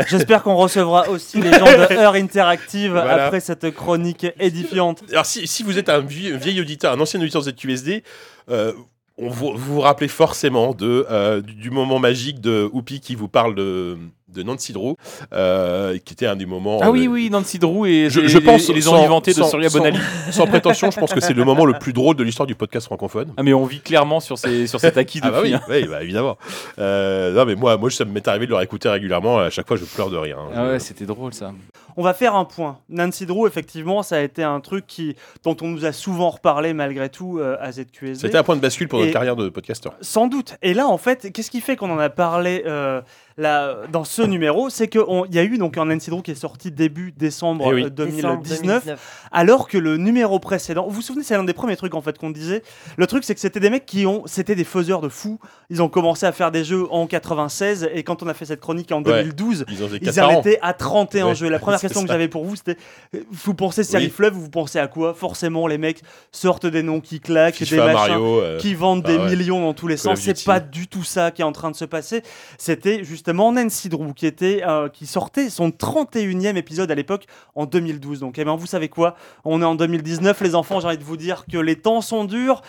J'espère qu'on recevra aussi les gens de Heure Interactive Voilà. après cette chronique édifiante. Alors, si, si vous êtes un vieil, vieil auditeur, un ancien auditeur de QSD, euh, on vous, vous vous rappelez forcément de, euh, du, du moment magique de Whoopi qui vous parle de, de Nancy Drew, euh, qui était un des moments. Ah oui, euh, oui, Nancy Drew et, Je, et- je pense et les sans- endivantés de sans- Soria sans- Bonali. Sans prétention, je pense que c'est le moment le plus drôle de l'histoire du podcast francophone. Ah, mais on vit clairement sur, ces, sur cet acquis Ah bah depuis. oui, hein. oui, bah évidemment. Euh, non mais moi, moi ça m'est arrivé de le réécouter régulièrement. À chaque fois, je pleure de rien. hein. Ah ouais, c'était drôle ça. On va faire un point. Nancy Drew, effectivement, ça a été un truc qui, dont on nous a souvent reparlé malgré tout euh, à ZQSD. C'était un point de bascule pour notre Et- carrière de podcasteur. Sans doute. Et là, en fait, qu'est-ce qui fait qu'on en a parlé euh, là, dans ce numéro C'est qu'il y a eu donc un Nancy Drew qui est sorti début décembre Eh oui. euh, Décembre 2019, alors que le numéro précédent, vous vous souvenez, c'est l'un des premiers trucs en fait qu'on disait. Le truc, c'est que c'était des mecs qui ont, c'était des faiseurs de fous. Ils ont commencé à faire des jeux en 96 et quand on a fait cette chronique en Ouais. 2012. Ils ont fait Ils 4 en ans. étaient à 31 Ouais, jeux. La première c'est question que ça. j'avais pour vous, c'était euh, vous pensez Série Oui. Fleuve, vous pensez à quoi Forcément, les mecs sortent des noms qui claquent, des FIFA, machins Mario. euh, qui vendent Ah des ouais. millions dans tous les Call of sens. C'est Duty. pas du tout ça qui est en train de se passer. C'était justement Nancy Drew qui, était, euh, qui sortait son 31e épisode à l'époque en 2012. Donc, eh ben, vous savez quoi On est en 2019, les enfants. J'ai envie de vous dire que les temps sont durs.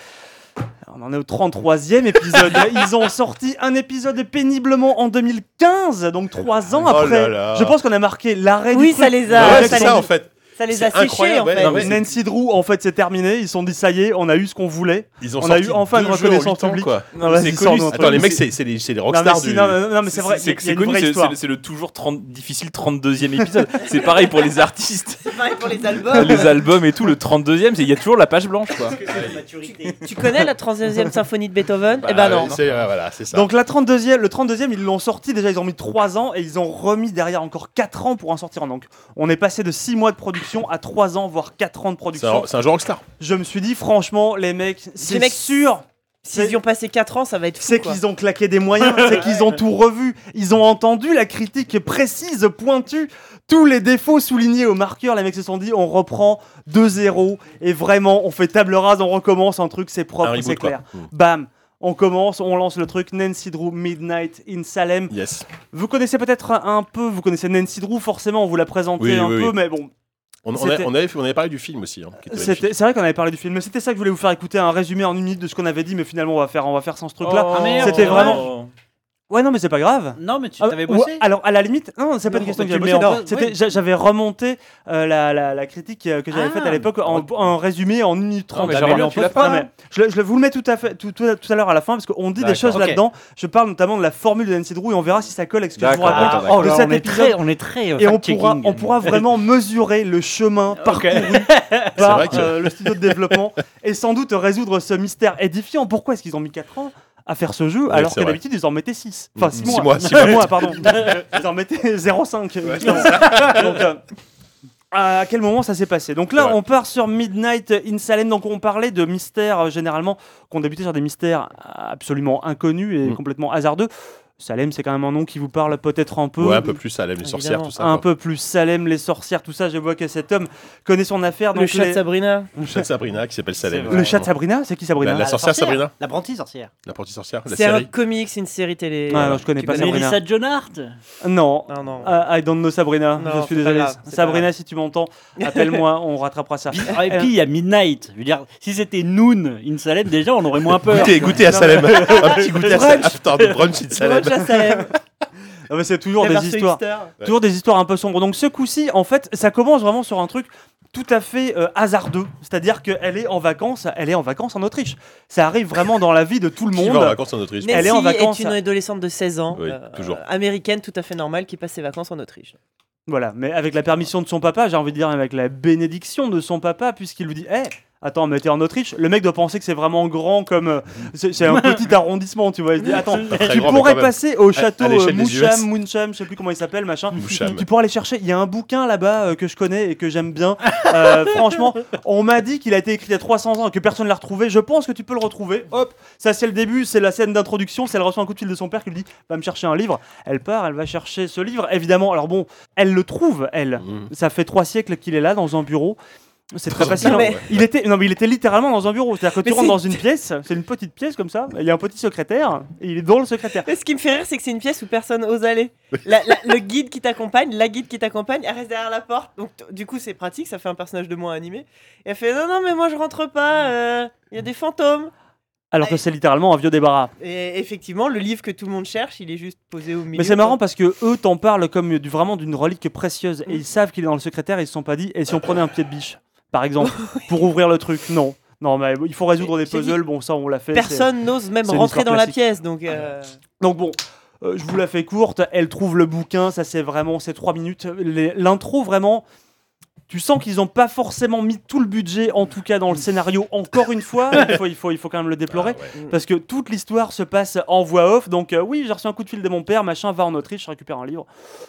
On en est au 33e épisode. Ils ont sorti un épisode péniblement en 2015, donc trois ans Oh après. là là. Je pense qu'on a marqué l'arrêt Oui, Eh, du ça truc. les Ah a, ouais, ça c'est les, ça en fait. ça les C'est a séchés en incroyable, ouais, fait. non, mais- Nancy Drew, en fait, c'est terminé. Ils se sont dit ça y est, on a eu ce qu'on voulait. Ils ont On a sorti eu enfin une deux jeux en reconnaissance huit ans, publique. quoi. Non, Ouais, mais c'est ils sortent, connu. c'est- Attends, les c'est- mecs, c'est c'est les, c'est les Non mais, rockstars si, du. non, mais- non, mais c'est vrai, il y a- il y a c'est une connu, vraie c'est- histoire. c'est c'est le toujours 30 difficile 32e épisode. c'est pareil pour les artistes, C'est pareil pour les albums. les albums et tout. Le 32e, c'est- il y a toujours la page blanche. Quoi. Tu connais la 32e symphonie de Beethoven Bah, Eh ben non. c'est- ouais, Voilà, c'est ça. Donc la 32e, le 32e, ils l'ont sorti déjà, ils ont mis 3 ans et ils ont remis derrière encore 4 ans pour en sortir. un. Donc on est passé de 6 mois de production à 3 ans, voire 4 ans C'est un de production. c'est un jeu rockstar. Je me suis dit franchement les mecs, c'est mecs- sûr, S'ils y ont passé 4 ans, ça va être fou. c'est quoi. qu'ils ont claqué des moyens, c'est qu'ils ont tout revu, ils ont entendu la critique précise, pointue, tous les défauts soulignés au marqueur, les mecs se sont dit on reprend de zéro et vraiment on fait table rase, on recommence un truc, c'est Un propre, reboot, c'est quoi. clair. Mm. Bam on commence, on lance le truc Nancy Drew Midnight in Salem. Yes. Vous connaissez peut-être un peu, vous connaissez Nancy Drew, forcément, on vous l'a présenté Oui, un oui, peu, oui. mais bon, On, on a- C'était- on avait, fait- on avait parlé du film aussi. hein, qui était magnifique. c'était- c'est vrai qu'on avait parlé du film, mais c'était ça que je voulais vous faire écouter, un résumé en une minute de ce qu'on avait dit, mais finalement on va faire, on va faire sans ce truc-là. Oh, merde, c'était oh. vraiment- Ouais, non, mais c'est pas grave. Non, mais tu Ah, t'avais ou- bossé. alors, à la limite, non, c'est pas Non, une question mais que tu j'avais le mets en bossée, non, place, c'était- ouais. j'a- J'avais remonté euh, la, la- la critique euh, que j'avais Ah. faite à l'époque en un résumé en une minute Non, trente. mais T'as Gérard, mis en tu l'as place, pas, Non, hein. mais je, le- je le vous le mets tout à fait tout, tout- tout à l'heure à la fin parce qu'on dit des D'accord, choses ok. là-dedans. Je parle notamment de la formule de Nancy Drew et on verra si ça colle avec ce que je vous D'accord, raconte d'accord, de d'accord. Oh là, cet on, est épisode. très, on est très. euh, Et on fact-checking. pourra, on pourra vraiment mesurer le chemin parcouru par vrai que- euh, le studio de développement et sans doute résoudre ce mystère édifiant. Pourquoi est-ce qu'ils ont mis 4 ans à faire ce jeu alors c'est que vrai. d'habitude ils en mettaient 6 Enfin Mm, 6 six mois. mois, six Six mois, pardon. Ils en mettaient 0,5. évidemment. Donc, euh, à quel moment ça s'est passé Donc là, Ouais. on part sur Midnight in Salem. Donc on parlait de mystères euh, généralement qu'on débutait sur des mystères absolument inconnus et Mm. complètement hasardeux. Salem, c'est quand même un nom qui vous parle peut-être un peu. Ouais, un peu plus ça, la les Évidemment. sorcières, tout ça. un quoi. peu plus Salem, les sorcières, tout ça. Je vois que cet homme connaît son affaire. Le donc chat les- de Sabrina. Ah, Le chat de Sabrina qui s'appelle Salem. C'est vrai. Le chat de Sabrina C'est qui Sabrina La- la Ah, sorcière Sabrina L'apprentie sorcière. L'apprentie sorcière, la C'est un série. comic, c'est une série télé. Ouais, Ah, non, je connais Tu pas Sabrina. Mélissa John Hart. Non. Non, non. Ah, I don't know Sabrina. Non, je suis c'est pas désolé. grave, c'est pas Sabrina, si tu m'entends, appelle-moi, on rattrapera ça. Ah, et puis il y a Midnight. Je veux dire, si c'était Noon in Salem, déjà on aurait moins peur. Goûtez, goûtez à Non, Salem. un petit goûter à Salem. Brunch. After the brunch in Salem. Roger Salem. Ah, mais c'est toujours Roger des histoires. Hipster. Ouais. Toujours des histoires un peu sombres. Donc ce coup-ci, en fait, ça commence vraiment sur un truc tout à fait euh, hasardeux. C'est-à-dire qu'elle est en vacances, elle est en vacances en Autriche. Ça arrive vraiment dans la vie de tout le Qui va en monde. vacances en Autriche Nancy Elle est en vacances, une ça. adolescente de 16 ans, euh, Oui, toujours. américaine tout à fait normale, qui passe ses vacances en Autriche. Voilà, mais avec la permission de son papa, j'ai envie de dire avec la bénédiction de son papa, puisqu'il lui dit Eh, attends, mais t'es en Autriche Le mec doit penser que c'est vraiment grand comme. euh, C'est c'est un petit arrondissement, tu vois. Il se dit Attends, Pas très tu grand, mais pourrais quand même. passer au château à euh, l'échelle des Moucham, US. Mouncham, je sais plus comment il s'appelle, machin. Moucham. Tu pourras aller chercher. Il y a un bouquin là-bas euh, que je connais et que j'aime bien. Euh, franchement, on m'a dit qu'il a été écrit il y a 300 ans et que personne ne l'a retrouvé. Je pense que tu peux le retrouver. Hop, ça c'est le début, c'est la scène d'introduction. C'est elle reçoit un coup de fil de son père qui lui dit Va me chercher un livre. Elle part, elle va chercher ce livre. Évidemment, alors bon, elle le trouve, elle. Mm. Ça fait trois siècles qu'il est là dans un bureau. C'est très facile. Non, hein. mais- Il était, non, mais il était littéralement dans un bureau. C'est-à-dire que tu Mais rentres c'est- dans une pièce, c'est une petite pièce comme ça, il y a un petit secrétaire, et il est dans le secrétaire. Mais ce qui me fait rire, c'est que c'est une pièce où personne ose aller. La- la- le guide qui t'accompagne, la guide qui t'accompagne, elle reste derrière la porte. Donc, t- du coup, c'est pratique, ça fait un personnage de moins animé. Et elle fait Non, non, mais moi je rentre pas, euh, il y a des fantômes. Alors que c'est littéralement un vieux débarras. Et effectivement, le livre que tout le monde cherche, il est juste posé au milieu. Mais c'est marrant parce que eux t'en parlent comme du- vraiment d'une relique précieuse et Mm. ils savent qu'il est dans le secrétaire et ils se sont pas dit et si on prenait un pied de biche par exemple pour ouvrir le truc non non mais il faut résoudre Mais des j'ai dit, puzzles bon ça on l'a fait c'est- Personne n'ose même c'est une rentrer dans histoire la classique. pièce. Donc, euh, donc bon euh, je vous la fais courte elle trouve le bouquin ça c'est vraiment c'est trois minutes Les- l'intro vraiment tu sens qu'ils ont pas forcément mis tout le budget en tout cas dans le scénario encore une fois il faut il faut il faut quand même le Ah déplorer Parce que toute l'histoire se passe en voix off. Donc, euh, oui, j'ai reçu un coup de fil de mon père, machin, va en Autriche, je récupère un livre.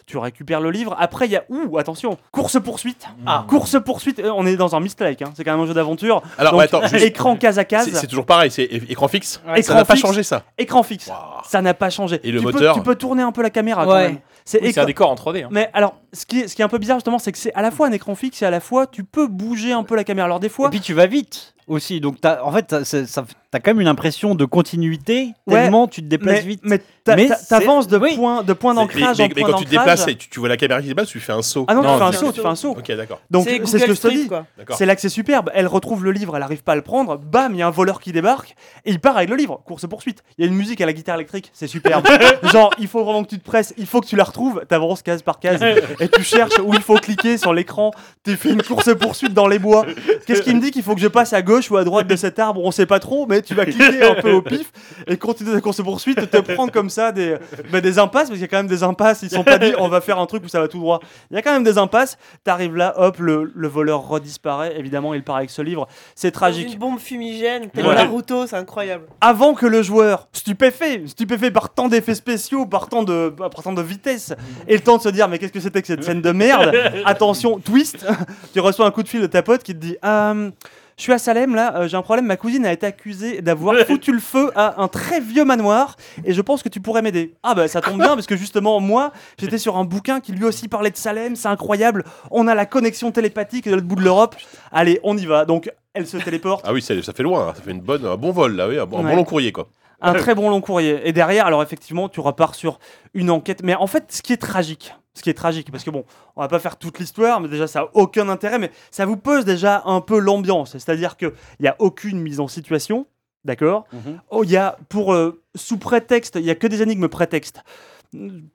Tu récupères le livre. Après, il y a. Ouh, attention Course-poursuite Ah. Course-poursuite Euh, On est dans un Mist-like, hein. c'est quand même un jeu d'aventure. Alors, Donc, Ah, ouais, attends, juste- écran case à c'est c'est case, toujours pareil, c'est é- écran fixe. Ouais. ça n'a pas Écran fixe. changé ça. écran fixe. Waouh. Ça n'a pas changé. Et le tu moteur peux, Tu peux tourner un peu la caméra quand Ouais. même. C'est Oui, C'est écran- un décor en 3D. hein. Mais alors, ce qui, est, ce qui est un peu bizarre justement, c'est que c'est à la fois un écran fixe et à la fois tu peux bouger un peu la caméra. Alors des fois, Et puis tu vas vite aussi. Donc t'as- en fait, t'as c'est- ça- t'as quand même une impression de continuité Ouais, tellement tu te déplaces mais, vite. mais t'a- Mais t'a- c'est- t'avances de oui. point de point C'est- Mais, d'ancrage mais- en mais point quand tu te d'ancrage. déplaces, et tu, tu vois la caméra qui se déplace, tu fais un saut. Ah non, Non, tu fais un c'est- saut, tu fais un saut. Ok, d'accord. Donc c'est c'est ce que Google je te Street, dis. quoi. D'accord. C'est l'accès superbe. Elle retrouve le livre, elle arrive pas à le prendre. Bam, il y a un voleur qui débarque et il part avec le livre. Course poursuite. Il y a une musique à la guitare électrique, c'est superbe. Genre, il faut vraiment que tu te presses, il faut que tu la retrouves. T'avances case par case et tu cherches où il faut cliquer sur l'écran. Tu fais une course poursuite dans les bois. Qu'est-ce qui me dit qu'il faut que je passe à gauche ou à droite de cet arbre On sait pas trop, mais tu vas cliquer un peu au pif et continuer ta course poursuite. Te prendre comme ça des, bah, des impasses parce qu'il y a quand même des impasses. Ils sont pas dit on va faire un truc où ça va tout droit. Il y a quand même des impasses. T'arrives là, hop, le, le voleur redisparaît. Évidemment, il part avec ce livre. C'est Une tragique. bombe fumigène, tel Voilà. Naruto, c'est incroyable. Avant que le joueur, stupéfait, stupéfait par tant d'effets spéciaux, par tant de, par tant de vitesse, ait le temps de se dire mais qu'est-ce que c'était que cette scène de merde Attention, twist Tu reçois un coup de fil de ta pote qui te dit Hum, je suis à Salem là, euh, j'ai un problème, ma cousine a été accusée d'avoir foutu le feu à un très vieux manoir et je pense que tu pourrais m'aider. Ah bah ça tombe bien parce que justement moi j'étais sur un bouquin qui lui aussi parlait de Salem, c'est incroyable, on a la connexion télépathique de l'autre bout de l'Europe, allez on y va. Donc elle se téléporte, Ah oui, ça, ça fait loin, hein. ça fait une bonne, un bon vol là, oui, un, bon- un Ouais. bon long courrier quoi. un très bon long courrier. Et derrière alors effectivement tu repars sur une enquête, mais en fait ce qui est tragique, ce qui est tragique parce que bon on va pas faire toute l'histoire, mais déjà ça a aucun intérêt, mais ça vous pose déjà un peu l'ambiance, c'est-à-dire qu'il n'y a aucune mise en situation, d'accord Mhm. Oh, il y a pour euh, sous prétexte, il y a que des énigmes prétexte.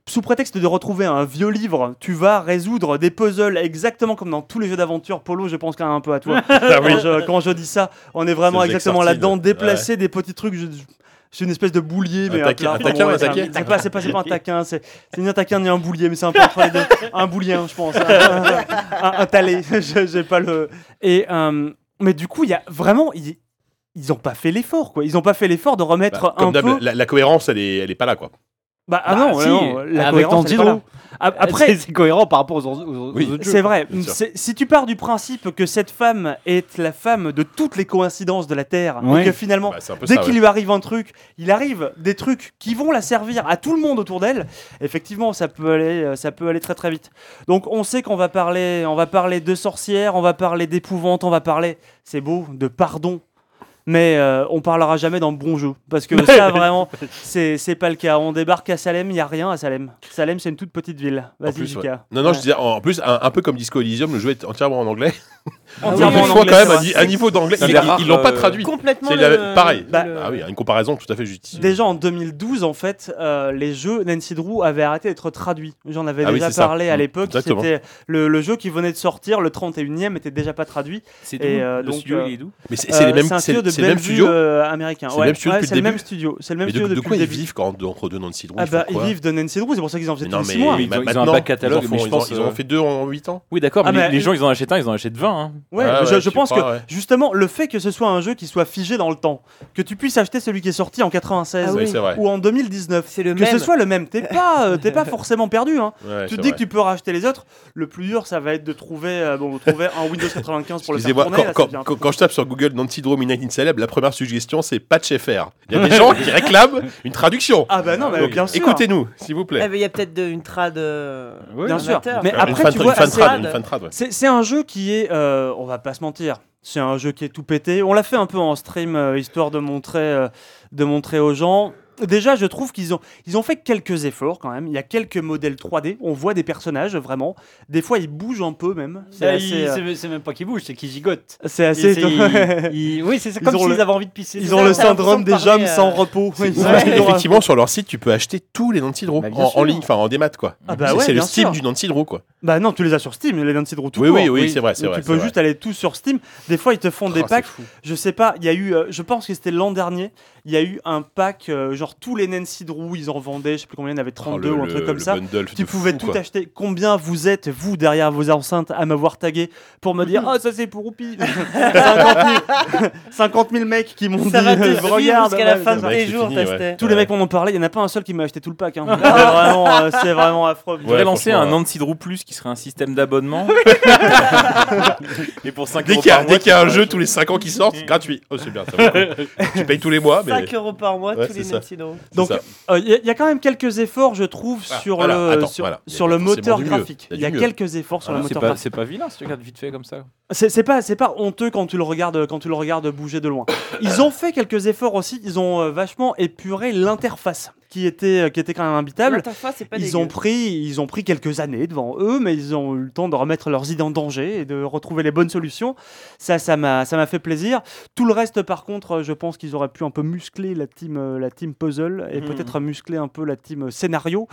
Sous prétexte de retrouver un vieux livre, tu vas résoudre des puzzles exactement comme dans tous les jeux d'aventure. Polo, je pense quand même un peu à toi. Ah oui. quand, je, quand je dis ça, on est vraiment C'est le exactement Jack là-dedans, Sartil. déplacer des petits trucs. Je, je- c'est une espèce de boulier, Un mais taquin- à un plat. taquin, Ouais, un c'est taquin C'est pas, c'est pas, c'est pas un taquin, c'est c'est ni un taquin ni un boulier, mais c'est un peu entre les deux. Un boulien, je pense. Un, un, un- un talé. Je- J'ai pas le. Et euh, mais du coup, il y a vraiment. il- ils ont pas fait l'effort, quoi. Ils ont pas fait l'effort de Bah, remettre un comme d'hab, peu. la, la cohérence, elle est, elle est pas là quoi. Bah, ah Bah, non, si, non, la avec cohérence, elle est pas là. Tanjiro. A- Après, Bah, Après, c'est cohérent par rapport aux, aux- aux Oui. autres jeux. c'est vrai. Bien sûr. C'est- Si tu pars du principe que cette femme est la femme de toutes les coïncidences de la Terre, Ouais. et que finalement, Bah, c'est un peu dès ça. qu'il ouais. lui arrive un truc, il arrive des trucs qui vont la servir à tout le monde autour d'elle. Effectivement, ça peut aller, euh, ça peut aller très très vite. Donc, on sait qu'on va parler, on va parler de sorcières, on va parler d'épouvante, on va parler, c'est beau, de pardon. Mais euh, on parlera jamais dans bon jeu parce que ça vraiment, c'est c'est pas le cas. On débarque à Salem, il y a rien à Salem. Salem, c'est une toute petite ville. Vas-y, plus, Jika. Non, non, Ouais. je disais, en en plus, un, un peu comme Disco Elysium, le jeu est entièrement en anglais. Entièrement Une Ah en fois, anglais, quand c'est même, un, vrai. ni- un niveau d'anglais. C'est Ils rare, ils l'ont pas euh, traduit. Complètement C'est le- la- pareil. le- Bah, Ah oui, une comparaison tout à fait justifiée. Déjà en 2012, en fait, euh, les jeux Nancy Drew avaient arrêté d'être traduits. J'en avais Ah oui, déjà c'est ça. parlé à Mm, l'époque. exactement. C'était le, le jeu qui venait de sortir, le 31e, était déjà pas traduit. C'est Et, d'où euh, Le donc, studio, euh, il est d'où Mais c'est c'est les Euh, mêmes, un c'est studio de c'est le même Bellevue, studio. euh, américain. C'est le Ouais, même studio ouais, depuis c'est le le même début. studio. C'est le même Mais de, studio de depuis quoi le ils début. vivent quand, entre deux Nancy Drew Ah ils font bah, ils quoi vivent de Nancy Drew, c'est pour ça qu'ils en faisaient Mais tous non, les mais 6 mois. oui, ma- Ils ont- ils ont maintenant, un bac catalogue, ils en mais font- je pense, Ils en ont euh, fait deux en 8 ans. Oui, d'accord, Ah, mais bah, les, les euh, gens, ils en achètent un, ils en achètent 20. hein. Ouais, Ah je, ouais, je tu pense que crois, ouais. justement le fait que ce soit un jeu qui soit figé dans le temps, que tu puisses acheter celui qui est sorti en 96 Ah Oui, oui. c'est vrai. ou en 2019, C'est le que même. ce soit le même, t'es pas, euh, t'es pas forcément perdu. Hein. Ouais, tu c'est te dis vrai. que tu peux racheter les autres. Le plus dur, ça va être de trouver, euh, bon, de trouver un Windows 95 pour le faire Excusez-moi, tourner. quand, là, ça quand- devient un peu- quand- quand je tape sur Google Nancy Drew 1976 célèbre. La première suggestion, c'est Patch FR. Il y a des gens qui réclament une traduction. Ah bah non, mais Donc, bien sûr. Écoutez-nous, s'il vous plaît. Ah, mais Il y a peut-être de- une trad. euh, Oui, bien sûr. amateur. Mais Euh, après, une fan, tu vois, une fan c'est- trad, une fan trad, ouais. C'est c'est un jeu qui est, euh, on va pas se mentir, c'est un jeu qui est tout pété. On l'a fait un peu en stream euh, histoire de montrer, euh, de montrer aux gens. Déjà, je trouve qu'ils ont, ils ont fait quelques efforts quand même. Il y a quelques modèles 3D. On voit des personnages vraiment. Des fois, ils bougent un peu même. C'est Bah, assez, il- euh, c'est- c'est même pas qu'ils bougent, c'est qu'ils gigotent. c'est Et assez c'est- étonnant. ils- ils- oui, c'est ça, Ils comme ont s'ils le- avaient envie de pisser. Ils ça, ont le t'as l'impression syndrome de des parler, jeunes euh, sans repos. C'est Ils ouf, sont- parce ils ont- qu'effectivement, sur leur site, tu peux acheter tous les Nancy Draw Bah, bien en, en sûr. ligne, enfin en démat, quoi. Ah bah C'est- ouais, c'est le bien Steam sûr. du Nancy Draw, quoi. Bah non, tu les as sur Steam, les Nancy Draw tout Oui, court. oui, oui, c'est vrai, c'est Donc vrai, Tu peux c'est juste aller tout sur Steam. Des fois, ils te font des Oh, c'est packs. fou. Je sais pas, il y a eu, euh, je pense que c'était l'an dernier, il y a eu un pack, euh, genre tous les Nancy Drew, ils en vendaient, je sais plus combien, il y en avait Oh, 32 le- ou un truc le- comme le ça. bundle Tu de pouvais fou, tout quoi. acheter. Combien vous êtes, vous, derrière vos enceintes, à m'avoir tagué pour me dire, ah, ça c'est pour Oupi 50, 000, 50 000 mecs qui m'ont dit, Ça va te euh, suivre regarde, jusqu'à la ouais, fin c'est de ça. Ouais, tes c'est jours, fini, ouais. Tastet. Tous les mecs m'en ont parlé, il n'y en a pas un seul qui m'a acheté tout le pack. hein. C'est vraiment, euh, c'est vraiment affreux. On devrait Ouais, lancer un franchement, ouais. Nancy Drew Plus qui serait un système d'abonnement. Et pour 5 Dès euros qu'il y a, par dès mois, qu'il y a un jeu tous les 5 ans qui sort, c'est gratuit. Oh, c'est bien, ça vaut le coup. Tu payes tous les Ah, mois, mais. 5 euros par mois, Ouais, tous c'est les ça. Nancy Drew. c'est Donc, ça. il Euh, y, a- y a quand même quelques efforts, je trouve, Ah, sur voilà, le, attends, sur, voilà. sur Il y a le forcément moteur du mieux. graphique. Il Il y y a a du mieux. quelques efforts sur Ah, le c'est moteur pas, graphique. c'est pas vilain, si tu regardes vite fait comme ça. C'est c'est pas, c'est pas honteux quand tu le regardes, quand tu le regardes bouger de loin. Ils ont fait quelques efforts aussi. Ils ont euh, vachement épuré l'interface qui était, euh, qui était quand même imbitable. L'interface, c'est pas Ils dégueu. ont pris, ils ont pris quelques années devant eux, mais ils ont eu le temps de remettre leurs idées en danger et de retrouver les bonnes solutions. Ça, ça m'a, ça m'a fait plaisir. Tout le reste, par contre, euh, je pense qu'ils auraient pu un peu muscler la team, euh, la team puzzle et Mhm. peut-être muscler un peu la team scénario,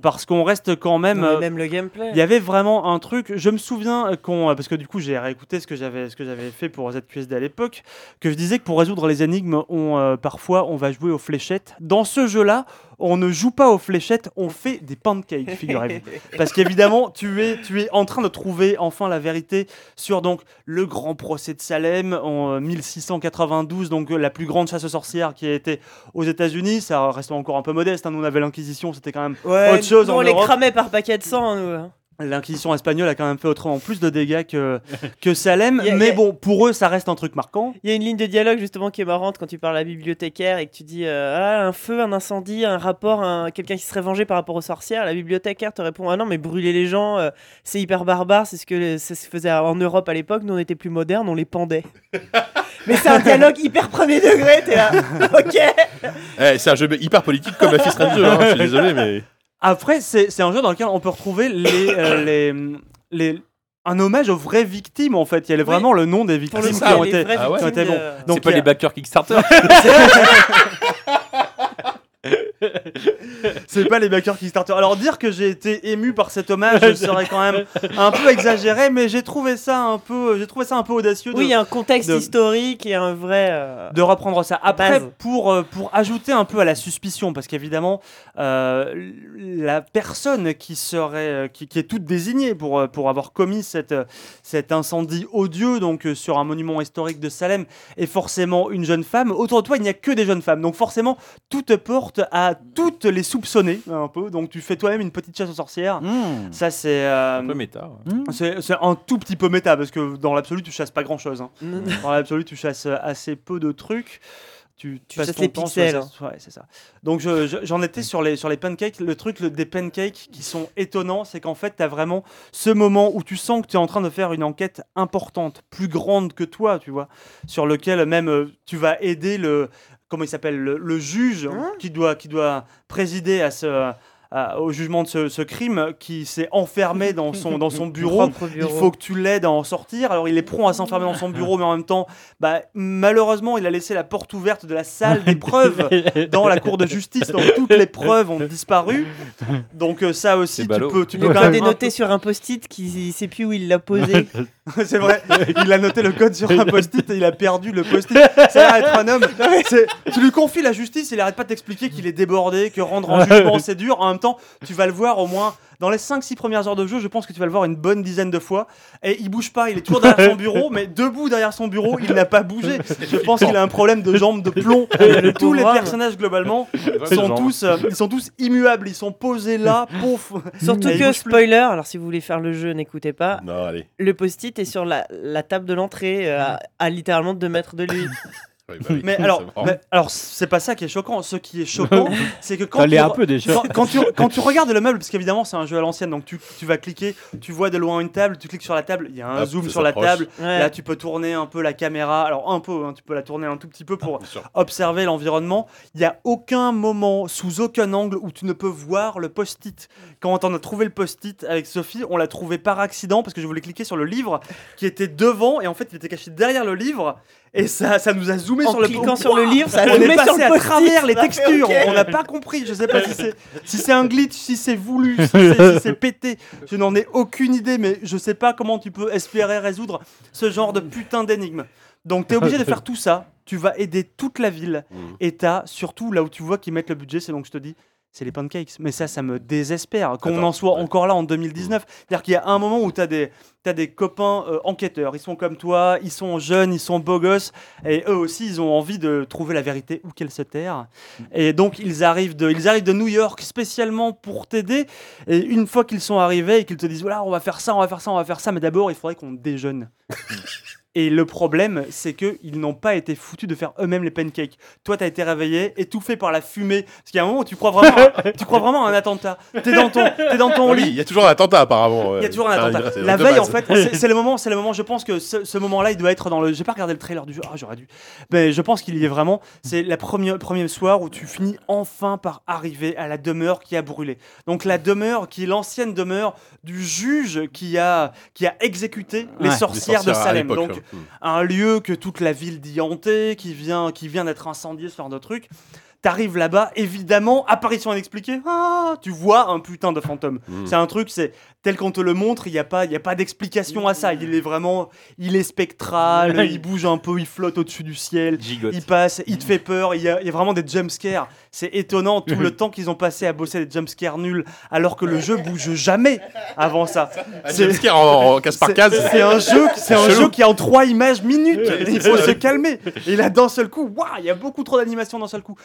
parce qu'on reste quand même. Non, mais euh, Même le gameplay. il y avait vraiment un truc. Je me souviens qu'on, euh, parce que du coup j'ai réécouté ce que j'avais, ce que j'avais fait pour ZQSD à l'époque, que je disais que pour résoudre les énigmes, on euh, parfois on va jouer aux fléchettes. Dans ce jeu-là, on ne joue pas aux fléchettes, on fait des pancakes, figurez-vous. Parce qu'évidemment, tu es, tu es en train de trouver enfin la vérité sur donc le grand procès de Salem en euh, 1692, donc euh, la plus grande chasse aux sorcières qui a été aux États-Unis. Ça reste encore un peu modeste. hein, nous on avait l'Inquisition, c'était quand même Ouais, Autre chose nous, en on les Europe. cramait par paquet de sang, nous. hein. L'inquisition espagnole a quand même fait autrement plus de dégâts que, que Salem, Il y a- il y mais a- bon, pour eux, ça reste un truc marquant. Il y a une ligne de dialogue justement qui est marrante quand tu parles à la bibliothécaire et que tu dis euh, ah, un feu, un incendie, un rapport, un... quelqu'un qui serait vengé par rapport aux sorcières. La bibliothécaire te répond ah non mais brûler les gens, euh, c'est hyper barbare, c'est ce que les- ça se faisait en Europe à l'époque. Nous on était plus modernes, on les pendait. mais c'est un dialogue hyper premier degré, t'es là. ok. Eh, c'est un jeu hyper politique comme la Fist 2, hein, je suis désolé, mais. Après, c'est c'est un jeu dans lequel on peut retrouver les, euh, les, les- un hommage aux vraies victimes, en fait. Il y a les- vraiment le nom des Pour le victimes coup, qui ont les été... vraies Ah ouais. victimes C'était bon. de- C'est pas il y a- les backers Kickstarter. C'est pas les backers Kickstarter. Alors dire que j'ai été ému par cet hommage serait quand même un peu exagéré, mais j'ai trouvé ça un peu, j'ai trouvé ça un peu audacieux. de- Oui, il y a un contexte de- historique et un vrai. euh, de reprendre ça. Après, Base. pour, euh, pour ajouter un peu à la suspicion, parce qu'évidemment, euh, la personne qui, serait, euh, qui, qui est toute désignée pour, euh, pour avoir commis cette, euh, cet incendie odieux donc, euh, sur un monument historique de Salem est forcément une jeune femme. Autour de toi, il n'y a que des jeunes femmes. Donc forcément, toute porte à toutes les soupçonner un peu. Donc tu fais toi-même une petite chasse aux sorcières. Mmh. Ça, c'est... euh, Un peu méta. hein. ouais. c'est c'est un tout petit peu méta parce que dans l'absolu tu chasses pas hein. grand chose. Non, Dans l'absolu, tu chasses euh, assez peu de trucs. Tu, Tu passes chasses ton les temps sur pixels, hein. les- Ouais, c'est ça. Donc je- je- j'en étais sur les, sur les pancakes. Le truc le- des pancakes qui sont étonnants, c'est qu'en fait, tu as vraiment ce moment où tu sens que tu es en train de faire une enquête importante, plus grande que toi, tu vois, sur lequel même euh, tu vas aider le. Comment il s'appelle le, le juge Hein qui, doit, qui doit présider à ce. à- au jugement de ce, ce crime qui s'est enfermé dans son, dans son bureau propre il bureau. faut que tu l'aides à en sortir. Alors il est prompt à s'enfermer dans son bureau, mais en même temps, bah, malheureusement, il a laissé la porte ouverte de la salle des preuves dans la cour de justice. Donc toutes les preuves ont disparu. Donc euh, ça aussi, C'est tu ballot. peux, tu Il peux est quand pas même un dénoté sur un post-it qui sait plus où il l'a posé. peu- C'est vrai. Il a noté le code sur un post-it et il a perdu le post-it. Ça a l'air d'être un homme. C'est- Tu lui confies la justice, il arrête pas de t'expliquer qu'il est débordé, que rendre en jugement c'est dur. En même temps, tu vas le voir au moins. Dans les 5-6 premières heures de jeu, je pense que tu vas le voir une bonne dizaine de fois. Et il bouge pas, il est toujours derrière son bureau, mais debout derrière son bureau, il n'a pas bougé. Je pense qu'il a un problème de jambes de plomb. Tous les pauvre homme. personnages, globalement, Ouais, sont genre. tous, euh, ils sont tous immuables. Ils sont posés là, pouf. Surtout Et Mmh, il que, bouge plus. spoiler, alors si vous voulez faire le jeu, n'écoutez pas, Non, allez. le post-it est sur la, la table de l'entrée, euh, à, à littéralement 2 mètres de lui. Oui, bah oui, Mais c'est alors, marrant. mais alors, c'est pas ça qui est choquant. Ce qui est choquant, c'est que quand Ça l'est tu, un peu déjà. quand, quand tu, quand tu regardes le meuble, parce qu'évidemment c'est un jeu à l'ancienne, donc tu, tu vas cliquer, tu vois de loin une table, tu cliques sur la table, il y a un Hop, zoom ça sur la s'approche. table, Ouais. là tu peux tourner un peu la caméra, alors un peu, hein, tu peux la tourner un tout petit peu pour Bien sûr. observer l'environnement. Il n'y a aucun moment, sous aucun angle, où tu ne peux voir le post-it. Quand on a trouvé le post-it avec Sophie, on l'a trouvé par accident parce que je voulais cliquer sur le livre qui était devant et en fait il était caché derrière le livre et ça, ça nous a zoomé en sur le cliquant sur le livre, ça on le est met sur passé le à post-it. travers les Ça fait textures. OK. On n'a pas compris. Je sais pas si c'est si c'est un glitch, si c'est voulu, si c'est si c'est pété. Je n'en ai aucune idée, mais je sais pas comment tu peux espérer résoudre ce genre de putain d'énigme. Donc t'es obligé de faire tout ça. Tu vas aider toute la ville. Mm. Et t'as surtout là où tu vois qu'ils mettent le budget, c'est donc je te dis. C'est les pancakes. Mais ça, ça me désespère qu'on Attends, en soit ouais. encore là en 2019. C'est-à-dire qu'il y a un moment où tu as, des copains euh, enquêteurs. Ils sont comme toi, ils sont jeunes, ils sont beaux gosses. Et eux aussi, ils ont envie de trouver la vérité où qu'elle se terre. Et donc, ils arrivent de, ils arrivent de New York spécialement pour t'aider. Et une fois qu'ils sont arrivés et qu'ils te disent voilà, on va faire ça, on va faire ça, on va faire ça, mais d'abord, il faudrait qu'on déjeune. Et le problème, c'est qu'ils n'ont pas été foutus de faire eux-mêmes les pancakes. Toi, t'as été réveillé, étouffé par la fumée. Parce qu'il y a un moment où tu crois vraiment, tu crois vraiment à un attentat. T'es dans ton, t'es dans ton Ah oui, lit, il y a toujours un attentat apparemment. il y a toujours un attentat. La veille, en fait, c'est- c'est le moment, c'est le moment. Je pense que ce, ce moment-là, il doit être dans le. J'ai pas regardé le trailer du jeu. Ah, j'aurais dû. Mais je pense qu'il y est vraiment. C'est la première premier soir où tu finis enfin par arriver à la demeure qui a brûlé. Donc la demeure qui est l'ancienne demeure du juge qui a qui a exécuté les Ouais. sorcières de Salem. Donc un lieu que toute la ville dit hanté, qui vient, qui vient d'être incendié, ce genre de truc. T'arrives là-bas, évidemment, apparition inexpliquée. Ah, tu vois un putain de fantôme. Mm. C'est un truc, c'est tel qu'on te le montre, il n'y a pas, il y a pas d'explication à ça. Il est vraiment, il est spectral, il bouge un peu, il flotte au-dessus du ciel. Gigote. Il passe, il te fait peur, il y a, il y a vraiment des jumpscares. C'est étonnant tout le temps qu'ils ont passé à bosser des jumpscares nuls, alors que le jeu bouge jamais avant ça. c'est ce en, en case par C'est- case. C'est un jeu, c'est un Chelou. jeu qui est en trois images minutes. Ouais, Il c'est faut vrai. se calmer. Et là, d'un seul coup, waouh, il y a beaucoup trop d'animation d'un seul coup.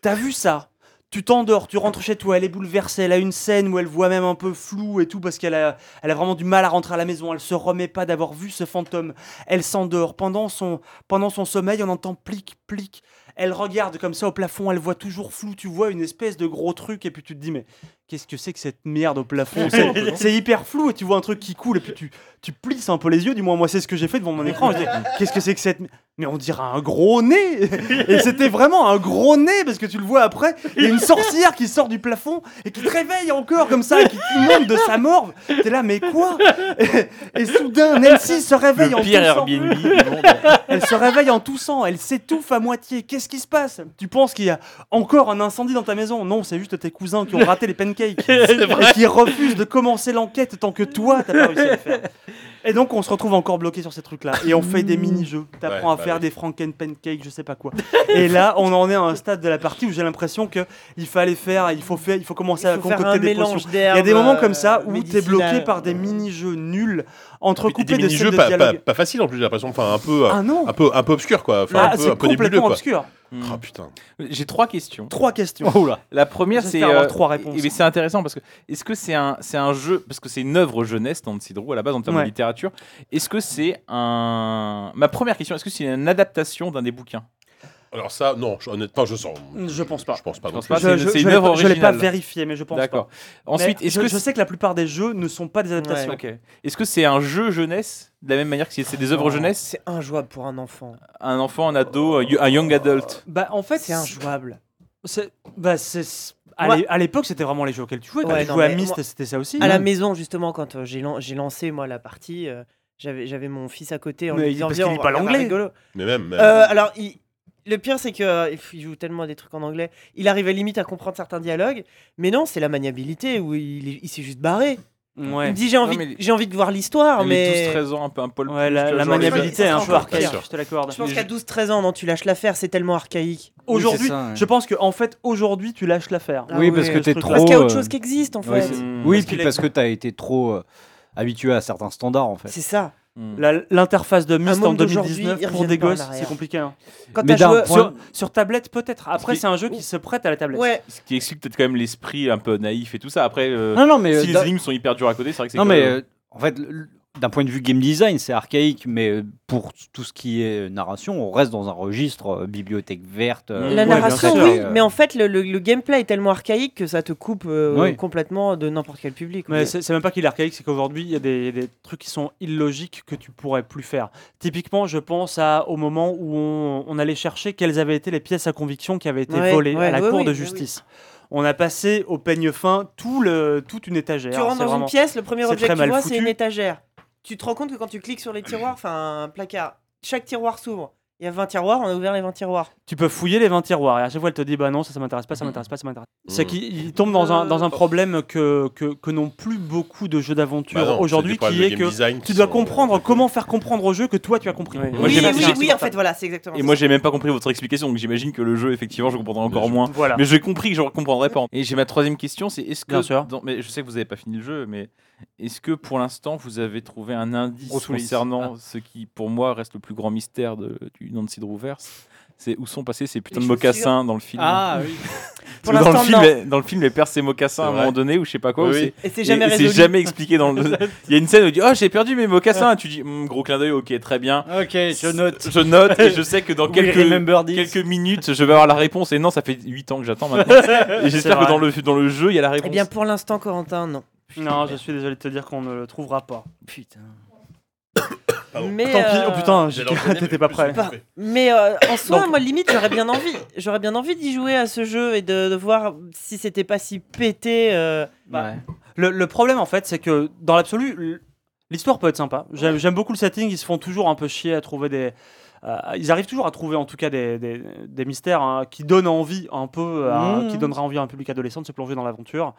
T'as vu ça Tu t'endors, tu rentres chez toi, elle est bouleversée, elle a une scène où elle voit même un peu flou et tout parce qu'elle a, elle a vraiment du mal à rentrer à la maison. Elle se remet pas d'avoir vu ce fantôme. Elle s'endort. Pendant son, pendant son sommeil, on entend plic, plic. Elle regarde comme ça au plafond, elle voit toujours flou, tu vois une espèce de gros truc, et puis tu te dis, mais qu'est-ce que c'est que cette merde au plafond C'est- C'est hyper flou, et tu vois un truc qui coule, et puis tu, tu plisses un peu les yeux, du moins moi c'est ce que j'ai fait devant mon écran, je dis, qu'est-ce que c'est que cette... Mais on dirait un gros nez Et c'était vraiment un gros nez, parce que tu le vois après, il y a une sorcière qui sort du plafond, et qui te réveille encore comme ça, et qui monte de sa morve, t'es là, mais quoi et, et soudain, Nancy se réveille en Le pire toussant. Airbnb du monde. Elle se réveille en toussant, elle s'étouffe à moitié. Qu'est-ce qui se passe Tu penses qu'il y a encore un incendie dans ta maison Non, c'est juste tes cousins qui ont raté les pancakes et qui refusent de commencer l'enquête tant que toi, t'as pas réussi à le faire. Et donc, on se retrouve encore bloqué sur ces trucs-là. Et on fait des mini-jeux. T'apprends Ouais, à bah faire oui. des Franken Pancakes, je sais pas quoi. Et là, on en est à un stade de la partie où j'ai l'impression que il fallait faire, il faut faire, il faut commencer à Il faut faire concocter un des potions. mélange Il d'herbes. y a des moments comme ça euh, où t'es médicinales. bloqué par des mini-jeux nuls, entrecoupés Des de scènes mini-jeux de pas, pas, dialogue. pas faciles en plus, j'ai l'impression. Enfin, un peu, euh, Ah non un peu, un peu obscur quoi. Enfin, Ah, un peu, c'est un peu nébuleux complètement quoi. obscur. Ah putain. J'ai trois questions. Trois questions. Oh là. La première, J'espère c'est. avoir trois réponses. et- Mais c'est intéressant parce que est-ce que c'est un, c'est un jeu parce que c'est une œuvre jeunesse dans Sidrou à la base en termes Ouais. de littérature. Est-ce que c'est un. Ma première question, est-ce que c'est une adaptation d'un des bouquins Alors ça, non, je- honnêtement, je sens. Je pense pas. Je pense pas. Je non pense plus. pas. c'est une- c'est une l'ai œuvre pas- je l'ai pas originale. vérifié, mais je pense D'accord. pas. Ensuite, Mais est-ce je, que je sais que la plupart des jeux ne sont pas des adaptations. Ok. Est-ce que c'est un jeu jeunesse de la même manière que si c'est des œuvres Non, jeunesse C'est injouable pour un enfant. Un enfant, un ado, un yo- un young adult. Bah en fait, C'est injouable. c'est- bah, c'est- à Moi- l'é- à l'époque, c'était vraiment les jeux auxquels tu jouais. Quand Ouais, tu non, jouais à mais Myst, moi- c'était ça aussi. À la Mais maison, justement, quand euh, j'ai lan- j'ai lancé moi la partie, euh, j'avais j'avais mon fils à côté en Mais lui il- disant parce Viens, qu'il on lit va pas regarder l'anglais. rigolo. Mais même. même. Euh, alors, il- le pire, c'est que euh, il joue tellement à des trucs en anglais, il arrivait limite à comprendre certains dialogues, mais non, c'est la maniabilité où il, est- il s'est juste barré. Il Ouais. me dit j'ai Non, envie, mais les- j'ai envie de voir l'histoire, Les mais 12-13 ans, un peu un Paul Ah, Ouais, la, Proust, la genre, maniabilité les- est un c'est peu encore archaïque, pire. je te l'accorde. je pense Mais qu'à 12-13 ans, non, tu lâches l'affaire, c'est tellement archaïque. Aujourd'hui, Oui, c'est ça, ouais. je pense qu'en fait, aujourd'hui, tu lâches l'affaire. Ah oui, oui, parce que ce t'es truc-là. trop. Parce qu'il y a autre euh, chose qui existe en ouais, fait. c'est- Mm, Oui, parce puis qu'il est- parce que t'as été trop euh, habitué à certains standards en fait. c'est ça. Mm. La- L'interface de Myst en monde d'aujourd'hui, 2019 ils pour des reviennent pas en gosses, c'est arrière. compliqué. hein. Quand Mais t'as d'un joué, point- Sur, sur tablette, peut-être. Après, qui- c'est un jeu qui se prête à la tablette. ouais, Ce qui explique peut-être quand même l'esprit un peu naïf et tout ça. Après, euh, Non, non, mais. euh, si les d'un- énigmes sont hyper dures à côté, c'est vrai que c'est. Non, quand mais même- euh, en fait, le- le- d'un point de vue game design, c'est archaïque, mais euh, pour tout ce qui est narration, on reste dans un registre euh, bibliothèque verte. La euh, La ouais, bien narration, sûr, oui, et, euh, mais en fait, le, le- le gameplay est tellement archaïque que ça te coupe euh, Oui. complètement de n'importe quel public. Mais c'est c'est même pas qu'il est archaïque, c'est qu'aujourd'hui, il y a des, des trucs qui sont illogiques que tu pourrais plus faire. Typiquement, je pense à, au moment où on, on allait chercher quelles avaient été les pièces à conviction qui avaient été Ouais, volées ouais, à la ouais, Cour oui, de oui, oui. justice. On a passé au peigne fin tout le, toute une étagère. tu rentres C'est dans vraiment- une pièce, le premier c'est objet très que tu mal vois, c'est foutu. une étagère. Tu te rends compte que quand tu cliques sur les tiroirs, enfin un placard, chaque tiroir s'ouvre. Il y a 20 tiroirs, on a ouvert les 20 tiroirs. Tu peux fouiller les 20 tiroirs et à chaque fois, elle te dit Bah non, ça, ça m'intéresse Mm-hmm. pas, ça m'intéresse pas, ça m'intéresse pas. C'est Mm. qu'ils tombent dans un, dans un Euh, problème que, que, que n'ont plus beaucoup de jeux d'aventure Oh. Bah non, c'est aujourd'hui des problèmes qui de est game que. design Tu qui dois sont- comprendre comment faire comprendre au jeu que toi tu as compris. Oui. Moi, Oui, j'ai oui, pas fait oui, un en fait, voilà, c'est exactement Et ça. moi, j'ai même pas compris votre explication, donc j'imagine que le jeu, effectivement, je comprendrai encore Bien moins. Voilà. Mais j'ai compris que je ne comprendrais pas. Et j'ai ma troisième question, c'est est-ce que... Bien sûr. dans- mais je sais que vous n'avez pas fini le jeu, mais est-ce que pour l'instant, vous avez trouvé un indice Grosse police. concernant ce qui, pour moi, reste le plus grand mystère de, du Nancy Drewverse C'est où sont passés ces putains Les de mocassins dans le film Ah oui. Parce que Pour dans, le l'instant, film, non. elle- dans le film, elle perd ses mocassins à un C'est moment vrai. donné ou je sais pas quoi. ou Oui, c'est- oui. Et c'est et- jamais et résolu. jamais expliqué dans le. Il y a une scène où elle dit Oh, j'ai perdu mes mocassins. Tu dis Hum, Gros clin d'œil, ok, très bien. Ok, je note. Je note et je sais que dans We quelques, remember this. quelques minutes, je vais avoir la réponse. Et non, ça fait 8 ans que j'attends maintenant. Et j'espère vrai. que dans le, dans le jeu, il y a la réponse. Eh bien, pour l'instant, Corentin, non. Non, je suis désolé de te dire qu'on ne le trouvera pas. Putain. Ah Pardon. Mais, Tant pis, euh, oh putain, J'ai j'ai- l'enchaîné, mais t'étais pas plus prêt. vite. Pas- Mais euh, en soi, Donc- moi, limite, j'aurais bien envie. J'aurais bien envie d'y jouer à ce jeu et de, de voir si c'était pas si pété. euh, Ouais. Le, le problème, en fait, c'est que dans l'absolu, l- l'histoire peut être sympa. J'aime j'aime beaucoup le setting, ils se font toujours un peu chier à trouver des. euh, ils arrivent toujours à trouver en tout cas des, des- des mystères hein, qui donnent envie un peu, à un- Mhm. qui donnera envie à un public adolescent de se plonger dans l'aventure.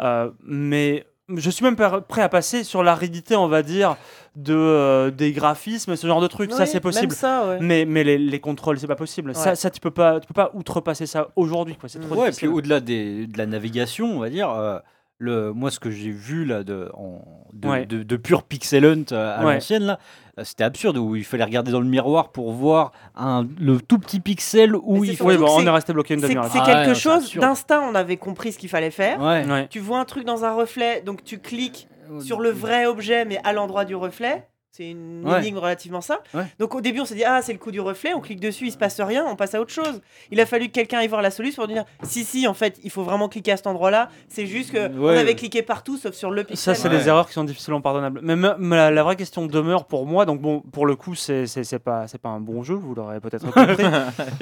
Euh, mais je suis même par- prêt à passer sur l'aridité, on va dire, de, euh, des graphismes, ce genre de trucs. ça, ouais, c'est même possible. ça, ouais. Mais, mais les, les contrôles, c'est pas possible. Ça, Ouais. ça, tu peux pas, tu peux pas outrepasser ça aujourd'hui. quoi. C'est trop Ouais, et puis difficile. au-delà des- de la navigation, on va dire, euh, le, moi ce que j'ai vu là de, en- de, Ouais. de- de pur pixel hunt euh, à Ouais. l'ancienne, là, euh, c'était absurde, où il fallait regarder dans le miroir pour voir un, le tout petit pixel où Mais c'est il surtout Oui, Donc bah, on c'est- est resté bloqué une C'est c'est demi-heure. Ah ouais, quelque non, c'est chose absurde. d'instinct, on avait compris ce qu'il fallait faire. Ouais. Ouais. Tu vois un truc dans un reflet, donc tu cliques Euh, sur le vrai objet, mais à l'endroit du reflet. C'est une Ouais. énigme relativement simple. Ouais. Donc au début, on s'est dit Ah, c'est le coup du reflet, on clique dessus, il se passe rien, on passe à autre chose. Il a fallu que quelqu'un aille voir la solution pour dire Si, si, en fait, il faut vraiment cliquer à cet endroit-là. C'est juste que Ouais. on avait cliqué partout sauf sur le Ça, pixel. hein. c'est Ouais. des erreurs qui sont difficilement pardonnables. Mais me- me- la, la vraie question demeure pour moi. Donc, bon, pour le coup, c'est c'est- c'est pas, c'est pas un bon jeu, vous l'aurez peut-être compris.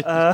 Euh,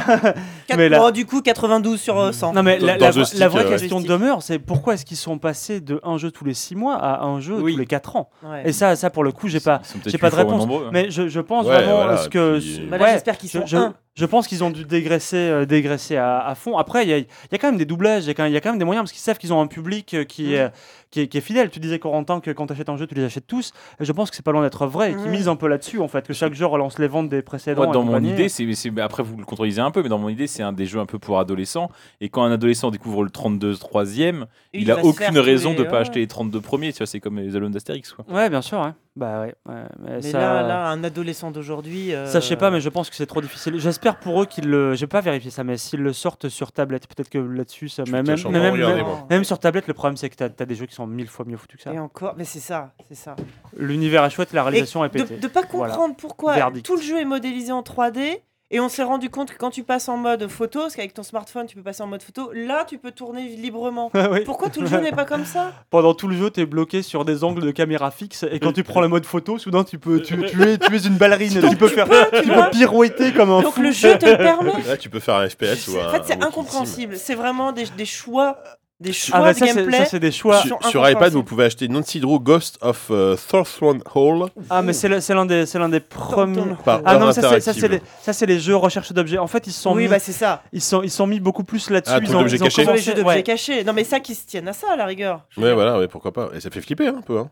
Quatre- mais là- oh, du coup, 92 sur euh, 100. non, mais la, Dans- la- dans The Stick, la vraie euh, question ouais. demeure, c'est pourquoi est-ce qu'ils sont passés de un jeu tous les 6 mois à un jeu Oui. tous les 4 ans Ouais. Et ça, ça, pour le coup, j'ai pas. Ils sont peut-être j'ai plus pas de forts et réponse. nombreux, hein. Mais je, je pense Ouais, vraiment voilà, euh, ce que. puis- ce- Bah là, ouais, J'espère qu'ils je, sont je- un. je pense qu'ils ont dû dégraisser, euh, dégraisser à, à fond. Après, il y a, il y a quand même des doublages, il y, a quand- il y a quand même des moyens, parce qu'ils savent qu'ils ont un public euh, Mm. qui, est, qui, est, qui est fidèle. Tu disais, Corentin, que quand tu achètes un jeu, tu les achètes tous. Et je pense que c'est pas loin d'être vrai, et qu'ils Mhm. misent un peu là-dessus, en fait, que chaque jeu relance les ventes des précédents. Moi, dans et mon compagnie. hein. idée, c'est, c'est- mais après vous le contredisez un peu, mais dans mon idée, c'est un des jeux un peu pour adolescents. Et quand un adolescent découvre le 32 3ème, il, va a se faire aucune tous raison les- de pas ouais. acheter les 32 premiers. Tu vois, c'est comme les Alone d'Astérix. Quoi. Ouais, bien sûr, ouais. Bah ouais. ouais, mais Mais ça... là, là, un adolescent d'aujourd'hui. euh, Ça, je sais pas, mais je pense que c'est trop difficile. J'espère pour eux qu'ils le. J'ai pas vérifié ça, mais s'ils le sortent sur tablette, peut-être que là-dessus, ça. Je Mais vais même, tâcher mais encore, même, regardez, même- moi. même sur tablette, le problème, c'est que t'as as des jeux qui sont mille fois mieux foutus que ça. Et encore, mais c'est ça, c'est ça. L'univers est chouette, la Et réalisation est de, pétée. de pas Voilà. comprendre pourquoi Verdict. tout le jeu est modélisé en 3D et on s'est rendu compte que quand tu passes en mode photo, parce qu'avec ton smartphone tu peux passer en mode photo, là tu peux tourner librement. Ah Oui. Pourquoi tout le jeu n'est pas comme ça Pendant tout le jeu, t'es bloqué sur des angles de caméra fixe et quand tu prends la mode photo, soudain tu peux tu, tu es tu es une ballerine, tu peux faire peux, tu tu vois. peux pirouetter comme un Donc fou. le jeu te le permet. Là, tu peux faire un FPS ou un. En fait, c'est un incompréhensible. C'est vraiment des, des choix, des choix Ah bah de ça c'est ça, gameplay. c'est des choix. Walking Sim. Ils Sur, sont sur iPad, incompréhensibles. vous pouvez acheter Nancy Drew Ghost of euh, Thorthorn Hall. Ah mais c'est le- c'est l'un des c'est l'un des premiers Par ah non, mais ça c'est- ça, Interactive. c'est les, ça, c'est les jeux recherche d'objets. En fait, ils se sont oui, mis, bah c'est ça. ils sont ils sont mis beaucoup plus là-dessus. Ah, ils tous ont, les ils objets ont cachés. Sur les commencé- jeux d'objets ouais. cachés. Non mais ça qui se tiennent à ça à la rigueur. Ouais, voilà, ouais, pourquoi pas. Et ça fait flipper un peu. Hein.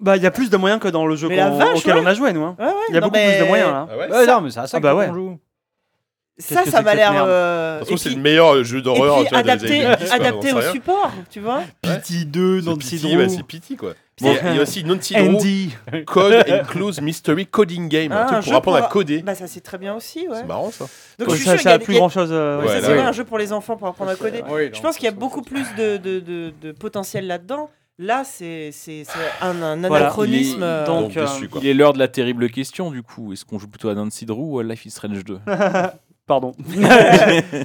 Bah il y a plus de moyens que dans le jeu Mais la qu'on- vache, auquel ouais. on a joué nous. hein. Ouais, ouais, Il y a non, beaucoup mais plus de moyens hein. là. Ah ouais Ouais, non, mais c'est à ça Ah bah qu'on ouais. joue. Ça, que c'est ça que m'a cette l'air. merde euh, Je et trouve que c'est puis- le meilleur jeu et d'horreur. puis tu vois, des années adapté, euh, 90, quoi, adapté j'en au sais rien. support, tu vois. Pity 2, C'est Pity, ouais, c'est Pity quoi. Bon, il y a aussi Nancy Drew Andy. Code Enclosed Mystery Coding Game. Ah, un un truc jeu pour apprendre pour- à coder. Bah ça c'est très bien aussi, ouais. C'est marrant ça. Donc je suis ça sûr ça a qu'il y a- plus il y a- grand chose. ouais, ça, Ouais, c'est là, vrai, ouais. un jeu pour les enfants pour apprendre à coder. Oui, Je non, pense qu'il y a ça, ça, beaucoup plus de, de, de, de potentiel là-dedans. Là, c'est c'est- c'est un, un Voilà. anachronisme. Il est- euh, Donc, Donc, euh, dessus, quoi. Il est l'heure de la terrible question, du coup. Est-ce qu'on joue plutôt à Nancy Drew ou à Life is Strange 2 Pardon.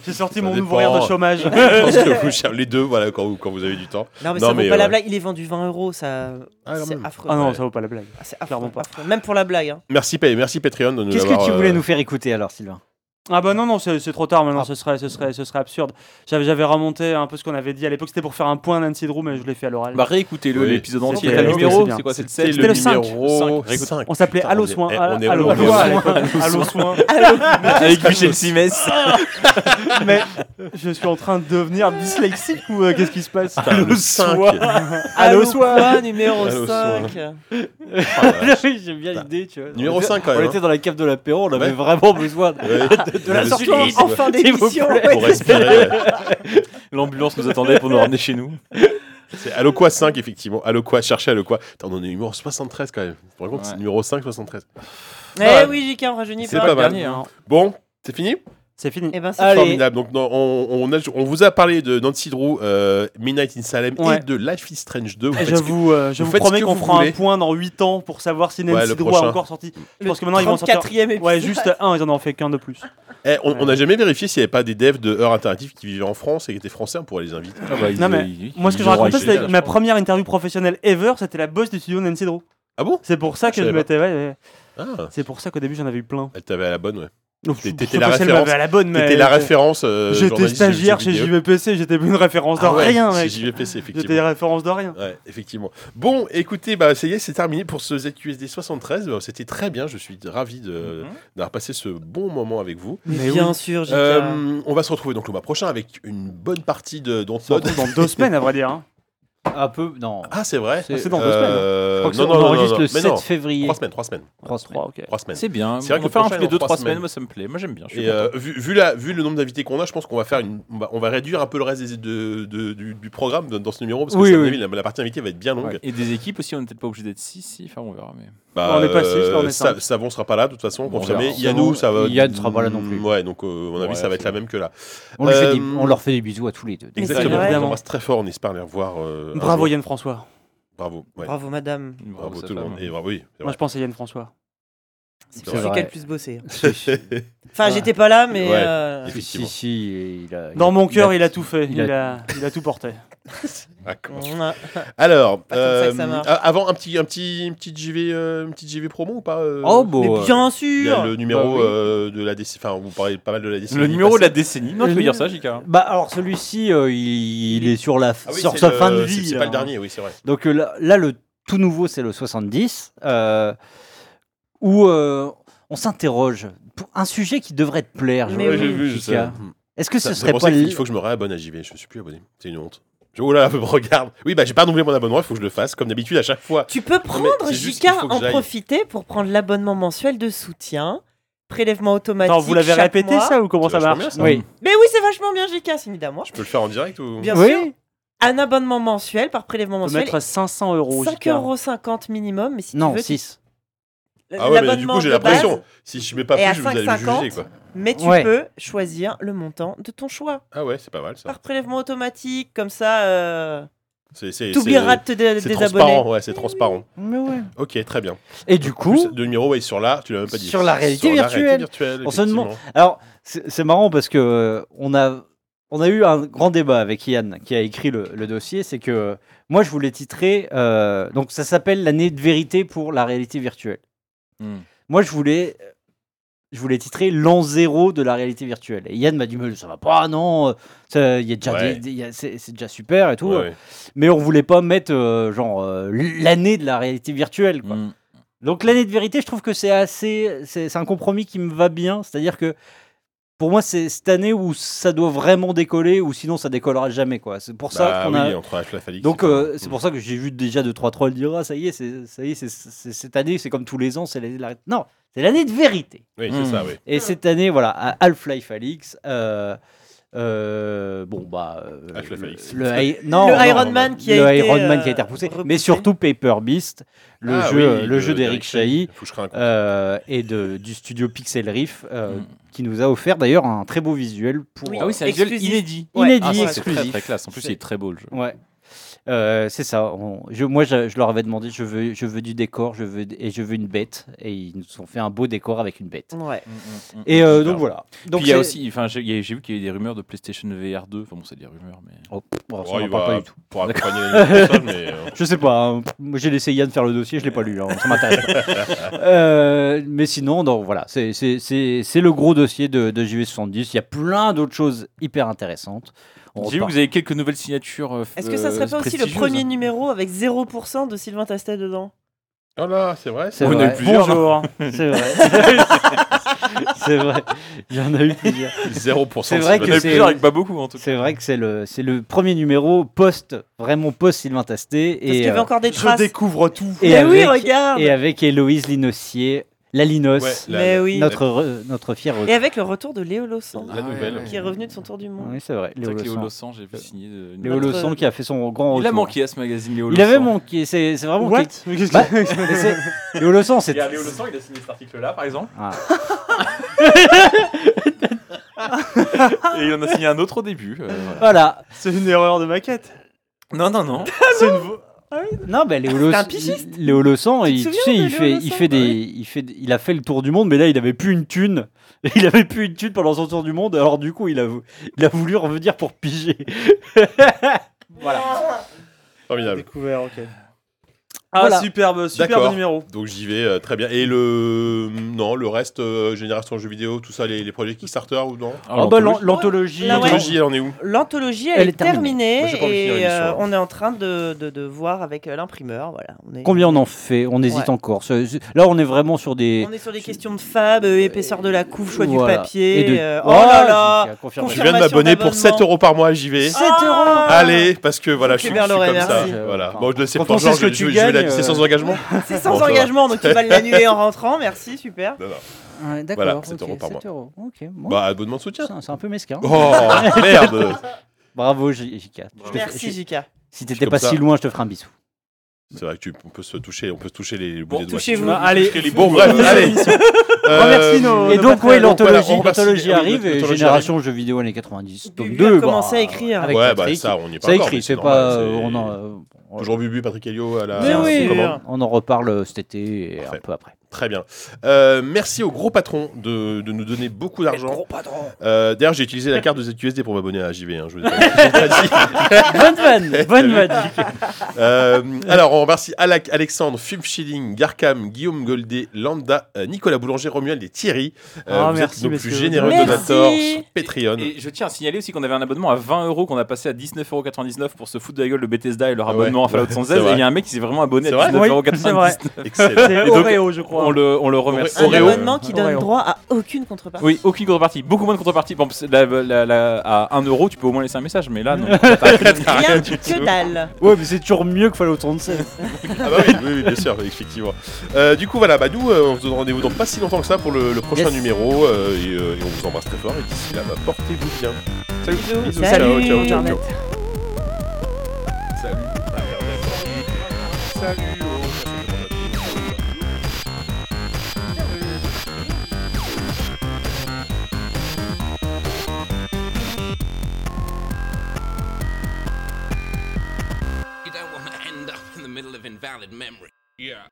J'ai sorti Ça mon nouveau dépend. rire de chômage. Je pense que vous cherchez les deux, voilà, quand vous, quand vous avez du temps. Non, Non, mais ça vaut mais, pas la ouais. blague. Il est vendu 20 euros, ça. Ah, quand c'est même. affreux. euh, Ah non, Ouais. ça vaut pas la blague. Ah, c'est affreux, clairement pas. affreux. Même pour la blague. hein. Merci, Pa- merci Patreon de nous Qu'est-ce que avoir, tu voulais euh, nous faire écouter alors, Sylvain Ah bah non non c'est c'est trop tard maintenant ce serait ce serait ce serait absurde j'avais j'avais remonté un peu ce qu'on avait dit à l'époque c'était pour faire un point Nancy Drew mais je l'ai fait à l'oral Bah réécoutez-le, Oui. l'épisode C'était entier. le T'as le numéro, c'était numéro C'est quoi C'est le C'est 7 le, le cinq. numéro Cinq. 5. on s'appelait Putain, Allo on est- Soin eh, à- on est Allo relou, Soin, on est à l'époque. Allo Soin Avec Michel Simès. mais je suis en train de devenir dyslexique ou euh, qu'est-ce qui se passe le 5. Allô, Allô, soir. quoi, numéro Allô, 5. J'aime Bah. bien l'idée, tu vois. Numéro On était- 5, quand On même. hein. était dans la cave de l'apéro, on avait Ouais. vraiment besoin de, hein. de la Le sortie suicide. En fin S'il vous d'émission. plaît. ouais. Pour respirer. ouais. Euh, L'ambulance nous attendait pour nous ramener chez nous. C'est Allo quoi 5, effectivement. Allo quoi, cherchez Allo quoi. Attends, on est numéro 73 quand même. Pour compte, c'est Ouais. numéro 5, 73. Eh oui, JK, on rajeunit C'est pas mal. dernier, hein. Bon, c'est fini c'est fini Eh ben, c'est Allez. Formidable. Donc, non, on, on a- on vous a parlé de Nancy Drew, euh, Midnight in Salem Ouais. et de Life is Strange 2. Vous Et faites je ce que- vous, euh, je vous vous faites ce promets que qu'on vous fera voulez. un point dans 8 ans pour savoir si Nancy Ouais, le Drew a prochain. encore sorti. Je Le pense que maintenant ils vont sortir. 34e épisode. Ouais, juste un, ils en ont fait qu'un de plus. Eh, on on n'a jamais vérifié s'il n'y avait pas des devs de Heure Interactive qui vivaient en France et qui étaient français. On pourrait les inviter. Ah bah, ils- Non, mais ils- Moi, ce que ils je auront racontais, acheté. génial, c'était je ma première interview professionnelle ever, c'était la boss du studio Nancy Drew. Ah bon C'est pour ça Je que je savais m'étais. ouais, ouais. Ah, C'est pour ça qu'au début, j'en avais eu plein. elle t'avait à la bonne, ouais. Donc, T'étais surtout la si elle référence. m'avait à la bonne, mais. T'étais la référence. euh, J'étais journaliste de stagiaire jeux chez vidéo. JVPC, j'étais plus une référence de Ah ouais, rien, chez mec. JVPC, J'étais effectivement. une référence de rien. Ouais, effectivement. Bon, écoutez, bah, ça y est, c'est terminé pour ce ZQSD 73. Bah, C'était très bien. Je suis ravi de- Mhm. d'avoir passé ce bon moment avec vous. Mais Mais bien oui. sûr, JK. Euh, on va se retrouver donc le mois prochain avec une bonne partie de Don't On se retrouve dans deux semaines, à vrai dire. hein. Un peu, non. Ah, c'est vrai. C'est- c'est dans deux semaines, hein. Euh, Je crois que non, c'est- non, on non, enregistre non, le mais 7 non. févriez. Trois semaines, trois semaines, Trois semaines. Trois, ok. trois semaines. C'est bien. C'est vrai que on va faire un le tous prochain les est dans 2-3 trois semaines. semaines. Moi, ça me plaît. Moi, j'aime bien. je suis Et content. euh, vu, vu la, vu le nombre d'invités qu'on a, je pense qu'on va faire une, on va, on va réduire un peu le reste des- de- de- du, du programme dans dans ce numéro parce que Oui, ça, à mon oui. avis, la, la partie invitée va être bien longue. Et des équipes aussi, on n'est peut-être pas obligé d'être 6, si, enfin on verra. Mais... Bah, On est pas six, là, on est euh, cinq. Sa- Savon sera pas là de toute façon, Bon, confirmé. on verra. Yannou, ça va. Yann sera pas là non plus. Ouais, donc euh, à mon avis, Ouais, ça va être c'est la bon. même que là. On, lui fait des- Euh, on leur fait des bisous à tous les deux. Mais c'est Exactement. vrai. On embrasse très fort, on espère les revoir. euh, un Bravo jour. Yann François. Bravo. ouais. Bravo, madame. Bravo, sa tout le femme. monde. Et bravo, oui. c'est Moi, vrai. je pense à Yann François. C'est C'est pour ça vrai. qu'elle puisse bosser. Ouais. Enfin, Ouais. j'étais pas là, mais. Ouais. euh, Si, Effectivement. si, si, et il a- Dans il a- mon il cœur, a- il a tout fait. il a- Il a, il a tout porté. D'accord. mouah. Ah, Alors, Pas comme ça que ça euh, marche. a- avant un petit, un petit, une petite JV, euh, une petite JV promo ou pas euh, Oh, bon. Mais euh, bien Il y a sûr le numéro Bah oui. euh, de la décennie. Enfin, vous parlez pas mal de la décennie. Le numéro de passée. la décennie. Non, tu peux Le- dire ça, Jika. Bah alors celui-ci, euh, il, il est sur la Ah oui, sur c'est sa le- fin de c'est- vie. C'est pas hein. le dernier, oui, c'est vrai. Donc euh, là, là, le tout nouveau, c'est le 70, euh, où euh, on s'interroge pour un sujet qui devrait te plaire. je- Mais oui. J'ai vu, je Jika. sais. Hmm. Est-ce que Ça- ce c'est serait pour pas ça qu'il le- faut que je me réabonne à JV. Je suis plus abonné. C'est une honte. Je, oh là là, me regarde. Oui, bah j'ai pas renouvelé mon abonnement. Il faut que je le fasse comme d'habitude à chaque fois. Tu peux mais prendre, c'est juste Jika, qu'il faut que en j'aille. profiter pour prendre l'abonnement mensuel de soutien, prélèvement automatique. Attends, vous l'avez chaque répété mois. ça ou comment C'est ça vachement marche bien, ça. Oui. Mais oui, c'est vachement bien, Jika, c'est une idée à moi. Je peux le faire en direct ou Bien oui. sûr. Un abonnement mensuel par prélèvement On peut mensuel. mettre 500 euros. Jika. 5,50€ minimum, mais si tu Non, veux, 6. tu- Ah ouais, mais du l'abonnement coup j'ai de base, l'impression. Si je mets pas Et à plus, vous allez me 5,50. juger quoi. Mais tu Ouais. peux choisir le montant de ton choix. Ah ouais, c'est pas mal ça. Par prélèvement automatique, comme ça, euh, C'est c'est- t'oublieras de te dé- c'est- c'est désabonner. transparent. Ouais, c'est transparent. Ok, très bien. Et du Plus, coup, le numéro ouais, sur là, tu l'as même pas dit. Sur la réalité Sur la virtuelle. réalité virtuelle, On se demande- effectivement. alors c'est c'est marrant parce que euh, on a on a eu un grand débat avec Yann qui a écrit le, le dossier. C'est que euh, moi je voulais titrer. euh, donc ça s'appelle l'année de vérité pour la réalité virtuelle. Hmm. Moi, je voulais, je voulais titrer l'an zéro de la réalité virtuelle. Et Yann m'a dit, mais ça va pas, non, euh, ça, il y a déjà Ouais. des- des- il y a- c'est c'est déjà super et tout. Ouais, ouais. Mais on voulait pas mettre euh, genre euh, l'année de la réalité virtuelle. quoi. Mm. Donc l'année de vérité, je trouve que c'est assez, c'est c'est un compromis qui me va bien. C'est-à-dire que pour moi, c'est cette année où ça doit vraiment décoller, ou sinon ça décollera jamais. quoi. C'est pour ça Bah qu'on oui, a entre la flaphalique, donc pas- euh, c'est pour ça que j'ai vu déjà deux trois trolls dire ah ça y est c'est ça y est c'est- c'est- cette année c'est comme tous les ans c'est l'année de la... non c'est l'année de vérité Oui, c'est Mm. ça, oui. Ah. et cette année voilà à Half-Life Alix euh, euh, bon bah euh, Half-Life Alix. le, le I- non, non, le Iron non, Man non. qui a le été. Iron Man qui a euh, été repoussé, mais repoussé. surtout Paper Beast le Ah jeu euh, oui, le de- jeu d'Eric Chahi Faut que je crains, quoi. euh, et de, du studio Pixel Riff euh, Mm. qui nous a offert d'ailleurs un très beau visuel pour Oui. Ah oui, c'est un visuel Exclusif. inédit. Ouais. Inédit, Ah, ça, c'est exclusif. très, très classe. En plus, C'est- il est très beau le jeu. Ouais. Euh, c'est ça. on- je, moi, je, je leur avais demandé, je veux, je veux du décor, je veux et je veux une bête, et ils nous ont fait un beau décor avec une bête. Ouais. Et euh, Super. donc voilà. Donc Puis il y a c'est- aussi, enfin, j'ai il y a- j'ai vu qu'il y a eu des rumeurs de PlayStation VR 2. Enfin bon, c'est des rumeurs, mais. Oh, bon, ça, Oh, on en il parle va pas du tout. Pour accompagner les consoles, mais. euh, Je sais pas. hein. Moi, J'ai laissé Yann faire le dossier, je l'ai pas lu. hein, Ça m'intéresse. pas. Euh, mais sinon, donc voilà, c'est c'est- c'est- c'est le gros dossier de, de JV70. Il y a plein d'autres choses hyper intéressantes. J'ai On vu que repart- vous avez quelques nouvelles signatures. euh, Est-ce que ça serait euh, pas aussi le prestigieuses, premier hein. numéro avec 0% de Sylvain Tastet dedans Oh là, c'est vrai. C'est On en a vrai. eu plusieurs. Bonjour. C'est vrai. c'est vrai. Il y en a eu plusieurs. 0%. C'est vrai Il bonne y en a que eu c'est- plusieurs avec pas beaucoup en tout cas. C'est vrai que c'est le, c'est le premier numéro post, vraiment post Sylvain Tasté. Parce qu'il y Et, avait euh, encore des Je traces. découvre tout. et Mais oui, avec- regarde et avec Héloïse Linossier, la Linos, Ouais, la- Mais oui. notre, re- notre fière. Et avec le retour de Léo Lossan, La Ah ouais, nouvelle. ouais. qui est revenu de son tour du monde. Oui, c'est vrai. C'est Léo vrai que Léo Lossan. Lossan, j'ai vu signer. de- une- Léo Lossan qui a fait son grand retour. Il a manqué à ce magazine, Léo Il avait Lossan. manqué. C'est c'est vraiment. What Mais qu'est-ce que- Bah, mais c'est- Léo Lossan, c'est. Il y a Léo Lossan, il a signé cet article-là, par exemple. Ah. Et il en a signé un autre au début. euh, voilà. Voilà. C'est une erreur de maquette. Non, non, non. C'est une vo- Non, mais Léo, Lo- un pichiste. Léo Lossan, te il, tu souviens sais, de il Léo fait, il Lossan fait des, il fait, il a fait le tour du monde, mais là, il avait plus une thune. Il avait plus une thune pendant son tour du monde. Alors du coup, il a, vou- il a voulu revenir pour piger. Formidable. Découvert, ok. Ah, Voilà. superbe, superbe D'accord. numéro. Donc j'y vais euh, très bien. Et le. Non, le reste, euh, génération jeux vidéo, tout ça, les, les projets Kickstarter ou non Ah, Oh, bah, l'an- l'anthologie. Là, Ah, ouais. L'anthologie, elle en est où L'anthologie, elle, Elle est est terminée. terminée, Moi, j'ai pas envie de finir et l'émission, euh, hein. on est en train de, de- de voir avec euh, l'imprimeur. Voilà. On est, Combien on en fait On hésite Ouais. encore. Ce- ce- Là, on est vraiment sur des. on est sur des questions de fab, euh, épaisseur de la couve, choix Voilà. du papier. Et de- euh, oh Voilà, là là Ah c'est la confirmation. Je viens de m'abonner pour 7 euros par mois à JV. 7 euros Allez, parce que voilà, je suis, je Hubert suis Lauret, comme ça. merci. Voilà. Enfin, Bon, je le sais quand pour on sait Georges, ce que je, tu je vais la- gagnes, c'est sans euh, engagement C'est sans Bon, ça va. engagement, donc tu vas l'annuler en rentrant. Merci, super. Non, non. Ouais, D'accord. Voilà, 7 ok, euros par mois. 7 euros. Ok, bon. Bah, abonnement de soutien. C'est c'est un peu mesquin. Oh, merde Bravo, J- JK. Je te fais- Merci, je- JK. Si Je suis t'étais comme pas ça. si loin, je te ferai un bisou. C'est vrai que tu, on peut se toucher, on peut se toucher les bouts Bon, des doigts. Touchez-vous. Bah, allez, Bon, bref, allez. Euh, Oh, Remercie nos- Et nos donc, oui, patrons. donc, voilà, l'anthologie on remercie- l'anthologie oui, arrive, et l'anthologie génération jeux vidéo années 90. Bubu Tome a 2. commencé à bah, écrire. avec Ouais, bah Patrick. ça, on n'y est pas Ça encore, écrit, mais c'est normal, pas. c'est- euh, on, en, euh, on- Toujours Bubu, Patrick Helio à la... Mais oui. Comment on en reparle euh, cet été et Parfait. un peu après. Très bien. Euh, merci au gros patron de, de nous donner beaucoup d'argent. Euh, D'ailleurs, j'ai utilisé la carte de ZQSD pour m'abonner à JV. hein, je vous ai pas- je vous ai pas dit. bonne vanne Bonne vanne Euh, alors, on remercie Alak, Alexandre, Film Schilling, Garkam, Guillaume Goldé, Lambda, euh, Nicolas Boulanger, Romuald et Thierry. Euh, Oh, Ah, vous merci, êtes nos messieurs. plus généreux Merci. donateurs sur Patreon. Et je tiens à signaler aussi qu'on avait un abonnement à 20 euros qu'on a passé à 19,99€ pour se foutre de la gueule de Bethesda et leur Ah ouais. abonnement à Fallout 116. C'est Et vrai. il y a un mec qui s'est vraiment abonné à C'est vrai 19,99€. Excellent. C'est Et donc, Oreo, je crois. On le, on le remercie. Un Oreo. abonnement qui donne Oreo. droit à aucune contrepartie. Oui, aucune contrepartie. Beaucoup moins de contrepartie. Bon, c'est la- la- la- à 1 euro, tu peux au moins laisser un message, mais là, non. Rien que dalle. Ouais, mais c'est toujours mieux que Fallout 37. Ah bah oui, oui, oui, bien sûr, effectivement. Euh, du coup, voilà, bah, nous, euh, on se donne rendez-vous dans pas si longtemps que ça pour le, le prochain Yes. numéro. euh, et, euh, et on vous embrasse très fort. Et d'ici là, bah, portez-vous bien. Salut. Bisous. Salut, Ciao, ciao, ciao, Internet. ciao. Salut. Salut. You don't want to end up in the middle of invalid memory. Yeah.